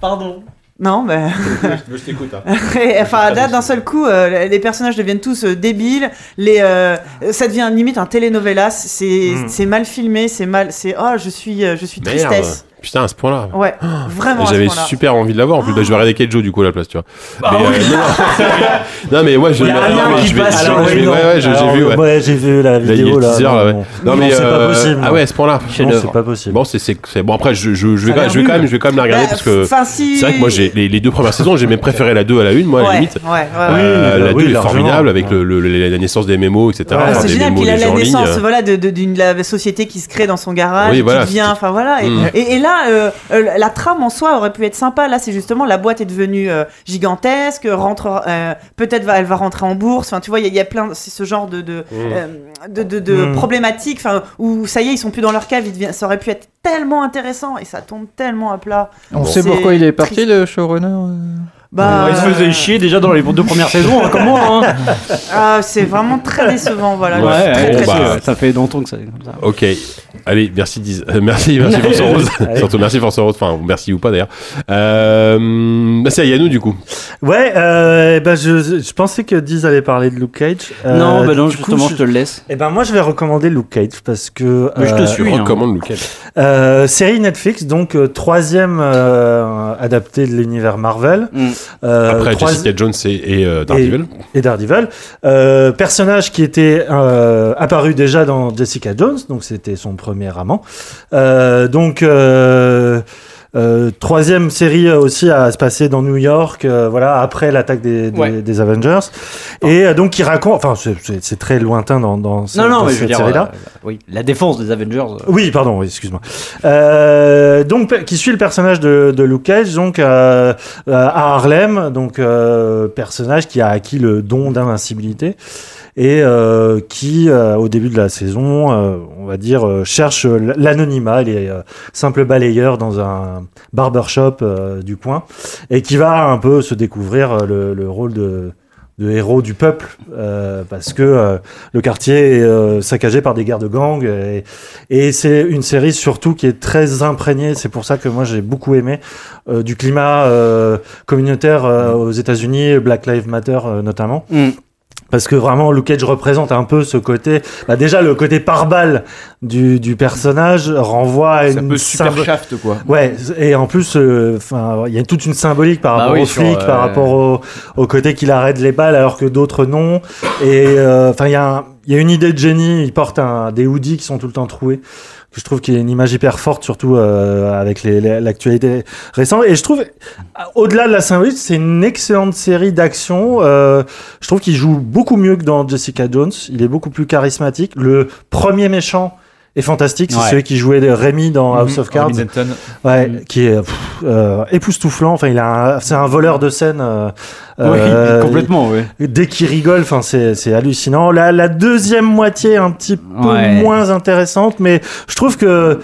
Speaker 10: Pardon. Non, mais.
Speaker 3: je t'écoute. hein.
Speaker 10: Et, enfin, à date, d'un seul coup, euh, les personnages deviennent tous euh, débiles. Les, euh, ça devient limite un telenovela. C'est
Speaker 3: Mm.
Speaker 10: c'est mal filmé, c'est mal. C'est oh, je suis, euh, je suis
Speaker 3: Merde.
Speaker 10: tristesse.
Speaker 3: Putain, à ce point-là.
Speaker 10: Ouais, vraiment. à ce
Speaker 3: J'avais
Speaker 10: point-là.
Speaker 3: super envie de l'avoir. En plus, bah, je vais regarder Keijo du coup à la place, tu vois.
Speaker 10: Bah
Speaker 3: mais, euh,
Speaker 10: oui.
Speaker 3: non, non, mais ouais, je.
Speaker 6: Il y a
Speaker 3: non,
Speaker 6: un
Speaker 3: mais
Speaker 6: qui
Speaker 3: je vais-
Speaker 6: passe sur
Speaker 3: je vais-
Speaker 6: le
Speaker 3: Ouais, ouais, je- j'ai
Speaker 6: Alors,
Speaker 3: vu. Ouais.
Speaker 6: ouais, j'ai vu la
Speaker 3: Là, il y a
Speaker 6: vidéo,
Speaker 3: le
Speaker 6: là,
Speaker 3: teaser,
Speaker 6: non,
Speaker 3: là, ouais.
Speaker 6: non.
Speaker 3: Non, mais
Speaker 6: Non, c'est pas
Speaker 3: euh,
Speaker 6: possible,
Speaker 3: Ah
Speaker 6: non.
Speaker 3: ouais, à ce point-là.
Speaker 6: Chef-d'œuvre. Non, c'est pas
Speaker 3: possible. Bon, c'est- c'est c'est- bon. Après, je, je, je vais,
Speaker 6: Ça a
Speaker 3: quand- je vais
Speaker 6: l'air
Speaker 3: quand
Speaker 6: nul.
Speaker 3: même, je vais quand même la regarder
Speaker 10: Bah,
Speaker 3: parce que
Speaker 10: enfin, si-
Speaker 3: c'est vrai que moi, j'ai les, les deux premières saisons, j'ai même préféré la 2 à la 1, moi, à la
Speaker 10: Ouais,
Speaker 3: limite.
Speaker 10: ouais, ouais, ouais.
Speaker 3: Euh,
Speaker 6: Oui, bah
Speaker 3: la 2
Speaker 6: oui,
Speaker 3: est
Speaker 6: largement.
Speaker 3: formidable avec le, le- le- la naissance des MMO, etc.
Speaker 10: Ouais,
Speaker 3: Enfin,
Speaker 10: c'est
Speaker 3: des
Speaker 10: génial,
Speaker 3: MMO,
Speaker 10: puis il a
Speaker 3: des
Speaker 10: la
Speaker 3: gens en ligne.
Speaker 10: naissance voilà, de, de- d'une- la société qui se crée dans son garage,
Speaker 3: Oui,
Speaker 10: et
Speaker 3: voilà,
Speaker 10: qui devient,
Speaker 3: c'est-
Speaker 10: enfin voilà. Et,
Speaker 3: Mm.
Speaker 10: et- et là, euh, euh, la trame en soi aurait pu être sympa. Là, c'est justement la boîte est devenue euh, gigantesque, rentre, euh, peut-être va, elle va rentrer en bourse. Enfin, tu vois, il y, a- il y a plein, c'est ce genre de,
Speaker 3: Mm.
Speaker 10: de, euh, de, de- de
Speaker 11: Mm.
Speaker 10: problématiques, enfin, où ça y est, ils sont plus dans leur cave. ils deviennent- ça aurait pu être tellement intéressant, et ça tombe tellement à plat.
Speaker 8: On sait
Speaker 10: C'est
Speaker 8: pourquoi il est
Speaker 10: triste.
Speaker 8: parti, le showrunner euh
Speaker 10: Bah,
Speaker 7: il se faisait chier déjà dans les deux premières saisons, hein, comme moi. hein.
Speaker 10: Ah, c'est vraiment très décevant, voilà.
Speaker 3: Ouais,
Speaker 10: Très,
Speaker 3: ouais,
Speaker 10: très
Speaker 3: bon, bah,
Speaker 10: décevant.
Speaker 7: Ça fait longtemps que ça. comme ça.
Speaker 3: Ok. Allez, merci, Diz- euh, merci, merci Force Rose.
Speaker 6: Allez.
Speaker 3: Surtout merci Force Rose. Enfin, merci ou pas d'ailleurs. Euh, bah, c'est à Yannou du coup.
Speaker 6: Ouais, euh, ben je, je pensais que Diz allait parler de Luke Cage. Euh,
Speaker 7: non, bah non,
Speaker 6: du coup,
Speaker 7: justement, je... te le laisse.
Speaker 6: Eh ben moi, je vais recommander Luke Cage parce que.
Speaker 3: Mais je te
Speaker 6: euh,
Speaker 3: suis, hein. recommande Lucas.
Speaker 6: Euh, série Netflix, donc euh, troisième euh, adaptée de l'univers Marvel.
Speaker 3: Mm.
Speaker 6: Euh,
Speaker 3: Après
Speaker 6: trois-
Speaker 3: Jessica Jones et, et, euh, Daredevil.
Speaker 6: Et, et Daredevil. Euh, personnage qui était euh, apparu déjà dans Jessica Jones, donc c'était son premier amant. Euh, donc. euh, euh, troisième série euh, aussi à se passer dans New York, euh, voilà après l'attaque des, des-
Speaker 7: Ouais.
Speaker 6: des Avengers, et euh, donc il raconte, enfin c'est- c'est c'est très lointain dans, dans, ce-
Speaker 7: Non,
Speaker 6: dans
Speaker 7: non, mais je veux
Speaker 6: cette
Speaker 7: dire,
Speaker 6: série-là.
Speaker 7: euh, oui, la défense des Avengers. euh,
Speaker 6: Oui, pardon, oui, excuse-moi. Euh, donc, pe- qui suit le personnage de, de Luke Cage, donc euh, euh, à Harlem, donc euh, personnage qui a acquis le don d'invincibilité et euh, qui, euh, au début de la saison, euh, on va dire, euh, cherche l- l'anonymat, il est euh, simple balayeur dans un barbershop euh, du coin, et qui va un peu se découvrir euh, le, le rôle de de héros du peuple euh, parce que euh, le quartier est euh, saccagé par des guerres de gangs et, et c'est une série surtout qui est très imprégnée c'est pour ça que moi j'ai beaucoup aimé euh, du climat euh, communautaire euh, aux États-Unis Black Lives Matter euh, notamment Parce que vraiment, Luke Cage représente un peu ce côté. Bah déjà, le côté par-balle du, du personnage renvoie à
Speaker 9: C'est un
Speaker 6: une
Speaker 9: peu super
Speaker 6: symbo-
Speaker 9: shaft, quoi.
Speaker 6: Ouais, et en plus, euh, enfin, il y a toute une symbolique par
Speaker 9: Bah
Speaker 6: rapport
Speaker 9: oui,
Speaker 6: aux
Speaker 9: sur,
Speaker 6: flics, par
Speaker 9: euh,
Speaker 6: rapport au, au côté qu'il arrête les balles alors que d'autres non. Et euh, enfin, il y, a un- il y a une idée de génie. Il porte un, des hoodies qui sont tout le temps troués. Que je trouve qu'il y a une image hyper forte, surtout euh, avec les- les- l'actualité récente. Et je trouve, au-delà de la symbolique, c'est une excellente série d'action. Euh, je trouve qu'il joue beaucoup mieux que dans Jessica Jones. Il est beaucoup plus charismatique. Le premier méchant est fantastique. C'est
Speaker 9: Ouais.
Speaker 6: celui qui jouait Rémi dans
Speaker 9: Mhm.
Speaker 6: House of Cards.
Speaker 9: Harvey Dent.
Speaker 6: Ouais,
Speaker 7: Mm.
Speaker 6: qui est pff, euh, époustouflant. Enfin, il a, un- c'est un voleur de scène. euh, euh,
Speaker 7: complètement, oui.
Speaker 6: Dès qu'il rigole, enfin, c'est, c'est hallucinant. La, la deuxième moitié, est un petit peu
Speaker 7: Ouais.
Speaker 6: moins intéressante, mais je trouve que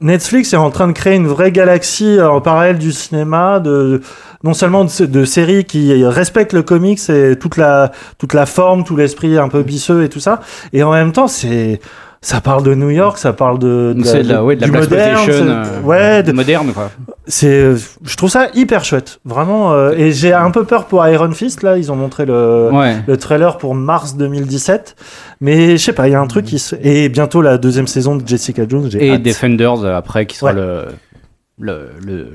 Speaker 6: Netflix est en train de créer une vraie galaxie euh, en parallèle du cinéma, de non seulement de, de séries qui respectent le comics et toute la toute la forme, tout l'esprit un peu bisseux et tout ça, et en même temps c'est ça parle de New York, ça parle de,
Speaker 7: C'est de la, ouais, de la
Speaker 6: du
Speaker 7: Black
Speaker 6: moderne,
Speaker 7: Exploitation,
Speaker 6: c'est-
Speaker 7: euh,
Speaker 6: ouais, de-
Speaker 7: moderne, quoi.
Speaker 6: c'est, euh, je trouve ça hyper chouette, vraiment. euh, et j'ai un peu peur pour Iron Fist là. Ils ont montré le,
Speaker 7: Ouais.
Speaker 6: le trailer pour mars 2017, mais je sais pas, il y a un truc qui se... et bientôt la deuxième saison de Jessica Jones. J'ai
Speaker 7: Et
Speaker 6: hâte.
Speaker 7: Defenders euh, après qui sera
Speaker 6: Ouais.
Speaker 7: le, le, le, le-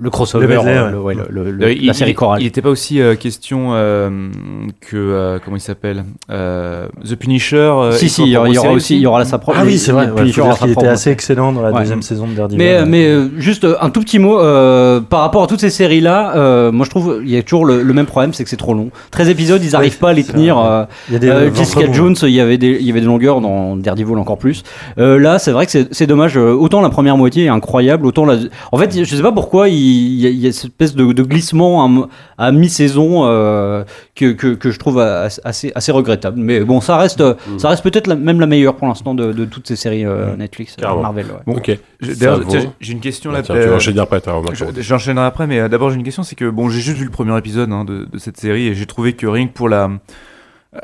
Speaker 7: le crossover,
Speaker 6: Le medley,
Speaker 7: euh,
Speaker 6: ouais.
Speaker 7: le- ouais, le- le- le-
Speaker 9: D'ailleurs, il-
Speaker 7: la série
Speaker 9: il-
Speaker 7: chorale.
Speaker 9: Il n'était pas aussi euh, question euh, que euh, comment il s'appelle euh, The Punisher. euh,
Speaker 7: Si,
Speaker 9: il
Speaker 7: si,
Speaker 9: faut
Speaker 7: il y aura-
Speaker 9: prendre
Speaker 7: il y aura
Speaker 9: série
Speaker 7: aussi- il y aura sa propre-
Speaker 6: Ah oui, c'est vrai.
Speaker 7: il-
Speaker 6: Ouais,
Speaker 7: puis il y
Speaker 6: faut
Speaker 7: aura
Speaker 6: dire
Speaker 7: sa
Speaker 6: qu'il était
Speaker 7: propre-
Speaker 6: assez excellent dans la
Speaker 7: Ouais.
Speaker 6: deuxième saison de Daredevil.
Speaker 7: Mais, euh, mais euh, juste euh, un tout petit mot euh, par rapport à toutes ces séries là. moi je trouve il y a toujours le, le même problème, c'est que c'est trop long. 13 épisodes, ils n'arrivent pas à les tenir. euh,
Speaker 6: Il y a des,
Speaker 7: euh,
Speaker 6: euh,
Speaker 7: Jessica
Speaker 6: ventre mou.
Speaker 7: Jones, il y avait des il y avait des longueurs dans Daredevil encore plus. Euh, là, c'est vrai que c'est- c'est dommage. euh, Autant la première moitié est incroyable, autant la. En fait, je sais pas pourquoi il il y a, il y a cette espèce de, de glissement à, m- à mi-saison euh, que, que, que je trouve a- assez assez regrettable. Mais bon, ça reste euh,
Speaker 6: Mm.
Speaker 7: ça reste peut-être la- même la meilleure pour l'instant de, de toutes ces séries euh, Netflix, euh,
Speaker 3: Carrément.
Speaker 7: Marvel. ouais.
Speaker 9: Bon,
Speaker 3: Ok.
Speaker 9: je-
Speaker 3: Ça
Speaker 9: D'ailleurs,
Speaker 3: vaut- Bah,
Speaker 9: tiens, j'ai une question là. euh,
Speaker 3: Tiens, tu vas enchaîner après, toi, remarque.
Speaker 9: Je- J'enchaînerai après, mais euh, d'abord j'ai une question, c'est que bon, j'ai juste vu le premier épisode hein, de, de cette série et j'ai trouvé que rien que pour la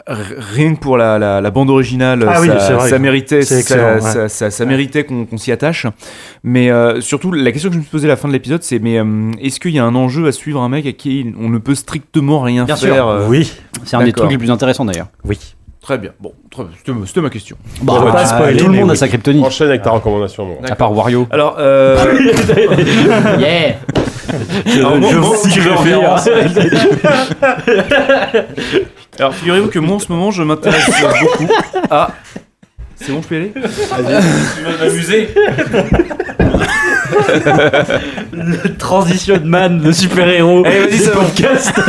Speaker 9: R- Rien que pour la, la- la bande originale,
Speaker 6: Ah oui, c'est
Speaker 9: ça,
Speaker 6: vrai.
Speaker 9: ça méritait,
Speaker 6: C'est
Speaker 9: ça,
Speaker 6: excellent, ouais.
Speaker 9: ça- ça- ça méritait qu'on qu'on s'y attache. Mais euh, surtout, la question que je me suis posée à la fin de l'épisode, c'est mais euh, est-ce qu'il y a un enjeu à suivre un mec à qui on ne peut strictement rien
Speaker 7: Bien
Speaker 9: faire
Speaker 7: sûr.
Speaker 9: euh,
Speaker 7: Oui. C'est un des
Speaker 9: D'accord.
Speaker 7: trucs les plus intéressants, d'ailleurs.
Speaker 9: Oui. Très bien. Bon, très- c'était ma- c'était ma question.
Speaker 7: Bah, on va pas spoiler, mais oui.
Speaker 3: Enchaîne avec ta recommandation. mon gars.
Speaker 9: D'accord.
Speaker 7: part Wario.
Speaker 9: Alors, euh...
Speaker 7: yeah
Speaker 9: Alors, moi-
Speaker 7: je
Speaker 9: moi,
Speaker 7: sais
Speaker 9: je hein.
Speaker 7: le
Speaker 9: vais en
Speaker 7: faire.
Speaker 9: référence. Alors, figurez-vous que moi, en ce moment, je m'intéresse beaucoup à... C'est bon, je peux y aller
Speaker 5: Vas-y.
Speaker 9: vas m'amuser
Speaker 6: Le transition man, le super-héros.
Speaker 9: Allez, Eh, vas-y,
Speaker 6: du
Speaker 9: ça va.
Speaker 6: podcast.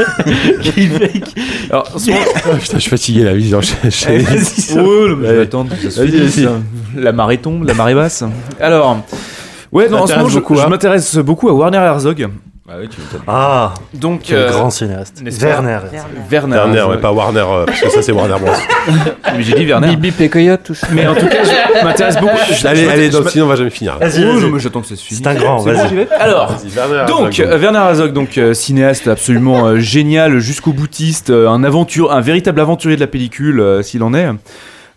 Speaker 6: qui fait-
Speaker 9: Alors, en ce moment-
Speaker 12: Putain, je suis fatigué là, vas-y,
Speaker 9: Allez,
Speaker 12: enchaîne.
Speaker 9: Eh, vas-y, ça- Ouais, mais Oh, je vais attendre que ça se
Speaker 12: Vas-y,
Speaker 9: finisse,
Speaker 12: vas-y.
Speaker 9: hein. La marée tombe, la marée basse. Alors, ouais, non, en ce
Speaker 12: T'intéresses
Speaker 9: moment, je,
Speaker 6: hein.
Speaker 12: beaucoup à-
Speaker 9: je m'intéresse beaucoup à Warner Herzog. Ah oui, tu
Speaker 6: Ah,
Speaker 9: donc euh,
Speaker 6: quel grand cinéaste.
Speaker 9: n'est-ce pas
Speaker 6: Werner.
Speaker 9: Werner.
Speaker 3: Werner, ouais,
Speaker 9: Herzog.
Speaker 3: pas Warner, euh, parce que ça c'est Warner Bros.
Speaker 9: Mais j'ai dit Werner.
Speaker 8: Bip bip et coyote, tout ça.
Speaker 9: Mais en tout cas, je m'intéresse beaucoup. Je-
Speaker 3: allez,
Speaker 9: je-
Speaker 3: allez,
Speaker 9: je-
Speaker 3: non, sinon on va jamais finir.
Speaker 9: Vas-y, Oh, vas-y. non, mais j'attends que ça se finisse.
Speaker 6: C'est un grand,
Speaker 9: C'est bon,
Speaker 6: vas-y.
Speaker 9: j'y vais. Alors,
Speaker 3: Vas-y, Werner
Speaker 9: donc
Speaker 3: Herzog.
Speaker 9: euh, Werner Herzog, donc euh, cinéaste absolument euh, génial, jusqu'au boutiste, euh, un aventure, un véritable aventurier de la pellicule, euh, s'il en est.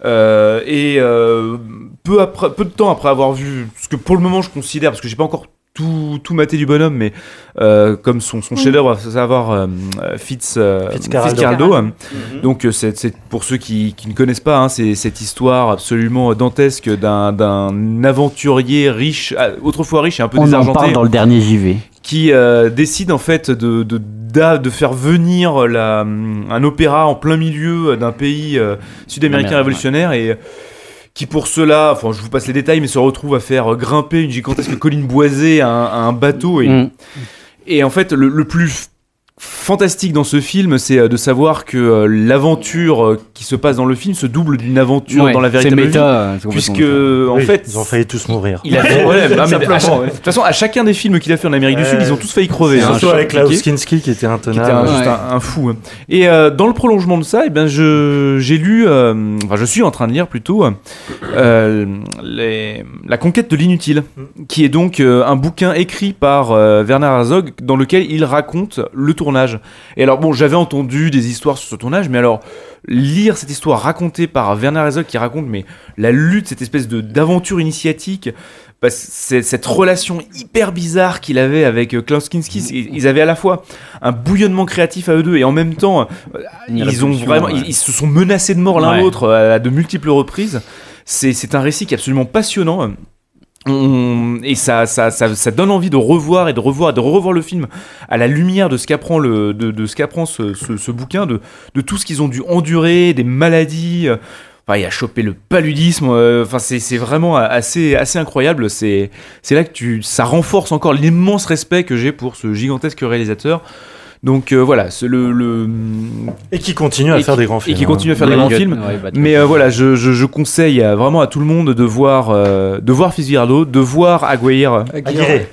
Speaker 9: Euh, et euh, peu après, peu de temps après avoir vu ce que pour le moment je considère, parce que j'ai pas encore tout, tout maté du bonhomme, mais euh, comme son,
Speaker 7: Mm.
Speaker 9: son chef-d'œuvre, à savoir euh, euh, Fitz, euh,
Speaker 6: Fitzcarraldo.
Speaker 9: Fitzcarraldo,
Speaker 7: Mm-hmm.
Speaker 9: euh,
Speaker 3: Mm-hmm.
Speaker 9: donc euh, c'est c'est- pour ceux qui, qui ne connaissent pas hein, c'est cette histoire absolument dantesque d'un- d'un aventurier riche, ah, autrefois riche et un peu
Speaker 7: On en
Speaker 9: désargenté,
Speaker 7: parle dans le dernier JV.
Speaker 9: qui euh, décide en fait de, de, d'a- de faire venir la, hum, un opéra en plein milieu d'un pays euh, sud-américain
Speaker 7: Américain,
Speaker 9: révolutionnaire et euh, qui pour cela, enfin je vous passe les détails, mais se retrouve à faire euh, grimper une gigantesque colline boisée à un, à un bateau et,
Speaker 7: Mm.
Speaker 9: et en fait le, le plus f- fantastique dans ce film, c'est euh, de savoir que euh, l'aventure euh, qui se passe dans le film se double d'une aventure
Speaker 7: Ouais,
Speaker 9: dans la
Speaker 7: c'est
Speaker 9: véritable
Speaker 7: méta,
Speaker 9: vie,
Speaker 7: euh, c'est complètement
Speaker 9: puisque
Speaker 7: méta.
Speaker 9: en
Speaker 6: Oui,
Speaker 9: fait
Speaker 6: ils ont failli tous mourir.
Speaker 9: il a fait. Ouais, bah, mais
Speaker 6: Simplement,
Speaker 9: à chaque-
Speaker 6: ouais.
Speaker 9: De toute façon, à chacun des films qu'il a fait en Amérique du Sud,
Speaker 6: Ouais.
Speaker 9: ils ont tous failli crever. hein.
Speaker 6: Surtout
Speaker 9: Je-
Speaker 6: avec
Speaker 9: ok.
Speaker 6: Klaus Kinski qui était
Speaker 9: Qui était un-
Speaker 6: intenable.
Speaker 9: juste un, un fou. hein. Et euh, dans le prolongement de ça, eh ben, je, j'ai lu, euh, enfin je suis en train de lire plutôt, euh, les- La conquête de l'inutile,
Speaker 6: Mm.
Speaker 9: qui est donc euh, un bouquin écrit par euh, Werner Herzog dans lequel il raconte le tournage. Et alors bon, j'avais entendu des histoires sur ce tournage, mais alors lire cette histoire racontée par Werner Herzog qui raconte mais la lutte, cette espèce de d'aventure initiatique, bah, c'est- cette relation hyper bizarre qu'il avait avec euh, Klaus Kinski,
Speaker 7: Mm.
Speaker 9: c'est- ils avaient à la fois un bouillonnement créatif à eux deux et en même temps, euh,
Speaker 7: Une
Speaker 9: ils ont
Speaker 7: répulsion,
Speaker 9: vraiment,
Speaker 7: ouais.
Speaker 9: ils, ils se sont menacés de mort l'un
Speaker 7: Ouais.
Speaker 9: l'autre euh, à de multiples reprises. C'est c'est un récit qui est absolument passionnant. On- et ça, ça, ça, ça donne envie de revoir et de revoir et de revoir le film à la lumière de ce qu'apprend le de, de ce qu'apprend ce, ce- ce bouquin de, de tout ce qu'ils ont dû endurer des maladies euh, enfin il a chopé le paludisme euh, enfin c'est c'est vraiment assez assez incroyable c'est c'est là que tu ça renforce encore l'immense respect que j'ai pour ce gigantesque réalisateur donc euh, voilà c'est le, le
Speaker 6: Et qui continue à
Speaker 9: et
Speaker 6: faire
Speaker 9: qui-
Speaker 6: des grands films,
Speaker 9: et qui
Speaker 6: hein.
Speaker 9: continue à faire des
Speaker 6: Bad
Speaker 9: grands
Speaker 6: Gut,
Speaker 9: films
Speaker 6: ouais, Bad
Speaker 9: mais euh, voilà je, je, je conseille euh, vraiment à tout le monde de voir euh, de voir Fitzgerald de voir Aguirre
Speaker 6: Aguirre.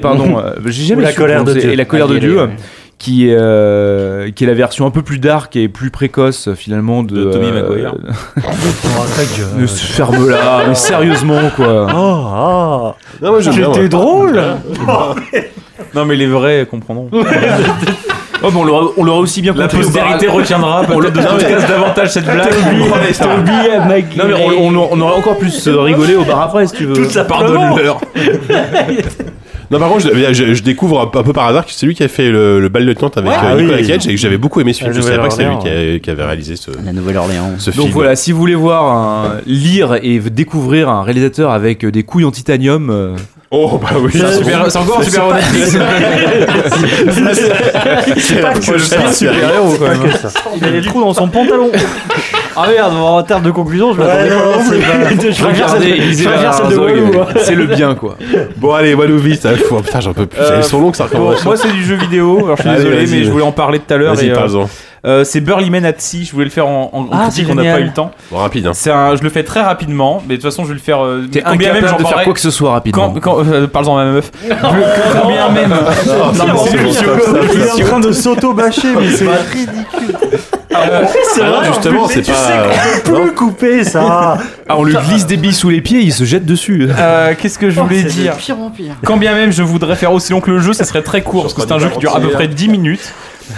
Speaker 9: pardon euh, j'ai jamais
Speaker 6: Ou La
Speaker 9: su
Speaker 6: colère de
Speaker 9: prononcer.
Speaker 6: Dieu.
Speaker 9: et la colère de
Speaker 6: Aguirre,
Speaker 9: Dieu euh,
Speaker 6: ouais.
Speaker 9: qui est, euh, qui est la version un peu plus dark et plus précoce euh, finalement de,
Speaker 13: Tommy
Speaker 9: euh,
Speaker 13: Maguire.
Speaker 9: de ce ferme là, mais sérieusement quoi.
Speaker 6: Oh,
Speaker 3: Non, moi, j'aime bien,
Speaker 6: C'était
Speaker 3: moi.
Speaker 6: drôle
Speaker 9: Non mais les vrais comprendront. Oh, bon, on l'aura- on l'aura aussi bien
Speaker 5: La
Speaker 9: compris.
Speaker 5: postérité retiendra
Speaker 9: On l'a-
Speaker 5: peut-être de ce
Speaker 9: Non, mais-
Speaker 5: podcast davantage cette blague.
Speaker 9: T'as oublié à Maguire. Non mais on, on- on aura encore plus euh, rigolé au bar après si tu veux.
Speaker 5: Tout simplement.
Speaker 9: Pardonne-leur.
Speaker 3: Non, par contre, je, je- je découvre un, un peu par hasard que c'est lui qui a fait le, le bal de tente avec
Speaker 9: Ouais.
Speaker 3: euh,
Speaker 9: Ah oui.
Speaker 3: Nicolas Cage et que j'avais beaucoup aimé ce
Speaker 9: La
Speaker 3: film. Je savais pas que c'est lui qui,
Speaker 9: Nouvelle-Orléans,
Speaker 3: a- qui avait réalisé ce.
Speaker 7: La Nouvelle-Orléans.
Speaker 3: Ce
Speaker 9: Donc
Speaker 3: film.
Speaker 9: voilà, si vous voulez voir un, lire et v- découvrir un réalisateur avec euh, des couilles en titanium. euh,
Speaker 3: Oh bah oui.
Speaker 9: C'est un super- c'est encore un super héros.
Speaker 3: C'est pas que ça, c'est
Speaker 9: super héros quand même.
Speaker 7: Il a des trous dans son pantalon. Ah merde, en termes de conclusion, je
Speaker 6: m'attendais pas non plus.
Speaker 7: Je préfère
Speaker 9: Regardez,
Speaker 7: celle-
Speaker 9: Élisée
Speaker 7: je préfère celle de
Speaker 9: Herzog,
Speaker 7: Walou, hein.
Speaker 9: C'est le bien quoi.
Speaker 3: Bon, allez, Walou vite. hein. Faut- Putain, j'en peux plus.
Speaker 9: Euh,
Speaker 3: Elles sont longues, ça
Speaker 5: Bon,
Speaker 3: recommence.
Speaker 5: Euh, moi c'est du jeu vidéo, alors je suis
Speaker 3: Allez,
Speaker 5: désolé,
Speaker 3: vas-y.
Speaker 5: mais je voulais en parler tout à l'heure.
Speaker 3: Vas-y,
Speaker 5: et, euh,
Speaker 3: parle-en.
Speaker 5: euh, c'est Burly Man at Sea, je voulais le faire en, en, en
Speaker 4: Ah,
Speaker 5: critique,
Speaker 4: c'est
Speaker 5: on n'a
Speaker 4: génial.
Speaker 5: pas eu le temps.
Speaker 3: Bon, rapide. hein.
Speaker 5: C'est un, je le fais très rapidement, mais de toute façon je vais le faire. Euh,
Speaker 9: T'es
Speaker 5: quand bien
Speaker 9: incapable
Speaker 5: j'en
Speaker 9: de faire
Speaker 5: parlerai-
Speaker 9: quoi que ce soit rapidement.
Speaker 5: Quand, quand, euh, parle-en à ma meuf. Je- quand bien même.
Speaker 3: c'est
Speaker 5: Non, mais
Speaker 3: bon,
Speaker 5: c'est
Speaker 3: ça,
Speaker 5: bon.
Speaker 3: ça,
Speaker 4: Il est
Speaker 3: ça.
Speaker 4: en train de s'auto-bâcher, mais c'est ridicule.
Speaker 3: Ah non, justement, c'est pas. euh,
Speaker 6: Plus couper ça
Speaker 9: Ah, on lui glisse des billes sous les pieds, il se jette dessus.
Speaker 5: Euh, Qu'est-ce que je voulais
Speaker 11: C'est
Speaker 5: dire
Speaker 11: de pire en pire.
Speaker 5: Quand bien même je voudrais faire aussi long que le jeu, ça serait très court parce que c'est un jeu qui dure à peu près 10 minutes.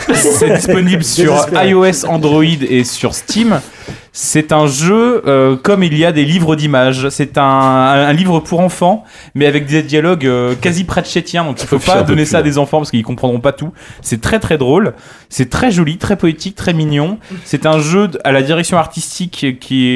Speaker 5: C'est disponible sur
Speaker 9: Désespéré.
Speaker 5: iOS, Android et sur Steam. C'est un jeu euh, comme il y a des livres d'images. C'est un, un livre pour enfants, mais avec des dialogues euh, quasi pratchettiens. Donc il faut
Speaker 3: Faut fier un
Speaker 5: pas
Speaker 3: peu
Speaker 5: donner
Speaker 3: dessus,
Speaker 5: ça à
Speaker 3: là.
Speaker 5: des enfants parce qu'ils comprendront pas tout. C'est très très drôle. C'est très joli, très poétique, très mignon. C'est un jeu d- à la direction artistique qui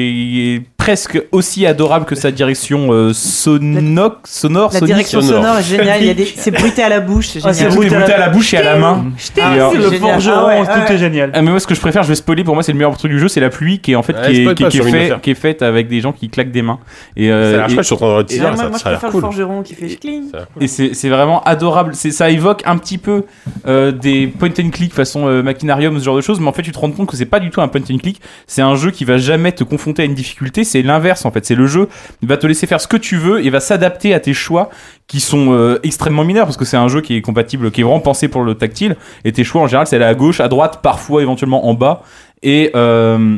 Speaker 5: est, est presque aussi adorable que sa direction euh, sonoc- sonore.
Speaker 10: La
Speaker 5: sonique.
Speaker 10: direction sonore est géniale, il y a des- c'est bruité à la bouche, c'est
Speaker 5: Ah,
Speaker 10: génial.
Speaker 5: c'est brut à la bouche et à la main.
Speaker 10: Je t'ai
Speaker 5: Et,
Speaker 10: dit,
Speaker 5: euh,
Speaker 10: le
Speaker 5: génial.
Speaker 10: forgeron,
Speaker 5: Ah ouais,
Speaker 10: tout
Speaker 5: ouais.
Speaker 10: est génial.
Speaker 5: Ah, mais moi, ce que je préfère, je vais spoiler. Pour moi, c'est le meilleur truc du jeu, c'est la pluie qui est en fait
Speaker 3: Ouais,
Speaker 5: qui est,
Speaker 3: spoil
Speaker 5: qui,
Speaker 3: pas
Speaker 5: qui
Speaker 3: sur
Speaker 5: est
Speaker 3: une
Speaker 5: fait,
Speaker 3: affaire.
Speaker 5: qui est faite avec des gens qui claquent des mains. Et euh,
Speaker 3: Ça a l'air
Speaker 5: et-
Speaker 3: chouette, je suis en train de
Speaker 5: et-
Speaker 3: regarder
Speaker 10: Moi, moi, je préfère le forgeron qui fait ch'tling.
Speaker 5: et c'est c'est vraiment adorable. C'est- Ça évoque un petit peu euh, des point and click façon euh, Machinarium, ce genre de choses, mais en fait, tu te rends compte que c'est pas du tout un point and click. C'est un jeu qui va jamais te confronter à une difficulté. C'est l'inverse en fait. C'est le jeu va te laisser faire ce que tu veux et va s'adapter à tes choix qui sont euh, extrêmement mineurs parce que c'est un jeu qui est compatible, qui est vraiment pensé pour le tactile. Et tes choix en général, c'est aller à gauche, à droite, parfois éventuellement en bas. Et euh,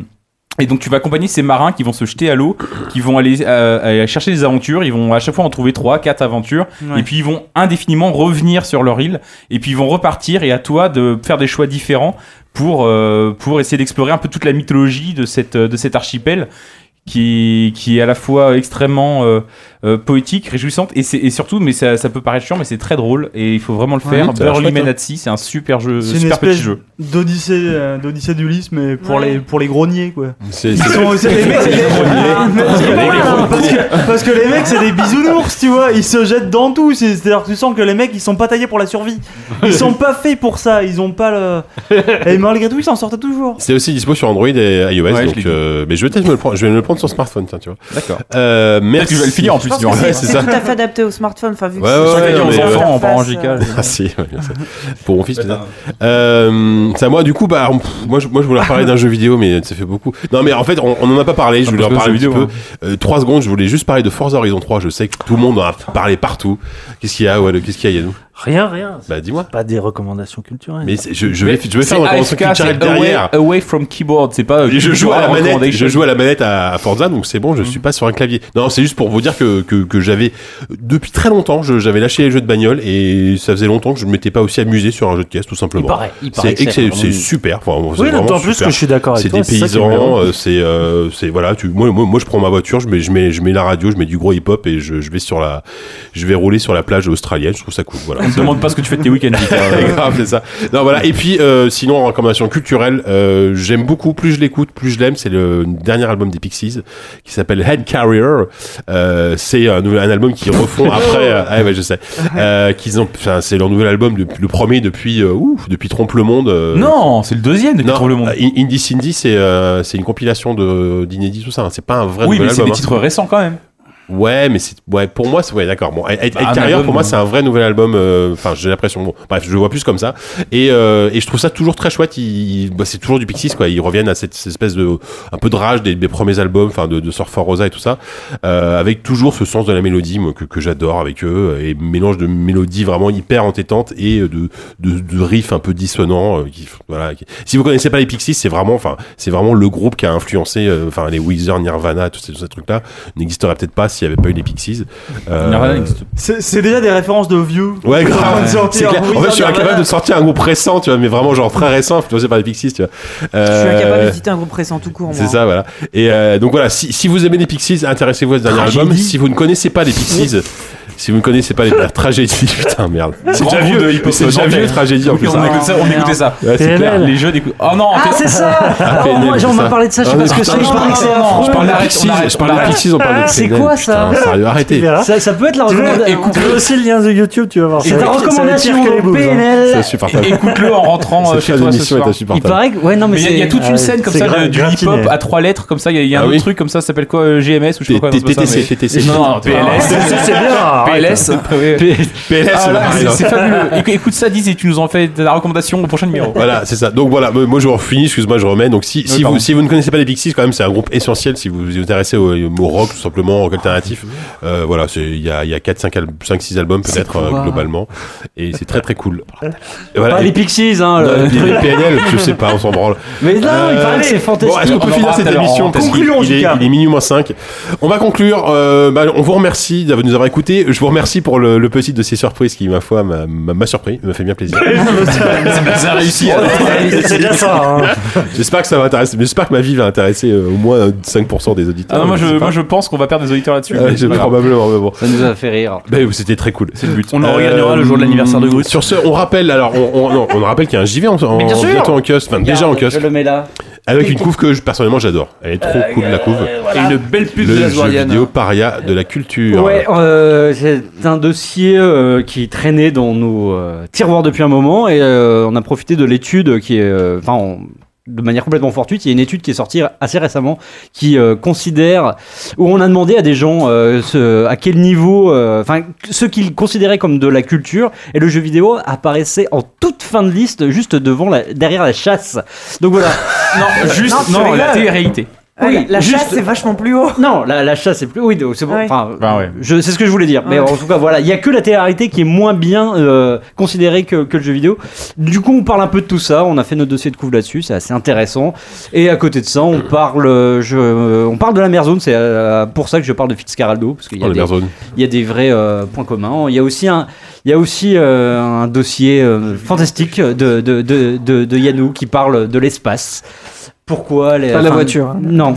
Speaker 5: et donc tu vas accompagner ces marins qui vont se jeter à l'eau, qui vont aller, euh, aller chercher des aventures, ils vont à chaque fois en trouver 3, 4 aventures,
Speaker 4: Ouais.
Speaker 5: et puis ils vont indéfiniment revenir sur leur île, et puis ils vont repartir, et à toi de faire des choix différents pour, euh, pour essayer d'explorer un peu toute la mythologie de, cette, de cet archipel. Qui, qui est à la fois extrêmement euh, euh, poétique, réjouissante, et, c'est- et surtout, mais ça, ça peut paraître chiant, mais c'est très drôle, et il faut vraiment le
Speaker 4: Ouais,
Speaker 5: faire.
Speaker 4: ça a l'air
Speaker 5: Burly
Speaker 4: chouette, hein.
Speaker 5: Menatsi, c'est un super jeu,
Speaker 4: C'est une
Speaker 5: super petit
Speaker 4: espèce
Speaker 5: jeu.
Speaker 4: d'odyssée euh, d'odyssée d'Ulysse, mais pour,
Speaker 5: Ouais.
Speaker 4: les, pour les greniers, quoi.
Speaker 5: C'est-
Speaker 4: Ils
Speaker 5: c'est-
Speaker 4: sont- c'est- les mecs, c'est des- Parce que- Parce que les mecs, c'est des bisounours, tu vois. Ils se jettent dans tout. C'est- C'est-à-dire que tu sens que les mecs, ils sont pas taillés pour la survie. Ils sont pas faits pour ça. Ils ont pas le. Et malgré tout, ils s'en sortent toujours.
Speaker 3: C'est aussi dispo sur Android et iOS, donc, euh, mais je vais peut-être me le prendre, je vais me le prendre sur smartphone, tiens, tu vois.
Speaker 5: D'accord.
Speaker 3: Euh,
Speaker 5: Peut-être que
Speaker 3: merci.
Speaker 5: je vais le finir, en plus,
Speaker 10: Je pense que c'est- c'est tout à fait adapté au smartphone, enfin vu que
Speaker 3: Ouais,
Speaker 10: c'est-
Speaker 3: ouais, ouais,
Speaker 5: aux
Speaker 3: mais,
Speaker 5: enfants
Speaker 3: ouais.
Speaker 5: en parent gical.
Speaker 3: Ah si, ouais, bien sûr. pour mon fils peut-être. Euh, c'est à moi du coup, bah pff, moi je, moi je voulais reparler d'un jeu vidéo mais ça fait beaucoup. Non mais en fait on, on en a pas parlé, je voulais
Speaker 5: parce
Speaker 3: en
Speaker 5: que
Speaker 3: parler un
Speaker 5: jeu
Speaker 3: petit
Speaker 5: vidéo,
Speaker 3: peu. Euh, Trois secondes, je voulais juste parler de Forza Horizon 3, je sais que tout le monde en a parlé partout. Qu'est-ce qu'il y a, ouais, qu'est-ce qu'il y a Yannou
Speaker 6: Rien, rien.
Speaker 3: Bah dis-moi.
Speaker 6: Pas des recommandations culturelles.
Speaker 3: Mais c'est- je, je vais, je vais faire
Speaker 5: C'est
Speaker 3: une recommandation
Speaker 5: AFK,
Speaker 3: culturelle
Speaker 5: c'est away-
Speaker 3: derrière.
Speaker 5: Away from keyboard, c'est pas. euh,
Speaker 3: Et je joue à la
Speaker 5: cultural
Speaker 3: manette.
Speaker 5: recommendation.
Speaker 3: Je joue à la manette à, à Forza, donc c'est bon. Je
Speaker 6: Mm.
Speaker 3: suis pas sur un clavier. Non, c'est juste pour vous dire que que, que j'avais depuis très longtemps, je- j'avais lâché les jeux de bagnole et ça faisait longtemps que je m'étais pas aussi amusé sur un jeu de caisse, tout simplement.
Speaker 6: Il paraît, il paraît
Speaker 3: C'est
Speaker 6: que c'est
Speaker 3: excellent,
Speaker 6: vraiment-
Speaker 3: c'est super. Enfin, c'est
Speaker 6: Oui,
Speaker 3: vraiment
Speaker 6: d'autant plus
Speaker 3: super.
Speaker 6: que je suis d'accord avec
Speaker 3: C'est
Speaker 6: toi,
Speaker 3: des
Speaker 6: c'est ça qui est
Speaker 3: paysans.
Speaker 6: marrant.
Speaker 3: euh, C'est euh, c'est voilà. Tu, moi, moi, moi, je prends ma voiture, je mets je mets je mets la radio, je mets du gros hip hop et je, je vais sur la je vais rouler sur la plage australienne. Je trouve ça cool. Voilà.
Speaker 5: On te
Speaker 3: C'est-
Speaker 5: demande pas ce que tu fais de tes week-ends. hein. Peter.
Speaker 3: c'est grave, c'est ça. Non, voilà. Et puis, euh, sinon, en recommandation culturelle, euh, j'aime beaucoup, plus je l'écoute, plus je l'aime. C'est le dernier album des Pixies qui s'appelle Head Carrier. Euh, c'est un, nouvel- un album qu'ils refont après. euh, ah ouais, je sais. Euh, qu'ils ont, enfin, c'est leur nouvel album, depuis, le premier depuis, euh, ouf, depuis Trompe le Monde. euh,
Speaker 5: Non, c'est le deuxième depuis
Speaker 3: non,
Speaker 5: Trouve le monde.
Speaker 3: euh, In- Indie Cindy, c'est euh, c'est une compilation de- d'inédits, tout ça. hein. C'est pas un vrai
Speaker 5: Oui,
Speaker 3: nouvel
Speaker 5: mais c'est
Speaker 3: album,
Speaker 5: des
Speaker 3: hein.
Speaker 5: titres récents quand même.
Speaker 3: Ouais, mais c'est ouais pour moi, c'est ouais d'accord. Bon, être
Speaker 5: Bah, un album,
Speaker 3: pour moi,
Speaker 5: non.
Speaker 3: c'est un vrai nouvel album. euh, Enfin, j'ai l'impression. Bon, bref, je le vois plus comme ça. Et, euh, et je trouve ça toujours très chouette. Ils, bah, c'est toujours du Pixies quoi. Ils reviennent à cette, cette espèce de un peu de rage des, des premiers albums, enfin de, de Surfer Rosa et tout ça, euh, avec toujours ce sens de la mélodie moi, que, que j'adore avec eux euh, et mélange de mélodies vraiment hyper entêtantes et euh, de de, de riffs un peu dissonants. euh, qui, voilà. qui- Si vous connaissez pas les Pixies, c'est vraiment enfin c'est vraiment le groupe qui a influencé euh, enfin les Weezer, Nirvana, tous ces, tous ces trucs là n'existerait peut-être pas s'il n'y avait pas eu les Pixies. Euh,
Speaker 5: Nirvana n'existe
Speaker 4: C'est c'est déjà des références de vieux.
Speaker 3: Ouais, grave.
Speaker 4: Ouais.
Speaker 3: C'est clair. En fait, je suis incapable de sortir un groupe récent, tu vois, mais vraiment genre très récent, influencé par les Pixies, tu vois.
Speaker 10: Je suis incapable
Speaker 3: Euh,
Speaker 10: de citer un groupe récent tout court. moi.
Speaker 3: c'est ça, voilà. Et euh, donc voilà, si, si vous aimez les Pixies, intéressez-vous à ce dernier
Speaker 5: Tragédie.
Speaker 3: album. Si vous ne connaissez pas les Pixies, si vous ne connaissez pas les la tragédie, putain merde. C'est déjà vieux, c'est déjà vieux tragédie en
Speaker 5: Oui,
Speaker 3: plus.
Speaker 5: On
Speaker 3: hein.
Speaker 5: écoute ça, on écoutait ça.
Speaker 3: Ouais, c'est clair.
Speaker 5: Les jeux d'écoute. Oh non,
Speaker 11: Ah,
Speaker 5: t'es-
Speaker 11: c'est ça
Speaker 3: Ah,
Speaker 11: Alors,
Speaker 3: PNL,
Speaker 11: moi, genre, on
Speaker 3: c'est
Speaker 11: m'a
Speaker 3: ça.
Speaker 11: parlé de ça, je sais
Speaker 3: Ah,
Speaker 11: pas
Speaker 3: mais
Speaker 11: ce que
Speaker 3: putain,
Speaker 11: c'est,
Speaker 3: non,
Speaker 11: je parlais que c'est
Speaker 3: non, non,
Speaker 11: affreux.
Speaker 3: Je parle des Pixies, je parle des Pixies, on parle des
Speaker 11: C'est
Speaker 3: PNL,
Speaker 11: quoi ça
Speaker 3: putain, Sérieux, arrêtez.
Speaker 6: Ça,
Speaker 11: ça peut être la
Speaker 6: Tu veux-
Speaker 11: recommandation.
Speaker 6: Tu veux aussi le lien de YouTube, tu vas voir.
Speaker 11: C'est
Speaker 6: Ça
Speaker 11: ta
Speaker 6: va- ça va
Speaker 11: recommandation
Speaker 6: pire que les
Speaker 11: au
Speaker 6: boobs, hein.
Speaker 11: PNL.
Speaker 3: C'est insupportable.
Speaker 5: Écoute-le en rentrant euh,
Speaker 3: Cette
Speaker 5: chez
Speaker 3: fin
Speaker 5: toi ce
Speaker 3: d'émission
Speaker 5: soir.
Speaker 3: est insupportable.
Speaker 7: Il paraît que- ouais, non, mais
Speaker 5: Mais il y a- il y, a
Speaker 7: c'est-
Speaker 5: toute une
Speaker 7: ah,
Speaker 5: scène comme
Speaker 7: c'est
Speaker 5: ça
Speaker 7: gra-
Speaker 5: de- du hip
Speaker 7: gratiné.
Speaker 5: hop à trois lettres comme ça. Il y a, il y a un
Speaker 3: Ah
Speaker 5: autre
Speaker 3: oui.
Speaker 5: truc comme ça, ça s'appelle quoi euh, GMS ou je sais pas quoi. non, c'est pas ça,
Speaker 3: TTC,
Speaker 5: mais-
Speaker 3: TTC.
Speaker 5: Non, non, PLS.
Speaker 3: Ah, ça, c'est bien.
Speaker 5: PLS. ouais.
Speaker 3: PLS,
Speaker 5: Ah, là,
Speaker 3: ouais.
Speaker 5: c'est- C'est fabuleux. Éc- Écoute ça, dis et tu nous en fais la recommandation au prochain numéro.
Speaker 3: Voilà, c'est ça. Donc voilà, moi moi, je finis, excuse-moi, je remets. Donc si, si,
Speaker 5: pardon.
Speaker 3: vous, si vous ne connaissez pas les Pixies, quand même, c'est un groupe essentiel si vous vous intéressez au, au rock, tout simplement, au rock
Speaker 7: Ah,
Speaker 3: alternatif. Euh, voilà, c'est- il y a, il y a 4, 5, 6 albums peut-être, euh,
Speaker 7: quoi
Speaker 3: globalement. Et c'est très très cool. Et
Speaker 7: Pas
Speaker 3: et-
Speaker 7: les Pixies, hein.
Speaker 3: Non,
Speaker 7: le
Speaker 3: les-
Speaker 7: truc.
Speaker 3: les PNL, je sais pas, on s'en branle.
Speaker 7: Mais non, il paraît que
Speaker 3: allez.
Speaker 7: c'est fantastique.
Speaker 3: Bon, est-ce qu'on peut
Speaker 5: On
Speaker 3: finir
Speaker 5: embrasse
Speaker 3: cette
Speaker 5: alors,
Speaker 3: émission
Speaker 5: on
Speaker 3: parce qu'il-
Speaker 5: conclut,
Speaker 3: il, est,
Speaker 5: Jika.
Speaker 3: il est minuit moins 5. On va conclure. euh, bah, on vous remercie de nous avoir écoutés. je vous remercie pour le, le petit de ces surprises qui, ma foi, m'a- m'a m'a surpris, me fait bien plaisir.
Speaker 5: C'est bizarre réussi.
Speaker 6: C'est bien ça. hein.
Speaker 3: J'espère que ça va intéresser, mais j'espère que ma vie va intéresser euh, au moins 5% des auditeurs.
Speaker 5: Ah non, moi, je,
Speaker 3: sais pas.
Speaker 5: moi, je pense qu'on va perdre des auditeurs là-dessus.
Speaker 3: Ouais,
Speaker 5: mais c'est
Speaker 3: j'ai-
Speaker 5: pas grave.
Speaker 3: probablement, mais bon.
Speaker 7: Ça nous a fait rire.
Speaker 3: Ben, c'était très cool. C'est le but.
Speaker 5: On en regagnera le jour de l'anniversaire de Grut.
Speaker 3: Sur ce, on rappelle alors, on, on- non, on rappelle qu'il y a un JV en, en-
Speaker 7: Mais bien sûr.
Speaker 3: bientôt en kiosque, enfin déjà en kiosque,
Speaker 7: Je le mets là. Euh,
Speaker 3: avec une couve que je, personnellement j'adore. Elle est trop cool la couve.
Speaker 5: Et une belle pub de
Speaker 3: le
Speaker 5: la
Speaker 3: jeu
Speaker 5: Zouariane.
Speaker 3: vidéo paria de la culture.
Speaker 7: Ouais, euh, c'est un dossier euh, qui traînait dans nos euh, tiroirs depuis un moment et euh, on a profité de l'étude qui est, euh, enfin, on- de manière complètement fortuite, il y a une étude qui est sortie assez récemment qui euh, considère où on a demandé à des gens euh, ce- à quel niveau, euh, enfin, ce qu'ils considéraient comme de la culture et le jeu vidéo apparaissait en toute fin de liste, juste devant la, derrière la chasse. Donc voilà.
Speaker 5: Non, juste,
Speaker 10: Non, tu
Speaker 5: non, la
Speaker 10: rigoles.
Speaker 5: télé-réalité.
Speaker 10: Ouais,
Speaker 7: Oui,
Speaker 10: la- la
Speaker 7: juste-
Speaker 10: chasse, c'est vachement plus haut.
Speaker 7: Non, la, la chasse c'est plus. Oui, donc c'est bon.
Speaker 10: Ouais.
Speaker 7: Enfin,
Speaker 5: Bah ouais.
Speaker 7: je- c'est ce que je voulais dire. Mais
Speaker 10: Ouais.
Speaker 7: en tout cas, voilà, il y a que la télé-réalité qui est moins bien euh, considérée que, que le jeu vidéo. Du coup, on parle un peu de tout ça. On a fait notre dossier de couvre là-dessus, c'est assez intéressant. Et à côté de ça, on parle, euh, je, euh, on parle de la Merzone. C'est euh, pour ça que je parle de Fitzcarraldo, parce qu'il y, a
Speaker 3: Oh, la
Speaker 7: des-
Speaker 3: Merzone.
Speaker 7: il y a des vrais euh, points communs. Il y a aussi un, il y a aussi euh, un dossier euh, fantastique de de, de, de- de Yannou qui parle de l'espace. Pourquoi les,
Speaker 8: Pas la
Speaker 7: enfin,
Speaker 8: voiture, hein.
Speaker 7: Non.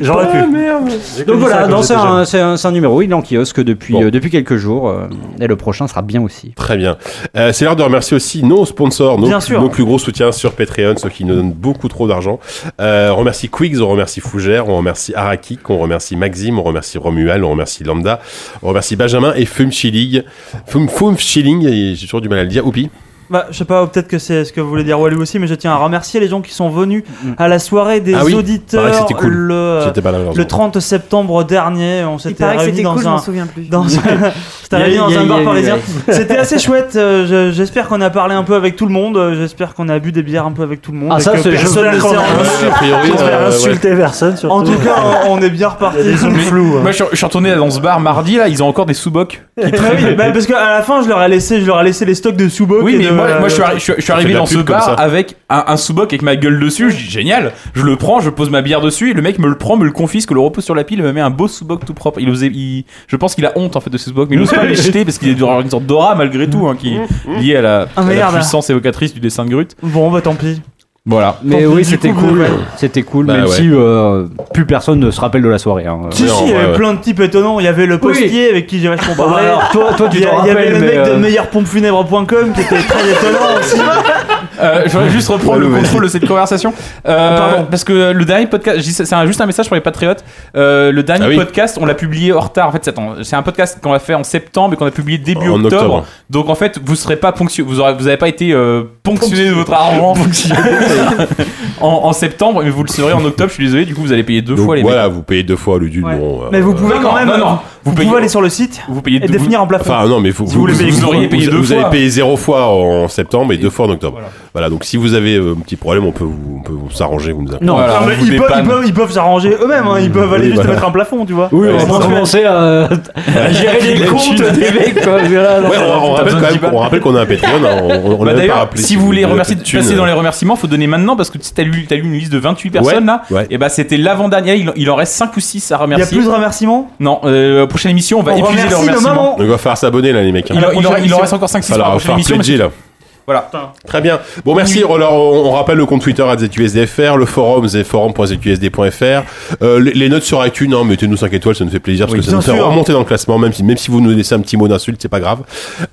Speaker 6: J'aurais pu.
Speaker 7: Oh, Donc voilà, non, c'est
Speaker 6: ça
Speaker 7: un, c'est un- c'est un numéro, il est en kiosque depuis, euh, depuis quelques jours, euh, et le prochain sera bien aussi.
Speaker 3: Très bien. Euh, c'est l'heure de remercier aussi nos sponsors, nos,
Speaker 4: Bien
Speaker 3: plus-
Speaker 4: sûr.
Speaker 3: nos plus gros soutiens sur Patreon, ceux qui nous donnent beaucoup trop d'argent. Euh, on remercie Quiggs, on remercie Fougère, on remercie Arakik, on remercie Maxime, on remercie Romual, on remercie Lambda, on remercie Benjamin et Fum Schilling. Fum, Fum Schilling, et j'ai toujours du mal à le dire. Oupi.
Speaker 4: Bah, je sais pas, peut-être que c'est ce que vous voulez dire Walou aussi, mais je tiens à remercier les gens qui sont venus
Speaker 7: Mhm.
Speaker 4: à la soirée des
Speaker 3: Mm. Ah oui, pareil,
Speaker 4: auditeurs
Speaker 3: c'était cool.
Speaker 4: le, euh,
Speaker 3: J'étais pas là, malheureusement.
Speaker 4: le 30 septembre dernier. On s'était
Speaker 10: paraît que
Speaker 4: réunis
Speaker 10: c'était
Speaker 4: dans
Speaker 10: cool, je m'en
Speaker 4: un.
Speaker 10: souviens plus.
Speaker 4: Dans un, C'était
Speaker 7: Il y a
Speaker 4: réunis
Speaker 7: eu-
Speaker 4: dans
Speaker 7: il y a
Speaker 4: un
Speaker 7: eu- il y a
Speaker 4: bar
Speaker 7: eu-
Speaker 4: parisien.
Speaker 7: il
Speaker 4: C'était assez chouette. euh, je- J'espère qu'on a parlé un peu avec tout le monde. euh, J'espère qu'on a bu des bières un peu avec tout le monde.
Speaker 7: Ah,
Speaker 4: et
Speaker 7: ça,
Speaker 4: que
Speaker 7: c'est-
Speaker 4: personne
Speaker 6: j'espère
Speaker 4: ne
Speaker 6: qu'on
Speaker 4: s'est
Speaker 6: a-
Speaker 4: ennuyé.
Speaker 3: a priori,
Speaker 6: J'espère
Speaker 3: euh, ouais.
Speaker 6: insulter personne surtout.
Speaker 4: En tout cas, on on est bien
Speaker 6: Il y a
Speaker 4: reparti.
Speaker 6: des zones floues. hein.
Speaker 5: Moi, je, je suis retourné dans ce bar mardi, là, ils ont encore des sous-bocs.
Speaker 4: Bah oui, bah parce qu'à la fin, je leur ai laissé, je leur ai laissé les stocks de euh, sous
Speaker 5: Oui, mais moi, moi, je suis, arri- je suis- je suis
Speaker 3: fait
Speaker 5: arrivé
Speaker 3: de la
Speaker 5: dans ce
Speaker 3: pub comme ça.
Speaker 5: bar avec un, un sous-boc avec ma gueule dessus. Je dis génial, je le prends, je pose ma bière dessus et le mec me le prend, me le confisque, le repose sur la pile et me met un beau sous-boc tout propre. Il osait, il- je pense qu'il a honte en fait de ce sous-boc, mais il n'ose pas le jeter parce qu'il est dans une sorte d'aura malgré tout, hein,
Speaker 3: Mm,
Speaker 5: qui est liée à la,
Speaker 4: Ah,
Speaker 5: à la
Speaker 4: merde.
Speaker 5: puissance évocatrice du dessin de Grut.
Speaker 4: Bon, bah tant pis.
Speaker 5: Voilà.
Speaker 7: Mais
Speaker 4: Tant pis,
Speaker 7: oui,
Speaker 4: du
Speaker 7: c'était
Speaker 4: coup,
Speaker 7: cool,
Speaker 4: ouais.
Speaker 7: c'était cool,
Speaker 3: Bah
Speaker 7: même
Speaker 3: ouais.
Speaker 7: si euh, plus personne ne se rappelle de la soirée. hein.
Speaker 4: Si,
Speaker 3: Oui,
Speaker 4: si,
Speaker 3: en
Speaker 4: il y
Speaker 3: vrai,
Speaker 4: avait
Speaker 3: ouais.
Speaker 4: plein de types étonnants. Il y avait le postier avec qui j'ai vachement
Speaker 7: Bah,
Speaker 4: parlé.
Speaker 7: alors, toi, toi,
Speaker 4: Il
Speaker 7: tu
Speaker 4: y,
Speaker 7: t'en
Speaker 4: a- il y avait
Speaker 7: rappelles,
Speaker 4: le
Speaker 7: mais,
Speaker 4: mec de
Speaker 7: euh,
Speaker 4: meilleurepompefúnèbre.com qui était très étonnant aussi.
Speaker 5: Euh, je voudrais juste reprendre le contrôle de cette conversation. Euh,
Speaker 4: Ah, Pardon.
Speaker 5: Parce que le dernier podcast, je dis ça- c'est un- juste un message pour les patriotes. Euh, le dernier
Speaker 3: Ah oui.
Speaker 5: podcast, on l'a publié en retard. En fait, c'est- attends, c'est un podcast qu'on a fait en septembre et qu'on a publié début
Speaker 3: En
Speaker 5: octobre.
Speaker 3: octobre.
Speaker 5: Donc en fait, vous serez pas ponctu- vous aurez, vous avez pas été euh, ponctionné de votre argent en, en septembre, mais vous le serez en octobre. Je suis désolé. Du coup, vous allez payer deux
Speaker 3: Donc
Speaker 5: fois les.
Speaker 3: voilà, vous payez deux fois le du
Speaker 4: Ouais.
Speaker 3: non, euh,
Speaker 4: Mais vous pouvez
Speaker 5: mecs.
Speaker 4: quand même.
Speaker 5: non, non,
Speaker 4: Vous
Speaker 5: payez,
Speaker 4: pouvez aller sur le site
Speaker 5: vous payez
Speaker 4: et
Speaker 5: deux-
Speaker 4: définir un plafond.
Speaker 3: Enfin non, mais vous,
Speaker 5: Si vous le payez, vous auriez payé deux
Speaker 3: vous avez
Speaker 5: fois.
Speaker 3: payé zéro fois en septembre et deux fois en octobre. Voilà. donc si vous avez euh, un petit problème, on peut vous, on peut vous s'arranger, vous nous appelez.
Speaker 7: Non,
Speaker 5: Voilà,
Speaker 4: Non,
Speaker 5: on
Speaker 4: mais
Speaker 5: vous
Speaker 4: ils, peuvent,
Speaker 5: dépanne.
Speaker 4: ils peuvent- ils peuvent s'arranger eux-mêmes, hein, ils peuvent aller
Speaker 3: oui,
Speaker 4: juste
Speaker 3: voilà.
Speaker 4: mettre un plafond, tu vois.
Speaker 7: Oui,
Speaker 3: Ouais,
Speaker 7: on va
Speaker 3: c'est-
Speaker 7: commencer à, à gérer les comptes des mecs, quoi. voilà, non.
Speaker 3: Ouais, on, on rappelle
Speaker 5: besoin
Speaker 3: quand
Speaker 5: de
Speaker 3: même-
Speaker 5: dix balles.
Speaker 3: on rappelle qu'on a un Patreon, hein,
Speaker 5: Bah,
Speaker 3: on, on l'a même pas
Speaker 5: d'ailleurs,
Speaker 3: rappelé.
Speaker 5: si vous voulez
Speaker 3: voulez
Speaker 5: remercier,
Speaker 3: petite
Speaker 5: passer
Speaker 3: thune.
Speaker 5: dans les remerciements, faut donner maintenant parce que tu sais, t'as lu, t'as lu une liste de 28 personnes
Speaker 3: Ouais,
Speaker 5: là.
Speaker 3: ouais.
Speaker 5: Et bah, c'était l'avant-dernier. Il, il en reste 5 ou 6
Speaker 4: Il
Speaker 5: à
Speaker 4: y a
Speaker 5: remercier.
Speaker 4: plus de remerciements
Speaker 5: Non, euh, prochaine émission, on va
Speaker 4: On
Speaker 5: épuiser les
Speaker 4: remercie nos
Speaker 5: remerciements.
Speaker 4: mamans
Speaker 3: Donc il va falloir s'abonner là, les mecs. hein.
Speaker 5: Il, en- il en- il en reste encore
Speaker 3: Il
Speaker 5: 5-6 pour
Speaker 3: va
Speaker 5: la
Speaker 3: falloir
Speaker 5: prochaine
Speaker 3: faire
Speaker 5: émission. mais-
Speaker 3: pledger là.
Speaker 5: Voilà.
Speaker 3: Très bien. Bon, merci. Alors, on, on rappelle le compte Twitter ZQSDFR, le forum zforum.zqsd.fr. Euh, les, les notes sur iTunes, hein, mettez-nous 5 étoiles, ça nous fait plaisir parce
Speaker 5: Oui, hein.
Speaker 3: que ça nous
Speaker 4: bien
Speaker 3: fait
Speaker 4: sûr.
Speaker 3: remonter dans le classement, même si, même si vous nous laissez un petit mot d'insulte, c'est pas grave.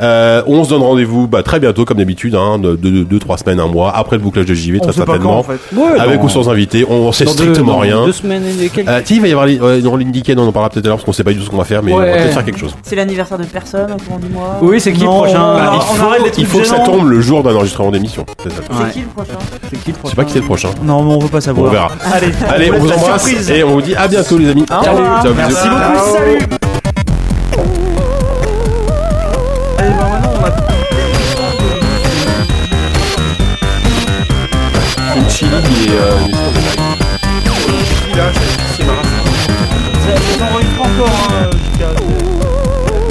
Speaker 3: Euh, on se donne rendez-vous bah, très bientôt, comme d'habitude, hein, de 2-3 semaines, un mois, après le bouclage de JV,
Speaker 4: On
Speaker 3: très
Speaker 4: sait pas quand
Speaker 3: certainement.
Speaker 4: en fait.
Speaker 7: Ouais,
Speaker 3: Avec
Speaker 7: dans-
Speaker 3: ou sans invité, on sait
Speaker 7: dans deux-
Speaker 3: strictement
Speaker 7: dans
Speaker 3: rien.
Speaker 7: Deux semaines et quelques.
Speaker 3: Euh, si, il va y avoir les- ouais, dans l'Indicaine, on en parlera peut-être tout à l'heure parce qu'on sait pas du tout ce qu'on va faire, mais on va
Speaker 7: Ouais.
Speaker 3: peut-être faire quelque chose.
Speaker 10: C'est l'anniversaire de personne au courant du mois.
Speaker 7: Oui, c'est qui
Speaker 4: Non,
Speaker 7: le prochain
Speaker 4: on-
Speaker 3: Bah, il
Speaker 4: on
Speaker 3: faut,
Speaker 4: arrête les
Speaker 3: il
Speaker 4: trucs
Speaker 3: faut que ça
Speaker 4: gênants.
Speaker 3: tombe le jour d'un enregistrement d'émission. C'est ça.
Speaker 10: C'est qui le prochain
Speaker 7: C'est qui le
Speaker 3: Je
Speaker 7: prochain
Speaker 3: sais pas qui c'est le prochain.
Speaker 4: Non, mais on veut pas
Speaker 3: Bon, on
Speaker 4: savoir.
Speaker 3: verra.
Speaker 4: Allez,
Speaker 3: Allez, on vous
Speaker 4: laisse la
Speaker 3: embrasse
Speaker 4: surprise.
Speaker 3: et on vous dit à bientôt les amis.
Speaker 4: Au revoir.
Speaker 3: Ciao, bisous.
Speaker 4: Merci beaucoup, salut Allez, bah, maintenant, on va- Ça enregistre encore, hein, jusqu'à-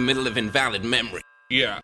Speaker 1: middle of invalid memory. Yeah.